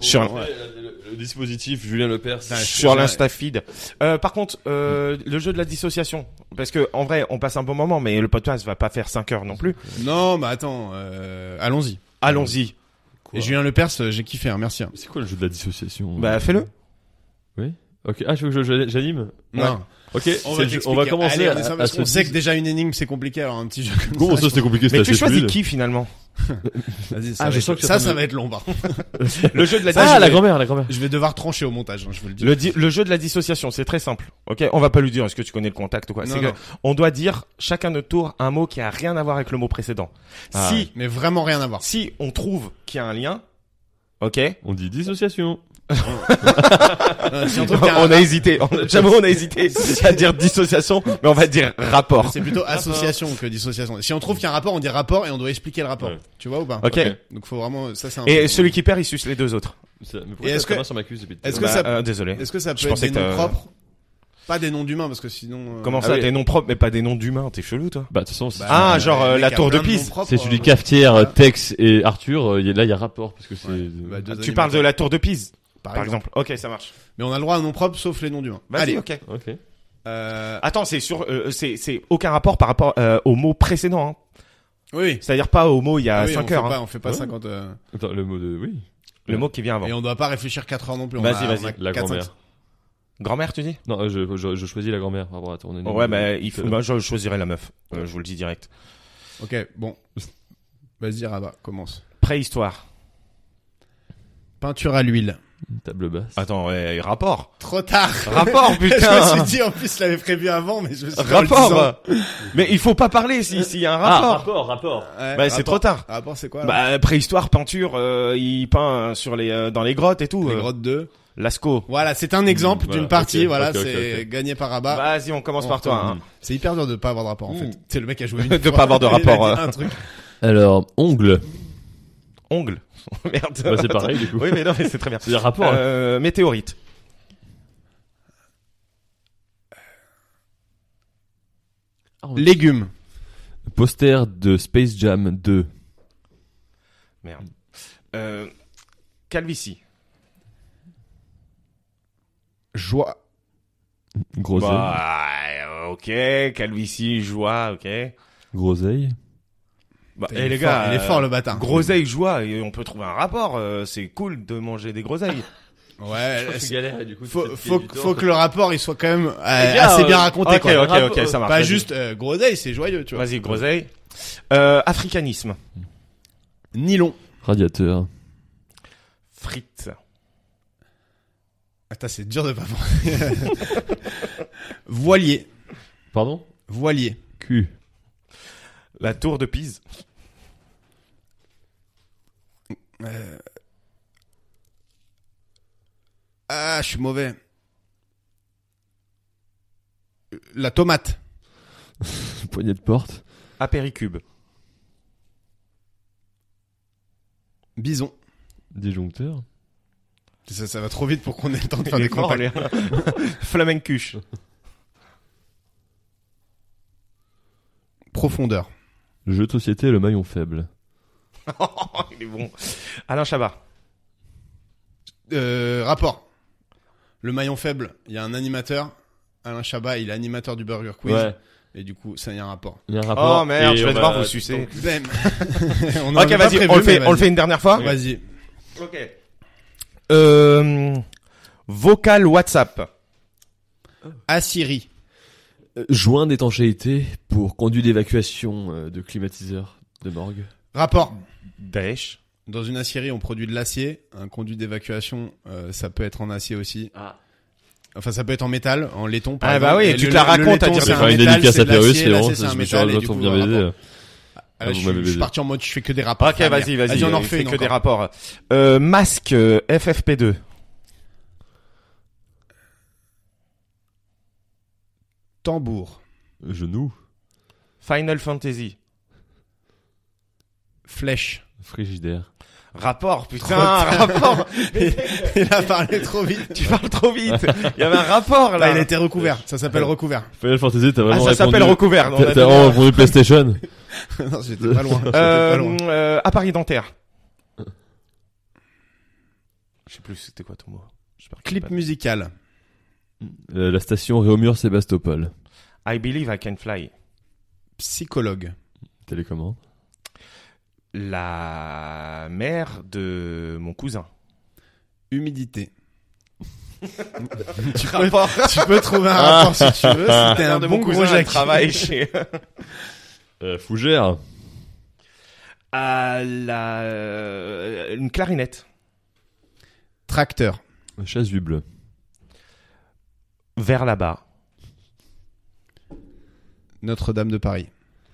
S1: Sur-
S3: Pour montrer la- le, le dispositif Julien Lepers.
S2: Putain, je-
S1: sur
S2: j'ai-
S1: l'insta feed. Euh, par contre, euh, le jeu de la dissociation, parce que en vrai, on passe un bon moment, mais le podcast va pas faire 5 heures non plus.
S2: Non, bah attends, euh, allons-y.
S1: Allons-y.
S3: Quoi
S2: Et Julien Lepers, euh, j'ai kiffé, hein, merci. hein.
S3: C'est quoi le jeu de la dissociation
S1: Bah fais-le.
S3: Oui. Ok. Ah, tu veux que je- je- j'anime
S2: Non.
S3: Ok. c'est
S2: On va,
S3: le jeu-
S2: t'expliquer.
S3: on va commencer
S2: Allez,
S3: à,
S2: on, est sympa,
S3: à
S2: parce
S3: se
S2: qu'on sait que déjà une énigme c'est compliqué alors un petit jeu comme
S3: Comment
S2: ça.
S3: ça, c'était compliqué
S1: Mais
S3: c'était
S1: tu
S3: assez
S1: choisis
S3: fluide.
S1: qui finalement
S2: Vas-y,
S3: Ah,
S2: va
S3: je
S2: être-
S3: sens que
S2: ça,
S3: ça
S2: ça
S3: me-
S2: va être long. Par contre.
S1: Le jeu de la
S3: Ah,
S1: dissociation.
S3: la grand-mère, la grand-mère.
S2: Je vais devoir trancher au montage, hein, je vous le dis.
S1: le, di- le jeu de la dissociation, c'est très simple. Ok, on va pas lui dire est-ce que tu connais le contact ou quoi.
S2: Non,
S1: C'est que
S2: non.
S1: on doit dire chacun notre tour un mot qui a rien à voir avec le mot précédent.
S3: Ah,
S1: si
S2: Mais vraiment rien à voir.
S1: si on trouve qu'il y a un lien, ok.
S3: On dit dissociation.
S2: Euh, c'est un truc qui a un-
S1: on a hésité. On- J'avoue, on a hésité à dire dissociation, mais on va dire rapport.
S2: C'est plutôt association que dissociation. Si on trouve qu'il y a un rapport, on dit rapport et on doit expliquer le rapport.
S3: Ouais.
S2: Tu vois ou pas
S1: Ok.
S3: Ok.
S2: Donc faut vraiment ça c'est un
S1: Et
S2: peu-
S1: celui qui perd, il suce les deux autres.
S3: Ça- Mais
S2: Et
S3: pourquoi
S2: est-ce
S3: ça
S2: que-
S3: sur ma cuisse depuis tout à
S2: Est-ce
S3: l'heure
S2: que
S1: Bah,
S2: ça-
S1: euh, désolé.
S2: Est-ce que ça peut
S1: Je
S2: être
S1: pensais
S2: des
S1: que
S2: noms
S1: t'as-
S2: propres Pas des noms d'humains parce que sinon euh,
S1: Comment
S3: Ah
S1: ça,
S3: oui.
S1: des noms propres mais pas des noms d'humains, t'es chelou toi
S3: Bah, de toute façon, c'est-
S2: bah,
S1: Ah,
S2: euh,
S1: genre, euh,
S2: le mec
S1: la
S2: a
S1: tour de
S2: plein noms
S1: Pise.
S2: propres,
S3: c'est celui
S2: euh,
S3: cafetière,
S2: voilà.
S3: euh, Tex et Arthur. euh, y a- Là, il y a rapport parce que c'est.
S2: Ouais. Bah, deux
S1: Tu parles de
S2: animateurs,
S1: la tour de Pise,
S2: par
S1: par
S2: exemple.
S1: exemple. Ok, ça marche.
S2: Mais on a le droit à noms propres sauf les noms d'humains.
S1: Vas-y,
S2: Allez.
S1: ok.
S3: Ok.
S2: euh,
S1: Attends, c'est sur, euh, c'est, c'est aucun rapport par rapport euh, au mot précédent. Hein.
S2: Oui.
S1: C'est-à-dire pas au mot il y a
S2: Ah Oui, on
S1: 5
S2: fait
S1: heures.
S2: pas-
S1: hein.
S2: On fait pas
S3: Ouais.
S2: 50. euh,
S3: Attends, le mot de oui.
S1: Le mot qui vient avant.
S2: Et on doit pas réfléchir 4 heures non plus. on
S1: Vas-y,
S2: a-
S1: vas-y,
S2: on a
S3: La
S2: quatre, cinq-
S3: grand-mère.
S1: Grand-mère, tu dis
S3: Non, euh, je, je, je choisis la grand-mère par rapport à ton
S1: Ouais, bah, il faut, bah, je choisirais la meuf. Euh, je vous le dis direct.
S2: Ok, bon. Vas-y, Rabat, commence.
S1: Préhistoire.
S2: Peinture à l'huile.
S3: Table basse.
S1: Attends, ouais, rapport.
S2: Trop tard
S1: Rapport,
S2: Je me
S1: putain.
S2: suis dit, en plus, je l'avais prévu avant, mais je me suis dit en le
S1: rapport.
S2: disant.
S1: bah. Mais il faut pas parler si- s'il y a un rapport.
S3: Ah, rapport, rapport.
S2: Ouais,
S1: Ah. Bah, c'est
S2: rapport.
S1: trop tard.
S2: Rapport, c'est quoi là
S1: Bah, préhistoire, peinture, euh, il peint euh, sur les, euh, dans les grottes et tout.
S2: Les
S1: euh,
S2: grottes 2.
S1: Lascaux.
S2: Voilà, c'est un exemple
S3: Voilà,
S2: d'une partie,
S3: ok,
S2: voilà,
S3: ok, ok,
S2: c'est
S3: ok.
S2: gagné par Rabat.
S1: Vas-y, Bah. on commence
S2: on
S1: par toi. hein.
S2: C'est hyper dur de pas avoir de rapport en fait. C'est le mec qui a joué une
S1: De
S2: fois.
S1: pas avoir de
S2: Il a dit
S1: rapport, euh.
S2: un truc.
S3: Alors, ongle.
S1: hein. Ongle. Oh, Merde.
S3: Bah, c'est
S1: Attends.
S3: pareil, du coup.
S1: Oui, mais non, mais c'est très bien.
S3: C'est un rapport. hein.
S1: Euh, météorite.
S3: Euh,
S2: Légumes.
S3: Poster de Space Jam 2.
S1: Merde. Euh, calvitie.
S2: Joie.
S3: Groseille.
S1: Bah, ok. Calvitie, joie, ok.
S3: Groseille.
S1: Bah,
S2: Putain,
S1: et
S2: il
S1: les
S2: est fort-
S1: gars,
S2: il est fort
S1: euh,
S2: le bâtard.
S1: Groseille, joie, et on peut trouver un rapport. euh, c'est cool de manger des groseilles.
S2: Ouais. c'est-
S3: galère, du coup.
S2: Faut, faut, faut que le rapport il soit quand même euh,
S3: gars,
S2: assez
S3: euh,
S2: bien raconté
S1: Eh ok,
S2: quoi.
S1: ok,
S3: Rapport-
S1: ok, ça marche.
S2: Pas
S1: vas-y.
S2: juste euh, groseille, c'est joyeux, tu vois.
S1: Vas-y, groseille. Euh, africanisme.
S2: Nylon.
S3: Radiateur.
S1: Frites.
S2: Attends, c'est dur de pas penser. Voilier.
S3: Pardon
S2: Voilier.
S3: Q.
S1: La tour de Pise.
S2: Euh, Ah, je suis mauvais. Euh, La tomate.
S3: Poignée de porte.
S1: Apéricube.
S2: Bison.
S3: Disjoncteur.
S2: Ça, ça va trop vite pour qu'on ait le temps de faire
S1: Il
S2: des
S1: est fort,
S2: contacts.
S1: Léa. Flamencuche.
S2: Profondeur.
S3: Jeu de société, le maillon faible.
S1: Oh, Il est bon. Alain Chabat.
S2: Euh, rapport. Le maillon faible, il y a un animateur. Alain Chabat, il est animateur du Burger Quiz. Et du coup, ça y a un rapport.
S3: Il y a un rapport.
S1: oh merde,
S3: et
S1: je vais
S3: on
S1: devoir
S3: va-
S1: vous sucer.
S2: Bam. on en
S1: Ok,
S2: avait pas
S1: vas-y,
S2: prévu,
S1: on le fait,
S2: mais
S1: on le
S2: vas-y.
S1: fait une dernière fois.
S2: Vas-y.
S1: Ok. Euh, vocal WhatsApp.
S2: Assyrie.
S3: Euh, Joint d'étanchéité pour conduit d'évacuation euh, de climatiseur de morgue.
S2: Rapport.
S1: Daesh.
S2: Dans une aciérie, on produit de l'acier. Un conduit d'évacuation, euh, ça peut être en acier aussi.
S3: Ah.
S2: Enfin, ça peut être en métal, en laiton. Par
S1: Ah, bah
S2: exemple.
S1: oui,
S2: Et
S1: tu
S2: le-
S1: te la
S2: le
S1: racontes
S2: laiton,
S1: à dire
S2: c'est
S1: ça.
S2: un
S3: Enfin, une
S2: métal,
S3: dédicace
S2: c'est
S3: à
S2: de l'acier,
S3: Pérus, c'est
S2: l'acier,
S3: vraiment,
S2: c'est un
S3: je me suis
S2: métal, et
S3: rendu
S2: hein.
S3: compte
S2: du
S3: qu'on
S2: coup,
S3: vient
S2: un rapport.
S3: baiser.
S2: Ah, là,
S3: Ah,
S2: je,
S3: vous
S2: suis-
S3: m'avez
S2: je suis
S3: baisé.
S2: parti en mode je fais que des rapports.
S1: hein. Ok,
S2: Fermière.
S1: vas-y, vas-y.
S2: Vas-y, on en
S1: il
S2: refait
S1: fait
S2: une
S1: que des
S2: encore.
S1: rapports. Euh, masque euh, FFP2.
S2: Tambour.
S3: Genou.
S1: Final Fantasy.
S2: Flèche.
S3: Frigidaire.
S1: Rapport, putain, rapport.
S2: Il a parlé trop vite.
S1: tu parles trop vite. Il y avait un rapport
S2: Là,
S1: là.
S2: il était recouvert. Ça s'appelle recouvert.
S3: Final Fantasy, t'as
S1: Ah,
S3: vraiment
S1: ça s'appelle
S3: répondu.
S1: recouvert. non, on a
S3: T'as t'as
S1: dit-
S3: vraiment répondu PlayStation.
S2: non, j'étais pas loin. J'étais pas
S1: Euh,
S2: loin.
S1: euh, appareil dentaire. Je sais plus c'était quoi ton mot. J'espère que
S2: Clip
S1: c'est
S2: musical.
S3: Euh, La station Réaumur Sébastopol.
S1: pas- I believe I can fly.
S2: Psychologue.
S3: Télécommande.
S1: La mère de mon cousin.
S2: Humidité.
S1: Tu rapport.
S2: tu peux trouver un rapport si tu veux. C'était
S1: La
S2: un
S1: mère de Ah. mon
S2: bon
S1: cousin
S2: gros
S1: elle
S2: Jackie.
S1: travaille chez.
S3: Euh, Fougère.
S1: À la euh, une clarinette.
S2: Tracteur.
S3: Chasuble.
S1: Vers là-bas.
S2: Notre-Dame de Paris.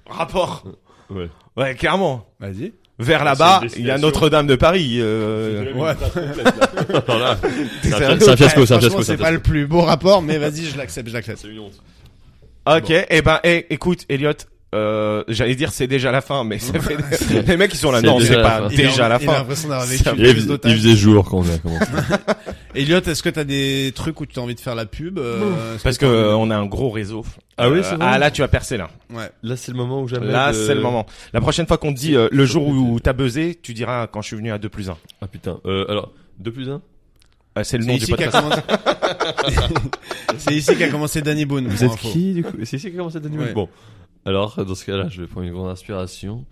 S1: Rapport.
S3: Ouais.
S1: Ouais, clairement.
S2: Vas-y.
S1: Vers
S3: Ah,
S1: là-bas,
S3: c'est une
S1: il y a
S3: destination.
S1: Notre-Dame de Paris. euh,
S2: Ouais.
S3: Alors là, c'est un
S1: sérieux
S3: fia- c'est un fiasco,
S2: Ouais,
S3: c'est
S2: franchement,
S3: un fiasco.
S2: C'est
S3: un
S2: pas le
S3: fiasco.
S2: plus beau rapport, mais vas-y, je l'accepte, je l'accepte.
S3: C'est une honte.
S1: Ok, eh ben, eh, écoute, Elliot, euh, j'allais dire c'est déjà la fin, mais ça fait... les mecs ils sont là,
S3: C'est
S1: non,
S3: déjà
S1: c'est
S3: la
S1: pas
S3: fin.
S2: Il a-
S1: déjà la
S2: Il a
S1: fin.
S2: l'impression d'avoir
S1: Ça-
S2: vécu
S3: Il,
S2: plus
S3: il
S2: d'otages.
S3: faisait jour quand on a commencé.
S2: Elliot, est-ce que t'as des trucs où tu as envie de faire la pub euh, est-ce
S1: Parce que euh, on a un gros réseau.
S3: Ah oui,
S1: Euh,
S3: c'est vrai
S1: Ah là, tu vas percer là.
S2: t'as- Ouais.
S3: Là, c'est le moment où jamais.
S1: Là,
S3: de-
S1: c'est le moment. La prochaine fois qu'on te dit euh, le jour où
S3: Surtout-
S1: t'as buzzé, tu diras quand je suis venu à 2 plus 1.
S3: Ah putain. Euh, alors, 2 plus 1
S1: c'est le
S2: C'est
S1: nom du
S2: ici qu'a
S1: podcast.
S2: commencé. C'est ici qu'a commencé Danny Boone.
S3: Vous
S2: pour
S3: êtes
S2: info.
S3: qui du coup C'est ici que commence cette animation
S2: Ouais.
S3: Bon. Alors, dans ce cas-là, je vais prendre une grande inspiration.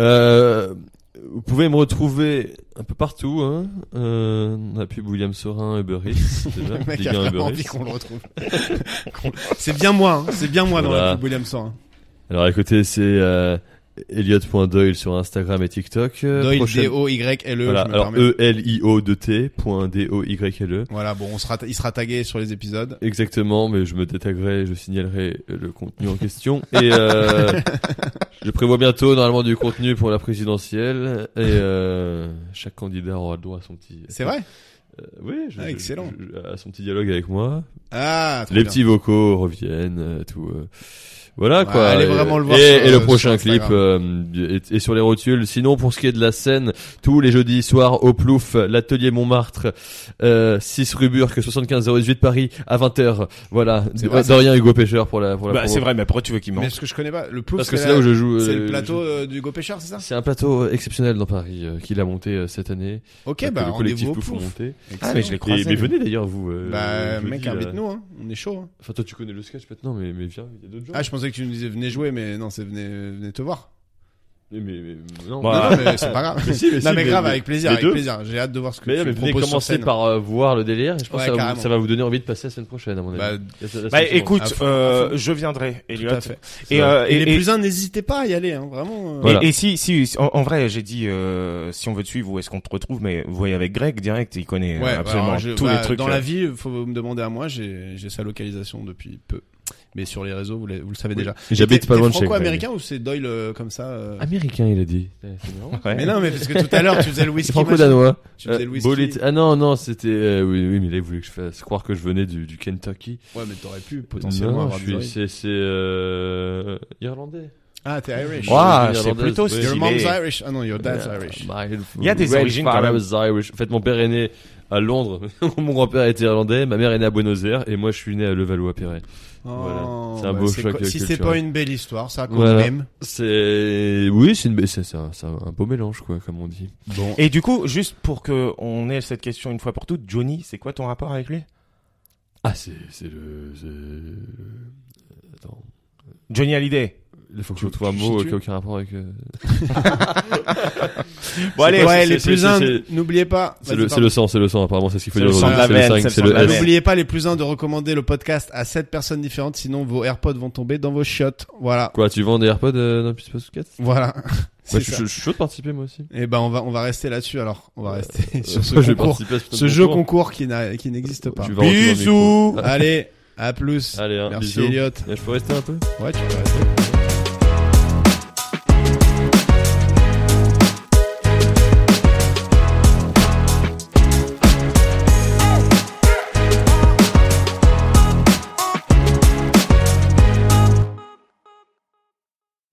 S3: Euh, Vous pouvez me retrouver un peu partout. Hein. Euh, on a pu William Sorin, Uber Eats. Déjà,
S2: Le mec
S3: Ligue
S2: a
S3: 1 Uber
S2: vraiment envie
S3: Eats.
S2: qu'on le retrouve. Qu'on- c'est bien moi, hein. c'est bien moi dans
S3: Voilà.
S2: la pub William Sorin.
S3: Alors écoutez, c'est euh, Elliot.doyle sur Instagram et TikTok. Euh,
S2: Doyle,
S3: prochaine-
S2: D-O-Y-L-E,
S3: Voilà,
S2: E, je me
S3: alors E
S2: permets.
S3: E-L-I-O-D-T. point D-O-Y-L-E.
S2: Voilà, bon, on sera, il sera tagué sur les épisodes.
S3: Exactement, mais je me détaguerai, et je signalerai le contenu en question. Et euh, je prévois bientôt normalement du contenu pour la présidentielle. Et euh, chaque candidat aura le droit à son petit.
S2: C'est vrai
S3: Euh, Oui, je-
S2: Ah,
S3: je-
S2: excellent.
S3: je- à son petit dialogue avec moi.
S2: Ah, trop
S3: Les
S2: bien.
S3: petits vocaux reviennent, euh, tout. euh, Voilà
S2: Ouais,
S3: quoi.
S2: allez
S3: Et-
S2: vraiment le voir
S3: Et,
S2: sur,
S3: et
S2: euh,
S3: le
S2: sur
S3: prochain clip
S2: Instagram.
S3: euh, est, est sur les rotules. Sinon, pour ce qui est de la scène, tous les jeudis soirs au Plouf, l'atelier Montmartre, euh, 6 rue Burke, 75 018 Paris, à 20h. Voilà.
S2: C'est vrai,
S3: De- Dorien Hugo Pêcheur pour la pour la.
S1: Bah,
S3: promo.
S1: c'est vrai, mais pourquoi tu veux qu'il
S2: Mais
S1: mente
S2: ce que je connais pas, le plouf,
S3: Parce que c'est là où je joue.
S2: c'est
S3: euh,
S2: le plateau
S3: je-
S2: euh, du Go Pêcheur, c'est ça
S3: C'est un plateau exceptionnel dans Paris euh, qu'il a monté euh, cette année.
S2: Ok,
S3: que
S2: bah
S3: le collectif
S2: rendez-vous au
S3: Plouf a
S2: plouf.
S3: monté.
S1: Ah, mais je l'ai
S3: Et,
S1: croisé.
S3: mais venez d'ailleurs vous. euh,
S2: Bah,
S3: jeudi,
S2: mec,
S3: là.
S2: invite-nous, hein. on est chaud. Hein.
S3: Enfin, toi tu connais le sketch maintenant, mais mais viens, il y a d'autres gens.
S2: Ah, je pensais que tu nous disais venez jouer, mais non, c'est venez, venez te voir.
S3: Mais, mais, mais- non.
S1: Bah,
S2: Non,
S1: Ah.
S2: non, mais c'est pas grave.
S3: Mais si, mais
S2: non,
S3: si,
S2: mais, grave,
S3: mais-
S2: avec plaisir,
S3: les
S2: avec
S3: deux.
S2: plaisir. J'ai hâte de voir ce que
S3: Mais,
S2: tu
S3: mais venez
S2: proposes sur
S3: commencer
S2: scène.
S3: par euh, voir le délire. et Je pense
S2: Ouais,
S3: que ça, va
S2: carrément.
S3: vous- ça va vous donner envie de passer la semaine prochaine, à mon avis.
S2: Bah,
S3: La- la- la
S1: Bah
S3: semaine suivante.
S1: écoute,
S2: À fond,
S1: euh,
S2: à fond.
S1: je viendrai, Elliot.
S2: Tout à fait.
S1: Et,
S3: Ça va.
S1: euh,
S2: Et,
S1: et,
S2: les
S1: et-
S2: plus uns, n'hésitez pas à y aller, hein, vraiment. euh.
S1: et-
S3: Voilà.
S1: et si, si, si- en, en vrai, j'ai dit, euh, si on veut te suivre, où est-ce qu'on te retrouve Mais vous voyez avec Greg direct, il connaît euh,
S2: Ouais,
S1: absolument
S2: alors, je-
S1: tous
S2: bah,
S1: les trucs.
S2: Dans
S1: euh,
S2: la vie, faut me demander à moi, j'ai j'ai sa localisation depuis peu. Mais sur les réseaux, vous, le- vous le savez déjà.
S3: Et J'habite
S2: T'es-
S3: pas
S2: t'es
S3: loin de chez
S2: franco-américain ou c'est Doyle euh, comme ça euh
S3: Greg. Américain, il a dit. Eh, c'est marrant.
S1: ouais.
S2: Mais non, mais parce que tout à l'heure, tu faisais le
S3: C'est
S2: whisky. machin.
S3: franco-danois.
S2: Tu faisais le
S3: Euh,
S2: whisky.
S3: Bolit- Ah non, non, c'était. euh, oui, oui, mais là, il voulait que je fasse croire que je venais du, du Kentucky.
S2: Ouais, mais t'aurais pu potentiellement
S3: Non,
S2: avoir
S3: je
S2: des
S3: suis.
S2: oreilles.
S3: C'est. c'est, euh, Irlandais.
S2: Ah, t'es Irish.
S3: Ouais,
S1: Ouah,
S3: je suis
S1: c'est plutôt
S3: irlandaise,
S2: Your
S1: stylé.
S2: mom's Irish. Ah non, your dad's Irish.
S1: Il y a des origines, quand même.
S3: bah, Irish. En fait, mon père est né à Londres. Mon grand-père était irlandais. Ma mère est née à Buenos Aires. Et moi, je suis né à Levallois-Perret. Voilà.
S2: Oh,
S3: C'est un beau choc
S2: quoi- Si c'est
S3: culturel.
S2: pas une belle histoire, ça compte
S3: Voilà.
S2: même.
S3: C'est oui, c'est une... c'est c'est un, c'est un beau mélange quoi, comme on dit.
S2: Bon.
S1: Et du coup, juste pour que on ait cette question une fois pour toutes, Johnny, c'est quoi ton rapport avec lui
S3: Ah, c'est c'est le. c'est le- Attends,
S1: Johnny Hallyday.
S3: il faut que
S2: Tu-
S3: je trouve un
S2: tu
S3: mot euh,
S2: situes
S3: qui a aucun rapport avec. euh,
S1: Bon allez,
S3: quoi,
S1: ouais,
S2: ouais,
S3: c'est-
S2: les
S3: c'est-
S2: plus
S3: c'est-
S2: uns,
S3: c'est-
S2: n'oubliez pas.
S3: C'est
S2: Vas-y,
S3: le c'est le sang, c'est le sang. Apparemment, c'est ce qu'il faut
S1: C'est
S3: dire
S1: le sang de
S3: aujourd'hui.
S1: la
S3: C'est le
S1: veine,
S3: 5,
S1: c'est le sang de
S3: c'est le
S1: la
S2: pardon.
S1: veine.
S3: S.
S2: N'oubliez pas les plus uns de recommander le podcast à 7 personnes différentes, sinon vos AirPods vont tomber dans vos chiottes. Voilà.
S3: Quoi, tu vends des AirPods euh, dans Piste Post Podcast
S2: Voilà.
S3: Moi,
S2: C'est
S3: Bah, je suis
S2: ça.
S3: je suis chaud de participer moi aussi.
S2: Eh ben, on va, on va rester là-dessus alors. On va
S3: Euh,
S2: rester
S3: Euh,
S2: sur ce
S3: moi, je vais
S2: concours.
S3: participer à putain de
S2: Ce jeu concours qui n'a- qui n'existe pas.
S3: Tu vas rentrer dans le micro.
S2: Allez, à plus.
S3: Allez, hein,
S2: Merci
S3: bisous.
S2: Elliot.
S3: Je peux rester un peu.
S2: Ouais, tu peux rester.